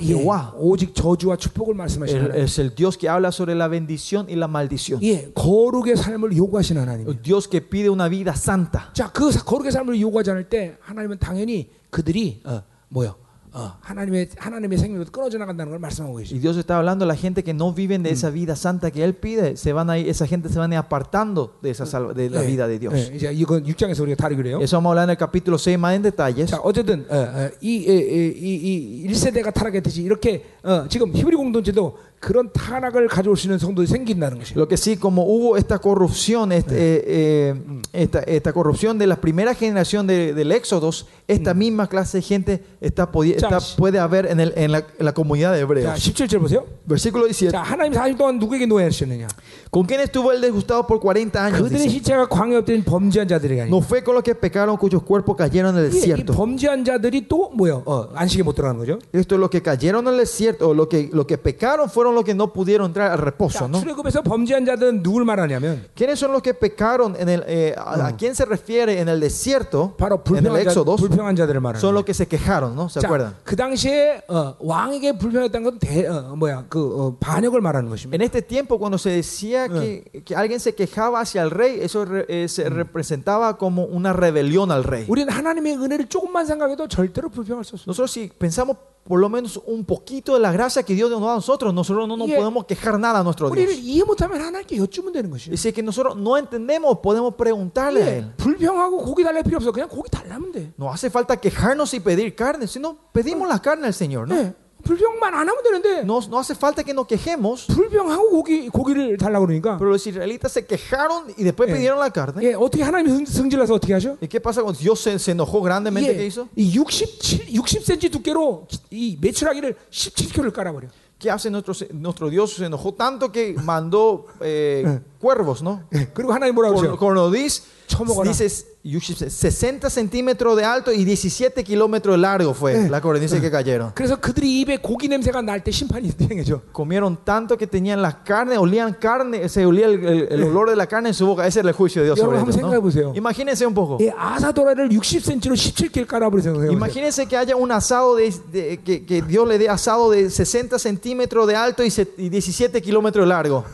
A: 예,
B: Jehová,
A: 오직 저주와 축복을
B: es,
A: 말씀하시는 하나님.
B: es el Dios que habla sobre la bendición y la maldición.
A: 예, 거룩의 삶을 요구하시는 하나님.
B: El Dios que pide una vida santa.
A: 자, 그 사- 거룩의 삶을 요구하지 않을 때 하나님은 당연히 그들이 어, 뭐요? 어, 하나님의 하나님의 생명으로 끊어져 나간다는 걸 말씀하고 계시죠.
B: Y Dios está hablando a la gente que no viven de esa vida santa que Él pide. Se van a ir- esa gente se van a ir apartando de, esa salva- de la
A: 예,
B: vida de Dios.
A: 예, 이제 이건 6장에서 우리가 다루기로 해요.
B: Eso vamos a hablar en el capítulo 6 más en detalles.
A: 자, 어쨌든 어, 어, 이, 예, 예, 이, 이 1세대가 타락했듯이 이렇게 어, 지금 히브리 공동체도 그런 타락을 가져올 수 있는 성도들이 생긴다는 것이에요.
B: Lo que sí, como hubo esta corrupción, este, eh, eh, esta, esta corrupción de la primera generación de- del Éxodo, esta misma clase de gente está, podi-
A: Ya.
B: está- puede haber en, el- en la, en la comunidad de
A: 자,
B: hebreos.
A: 17절 보세요.
B: Versículo 17.
A: 자, 하나님 40 동안 누구에게 노예하셨느냐?
B: ¿Con quién estuvo el desgustado por 40 años?
A: 그들의
B: Dice.
A: 시체가 광야에 엎드린 범죄한 자들이 아니라.
B: No fue con los que pecaron cuyos cuerpos cayeron en el
A: 이, 이
B: desierto.
A: 범죄한 자들이 또 뭐요? 어, 안식에 못 들어가는 거죠.
B: Esto es lo que cayeron en el desierto, o lo que, lo que pecaron fueron los que no pudieron entrar al reposo,
A: 자,
B: ¿no?
A: 출애굽에서 범죄한 자들은 누굴 말하냐면
B: ¿Quiénes son los que pecaron en el, eh, a, a quién se refiere en el desierto,
A: 바로
B: en el
A: 불평한, 자,
B: Éxodo?
A: 불평한 자들을 말하는
B: Son
A: 거예요.
B: los que se quejaron, ¿no? ¿Se acuerdan?
A: 자, 그 당시에 어, 왕에게 불평했다는 건 대, 어, 뭐야 그 어, 반역을 말하는 것입니다.
B: En este tiempo, cuando se decía que, que alguien se quejaba hacia el rey, eso re- eh, se representaba como una rebelión al rey.
A: 우리는 하나님의 은혜를 조금만 생각해도 절대로 불평할 수 없어요.
B: Nosotros si pensamos por lo menos un poquito de la gracia que Dios nos da a nosotros. Nosotros no nos
A: Yeah.
B: podemos quejar nada a nuestro
A: 우리를
B: Dios.
A: 이해 못하면 하나님께 여쭈면 되는 것이에요.
B: Y si es que nosotros no entendemos, podemos preguntarle a
A: 예,
B: Él.
A: 불평하고 고기 달랄 필요 없어. 그냥 고기 달라면 돼.
B: No hace falta quejarnos y pedir carne, sino pedimos la carne al Señor. ¿no?
A: 예, 불평만 안 하면 되는데
B: No, no hace falta que nos quejemos,
A: 불평하고 고기 고기를 달라고 그러니까
B: pero los israelitas se quejaron y después
A: Yeah.
B: pidieron la carne.
A: 예, 어떻게 하나님이 승- 승질나서 어떻게 하셔?
B: ¿Y qué pasa cuando Dios se, se enojó grandemente? ¿Qué
A: 예,
B: hizo?
A: 이 67, 60cm 두께로 이 매출하기를 17kg를 깔아버려.
B: ¿Qué hace nuestro, se- nuestro Dios? Se enojó tanto que mandó eh, cuervos, ¿no?
A: 예, 그리고 하나님 뭐라고
B: Con,
A: 하세요?
B: con Odis,
A: 처먹어라.
B: dice 60 centímetros de alto y 17 kilómetros de largo fue la cornisa que cayeron.
A: 그래서 그들이 입에 고기 냄새가 날 때 심판이 행해져.
B: Comieron tanto que tenían las carnes, olían carne, se olía el, el- el olor de la carne en su boca. Ese era el juicio de Dios
A: Y ahora
B: sobre
A: vamos
B: ellos,
A: a
B: ¿no?
A: 생각해보세요.
B: Imagínense un poco.
A: 예, 아사도라를 60cm로 17kg 깔아버려 생각해보세요.
B: Imagínense que haya un asado de, de- que, que Dios le dé asado de 60 centímetros de alto y, se- y 17 kilómetros de largo.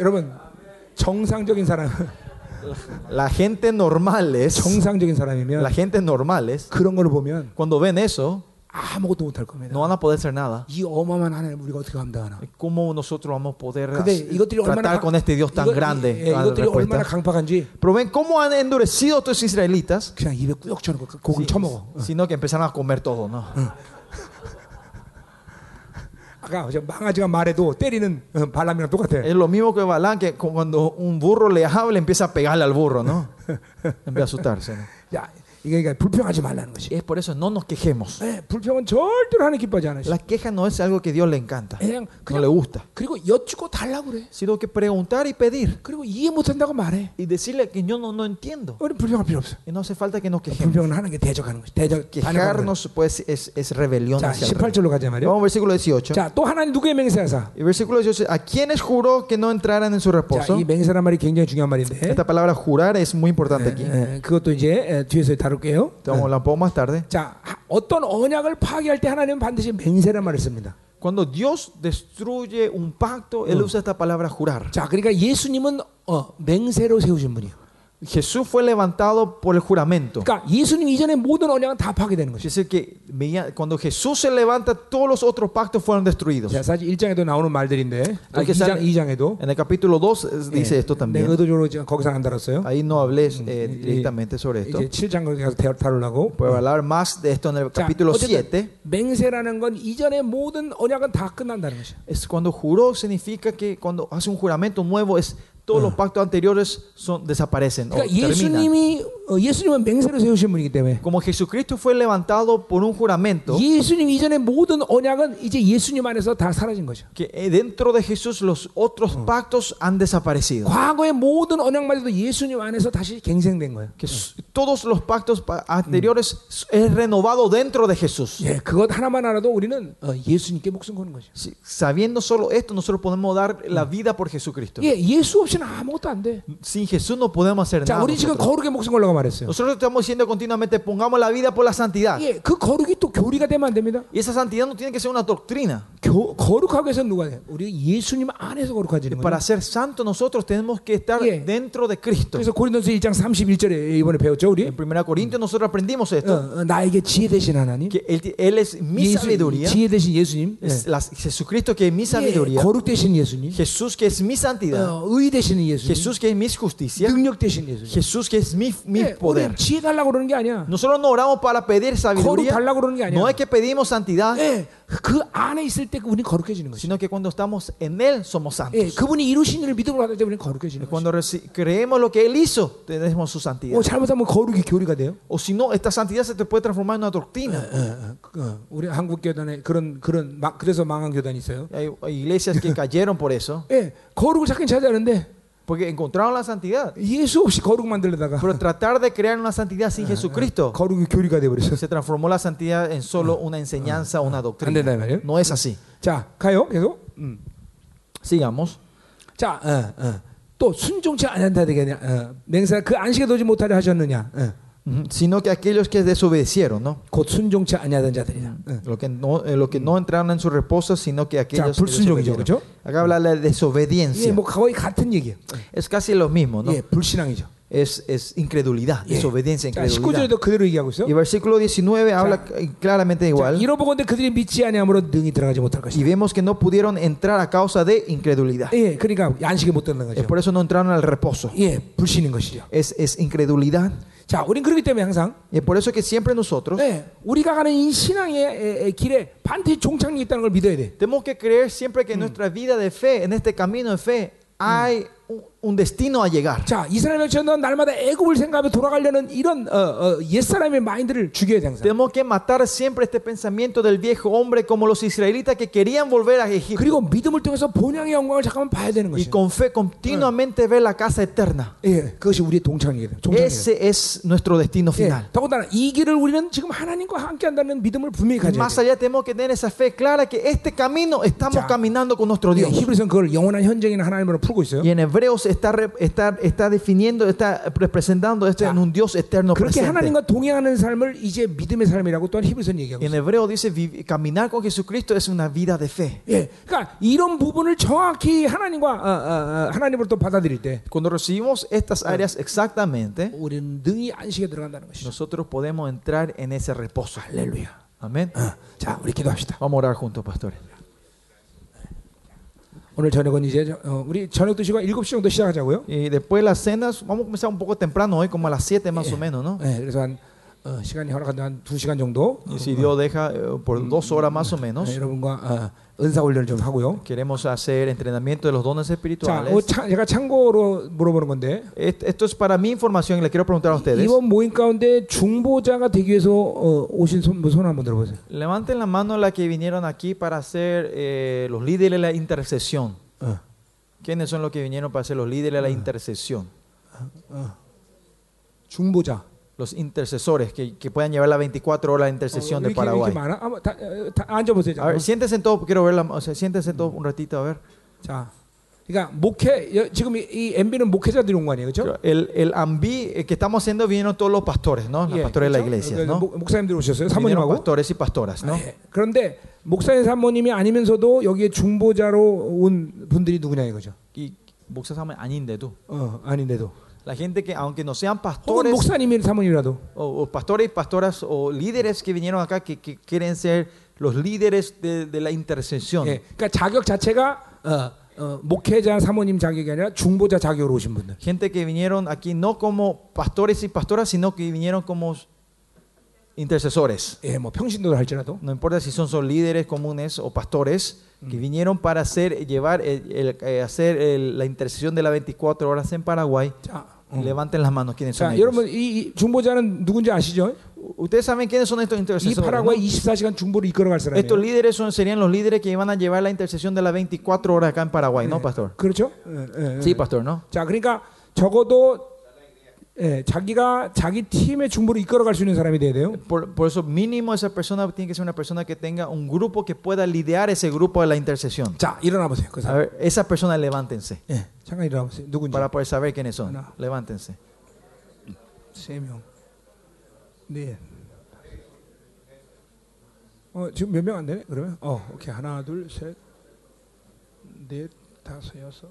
A: 여러분 정상적인 사람,
B: La gente normales,
A: 정상적인
B: la
A: 사람이면
B: gente normales,
A: 그런 걸 보면
B: cuando ven eso,
A: 아무것도 못할 겁니다.
B: no van a poder hacer nada.
A: 이 어마어마한 하나님 우리가 어떻게 감당하나?
B: ¿Cómo nosotros vamos a poder
A: 근데
B: as-
A: 이것들이 얼마나
B: tratar
A: 강-
B: con este Dios tan
A: 이거-
B: grande?
A: 예,
B: La
A: 이것들이
B: respuesta.
A: 얼마나 강팍한지
B: Pero ven cómo han endurecido estos israelitas,
A: 그냥 입에 꾸역 쳐놓고 그 고기를
B: Sí,
A: 처먹어.
B: ah. sino que empezaron a comer todo, ¿no?
A: 아까 저 망아지가 말해도 때리는 어, 발람이랑 똑같아.
B: Es lo mismo que Balán, que cu- cuando un burro le habla, empieza a pegarle al burro, ¿no? Empieza a asustarse. ¿no?
A: 야, 이게 그러니까 불평하지 말라는 것이.
B: Es por eso no nos quejemos.
A: 예, 불평은 절대로 하나님 기뻐하지 않으시.
B: La queja no es algo que Dios le encanta,
A: 그냥
B: no le
A: 그냥
B: gusta,
A: 그리고 여쭈고 달라고 그래.
B: sino que preguntar y pedir
A: 그리고 이해 못한다고 말해.
B: y decirle que yo no, no entiendo.
A: 우리 불평할 필요 없어.
B: Y no hace falta que nos quejemos.
A: 불평은 하나님께 대적하는 것이. 대적 반응하는 것이.
B: Quejarnos pues es, es rebelión.
A: 자,
B: hacia el rey.
A: 18절로 가자 말이야.
B: Vamos al versículo 18.
A: 자, 또 하나님 누구의 맹세하사?
B: El versículo 18, ¿a quienes juró que no entraran en su
A: 자,
B: reposo?
A: 이 맹세란 말이 굉장히 중요한 말인데.
B: Esta palabra jurar es muy importante aquí. Te
A: 예, 그것도 이제 예, 뒤에서 다룰게요.
B: vamos a hablar un poco más tarde.
A: 자, 하- 어떤 언약을 파괴할 때 하나님은 반드시 맹세란 말을 씁니다.
B: Cuando Dios destruye un pacto,
A: Mm.
B: Él usa esta palabra jurar.
A: 자, 그러니까 예수님은 어, 맹세로 세우신 분이에요.
B: Jesús fue levantado por el juramento.
A: 그러니까 예수님 이전에 모든 언약은 다 파괴되는
B: Es
A: 것이죠.
B: decir, que veía- cuando Jesús se levanta, todos los otros pactos fueron destruidos.
A: 자, 사실 1장에도 나오는 말들인데 또
B: 이렇게
A: 2장,
B: 살-
A: 2장에도
B: En el capítulo 2
A: Eh,
B: es- dice esto
A: 내가
B: también.
A: 의도적으로 지금 거기서 안 다뤘어요.
B: Ahí no hablé eh,
A: Mm, y-
B: directamente sobre esto.
A: 이제 7장 거기 가서 대- 다루려고.
B: Puedo hablar más de esto en el
A: 자,
B: capítulo
A: 어쨌든
B: 7.
A: 맹세라는 건 이전에 모든 언약은 다 끝난다는 것이죠.
B: Es cuando juró significa que cuando hace un juramento nuevo es todos
A: Ah.
B: los pactos anteriores son desaparecen o
A: 그러니까
B: terminan.
A: 예수님이 어, 예수님은 맹세로 세우신 분이기 때문에
B: Como Jesucristo fue levantado por un juramento,
A: 예수님 이전의 모든 언약은 이제 예수님 안에서 다 사라진 거죠.
B: que eh, dentro de Jesús los otros pactos han desaparecido.
A: 네. 과거의 모든 언약마저도 예수님 안에서 다시 갱생된 거예요.
B: Que s- todos los pactos pa- anteriores s- es renovado dentro de Jesús.
A: 예, 그것 하나만 알아도 우리는 어, 예수님께 목숨 거는 거죠.
B: Si- Sabiendo solo esto, nosotros podemos dar la vida por Jesucristo.
A: 예, 예수 없이는 아무것도 안 돼.
B: Sin Jesús no podemos hacer
A: 자,
B: nada.
A: 우리 지금
B: Nosotros.
A: 거룩에 목숨 걸라고 말했어요.
B: Nosotros estamos diciendo continuamente, pongamos la vida por la santidad.
A: 예, 그 거룩이 또 교리가 되면 안 됩니다.
B: Y esa santidad no tiene que ser una doctrina.
A: 교, 거룩하기 위해서는 누가 돼? 우리 예수님 안에서 거룩해지는
B: Para
A: 거예요.
B: ser santos nosotros tenemos que estar
A: Yeah.
B: dentro de Cristo.
A: 그래서 고린도서 1장 31절에 이번에 배웠죠, 우리?
B: En 1 Corintios nosotros aprendimos
A: 어,
B: esto,
A: 어, 나에게 지혜 되신 하나님.
B: que él, él es mi
A: 예수,
B: sabiduría,
A: 지혜 되신 예수님. 예.
B: es la- Jesucristo que es mi
A: 예,
B: sabiduría,
A: 거룩 되신 예수님.
B: Jesús que es mi santidad,
A: 어, 의 되시는 예수님.
B: Jesús que es mi justicia,
A: 능력 되신 예수님.
B: Jesús que es mi, mi
A: 예,
B: poder.
A: 우리 지혜 달라고 그러는 게 아니야.
B: Nosotros no oramos para pedir
A: 거룩
B: sabiduría,
A: 달라고 그러는 게 아니야.
B: no es que pedimos santidad,
A: 예, 그 안에 있을 때 우리는 거룩해지는 거죠.
B: sino que cuando estamos en Él somos
A: 예,
B: santos.
A: 그분이 이루신 일을 믿음으로 받을 때 우리는 거룩해지는 거죠.
B: Cuando reci- creemos lo que Él hizo, tenemos su santidad.
A: 어, 잘못하면 거룩이 교리가 돼요.
B: O si no, esta santidad se te puede transformar en una doctrina.
A: 어, 어, 어, 우리 한국 교단에 그런 그런 막 그래서 망한 교단이 있어요.
B: Hay hay iglesias que cayeron por eso,
A: 예, 거룩을 찾긴 찾아는데
B: porque encontraron la santidad.
A: 예수 없이 거룩 만들려다가
B: Pero tratar de crear una santidad sin Jesucristo
A: 거룩이 교리가 돼 버렸어.
B: se transformó la santidad en solo una enseñanza, una
A: 안 된다
B: doctrina.
A: 이 말이에요.
B: No es así.
A: 자, 가요. 계속. 음.
B: Sigamos.
A: 자, 어, 어. 또 순종치 않는다 되겠냐? 어, 맹사 그 안식에 도지 못하려 하셨느냐? 어.
B: Ujú. Sino que aquellos que desobedecieron, ¿no?
A: 곧 순종치 아니하던 자들이다. 어.
B: Lo que no, eh, lo que no entraron en su reposo, sino que aquellos que
A: 불순종이죠,
B: desobedecieron. Acá habla de la
A: 이게
B: desobediencia.
A: 뭐 거의 예, 같은 얘기예요.
B: Es casi lo mismo, ¿no?
A: 예, 불신앙이죠.
B: es, es incredulidad,
A: 예.
B: desobediencia,
A: 자,
B: incredulidad.
A: 19절에도 그대로 얘기하고 있어요.
B: Y versículo 19 habla claramente
A: 자,
B: igual.
A: 이로보건대 그들이 믿지 아니함으로 능히 들어가지 못할
B: Y
A: 것이다.
B: vemos que no pudieron entrar a causa de incredulidad.
A: 예, 그러니까 안식에 못 드는
B: Es
A: 거죠.
B: por eso no entraron al reposo.
A: 예, 불신인 것이죠.
B: Es, es incredulidad.
A: 자, 우린 그렇기 때문에 항상
B: Y es por eso que siempre nosotros
A: 예, 우리가 가는 이 신앙의 에, 에, 길에 반드시 종착이 있다는 걸 믿어야 돼.
B: tenemos que creer siempre que en nuestra vida de fe, en este camino de fe, hay un, un destino a llegar.
A: 자, 이스라엘 백성은 날마다 애굽을 생각하며 돌아가려는 이런 어, 어, 옛사람의 마인드를 죽여야 돼 항상.
B: Tenemos que matar siempre este pensamiento del viejo hombre como los israelitas que querían volver a Egipto.
A: 그리고 믿음을 통해서 본향의 영광을 잠깐만 봐야 되는
B: Y
A: 것이죠.
B: con fe continuamente ver la casa eterna.
A: 예, 그것이 우리의 동창이에요. 종착이에요.
B: Ese es nuestro destino
A: 예,
B: final.
A: 더군다나 이 길을 우리는 지금 하나님과 함께한다는 믿음을 분명히
B: Y
A: 가져야
B: más
A: 돼.
B: allá tenemos que tener esa fe clara que este camino estamos
A: Ya.
B: caminando con nuestro
A: 예,
B: Dios.
A: 히브리서는 그걸 영원한 현장이나 하나님으로 풀고 있어요.
B: Y en Hebreos está, re- está, está definiendo, está representando esto
A: Ya.
B: en un Dios eterno
A: 그렇게
B: presente.
A: 하나님과 동행하는 삶을 이제 믿음의 삶이라고 또한 히브리서는 얘기하고
B: Y en
A: 있어요.
B: Hebreo dice, "Vivi- caminar con Jesucristo es una vida de fe.
A: 예, 그러니까 이런 부분을 정확히 하나님과 어, 어, 어, 하나님으로 또 받아들일 때
B: Cuando recibimos estas áreas exactamente,
A: 우리는 능히 안식에 들어간다는 것이죠.
B: nosotros podemos entrar en ese reposo.
A: 할렐루야.
B: Amén.
A: 어, 자, 우리 기도합시다.
B: Vamos a orar juntos, pastores.
A: 오늘 저녁은 이제 저- 어, 우리 저녁 드시고 7시 정도 시작하자고요.
B: Y después las cenas, vamos a comenzar un poco temprano hoy, como a las 7 más o menos, ¿no?
A: 예, 그래서 한 어, 시간이 허락한다면 한 2시간 정도
B: Y si Dios deja eh, por dos horas más o menos,
A: 네, 여러분과 어, 은사 훈련을 좀 하고요.
B: queremos hacer entrenamiento de los dones
A: 자, 어,
B: espirituales.
A: 차, 제가 참고로 물어보는 건데
B: Est- Esto es para mi información y le quiero preguntar a ustedes.
A: 이번 모임 가운데 중보자가 되기 위해서 어, 오신 손손 한번 들어보세요.
B: Levanten la mano la que vinieron aquí para ser eh, los líderes de la intercesión.
A: 어,
B: ¿Quiénes son los que vinieron para ser los líderes de la intercesión?
A: 어. 중보자.
B: Los intercesores que, que puedan llevar las 24 horas de
A: 어,
B: intercesión de
A: 이렇게, 이렇게
B: Paraguay.
A: 많아? 아마 다, 어, 다 앉아보세요.
B: A ver,
A: 잠깐만.
B: siéntense todos, quiero verla, o sea, siéntense todos un ratito, a ver.
A: 자, 그러니까 목회 여- 지금 이- 이 MB는 목회자들이 온 거 아니에요, 그렇죠?
B: El, el AMBI eh, que estamos haciendo vinieron todos los pastores, ¿no? Los pastores de la iglesia, ¿no?
A: 예. 그렇죠? 목사님들 오셨어요,
B: Vinieron
A: 사모님하고.
B: pastores y pastoras, ¿no?
A: 아, 예. 그런데 목사님 사모님이 아니면서도 여기에 중보자로 온 분들이 누구냐 이거죠.
B: Y vos sabes, añíndetu.
A: 어, 아닌데도.
B: La gente que, aunque no sean
A: 혹은
B: pastores,
A: 목사님이 사모님이라도.
B: o, o pastores y pastoras o líderes que vinieron acá que, que quieren ser los líderes de, de la intercesión.
A: 예, 그러니까 자격 자체가 어, 어, 목회자 사모님 자격이 아니라 중보자 자격으로 오신 분들.
B: Gente que vinieron aquí no como pastores y pastoras, sino que vinieron como intercesores.
A: 예, 뭐 평신도를 할지라도.
B: No importa si son, son líderes comunes o pastores que vinieron para hacer, llevar, el- el- eh, hacer el- la intercesión de las 24 horas en Paraguay.
A: 자, 음.
B: Levanten las manos, ¿quiénes son
A: 자,
B: ellos?
A: 여러분 이, 이 중보자는 누군지 아시죠?
B: U- Ustedes saben quiénes son estos
A: 이
B: intercesores. no?
A: 파라과이 24시간 중보를 이끌어갈 그렇죠. 음. 사람이에요.
B: Estos líderes son, serían los líderes que iban a llevar la intercesión de las 24 horas acá en Paraguay, ¿no, pastor?
A: 그렇죠? 예, 예, 예.
B: Sí, pastor, ¿no?
A: 자, 그러니까 적어도 예, 자기가 자기 팀의 중보를 이끌어갈 수 있는 사람이 돼야 돼요.
B: Por, por eso mínimo esa persona tiene que ser una persona que tenga un grupo que pueda liderar ese grupo de la intercesión.
A: 자, 일어나 보세요. 그
B: A
A: 사람.
B: ver, esas personas levántense
A: 예, 잠깐 일어나 보세요. 누군지.
B: para poder saber quiénes son.
A: Ana.
B: Levántense.
A: 세 명. 네. 어 지금 몇 명 안 되네? 그러면 어 오케이 하나 둘 셋 넷 다섯 여섯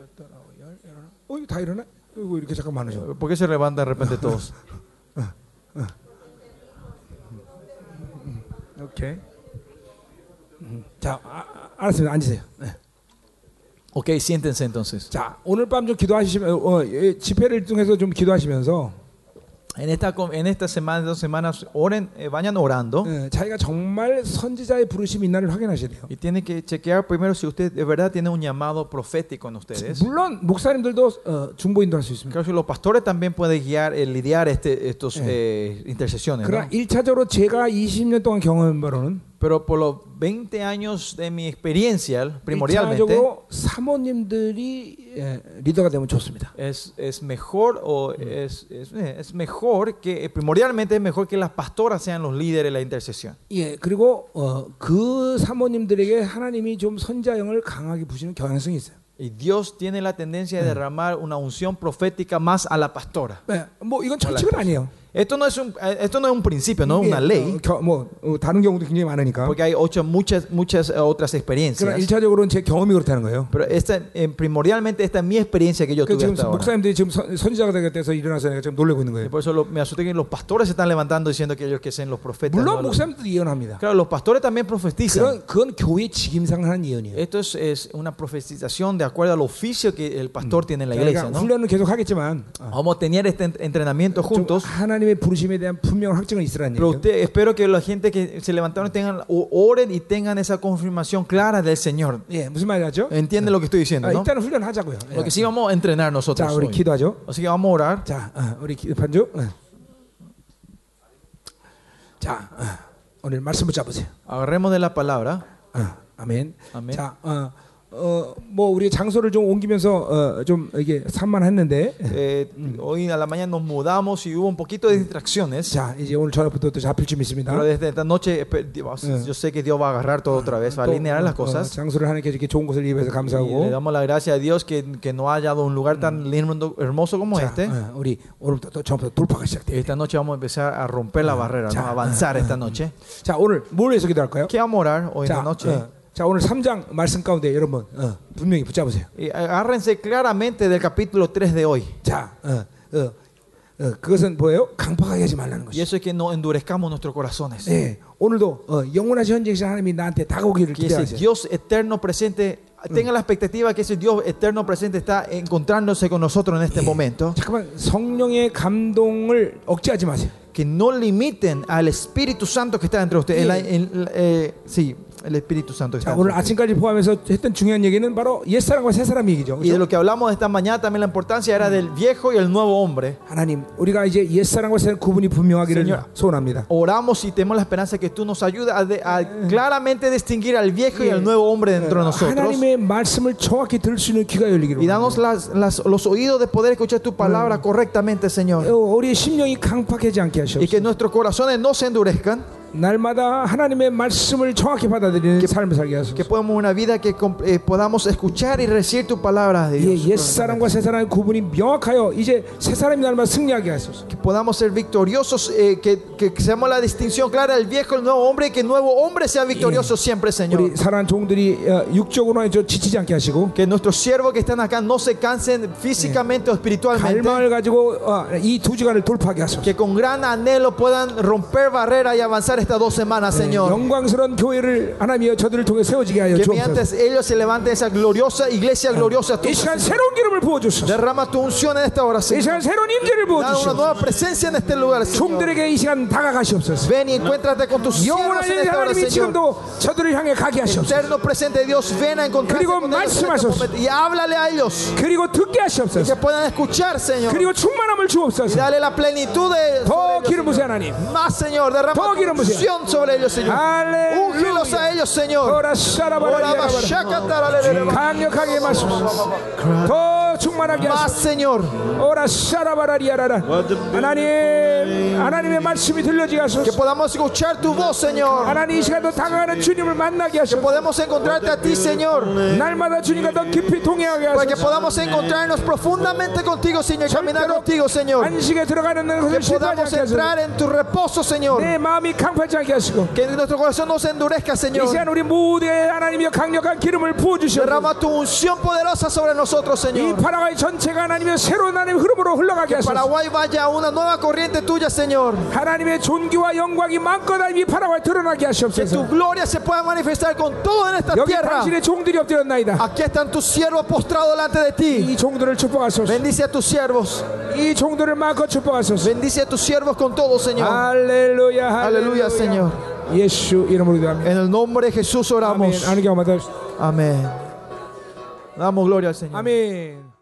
A: 여덟 아홉 열 열하나. 어 이거 다 일어나? 이거 이렇게 잠깐 많으죠.
B: ¿Por qué se levantan de repente todos?
A: 오케이. 음, 자 아, 아, 알았습니다. 앉으세요. 네.
B: Ok, siéntense entonces.
A: 자 오늘 밤 좀 기도하시면 어, 예, 집회를 통해서 좀 gido하시면서
B: En esta, com- en esta semana, dos semanas, oren, eh, vayan orando
A: 예, 자기가 정말 선지자의 부르심이 있나를 확인하셔야 돼요.
B: y tienen que chequear primero si usted de verdad tiene un llamado profético en ustedes.
A: 물론 목사님들도 어, 중보인도 할 수 있습니다.
B: Creo que los pastores también pueden guiar, eh, lidiar este, estos eh, intercesiones. ¿no?
A: 그러나 1차적으로 제가 20년 동안 경험한 바로는
B: Pero por los 20 años de mi experiencia, primordialmente,
A: 1차적으로 사모님들이 예, 리더가 되면 좋습니다.
B: es, es mejor o es, es- eh, es mejor que eh, primordialmente es mejor que las pastoras sean los líderes de la intercesión.
A: 예, 그리고 어, 그 사모님들에게 하나님이 좀 선자형을 강하게 부시는 경향성이 있어요.
B: Y Dios tiene Mm. la tendencia de derramar una unción profética más a la pastora.
A: 예, 뭐 이건 철칙은 아니에요.
B: Esto no es un, eh, esto no es un principio, no es una
A: 어,
B: ley,
A: 겨- 뭐 어, 다른 경우도 굉장히 많으니까.
B: porque hay ocho, muchas, muchas eh, otras
A: 그러나
B: experiencias.
A: 일차적으로는 제 경험이 그렇다는 거예요.
B: Pero esta, eh, primordialmente esta es mi experiencia que yo
A: 그
B: tuve
A: 지금
B: hasta ahora.
A: 목사님들이 지금 선- 선지자가 되겠다해서 일어나서 내가 지금 놀래고 있는
B: Y
A: 거예요.
B: por eso lo- me asusté que los pastores se están levantando diciendo que ellos que sean los profetas.
A: 물론
B: no los-
A: 목사님들도 예언합니다.
B: Claro, los pastores también profetizan.
A: 그런 그건 교회 직임상 하는 예언이에요.
B: Esto es, es una profetización de acuerdo al oficio que el pastor tiene en la
A: 그러니까
B: iglesia. ¿no?
A: 훈련은 계속 하겠지만 어,
B: Vamos a tener este en- entrenamiento
A: 좀
B: juntos.
A: 하나님의 부르심에 대한 분명한 확증은 있으라는
B: Pero
A: 얘기예요.
B: usted, espero que la gente que se levantaron tengan, o- oren y tengan esa confirmación clara del Señor.
A: 예, 무슨 말이죠?
B: ¿Entiende lo que estoy diciendo?
A: 아,
B: ¿no?
A: 일단은 훈련하자고요. 예.
B: Lo que sí vamos a entrenar
A: 자,
B: nosotros.
A: 우리
B: hoy.
A: 기도하죠.
B: Así que vamos a orar.
A: 자, 어, 우리 기- 반주. 어. 자, 어, 오늘 말씀 붙잡으세요.
B: Agarremos de la palabra.
A: 어, 아멘.
B: 아멘.
A: 자, 어, 어, 뭐 우리 장소를 좀 옮기면서 어, 좀 이게 산만했는데,
B: Eh, hoy a la mañana nos mudamos y hubo un poquito de distracciones.
A: 자 이제 오늘 저녁부터 또 잡힐 쯤 있습니다.
B: Pero desde esta noche, espe- Dios-
A: Eh.
B: yo sé que Dios va a agarrar todo otra vez, va
A: 또,
B: a alinear las
A: 어, 어,
B: cosas.
A: 장소를 하나님께 이렇게 좋은 곳을 입어서
B: Y le
A: 감사하고,
B: damos la gracia a Dios que, que nos haya dado un lugar tan lindo, hermoso como
A: 자,
B: este.
A: 어, 우리 오늘부터 또 처음부터 돌파가 시작돼요.
B: Esta noche vamos a empezar a romper la barrera, ¿no?
A: Ya.
B: a avanzar esta noche.
A: 자, 오늘 뭘 해서 기도할까요?
B: ¿Qué vamos a orar hoy en
A: 자,
B: la noche?
A: 어, 자, 오늘 3장 말씀 가운데 여러분 어, 분명히 붙잡으세요.
B: Y Eh, agárrense claramente del capítulo 3 de hoy.
A: 자, 어, 어, 어, 그것은 뭐예요? 강팍하게 하지 말라는
B: Y
A: 것이.
B: eso es que no endurezcamos nuestros corazones.
A: 예, 오늘도 어, 영원하신 현재이신 하나님이 나한테 다가오기를
B: Que ese
A: 기대하세요.
B: Dios eterno presente, tenga la expectativa que ese Dios eterno presente está encontrándose con nosotros en este momento.
A: 잠깐만 성령의 감동을 억제하지 마세요.
B: Que no limiten al Espíritu Santo que está dentro de ustedes. El- el- eh, sí, el Espíritu Santo que está
A: 자, 오늘
B: dentro de ustedes.
A: 아침까지 포함해서 했던 중요한 얘기는 바로 옛 사람과 새 사람 얘기죠.
B: Y de
A: 그렇죠?
B: lo que hablamos esta mañana también la importancia era del viejo y el nuevo hombre.
A: 하나님, 우리가 이제 옛 사람과 새 사람 구분이 분명하기를
B: Señor.
A: 소원합니다.
B: Oramos y tenemos la esperanza que tú nos ayudes a, de- a claramente distinguir al viejo y al nuevo hombre dentro de nosotros.
A: 하나님의 말씀을 정확히 들을 수 있는 귀가 열리기를. 원합니다.
B: Y danos las- las- los oídos de poder escuchar tu palabra correctamente,
A: 어,
B: Señor.
A: 우리의 심령이 강팍하지 않게
B: Y
A: 하시옵소서.
B: que nuestros corazones no se endurezcan.
A: 날마다 하나님의 말씀을 정확히 받아들이는 삶을 살게 하소서.
B: Que podamos una vida que comp- eh, podamos escuchar y recibir tu palabra de
A: 예,
B: Dios.
A: 옛 사람과 새 사람의 구분이 명확하여 이제 새 사람이 날마다 승리하게 하소서.
B: Que podamos ser victoriosos, eh, que, que seamos la distinción clara del viejo y el nuevo hombre. Y que el nuevo hombre sea victorioso siempre, Señor.
A: 우리 사랑하는 종들이 어, 육적으로 해서 지치지 않게 하시고
B: Que nuestros siervos que están acá no se cansen físicamente o espiritualmente.
A: 갈망을 가지고 어, 이 두 주간을 돌파하게 하소서.
B: Que con gran anhelo puedan romper barreras y avanzar estas dos semanas, Señor.
A: 영광스러운 교회를 하나님이여 저들을 통해 세워지게 하여
B: Que mediante
A: 주옵소서.
B: ellos se levante esa gloriosa iglesia gloriosa
A: 이
B: tuya.
A: 시간 새로운 기름을 부어 주소서.
B: Derrama tu unción en esta hora,
A: 이
B: Señor.
A: 시간 새로wn 임재를 부어
B: Da una
A: 주시옵소서.
B: nueva presencia en este lugar, Señor.
A: 종들에게 이 시간 다가가시옵소서.
B: Ven y encuéntrate con tus siervos en
A: 영원하신
B: esta hora,
A: 하나님이
B: Señor.
A: 지금도 저들을 향해 가게 하시옵소서.
B: Eterno presente de Dios, ven a encontrarte
A: 그리고
B: con ellos en este
A: 말씀하소서.
B: momento. y háblale a ellos.
A: 그리고 듣게
B: Que
A: 하시옵소서.
B: puedan escuchar, Señor.
A: 그리고 충만함을
B: Y
A: 주옵소서.
B: dale la plenitud de
A: 더
B: sobre ellos,
A: 기름 부세 하나님.
B: Señor. más, Señor. Derrama
A: 더
B: tu
A: 기름 부세요.
B: unción sobre ellos, Señor.
A: 할렐루야.
B: Úngelos a ellos, Señor.
A: 오라 샤라바라
B: Ora,
A: 야라바라.
B: mashakataraleleleba.
A: 강력하게 마소서 더 충만하게
B: Más,
A: 하소서
B: Señor.
A: 오라 샤라바라리아라라 하나님 하나님의 말씀이 들려지게
B: Que
A: 하소서
B: podamos escuchar tu voz, Señor.
A: 하나님 이 시간도 다가가는 주님을 만나게
B: Que
A: 하소서
B: podemos encontrarte a ti, Señor.
A: 날마다 주님과 더 깊이 동행하게
B: Para Pues que
A: 하소서
B: podamos encontrarnos profundamente contigo, Señor. Y caminar contigo, Señor.
A: 안식에 들어가는
B: Que
A: 것을 실패하지
B: podamos
A: 않게 하소서
B: entrar en tu reposo, Señor.
A: 내 마음이 강팔지 않게 하시고
B: Que nuestro corazón no se endurezca,
A: 이
B: Señor.
A: 시간 우리 모두의 하나님이여 강력한 기름을 부어주시옵소서
B: Derrama tu unción poderosa sobre nosotros,
A: 이
B: Señor.
A: 파라과이 전체가 하나님의 새로운 하나님의 흐름으로 흘러가게 하소서
B: Paraguay vaya a una nueva corriente tuya, Señor.
A: 하나님의 존귀와 영광이 마음껏 이 파라과이 드러나게
B: Que
A: 하시옵소서
B: tu gloria se pueda manifestar con todo en esta
A: 여기
B: tierra.
A: 당신의 종들이 엎드렸나이다.
B: Aquí están tus siervos postrados delante de ti.
A: 이 종들을 축복하소서.
B: Bendice a tus siervos.
A: 이 종들을 마음껏 축복하소서.
B: Bendice a tus siervos con todo, Señor.
A: 할렐루야,
B: Aleluya, Señor.
A: 예수 이름으로 기도합니다.
B: En el nombre de Jesús oramos.
A: 아멘. 아는 경우 마다.
B: Amén. Damos gloria al Señor.
A: 아멘.